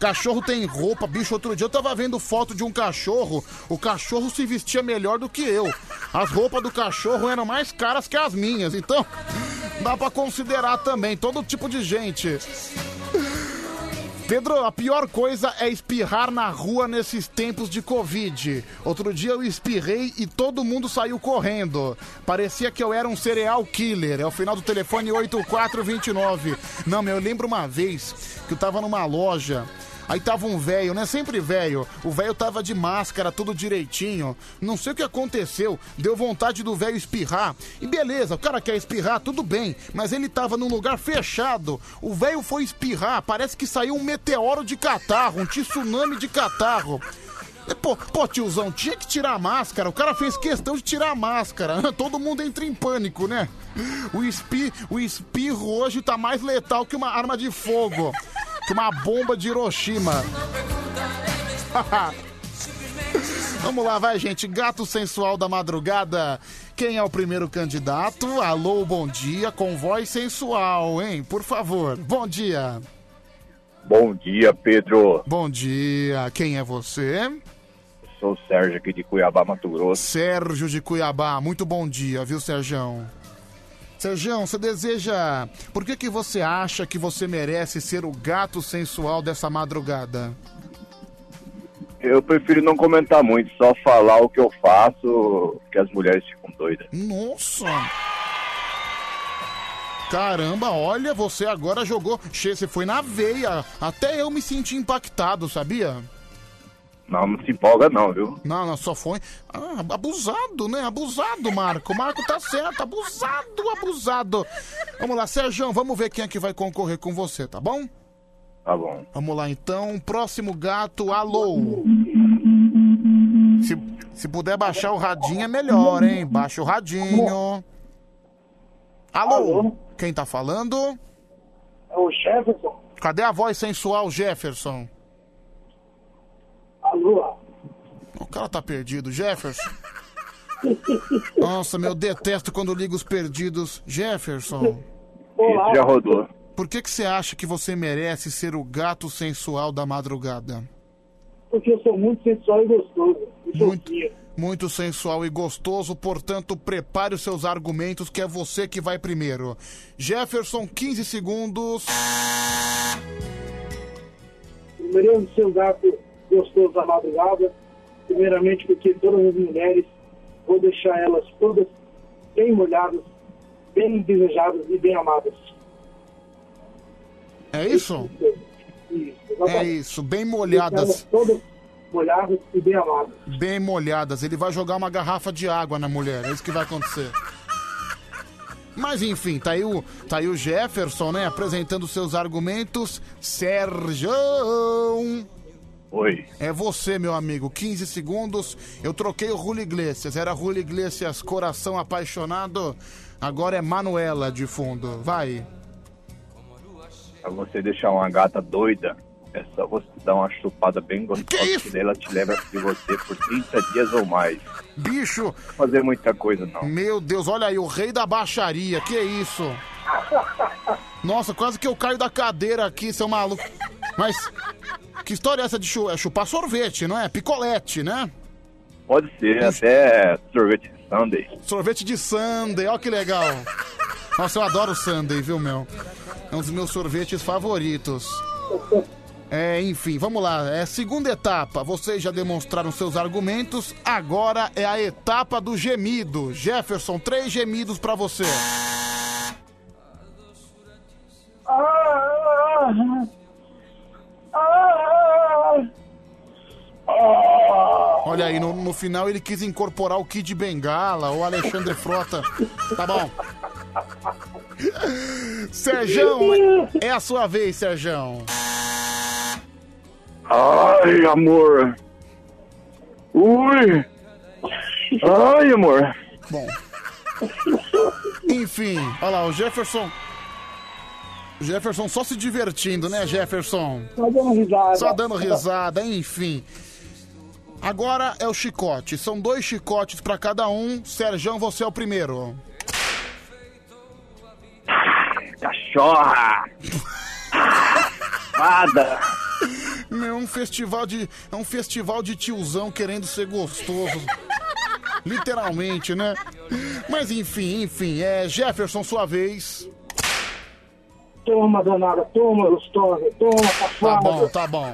Speaker 2: Cachorro tem roupa, bicho. Outro dia eu tava vendo foto de um cachorro. O cachorro se vestia melhor do que eu. As roupas do cachorro eram mais caras que as minhas. Então, dá pra considerar também todo tipo de gente. Pedro, a pior coisa é espirrar na rua nesses tempos de Covid. Outro dia eu espirrei e todo mundo saiu correndo. Parecia que eu era um cereal killer. É o final do telefone 8429. Não, meu, eu lembro uma vez que eu tava numa loja. Aí tava um velho, né? Sempre velho. O velho tava de máscara, tudo direitinho. Não sei o que aconteceu. Deu vontade do velho espirrar. E beleza, o cara quer espirrar, tudo bem. Mas ele tava num lugar fechado. O velho foi espirrar. Parece que saiu um meteoro de catarro, um tsunami de catarro. Pô, pô, tiozão, tinha que tirar a máscara. O cara fez questão de tirar a máscara. (laughs) Todo mundo entra em pânico, né? O, espi, o espirro hoje tá mais letal que uma arma de fogo. (laughs) Que uma bomba de Hiroshima. (laughs) Vamos lá, vai, gente. Gato sensual da madrugada. Quem é o primeiro candidato? Alô, bom dia, com voz sensual, hein? Por favor, bom dia.
Speaker 4: (laughs) Bom dia, Pedro.
Speaker 2: Bom dia, quem é você?
Speaker 4: Sou o Sérgio aqui de Cuiabá, Mato Grosso.
Speaker 2: Sérgio de Cuiabá, muito bom dia, viu, Serjão? Serjão, você deseja. Por que, que você acha que você merece ser o gato sensual dessa madrugada?
Speaker 4: Eu prefiro não comentar muito, só falar o que eu faço, que as mulheres ficam doidas.
Speaker 2: Nossa! Caramba, olha, você agora jogou. Che, você foi na veia. Até eu me senti impactado, sabia?
Speaker 4: Não, não se empolga não, viu?
Speaker 2: Não, não, só foi. Ah, abusado, né? Abusado, Marco. Marco tá certo. Abusado, abusado. Vamos lá, Sérgio, vamos ver quem é que vai concorrer com você, tá bom?
Speaker 4: Tá bom.
Speaker 2: Vamos lá então. Próximo gato, alô. Se puder baixar o radinho é melhor, hein? Baixa o radinho. Alô? Quem tá falando?
Speaker 15: É o Jefferson.
Speaker 2: Cadê a voz sensual, Jefferson?
Speaker 15: Alô?
Speaker 2: O cara tá perdido, Jefferson. Nossa, meu, detesto quando ligo os perdidos. Jefferson.
Speaker 3: Esse já rodou.
Speaker 2: Por que que você acha que você merece ser o gato sensual da madrugada?
Speaker 15: Porque eu sou muito sensual e gostoso. E
Speaker 2: Muito, muito sensual e gostoso, portanto, prepare os seus argumentos, que é você que vai primeiro. Jefferson, 15 segundos.
Speaker 15: Primeiramente, ser um gato gostoso da madrugada. Primeiramente, porque todas as mulheres, vou deixar elas todas bem molhadas, bem desejadas e bem amadas.
Speaker 2: É isso?
Speaker 15: tá
Speaker 2: É isso, bem
Speaker 15: Elas
Speaker 2: molhadas.
Speaker 15: todas molhadas e bem amadas.
Speaker 2: Bem molhadas. Ele vai jogar uma garrafa de água na mulher, é isso que vai acontecer. (laughs) Mas enfim, tá aí o, tá aí o Jefferson, né, apresentando seus argumentos. Sérgio!
Speaker 3: Oi.
Speaker 2: É você, meu amigo. 15 segundos. Eu troquei o Rulio Iglesias. Era Rulio Iglesias, coração apaixonado. Agora é Manuela de fundo. Vai.
Speaker 3: Pra você deixar uma gata doida, é só você dar uma chupada bem gostosa que, daí ela te leva de você por 30 dias ou mais.
Speaker 2: Bicho! Não
Speaker 3: vai fazer muita coisa, não.
Speaker 2: Meu Deus, olha aí, o rei da baixaria. Que é isso? Nossa, quase que eu caio da cadeira aqui, seu maluco. Mas que história é essa de chu- é chupar sorvete, não é? Picolete, né?
Speaker 3: Pode ser até sorvete de Sunday.
Speaker 2: Sorvete de Sunday, ó que legal. Nossa, eu adoro Sunday, viu, meu? É um dos meus sorvetes favoritos. É, enfim, vamos lá. É segunda etapa. Vocês já demonstraram seus argumentos. Agora é a etapa do gemido. Jefferson, três gemidos pra você.
Speaker 17: Ah,
Speaker 2: Olha aí, no, no final ele quis incorporar o Kid Bengala ou Alexandre Frota. Tá bom. (laughs) Serjão, é a sua vez, Serjão.
Speaker 3: Ai, amor. Ui. Ai, amor.
Speaker 2: Bom. Enfim, olha lá, o Jefferson. O Jefferson só se divertindo, né, Jefferson?
Speaker 15: Só dando risada.
Speaker 2: Só dando risada, enfim. Agora é o chicote. São dois chicotes pra cada um. Serjão, você é o primeiro.
Speaker 3: Cachorra. Fada.
Speaker 2: Meu, é um festival de. É um festival de tiozão querendo ser gostoso. Literalmente, né? Mas enfim, enfim. É Jefferson, sua vez.
Speaker 15: Toma, danada, toma, gostosa, toma,
Speaker 2: Tá
Speaker 15: safada.
Speaker 2: bom, tá bom.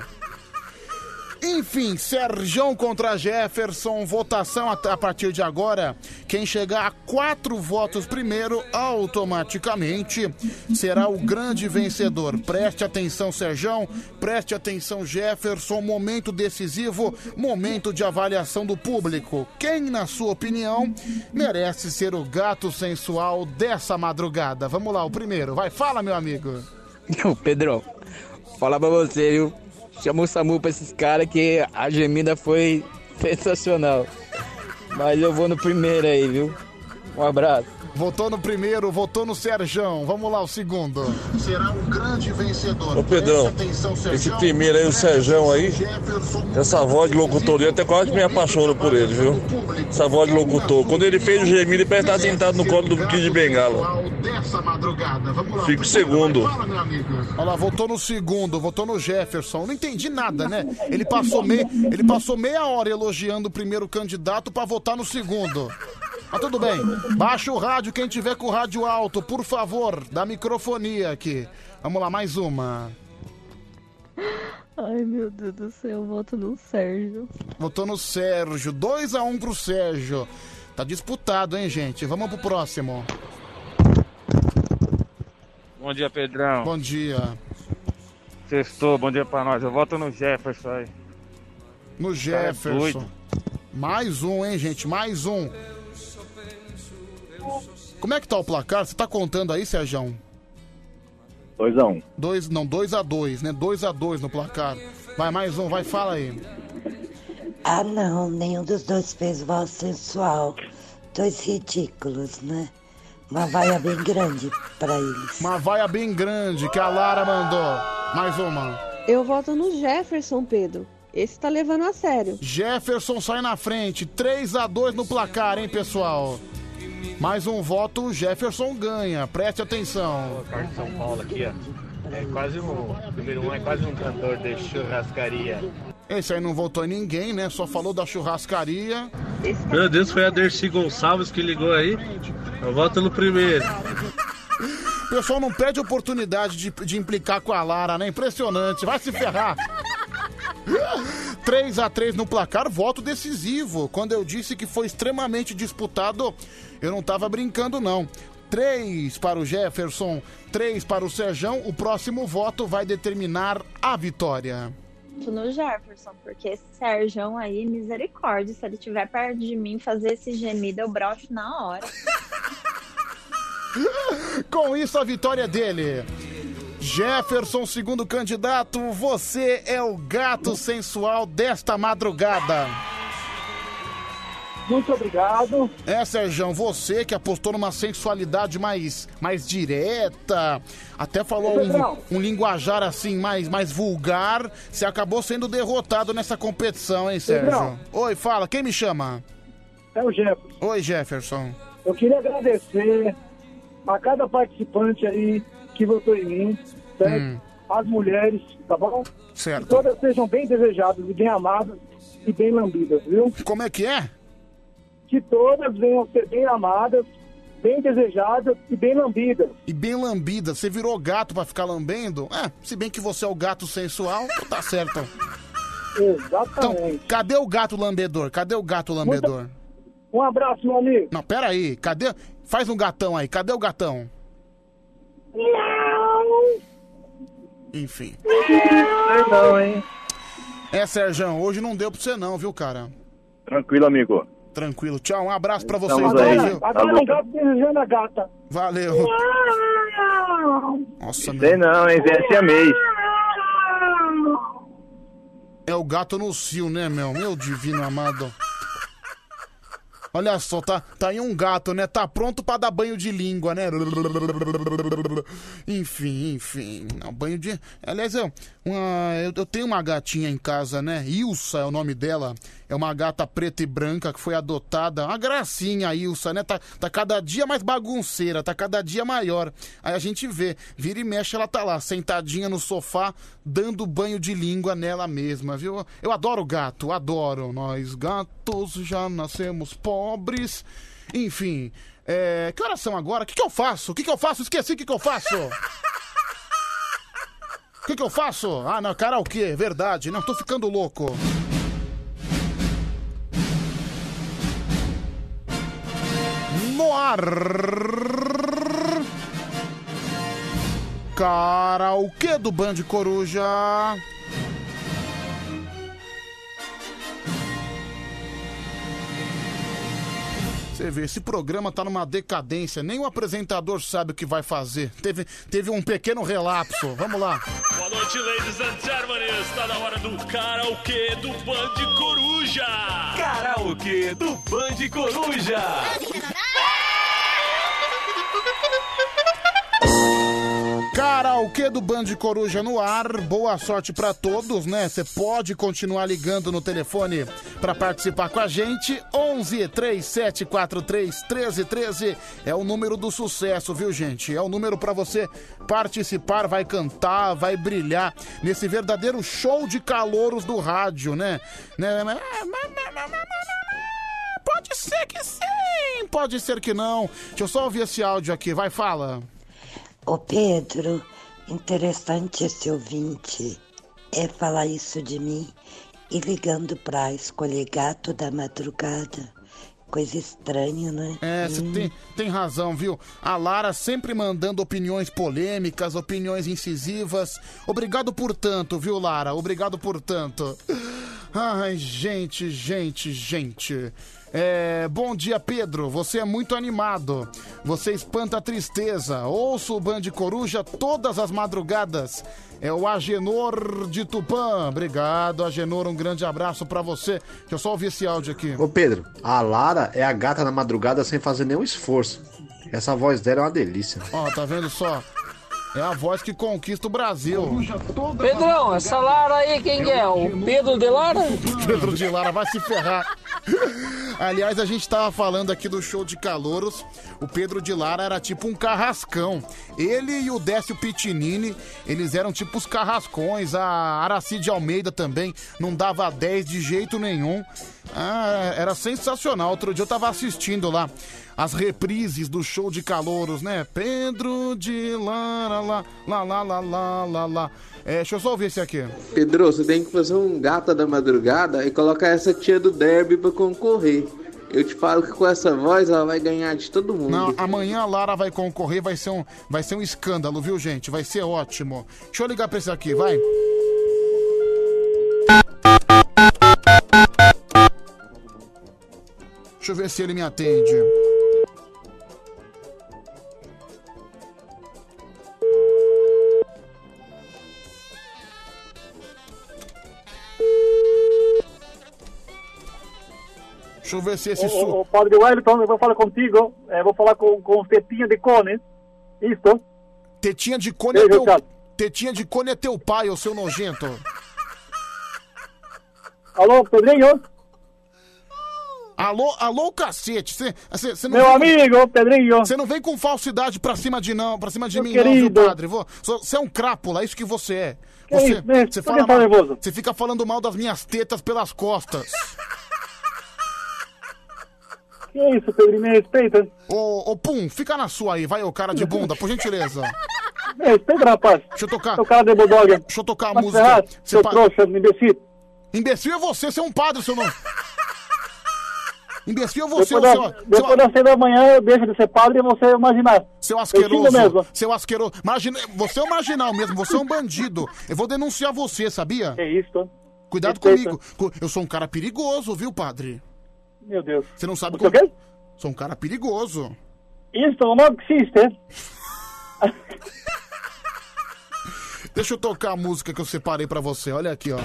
Speaker 2: Enfim, Serjão contra Jefferson, votação a, a partir de agora. Quem chegar a quatro votos primeiro, automaticamente será o grande vencedor. Preste atenção, Serjão, preste atenção, Jefferson. Momento decisivo, momento de avaliação do público. Quem, na sua opinião, merece ser o gato sensual dessa madrugada? Vamos lá, o primeiro. Vai, fala, meu amigo.
Speaker 29: (laughs) Ô, Pedrão, falar pra você, viu? Chama o Samu pra esses caras que a gemida foi sensacional. Mas eu vou no primeiro aí, viu? Um abraço.
Speaker 2: Votou no primeiro, votou no Serjão. Vamos lá, o segundo. Será um grande vencedor.
Speaker 21: Ô Pedrão, esse primeiro aí, o Serjão aí, essa voz de locutor dele, até quase me apaixono por ele, viu? Essa voz de locutor. Quando ele fez o gemido, ele parece estar sentado no colo do Kid Bengala. Fico segundo.
Speaker 2: Olha lá, votou no segundo, votou no Jefferson. Não entendi nada, né? Ele passou, mei... Ele passou meia hora elogiando o primeiro candidato pra votar no segundo. Mas tudo bem. Baixa o rádio, quem tiver com o rádio alto, por favor, da microfonia aqui. Vamos lá, mais uma.
Speaker 20: Ai, meu Deus do céu, eu voto no Sérgio.
Speaker 2: Votou no Sérgio. 2 a 1 pro Sérgio. Tá disputado, hein, gente? Vamos pro próximo.
Speaker 6: Bom dia, Pedrão.
Speaker 2: Bom dia.
Speaker 6: Sextou, bom dia pra nós. Eu voto no Jefferson aí.
Speaker 2: No
Speaker 6: Cara, é
Speaker 2: Jefferson.
Speaker 6: doido.
Speaker 2: Mais um, hein, gente? Mais um. Como é que tá o placar? Você tá contando aí, Sérgio?
Speaker 3: 2x1.
Speaker 2: Dois, um, não, 2 a 2 né? 2 a 2 no placar. Vai, mais um, vai, fala aí.
Speaker 20: Ah, não, nenhum dos dois fez voz sensual. Dois ridículos, né? Uma vaia bem grande pra eles.
Speaker 2: Uma vaia bem grande que a Lara mandou. Mais uma.
Speaker 30: Eu voto no Jefferson, Pedro. Esse tá levando a sério.
Speaker 2: Jefferson sai na frente. 3 a 2 no placar, hein, pessoal? Mais um voto, o Jefferson ganha. Preste atenção.
Speaker 9: Carlos de São Paulo aqui, ó. É quase um. Número um é quase um cantor de churrascaria.
Speaker 2: Esse aí não votou em ninguém, né? Só falou da churrascaria.
Speaker 12: Meu Deus, foi a Dercy Gonçalves que ligou aí. Eu voto no primeiro.
Speaker 2: O pessoal não perde oportunidade de, de implicar com a Lara, né? Impressionante. Vai se ferrar. 3 a 3 no placar, voto decisivo. Quando eu disse que foi extremamente disputado, eu não tava brincando não. 3 para o Jefferson, 3 para o Serjão. O próximo voto vai determinar a vitória.
Speaker 19: voto no Jefferson, porque esse Sérgio aí, misericórdia, se ele tiver perto de mim fazer esse gemido, eu broxo na hora.
Speaker 2: (laughs) Com isso, a vitória dele. Jefferson, segundo candidato, você é o gato sensual desta madrugada.
Speaker 15: Muito obrigado.
Speaker 2: É, Sérgio, você que apostou numa sensualidade mais, mais direta, até falou
Speaker 15: Pedrão.
Speaker 2: um, um linguajar assim mais, mais vulgar, você acabou sendo derrotado nessa competição, hein, Sérgio?
Speaker 15: Pedrão.
Speaker 2: Oi, fala, quem me chama?
Speaker 15: É o Jefferson.
Speaker 2: Oi, Jefferson.
Speaker 15: Eu queria agradecer a cada participante aí que votou em mim, certo? As mulheres, tá bom?
Speaker 2: Hum. Certo.
Speaker 15: Que todas sejam bem desejadas e bem amadas e bem lambidas, viu?
Speaker 2: Como é que é?
Speaker 15: Que todas venham ser bem amadas, bem desejadas e bem lambidas.
Speaker 2: E bem lambida, você virou gato pra ficar lambendo? É, se bem que você é o gato sensual, (laughs) então tá certo. Então,
Speaker 15: Exatamente.
Speaker 2: Cadê o gato lambedor? Cadê o gato lambedor?
Speaker 15: Um abraço, meu amigo.
Speaker 2: Não, pera aí. Cadê? Faz um gatão aí. Cadê o gatão? Enfim.
Speaker 15: Perdão, hein?
Speaker 2: É, Sérgio, hoje não deu pra você não, viu, cara?
Speaker 3: Tranquilo, amigo.
Speaker 2: Tranquilo. Tchau, um abraço pra vocês
Speaker 3: Estamos
Speaker 2: dois,
Speaker 3: aí.
Speaker 2: viu?
Speaker 3: Agora um gato
Speaker 15: desejando a gata.
Speaker 2: Valeu.
Speaker 3: Nossa, Sei não, hein? Vem esse mês.
Speaker 2: É o gato no cio, né, meu? Meu divino amado. Olha só, tá, tá aí um gato, né? Tá pronto pra dar banho de língua, né? Enfim, enfim. Não, banho de. Aliás, eu, uma- eu, eu tenho uma gatinha em casa, né? Ilsa é o nome dela. É uma gata preta e branca que foi adotada. Uma gracinha, a Ilsa, né? Tá, tá cada dia mais bagunceira, tá cada dia maior. Aí a gente vê, vira e mexe, ela tá lá, sentadinha no sofá, dando banho de língua nela mesma, viu? Eu adoro gato, adoro. Nós gatos já nascemos pobres. Enfim, é... que horas são agora? O que, que eu faço? O que, que eu faço? Esqueci o que, que eu faço! O que, que eu faço? Ah, não, karaokê, verdade. Não, tô ficando louco. No ar. Karaokê do Band Coruja. Você vê, esse programa tá numa decadência, nem o apresentador sabe o que vai fazer. Teve, teve um pequeno relapso. Vamos lá.
Speaker 12: Boa noite, ladies and gentlemen. Está na hora do karaokê do Band Coruja. Karaokê do Band Coruja.
Speaker 2: Karaokê do Band Coruja no ar, boa sorte pra todos, né? Você pode continuar ligando no telefone pra participar com a gente. 11 3743 1313 é o número do sucesso, viu, gente? É o número pra você participar, vai cantar, vai brilhar nesse verdadeiro show de calouros do rádio, né? né? Pode ser que sim, pode ser que não. Deixa eu só ouvir esse áudio aqui, vai, fala.
Speaker 20: Ô Pedro, interessante esse ouvinte é falar isso de mim e ligando pra escolher gato da madrugada. Coisa estranha, né?
Speaker 2: É, você tem, tem razão, viu? A Lara sempre mandando opiniões polêmicas, opiniões incisivas. Obrigado por tanto, viu, Lara? Obrigado por tanto. Ai, gente, gente, gente. É, bom dia, Pedro. Você é muito animado. Você espanta a tristeza. Ouço o Band Coruja todas as madrugadas. É o Agenor de Tupã. Obrigado, Agenor. Um grande abraço pra você. Deixa eu só ouvir esse áudio aqui.
Speaker 5: Ô Pedro, a Lara é a gata na madrugada sem fazer nenhum esforço. Essa voz dela é uma delícia.
Speaker 2: Ó, tá vendo só? É a voz que conquista o Brasil.
Speaker 3: Pedrão, essa Lara aí quem que é? O Pedro de Lara?
Speaker 2: Pedro de Lara vai se ferrar. Aliás, a gente tava falando aqui do show de calouros. O Pedro de Lara era tipo um carrascão. Ele e o Décio Pitinini, eles eram tipo os carrascões. A Aracide Almeida também não dava 10 de jeito nenhum. Ah, era sensacional. Outro dia eu tava assistindo lá as reprises do show de calouros, né? Pedro de Lara, lá, lá, lá, lá, lá, lá, lá. É, deixa eu só ouvir esse aqui.
Speaker 21: Pedro, você tem que fazer um gata da madrugada e colocar essa tia do derby pra concorrer. Eu te falo que com essa voz ela vai ganhar de todo mundo.
Speaker 2: Não, amanhã a Lara vai concorrer, vai ser, um, vai ser um escândalo, viu, gente? Vai ser ótimo. Deixa eu ligar pra esse aqui, vai. Deixa eu ver se ele me atende. Deixa eu ver se esse
Speaker 15: O,
Speaker 2: su...
Speaker 15: o padre Wellington, eu vou falar contigo, eh, vou falar com, com o Tetinha de Cones. Isso?
Speaker 2: Tetinha de cone é teu... Tetinha de cone é teu pai, ô seu nojento.
Speaker 15: Alô, Pedrinho?
Speaker 2: Alô, alô, cacete. Cê, cê, cê
Speaker 15: Meu amigo, Pedrinho.
Speaker 2: Você não vem com falsidade pra cima de não, pra cima de
Speaker 15: Meu
Speaker 2: mim, não,
Speaker 15: querido.
Speaker 2: viu, padre? Você é um crápula, é isso que você é.
Speaker 15: Que isso, né?
Speaker 2: você
Speaker 15: Por que tá
Speaker 2: mal-
Speaker 15: nervoso?
Speaker 2: Você fica falando mal das minhas tetas pelas costas.
Speaker 15: Que isso, Pedrinho, me respeita.
Speaker 2: Ô, ô, Pum, fica na sua aí, vai, ô cara de bunda, por gentileza.
Speaker 15: Me respeita, É, rapaz.
Speaker 2: Deixa eu tocar.
Speaker 15: Seu cara de bodoga.
Speaker 2: Deixa eu tocar a
Speaker 15: Mas
Speaker 2: música.
Speaker 15: ferrado,
Speaker 2: Você
Speaker 15: Seu
Speaker 2: pa-
Speaker 15: trouxa, imbecil.
Speaker 2: Imbecil é você, você é um padre,
Speaker 15: (laughs)
Speaker 2: seu nome. Imbecil é você,
Speaker 15: Depois,
Speaker 2: ô
Speaker 15: da,
Speaker 2: seu.
Speaker 15: depois das seis da manhã eu deixo de ser padre e você imaginar.
Speaker 2: Seu
Speaker 15: Eu xingo mesmo.
Speaker 2: asqueroso. Seu asqueroso. Margina... Você é um marginal mesmo, você é um bandido. Eu vou denunciar você, sabia?
Speaker 15: É isso.
Speaker 2: Cuidado
Speaker 15: Respeita.
Speaker 2: comigo. Cu- Eu sou um cara perigoso, viu, padre?
Speaker 15: Meu Deus.
Speaker 2: Você não sabe
Speaker 15: Você
Speaker 2: como.
Speaker 15: é o quê?
Speaker 2: Sou um cara perigoso.
Speaker 15: Isso não existe.
Speaker 2: (laughs) Deixa eu tocar a música que eu separei pra você. Olha aqui, ó.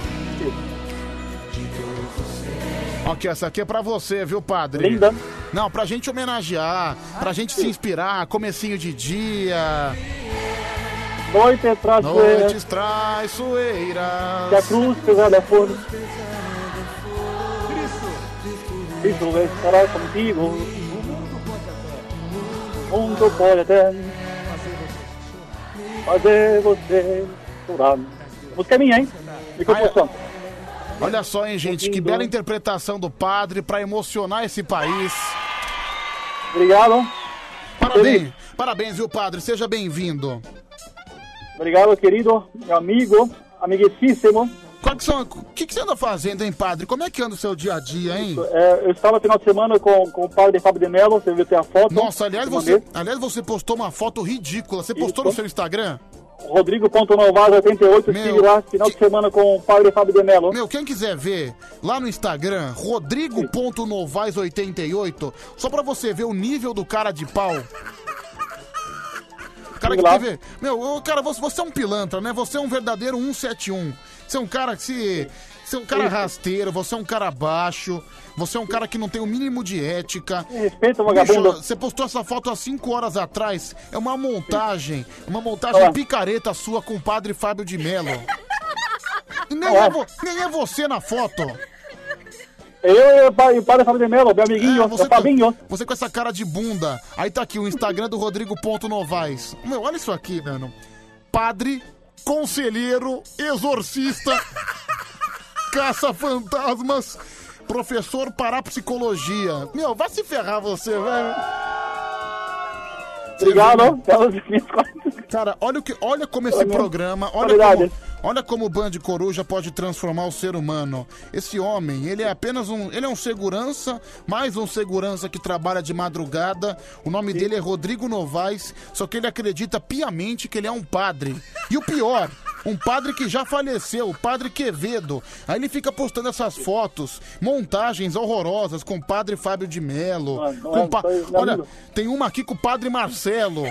Speaker 2: Ok, essa aqui é pra você, viu, padre?
Speaker 15: Linda.
Speaker 2: Não, pra gente homenagear, pra gente se inspirar, comecinho de dia.
Speaker 15: Noite traz
Speaker 2: Noites traiçoeiras.
Speaker 15: Que a cruz pesada da força. Cristo estará contigo. O mundo pode até fazer você chorar. A música é minha, hein? De composição.
Speaker 2: Olha só, hein,
Speaker 15: Um
Speaker 2: gente, que bela interpretação do padre pra emocionar esse país.
Speaker 15: Obrigado.
Speaker 2: Parabéns, parabéns, viu, padre? Seja bem-vindo.
Speaker 15: Obrigado, querido, meu amigo, amiguíssimo.
Speaker 2: Qual que são- O que, que você anda fazendo, hein, padre? Como é que anda o seu dia a dia, hein?
Speaker 15: É, eu estava no final de semana com, com o padre Fábio de Mello, você viu ter a foto.
Speaker 2: Nossa, aliás
Speaker 15: Eu
Speaker 2: você,
Speaker 15: mandei.
Speaker 2: aliás, você postou uma foto ridícula. Você postou no seu Instagram?
Speaker 15: Rodrigo.novaz88, estive lá final de semana com o padre Fábio de Mello.
Speaker 2: Meu, quem quiser ver lá no Instagram, rodrigo.novais88, só pra você ver o nível do cara de pau. Cara que
Speaker 15: Vamos lá.
Speaker 2: teve. Meu, ô, cara, você, você é um pilantra, né? Você é um verdadeiro 171. Você é um cara que se. Você é um cara rasteiro, você é um cara baixo, você é um cara que não tem o mínimo de ética.
Speaker 15: Respeita, vagabundo.
Speaker 2: Bicho, você postou essa foto há 5 horas atrás. É uma montagem. Uma montagem
Speaker 15: Ó.
Speaker 2: picareta sua com o padre Fábio
Speaker 15: (laughs)
Speaker 2: de Mello. E Nem,
Speaker 15: Ó.
Speaker 2: é vo- nem é você na foto.
Speaker 15: Eu e o pa- e o padre Fábio de Mello, meu amiguinho, meu
Speaker 2: com-
Speaker 15: Fabinho.
Speaker 2: É, você tá com essa cara de bunda. Aí tá aqui o Instagram do Rodrigo.novais. Meu, olha isso aqui, mano. Padre, conselheiro,
Speaker 15: (laughs)
Speaker 2: exorcista, caça-fantasmas, professor parapsicologia. Meu, vai se ferrar você, velho.
Speaker 15: Obrigado.
Speaker 2: Cara, olha, o que, olha como esse
Speaker 15: Olha.
Speaker 2: programa, olha
Speaker 15: Verdade.
Speaker 2: como, olha como o Band Coruja pode transformar o ser humano. Esse homem, ele é apenas um, ele é um segurança, mais um segurança que trabalha de madrugada. O nome dele é Rodrigo Novaes, só que ele acredita piamente que ele é um padre. E o pior, Um padre que já faleceu, o padre Quevedo. Aí ele fica postando essas fotos, montagens horrorosas com o padre Fábio de Melo. com pa- Olha, tem uma aqui com o padre Marcelo.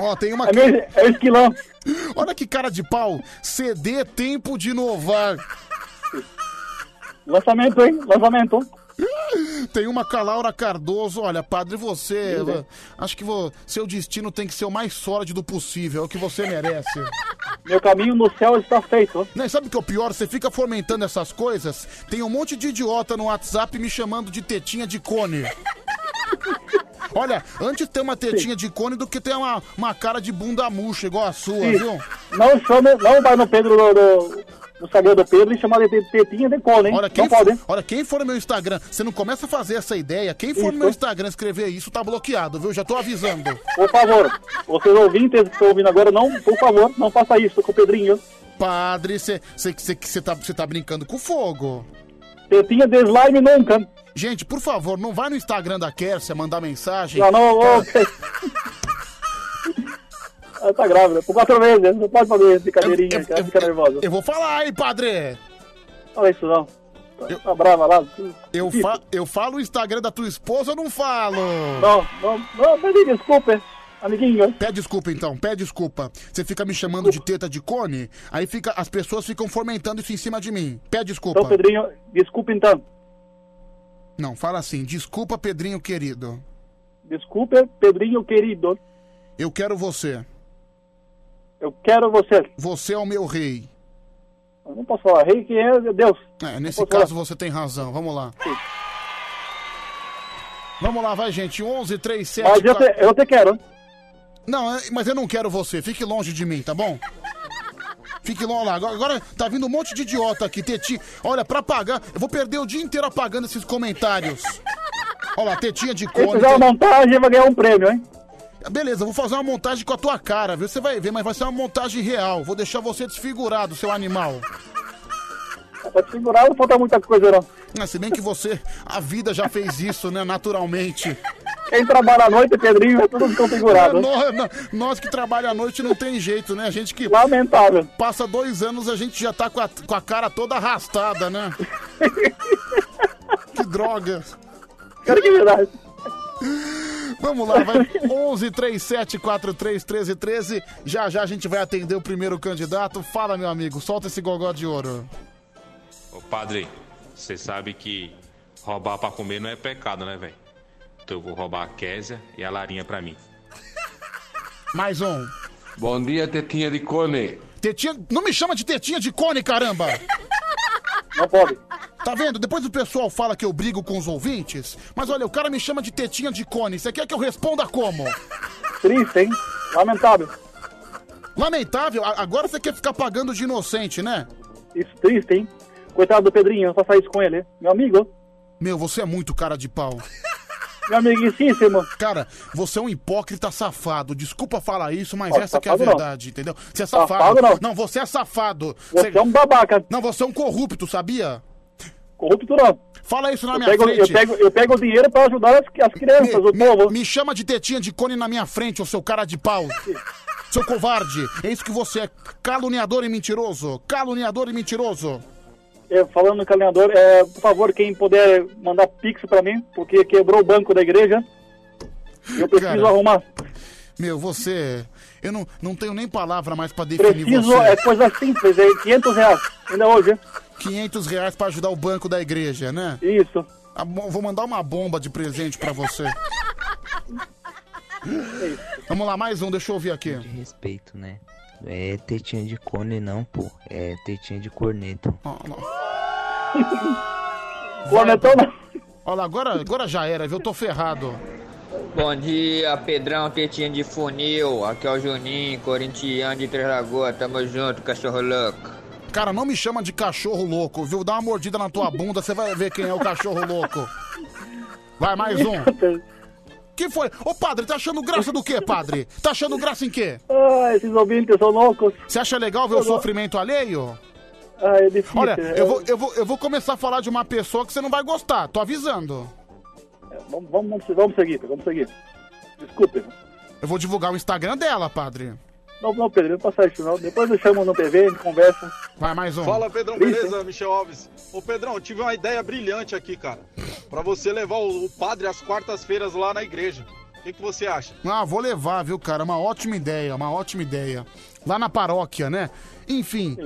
Speaker 2: Ó, tem uma aqui. É o esquilão. (laughs) Olha que cara de pau. CD Tempo de Inovar. Lançamento, hein? Lançamento. Tem uma com a Laura Cardoso. Olha, padre, você.
Speaker 31: Linda.
Speaker 2: Acho que vo- seu destino tem que ser o mais sólido possível. É o que você merece.
Speaker 15: Meu caminho no céu está feito.
Speaker 2: Né, sabe o que é o pior? Você fica fomentando essas coisas. Tem um monte de idiota no WhatsApp me chamando de tetinha de cone. Olha, antes ter uma tetinha de cone do que ter uma, uma cara de bunda murcha igual a sua,
Speaker 15: Sim.
Speaker 2: viu?
Speaker 15: Não chama, não vai no Pedro do, do, no Instagram do Pedro e chama de te- tetinha de cola, hein?
Speaker 2: Olha quem,
Speaker 15: não pode, hein?
Speaker 2: olha, quem for no meu Instagram, você não começa a fazer essa ideia. Quem for no meu Instagram escrever isso, tá bloqueado, viu? Já tô avisando.
Speaker 15: Por favor, vocês ouvintes que estão ouvindo agora, não, por favor, não faça isso com o Pedrinho.
Speaker 2: Padre, você tá, cê tá brincando com fogo.
Speaker 15: Tetinha de slime nunca.
Speaker 2: Gente, por favor, não vai no Instagram da Kércia mandar mensagem.
Speaker 15: Não, não, ô,
Speaker 2: Cara,
Speaker 15: Ela tá grávida, por quatro meses, não pode fazer brincadeirinha,
Speaker 2: eu-
Speaker 15: cara, fica nervosa.
Speaker 2: Eu vou falar, hein, padre!
Speaker 15: Fala isso não. Tá brava lá.
Speaker 2: Eu, fa- eu falo o Instagram da tua esposa ou não falo?
Speaker 15: Não, não, não, pede desculpa, amiguinho.
Speaker 2: Pede desculpa então, pede desculpa. Você fica me chamando de teta de cone, aí fica, as pessoas ficam fomentando isso em cima de mim. Pede desculpa.
Speaker 15: Então, Pedrinho, desculpa então.
Speaker 2: Não, fala assim, desculpa, Pedrinho querido.
Speaker 15: Desculpa, Pedrinho querido.
Speaker 2: Eu quero você.
Speaker 15: Eu quero você.
Speaker 2: Você é o meu rei.
Speaker 15: Eu não posso falar rei, quem é Deus.
Speaker 2: É, nesse
Speaker 15: Não posso
Speaker 2: caso você tem razão, vamos lá. Vamos lá, vai gente, 11, 3, 7...
Speaker 15: Mas eu te- eu te quero.
Speaker 2: Não, é, mas eu não quero você, fique longe de mim, tá bom? Fique longe lá, agora, agora tá vindo um monte de idiota aqui, Teti. Olha, pra pagar, eu vou perder o dia inteiro apagando esses comentários. Olha lá, tetinha de
Speaker 15: Quem
Speaker 2: cone...
Speaker 15: fizer é uma
Speaker 2: te-
Speaker 15: montagem vai ganhar um prêmio, hein?
Speaker 2: Ah, Beleza, eu vou fazer uma montagem com a tua cara, viu? Você vai ver, mas vai ser uma montagem real. Vou deixar você desfigurado, seu animal.
Speaker 15: Pra te segurar não Tá falta muita coisa, não.
Speaker 2: Ah, se bem que você, a vida já fez isso, né? Naturalmente.
Speaker 15: Quem trabalha à noite, Pedrinho, é tudo desconfigurado.
Speaker 2: É, nó- nó- nós que trabalha à noite não tem jeito, né? A gente que.
Speaker 15: Lamentável.
Speaker 2: Passa dois anos, a gente já tá com a, com a cara toda
Speaker 15: (laughs)
Speaker 2: arrastada, né? que droga.
Speaker 3: É,
Speaker 15: Cara, que verdade.
Speaker 2: Vamos lá, vai. 11 37 43 13 13. Já já a gente vai atender o primeiro candidato. Fala, meu amigo, solta esse gogó de ouro.
Speaker 21: Ô padre, você sabe que roubar pra comer não é pecado, né, velho? Então eu vou roubar a Késia e a Larinha pra mim.
Speaker 2: Mais um.
Speaker 3: Bom dia, Tetinha de Cone.
Speaker 2: Tetinha, não me chama de tetinha de
Speaker 1: (laughs)
Speaker 2: cone, caramba!
Speaker 15: Não pode.
Speaker 2: Tá vendo? Depois o pessoal fala que eu brigo com os ouvintes, mas olha, o cara me chama de tetinha de cone. Você quer que eu responda como?
Speaker 15: Triste, hein? Lamentável.
Speaker 2: Lamentável? A- Agora você quer ficar pagando de inocente, né?
Speaker 15: Isso, triste, hein? Coitado do Pedrinho, faça isso com ele, hein? meu amigo.
Speaker 2: Meu, você é muito cara de pau.
Speaker 15: Meu amiguíssimo.
Speaker 2: Cara, você é um hipócrita safado. Desculpa falar isso, mas
Speaker 3: Ó,
Speaker 2: essa que é a
Speaker 3: safado não.
Speaker 2: verdade, entendeu? Você é safado.
Speaker 3: Safado não.
Speaker 2: você é safado.
Speaker 3: Você
Speaker 2: é
Speaker 15: um babaca.
Speaker 2: Não, você é um corrupto, sabia?
Speaker 15: Corrupto não.
Speaker 2: Fala isso na
Speaker 15: Eu
Speaker 2: minha
Speaker 15: pego,
Speaker 2: frente.
Speaker 15: eu, pego, eu pego o dinheiro pra ajudar as, as crianças, o
Speaker 2: me,
Speaker 15: povo.
Speaker 2: me chama de tetinha de cone na minha frente, ô seu cara
Speaker 15: (laughs)
Speaker 2: de pau. Seu covarde, é isso que você é. Caluniador e mentiroso. Caluniador e mentiroso.
Speaker 15: É, falando no calendário, é, por favor, quem puder mandar pix pra mim, porque quebrou o banco da igreja. Eu preciso
Speaker 2: Cara.
Speaker 15: arrumar.
Speaker 2: Meu, você. Eu não, não tenho nem palavra mais pra definir
Speaker 15: Preciso,
Speaker 2: você.
Speaker 15: é coisa simples, é 500 reais, ainda hoje. hein?
Speaker 2: 500 reais pra ajudar o banco da igreja, né?
Speaker 15: Isso.
Speaker 2: vou mandar uma bomba de presente
Speaker 15: (laughs)
Speaker 2: pra você. Vamos lá, mais um, deixa eu ouvir aqui.
Speaker 23: Respeito, né? É tetinha de cone não, pô. É tetinha de corneto.
Speaker 15: Planetão (laughs)
Speaker 2: Olha lá, agora, agora já era, viu? Tô ferrado.
Speaker 4: Bom dia, Pedrão Tetinha de Funil. Aqui é o Juninho, corintiano de Três Lagoas. Tamo junto, cachorro louco.
Speaker 2: Cara, não me chama de cachorro louco, viu? Dá uma mordida na tua bunda, você vai ver quem é o cachorro louco. Vai, mais um. Que foi? Ô, padre, tá achando graça do quê, padre? Tá achando graça em quê?
Speaker 15: Ah, esses ouvintes são loucos.
Speaker 2: Você acha legal ver o sofrimento alheio?
Speaker 15: Ah, é difícil.
Speaker 2: Olha,
Speaker 15: né?
Speaker 2: eu vou, eu, vou, eu vou começar a falar de uma pessoa que você não vai gostar, tô avisando.
Speaker 15: é, Vamos, vamos, vamos seguir, vamos seguir. Desculpe.
Speaker 2: Eu vou divulgar o Instagram dela, padre.
Speaker 15: Não, não, Pedro, não passa isso não. Depois eu chamo no PV, a gente conversa.
Speaker 2: Vai, mais um.
Speaker 21: Fala, Pedrão,
Speaker 15: Isso,
Speaker 21: beleza? Michel Alves. Ô, Pedrão, tive uma ideia brilhante aqui, cara. Pra você levar o, o padre às quartas-feiras lá na igreja. O que, que você acha?
Speaker 2: Ah, vou levar, viu, cara? Uma ótima ideia, uma ótima ideia. Lá na paróquia, né? Enfim,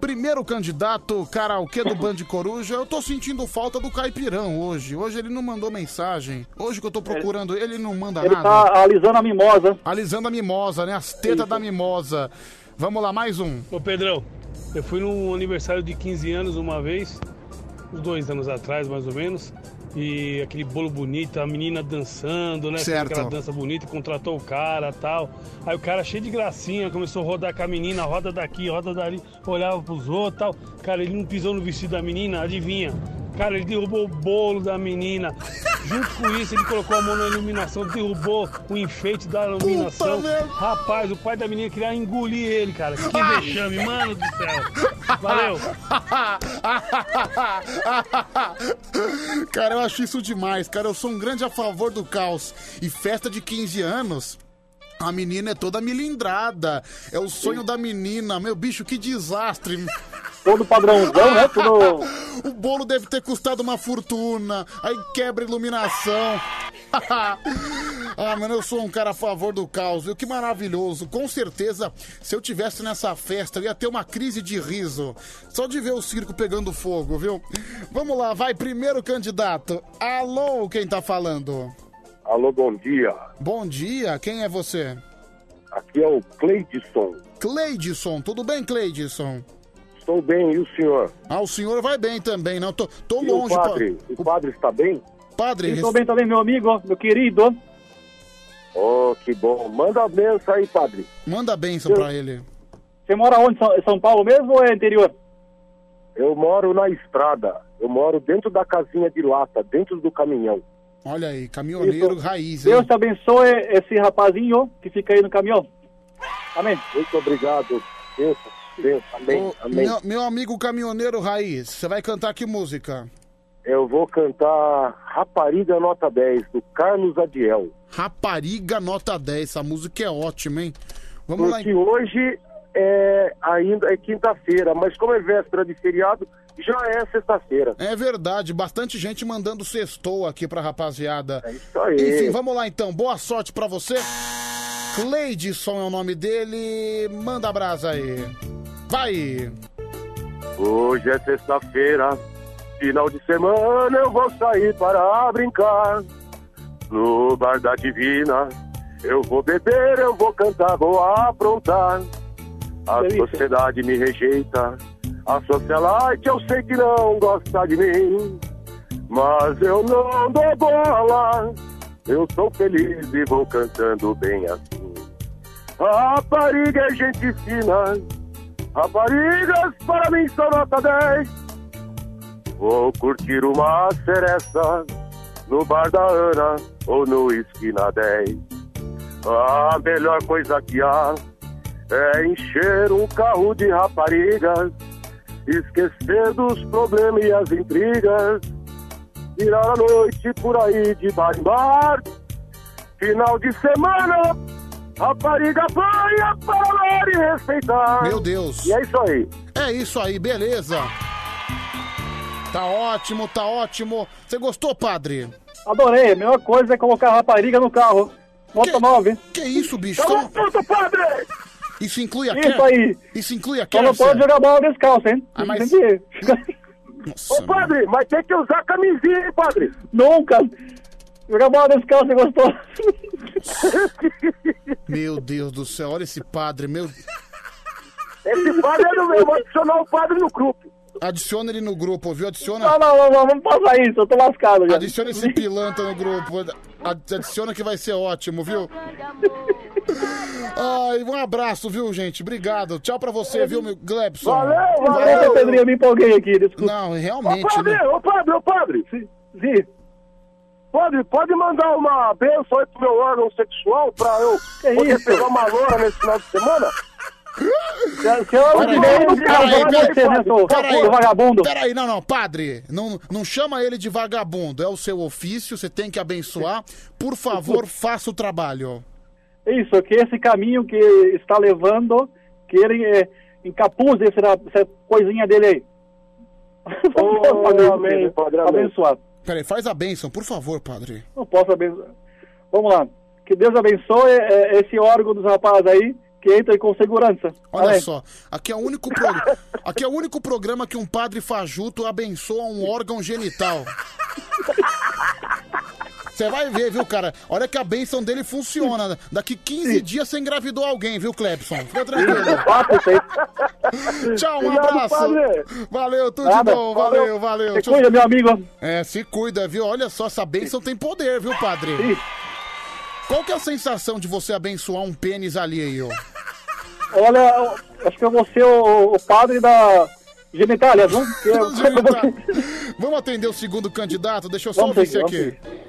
Speaker 2: primeiro candidato karaokê do Band Coruja, eu tô sentindo falta do Caipirão hoje. Hoje ele não mandou mensagem. Hoje que eu tô procurando, ele não manda
Speaker 15: É. Ele
Speaker 2: nada.
Speaker 15: tá alisando a mimosa.
Speaker 2: Alisando a mimosa, né? As tetas da mimosa. Vamos lá, mais um.
Speaker 12: Ô Pedrão, eu fui num aniversário de 15 anos uma vez, uns dois anos atrás mais ou menos, e aquele bolo bonito, a menina dançando, né? fez
Speaker 2: Certo.
Speaker 12: Aquela dança bonita, contratou o cara tal. Aí o cara cheio de gracinha, começou a rodar com a menina, roda daqui, roda dali, olhava pros outros tal. Cara, ele não pisou no vestido da menina, adivinha? Cara, ele derrubou o bolo da menina. Junto com isso, ele colocou a mão na iluminação, derrubou o enfeite da iluminação. Rapaz, o pai da menina queria engolir ele, cara. Que
Speaker 3: Ah!
Speaker 12: vexame, mano do céu. Valeu.
Speaker 2: cara, eu acho isso demais, cara. Eu sou um grande a favor do caos. E festa de 15 anos. A menina é toda milindrada. É o sonho da menina. Meu bicho, que desastre.
Speaker 15: Todo padrãozão, né? Tudo-
Speaker 2: o bolo deve ter custado uma fortuna. Aí quebra a iluminação. (laughs) ah, mano, eu sou um cara a favor do caos. viu? que maravilhoso. Com certeza, se eu tivesse nessa festa, eu ia ter uma crise de riso. Só de ver o circo pegando fogo, viu? Vamos lá, vai. Primeiro candidato. Alô, quem tá falando?
Speaker 17: Alô, bom dia.
Speaker 2: Bom dia, quem é você?
Speaker 17: Aqui é o Cleidson.
Speaker 2: Cleidson, tudo bem, Cleidson?
Speaker 17: Estou bem, e o senhor?
Speaker 2: Ah, o senhor vai bem também, não? Tô, tô
Speaker 17: E
Speaker 2: longe.
Speaker 17: o
Speaker 2: pa-
Speaker 17: padre? O padre está bem?
Speaker 2: Padre,
Speaker 17: Estou
Speaker 15: bem também, meu amigo, meu querido.
Speaker 17: Oh, que bom. Manda a benção aí, padre.
Speaker 2: Manda a bênção pra ele.
Speaker 15: Você mora onde? São, São Paulo mesmo ou é interior?
Speaker 17: Eu moro na estrada. Eu moro dentro da casinha de lata, dentro do caminhão.
Speaker 2: Olha aí, caminhoneiro raiz, hein?
Speaker 15: Deus te abençoe esse rapazinho que fica aí no caminhão. Amém.
Speaker 17: Muito obrigado. Deus, Deus. Amém,
Speaker 2: Ô,
Speaker 17: amém.
Speaker 2: Meu, meu amigo caminhoneiro raiz, você vai cantar que música?
Speaker 17: Eu vou cantar Rapariga Nota 10, do Carlos Adiel.
Speaker 2: Rapariga nota 10, essa música é ótima, hein? Vamos lá.
Speaker 17: Porque hoje é, ainda é quinta-feira, mas como é véspera de feriado, já é sexta-feira.
Speaker 2: É verdade, bastante gente mandando sextou aqui pra rapaziada. É isso
Speaker 17: aí.
Speaker 2: Enfim, vamos lá então. Boa sorte pra você. Cleidson é o nome dele. Manda brasa aí. Vai!
Speaker 17: Hoje é sexta-feira, final de semana eu vou sair para brincar. No bar da Divina, eu vou beber, eu vou cantar, vou aprontar. A sociedade me rejeita, a socialite eu sei que não gosta de mim. Mas eu não dou bola, eu sou feliz e vou cantando bem assim. Rapariga é gente fina, raparigas para mim são nota 10. Vou curtir uma seresta no bar da Ana ou no Esquina 10. A melhor coisa que há é encher um carro de raparigas, esquecer dos problemas e as intrigas, virar a noite por aí de bar em bar. Final de semana, rapariga banha para ler e respeitar.
Speaker 2: Meu Deus.
Speaker 17: E é isso aí.
Speaker 2: É isso aí, beleza. Tá ótimo, tá ótimo. Você gostou, padre?
Speaker 15: Adorei. A melhor coisa é colocar a rapariga no carro. Nota 9.
Speaker 2: Que isso, bicho?
Speaker 15: Cala
Speaker 17: Então
Speaker 15: a puta, padre!
Speaker 2: Isso inclui a
Speaker 15: Isso
Speaker 2: Ker-
Speaker 15: aí.
Speaker 2: Isso inclui a
Speaker 15: Só não
Speaker 2: Kersa?
Speaker 15: pode jogar bola descalço, hein?
Speaker 2: Ah, mas-
Speaker 15: Tem que-
Speaker 2: (laughs)
Speaker 17: Ô, padre, mas tem que usar camisinha, hein, padre?
Speaker 15: Nunca. Jogar bola descalço, é você gostou?
Speaker 2: Meu Deus do céu, olha esse padre, meu.
Speaker 17: Esse padre é do meu, vou adicionar o padre no grupo.
Speaker 2: Adiciona ele no grupo, viu? Adiciona.
Speaker 15: Não, não, não, não, vamos passar isso, eu tô lascado já.
Speaker 2: Adiciona esse pilantra no grupo. Ad- Adiciona que vai ser ótimo, viu? Ai, um abraço, viu, gente? Obrigado. Tchau pra você, viu, meu
Speaker 15: (laughs)
Speaker 2: Glebson?
Speaker 15: Valeu, valeu, Pedrinho, eu me empolguei aqui, desculpa.
Speaker 2: Não, realmente.
Speaker 17: Ô, padre,
Speaker 2: né?
Speaker 17: ô, padre, ô, padre.
Speaker 15: Sim.
Speaker 17: Padre, pode mandar uma benção aí pro meu órgão sexual pra eu poder
Speaker 15: isso?
Speaker 17: pegar uma loura nesse final de
Speaker 2: (laughs)
Speaker 17: semana?
Speaker 15: Se eu não
Speaker 2: Peraí,
Speaker 15: tiver, eu
Speaker 2: peraí,
Speaker 15: vou
Speaker 2: peraí,
Speaker 15: você, né, seu
Speaker 2: peraí.
Speaker 15: seu vagabundo.
Speaker 2: Peraí, não, não, padre, não, não chama ele de vagabundo, é o seu ofício, você tem que abençoar. Por favor, faça o trabalho.
Speaker 15: É isso, que esse caminho que está levando, que ele é, encapuze essa, essa coisinha dele aí. (laughs)
Speaker 32: Oh, amém, padre, amém.
Speaker 15: Abençoado.
Speaker 2: Peraí, faz a bênção, por favor, padre.
Speaker 15: Não posso abençoar. Vamos lá. Que Deus abençoe é, esse órgão dos rapazes aí, que entra com segurança.
Speaker 2: Olha
Speaker 15: Amém.
Speaker 2: só, aqui é, o único pro- aqui é o único programa que um padre fajuto abençoa um órgão genital. Você vai ver, viu, cara? Olha que a benção dele funciona. Daqui 15 dias você engravidou alguém, viu, Clebson?
Speaker 15: (laughs)
Speaker 2: Fica tranquilo. (laughs) Tchau, um
Speaker 3: Obrigado,
Speaker 2: abraço.
Speaker 3: padre.
Speaker 2: Valeu, tudo
Speaker 3: Nada,
Speaker 2: de bom.
Speaker 3: valeu.
Speaker 2: Valeu, valeu.
Speaker 3: Se cuida, meu
Speaker 15: amigo.
Speaker 2: É, se cuida, viu? Olha só, essa benção tem poder, viu, padre? Qual que é a sensação de você abençoar um pênis alheio?
Speaker 15: Olha, eu- acho que eu vou ser o, o padre da genitália,
Speaker 2: (laughs)
Speaker 15: viu? Que é eu- (laughs)
Speaker 2: Vamos atender o segundo candidato? Deixa eu só
Speaker 15: Vamos
Speaker 2: ouvir
Speaker 15: seguir,
Speaker 2: esse aqui.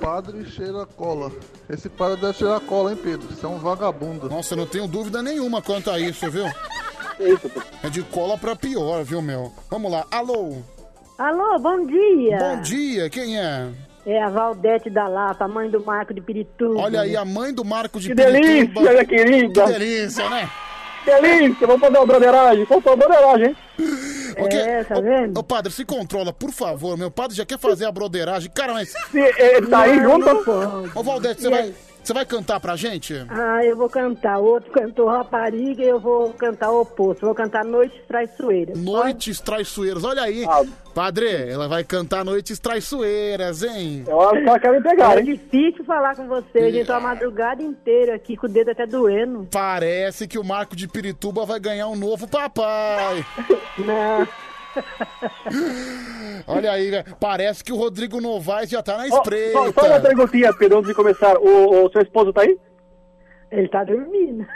Speaker 11: Padre cheira cola. Esse padre deve cheirar cola, hein, Pedro? Você é um vagabundo.
Speaker 2: Nossa, eu não tenho dúvida nenhuma quanto a isso, viu? É de cola pra pior, viu, meu? Vamos lá. Alô?
Speaker 20: Alô, bom dia.
Speaker 2: Bom dia, quem é?
Speaker 20: É a Valdete da Lapa, mãe do Marco de Pirituba.
Speaker 2: Olha aí, a mãe do Marco de
Speaker 20: Que
Speaker 2: Pirituba.
Speaker 20: delícia, minha querida.
Speaker 2: Que delícia, né?
Speaker 15: Delícia, vamos fazer uma broderagem, vamos fazer uma broderagem, hein?
Speaker 2: É, tá vendo? Ô, padre, se controla, por favor, meu padre já quer fazer a broderagem. Cara, mas...
Speaker 20: é, tá aí Não, junto?
Speaker 2: Ô, Valdete, você
Speaker 20: E
Speaker 2: vai,
Speaker 20: aí?
Speaker 2: você vai cantar pra gente?
Speaker 20: Ah, eu vou cantar. O outro cantou rapariga e eu vou cantar o oposto. Vou cantar Noites Traiçoeiras.
Speaker 2: Noites Traiçoeiras, olha aí.
Speaker 15: Ah.
Speaker 2: Padre, ela vai cantar Noites Traiçoeiras, hein?
Speaker 15: Eu acho que ela quer me pegar,
Speaker 20: É difícil falar com você, gente. Tô a madrugada inteira aqui com o dedo até doendo.
Speaker 2: Parece que o Marco de Pirituba vai ganhar um novo papai.
Speaker 20: (laughs) Não.
Speaker 2: (laughs) Olha aí, velho. parece que o Rodrigo Novaes já tá na
Speaker 15: Ó, Só,
Speaker 2: espreita.
Speaker 15: só uma perguntinha, Pedro, antes de começar. O, o seu esposo tá aí?
Speaker 20: Ele tá dormindo.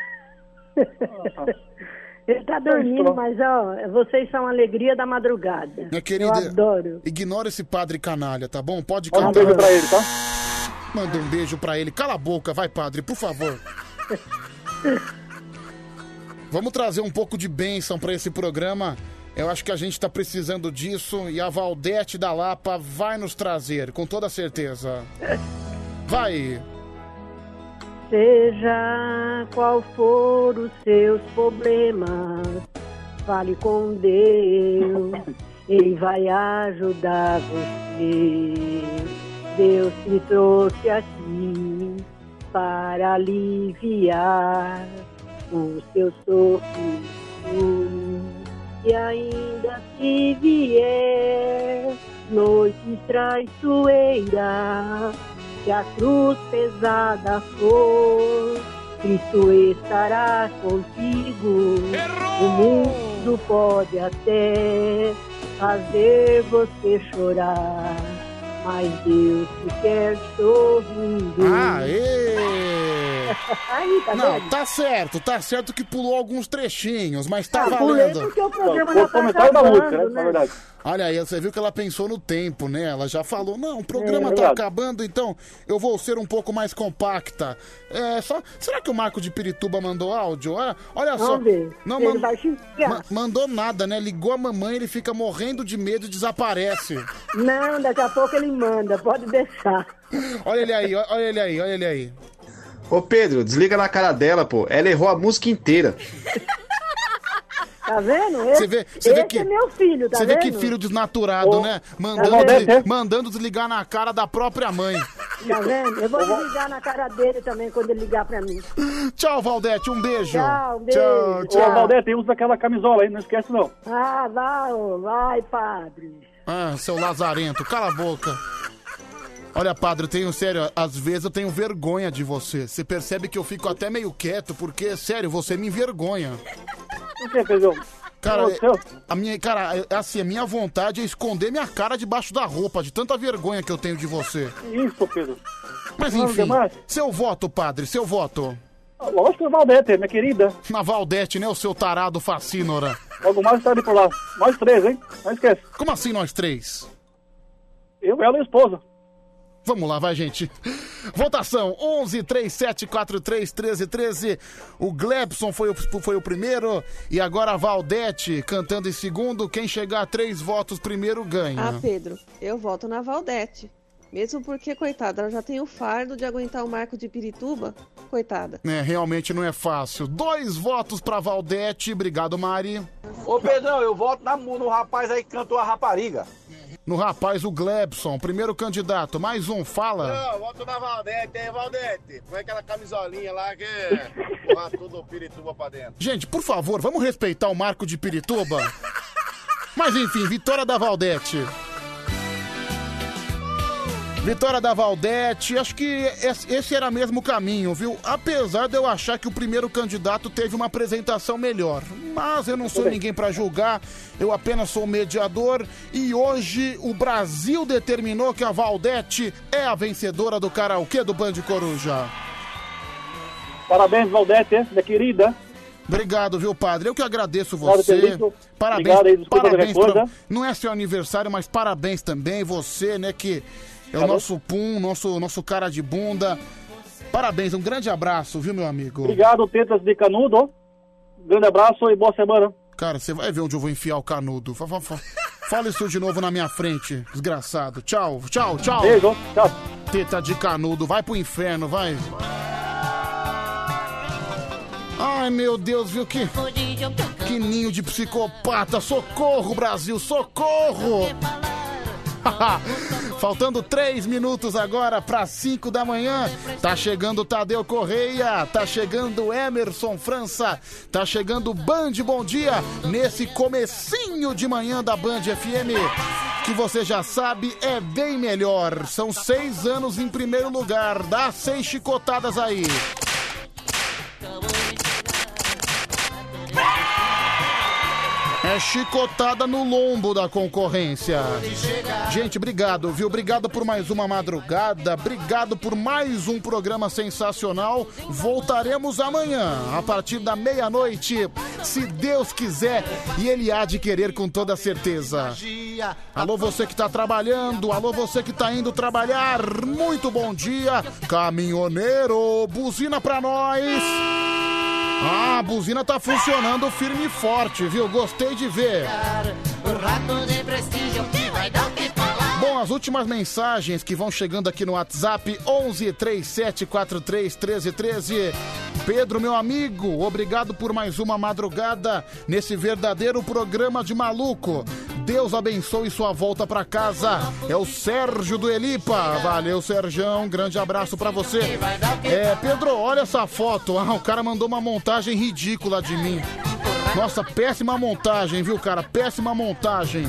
Speaker 20: Ele tá dormindo, mas ó, vocês são a alegria da madrugada.
Speaker 2: Minha querida,
Speaker 20: Eu adoro.
Speaker 2: ignora esse padre canalha, tá bom? Pode
Speaker 20: Manda
Speaker 2: cantar.
Speaker 20: um beijo pra ele,
Speaker 15: tá?
Speaker 2: Manda um beijo pra ele. Cala a boca, vai, padre, por favor. Vamos trazer um pouco de bênção pra esse programa. Eu acho que a gente tá precisando disso e a Valdete da Lapa vai nos trazer, com toda certeza. Vai!
Speaker 20: Seja qual for os seus problemas, fale com Deus, Ele vai ajudar você. Deus te trouxe aqui para aliviar o seu sofrimento. um E ainda se vier noites traiçoeiras, se a cruz pesada for, Cristo estará contigo. O mundo pode até fazer você chorar, mas Deus te quer sorrindo. (laughs)
Speaker 2: Aê!
Speaker 20: Aí, tá
Speaker 2: Não,
Speaker 20: vendo?
Speaker 2: tá certo, tá certo que pulou alguns trechinhos, mas tá
Speaker 20: Ah, pulei
Speaker 2: valendo.
Speaker 20: porque o programa Não, já tá comentário da acabando, música, né, na né? verdade.
Speaker 2: Olha aí, você viu que ela pensou no tempo, né? Ela já falou, não, o programa
Speaker 20: É,
Speaker 2: tá
Speaker 20: verdade.
Speaker 2: acabando, então eu vou ser um pouco mais compacta. É, só... Será que o Marco de Pirituba mandou áudio? Olha, olha só.
Speaker 20: Vamos ver.
Speaker 2: Não,
Speaker 20: Ele
Speaker 2: man-
Speaker 20: vai te enfiar.
Speaker 2: ma- mandou nada, né? Ligou a mamãe, ele fica morrendo de medo e desaparece.
Speaker 20: Não, daqui a
Speaker 2: (laughs)
Speaker 20: pouco ele tá. manda, pode deixar.
Speaker 2: Olha ele aí, olha ele aí, olha ele aí.
Speaker 5: Ô, Pedro, desliga na cara dela, pô. Ela errou a música inteira.
Speaker 20: Tá vendo? Esse,
Speaker 2: Você vê- você vê
Speaker 20: esse
Speaker 2: que-
Speaker 20: é meu filho, tá
Speaker 2: Você
Speaker 20: vendo? tá
Speaker 2: vê que filho desnaturado,
Speaker 20: Ô,
Speaker 2: né?
Speaker 20: ô,
Speaker 2: Mandando,
Speaker 20: Valdete,
Speaker 2: desli- mandando desligar na cara da própria mãe.
Speaker 20: Tá vendo? Eu vou ligar na cara dele também quando ele ligar pra mim.
Speaker 2: Tchau, Valdete, um beijo.
Speaker 20: Tchau, um beijo.
Speaker 2: Tchau,
Speaker 15: Ô,
Speaker 2: tchau.
Speaker 15: Valdete, usa aquela camisola aí, não esquece não.
Speaker 20: Ah, vai, ô, vai, padre.
Speaker 2: Ah, seu lazarento, cala a boca. Olha, padre, eu tenho, sério, às vezes eu tenho vergonha de você. Você percebe que eu fico até meio quieto, porque, sério, você me envergonha.
Speaker 15: O que, Pedro?
Speaker 2: Cara,
Speaker 15: Ô,
Speaker 2: é- a minha, cara, é- assim, a minha vontade é esconder minha cara debaixo da roupa, de tanta vergonha que eu tenho de você.
Speaker 15: Isso, Pedro.
Speaker 2: Mas
Speaker 15: Não,
Speaker 2: enfim,
Speaker 15: demais.
Speaker 2: seu voto, padre, seu voto.
Speaker 15: Lógico que é Valdete, minha querida.
Speaker 2: Na Valdete, né, o seu tarado facínora.
Speaker 15: Logo mais tá ali por lá. Nós três, hein? Não esquece.
Speaker 2: Como assim nós três?
Speaker 15: Eu, ela e a esposa.
Speaker 2: Vamos lá, vai, gente. Votação 11 37 43 13 13. O Glebson foi o, foi o primeiro e agora a Valdete cantando em segundo. Quem chegar a três votos primeiro ganha.
Speaker 33: Ah, Pedro, eu voto na Valdete.
Speaker 20: Mesmo porque, coitada, ela já tem o fardo de aguentar o Marco de Pirituba. Coitada.
Speaker 2: É, realmente não é fácil. Dois votos pra Valdete. Obrigado, Mari.
Speaker 15: Ô Pedrão, eu volto na, mu- no rapaz aí que cantou a rapariga.
Speaker 2: No rapaz, o Glebson, primeiro candidato. Mais um, fala.
Speaker 1: Não, volta na Valdete, hein, Valdete? Põe aquela camisolinha lá (laughs) que é lá tudo pirituba pra dentro.
Speaker 2: Gente, por favor, vamos respeitar o Marco
Speaker 15: (laughs)
Speaker 2: de Pirituba? Mas enfim, vitória da Valdete. Vitória da Valdete, acho que es- esse era mesmo o caminho, viu? Apesar de eu achar que o primeiro candidato teve uma apresentação melhor. Mas eu não sou ninguém pra julgar, eu apenas sou mediador. E hoje o Brasil determinou que a Valdete é a vencedora do karaokê do Band Coruja.
Speaker 15: Parabéns, Valdete, minha querida.
Speaker 2: Obrigado, viu, padre? Eu que agradeço
Speaker 15: Claro,
Speaker 2: você.
Speaker 15: Pedrito.
Speaker 2: Parabéns,
Speaker 15: Obrigado aí, desculpa
Speaker 2: parabéns.
Speaker 15: qualquer coisa.
Speaker 2: Não é seu aniversário, mas parabéns também você, né, que é o
Speaker 15: Tá bom.
Speaker 2: nosso pum, nosso nosso cara de bunda. Parabéns, um grande abraço, viu, meu amigo?
Speaker 15: Obrigado, Tetas de Canudo. Grande abraço e boa semana.
Speaker 2: Cara, você vai ver onde eu vou enfiar o canudo. Fa- fa- fa- Fala isso de novo na minha frente, desgraçado. Tchau, tchau, tchau.
Speaker 15: Beijo, tchau.
Speaker 2: Teta de canudo, vai pro inferno, vai. Ai, meu Deus, viu que... Que ninho de psicopata. Socorro, Brasil, socorro! (laughs) Faltando três minutos agora para 5 da manhã. Tá chegando Tadeu Correia, tá chegando Emerson França, tá chegando Band Bom Dia nesse comecinho de manhã da Band FM. Que você já sabe é bem melhor. São seis anos em primeiro lugar. Dá seis chicotadas aí. É chicotada no lombo da concorrência. Gente, obrigado, viu? Obrigado por mais uma madrugada, obrigado por mais um programa sensacional. Voltaremos amanhã, a partir da meia-noite, se Deus quiser e Ele há de querer com toda certeza. Alô, você que tá trabalhando, alô, você que tá indo trabalhar, muito bom dia, caminhoneiro, buzina pra nós. Ah, a buzina tá funcionando firme e forte, viu? Gostei de ver. Bom, as últimas mensagens que vão chegando aqui no WhatsApp 11 3743 1313. Pedro, meu amigo, obrigado por mais uma madrugada nesse verdadeiro programa de maluco. Deus abençoe sua volta pra casa. É o Sérgio do Elipa. Valeu, Serjão. Grande abraço pra você. É, Pedro, olha essa foto. Ah, o cara mandou uma montagem ridícula de mim. Nossa, péssima montagem, viu, cara? Péssima montagem.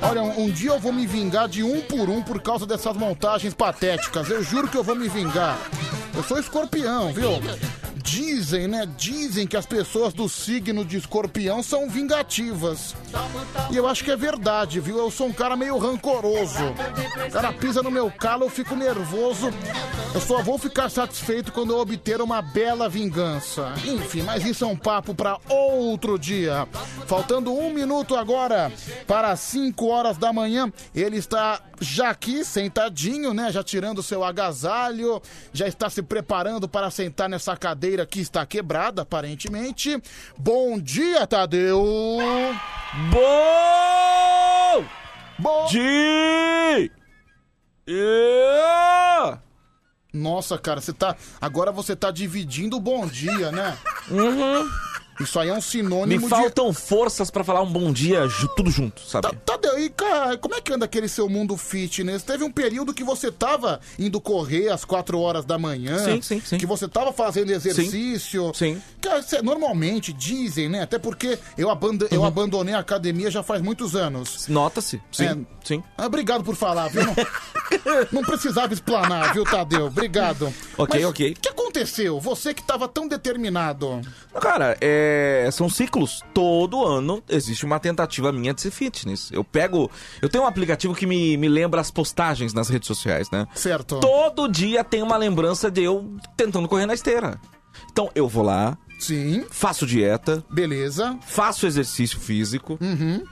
Speaker 2: Olha, um, um dia eu vou me vingar de um por um por causa dessas montagens patéticas. Eu juro que eu vou me vingar. Eu sou escorpião, viu? Dizem, né? Dizem que as pessoas do signo de escorpião são vingativas. E eu acho que é verdade, viu? Eu sou um cara meio rancoroso. O cara pisa no meu calo, eu fico nervoso. Eu só vou ficar satisfeito quando eu obter uma bela vingança. Enfim, mas isso é um papo para outro dia. Faltando um minuto agora para as 5 horas da manhã, ele está já aqui, sentadinho, né? Já tirando seu agasalho, já está se preparando para sentar nessa cadeira que está quebrada, aparentemente. Bom dia, Tadeu! Bom! Bom dia! Nossa, cara, você tá. Agora você tá dividindo o bom dia, né? Uhum. Isso aí é um
Speaker 21: Me
Speaker 2: sinônimo de.
Speaker 21: faltam forças pra falar um bom dia ju- tudo junto, sabe?
Speaker 2: Tadeu, Tá, e cara, como é que anda aquele seu mundo fitness? Teve um período que você tava indo correr às 4 horas da manhã.
Speaker 21: Sim, sim, sim.
Speaker 2: Que você tava fazendo exercício. Sim. Cara, você- normalmente dizem, né? Até porque eu, abando- eu abandonei a academia já faz muitos anos.
Speaker 21: Uhum. Nota-se. Sim,
Speaker 2: É.
Speaker 21: sim.
Speaker 2: Ah, Obrigado por falar, viu?
Speaker 21: (laughs)
Speaker 2: Não, não precisava explanar, viu, Tadeu? Obrigado.
Speaker 21: Ok,
Speaker 2: Mas
Speaker 21: ok.
Speaker 2: O que aconteceu? Você que tava tão determinado.
Speaker 21: Cara, é, são ciclos. Todo ano existe uma tentativa minha de ser fitness. Eu pego. Eu tenho um aplicativo que me, me lembra as postagens nas redes sociais, né?
Speaker 2: Certo.
Speaker 21: Todo dia tem uma lembrança de eu tentando correr na esteira. Então eu vou lá.
Speaker 2: Sim.
Speaker 21: Faço dieta.
Speaker 2: Beleza.
Speaker 21: Faço exercício físico.
Speaker 2: Uhum.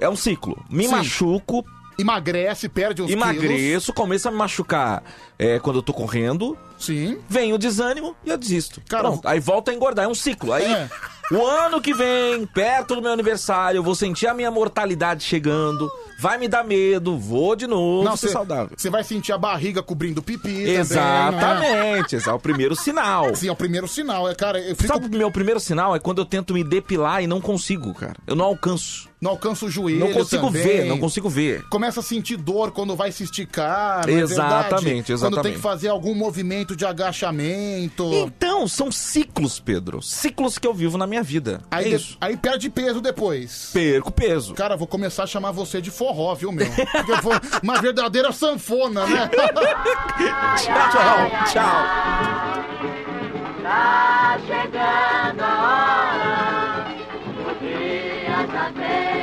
Speaker 21: É um ciclo. Me
Speaker 2: Sim.
Speaker 21: machuco.
Speaker 2: Emagrece, perde uns quilos.
Speaker 21: Emagreço, começo a me machucar é, quando eu tô correndo.
Speaker 2: Sim.
Speaker 21: Vem o desânimo e eu desisto. Pronto. Aí volta a engordar. É um ciclo. Aí O ano que vem, perto do meu aniversário, eu vou sentir a minha mortalidade chegando. Vai me dar medo, vou de novo
Speaker 2: Não,
Speaker 21: ser
Speaker 2: cê-
Speaker 21: saudável.
Speaker 2: Você vai sentir a barriga cobrindo o pipi. Também, né?
Speaker 21: Exatamente, esse é o primeiro sinal.
Speaker 2: Sim, é o primeiro sinal. É, cara, eu fico...
Speaker 21: Sabe o meu primeiro sinal? É quando eu tento me depilar e não consigo, cara. Eu não alcanço.
Speaker 2: Não alcança o joelho.
Speaker 21: Não consigo
Speaker 2: também.
Speaker 21: ver, não consigo ver.
Speaker 2: Começa a sentir dor quando vai se esticar. não é
Speaker 21: Exatamente,
Speaker 2: verdade? Quando tem
Speaker 21: exatamente.
Speaker 2: que fazer algum movimento de agachamento.
Speaker 21: Então, são ciclos, Pedro. Ciclos que eu vivo na minha vida.
Speaker 2: Aí,
Speaker 21: é
Speaker 2: de-
Speaker 21: isso.
Speaker 2: aí perde peso depois.
Speaker 21: Perco peso.
Speaker 2: Cara, vou começar a chamar você de forró, viu, meu? Porque eu vou uma verdadeira sanfona,
Speaker 21: (laughs)
Speaker 2: né?
Speaker 21: tchau, tchau.
Speaker 3: Tá chegando a hora do dia saber.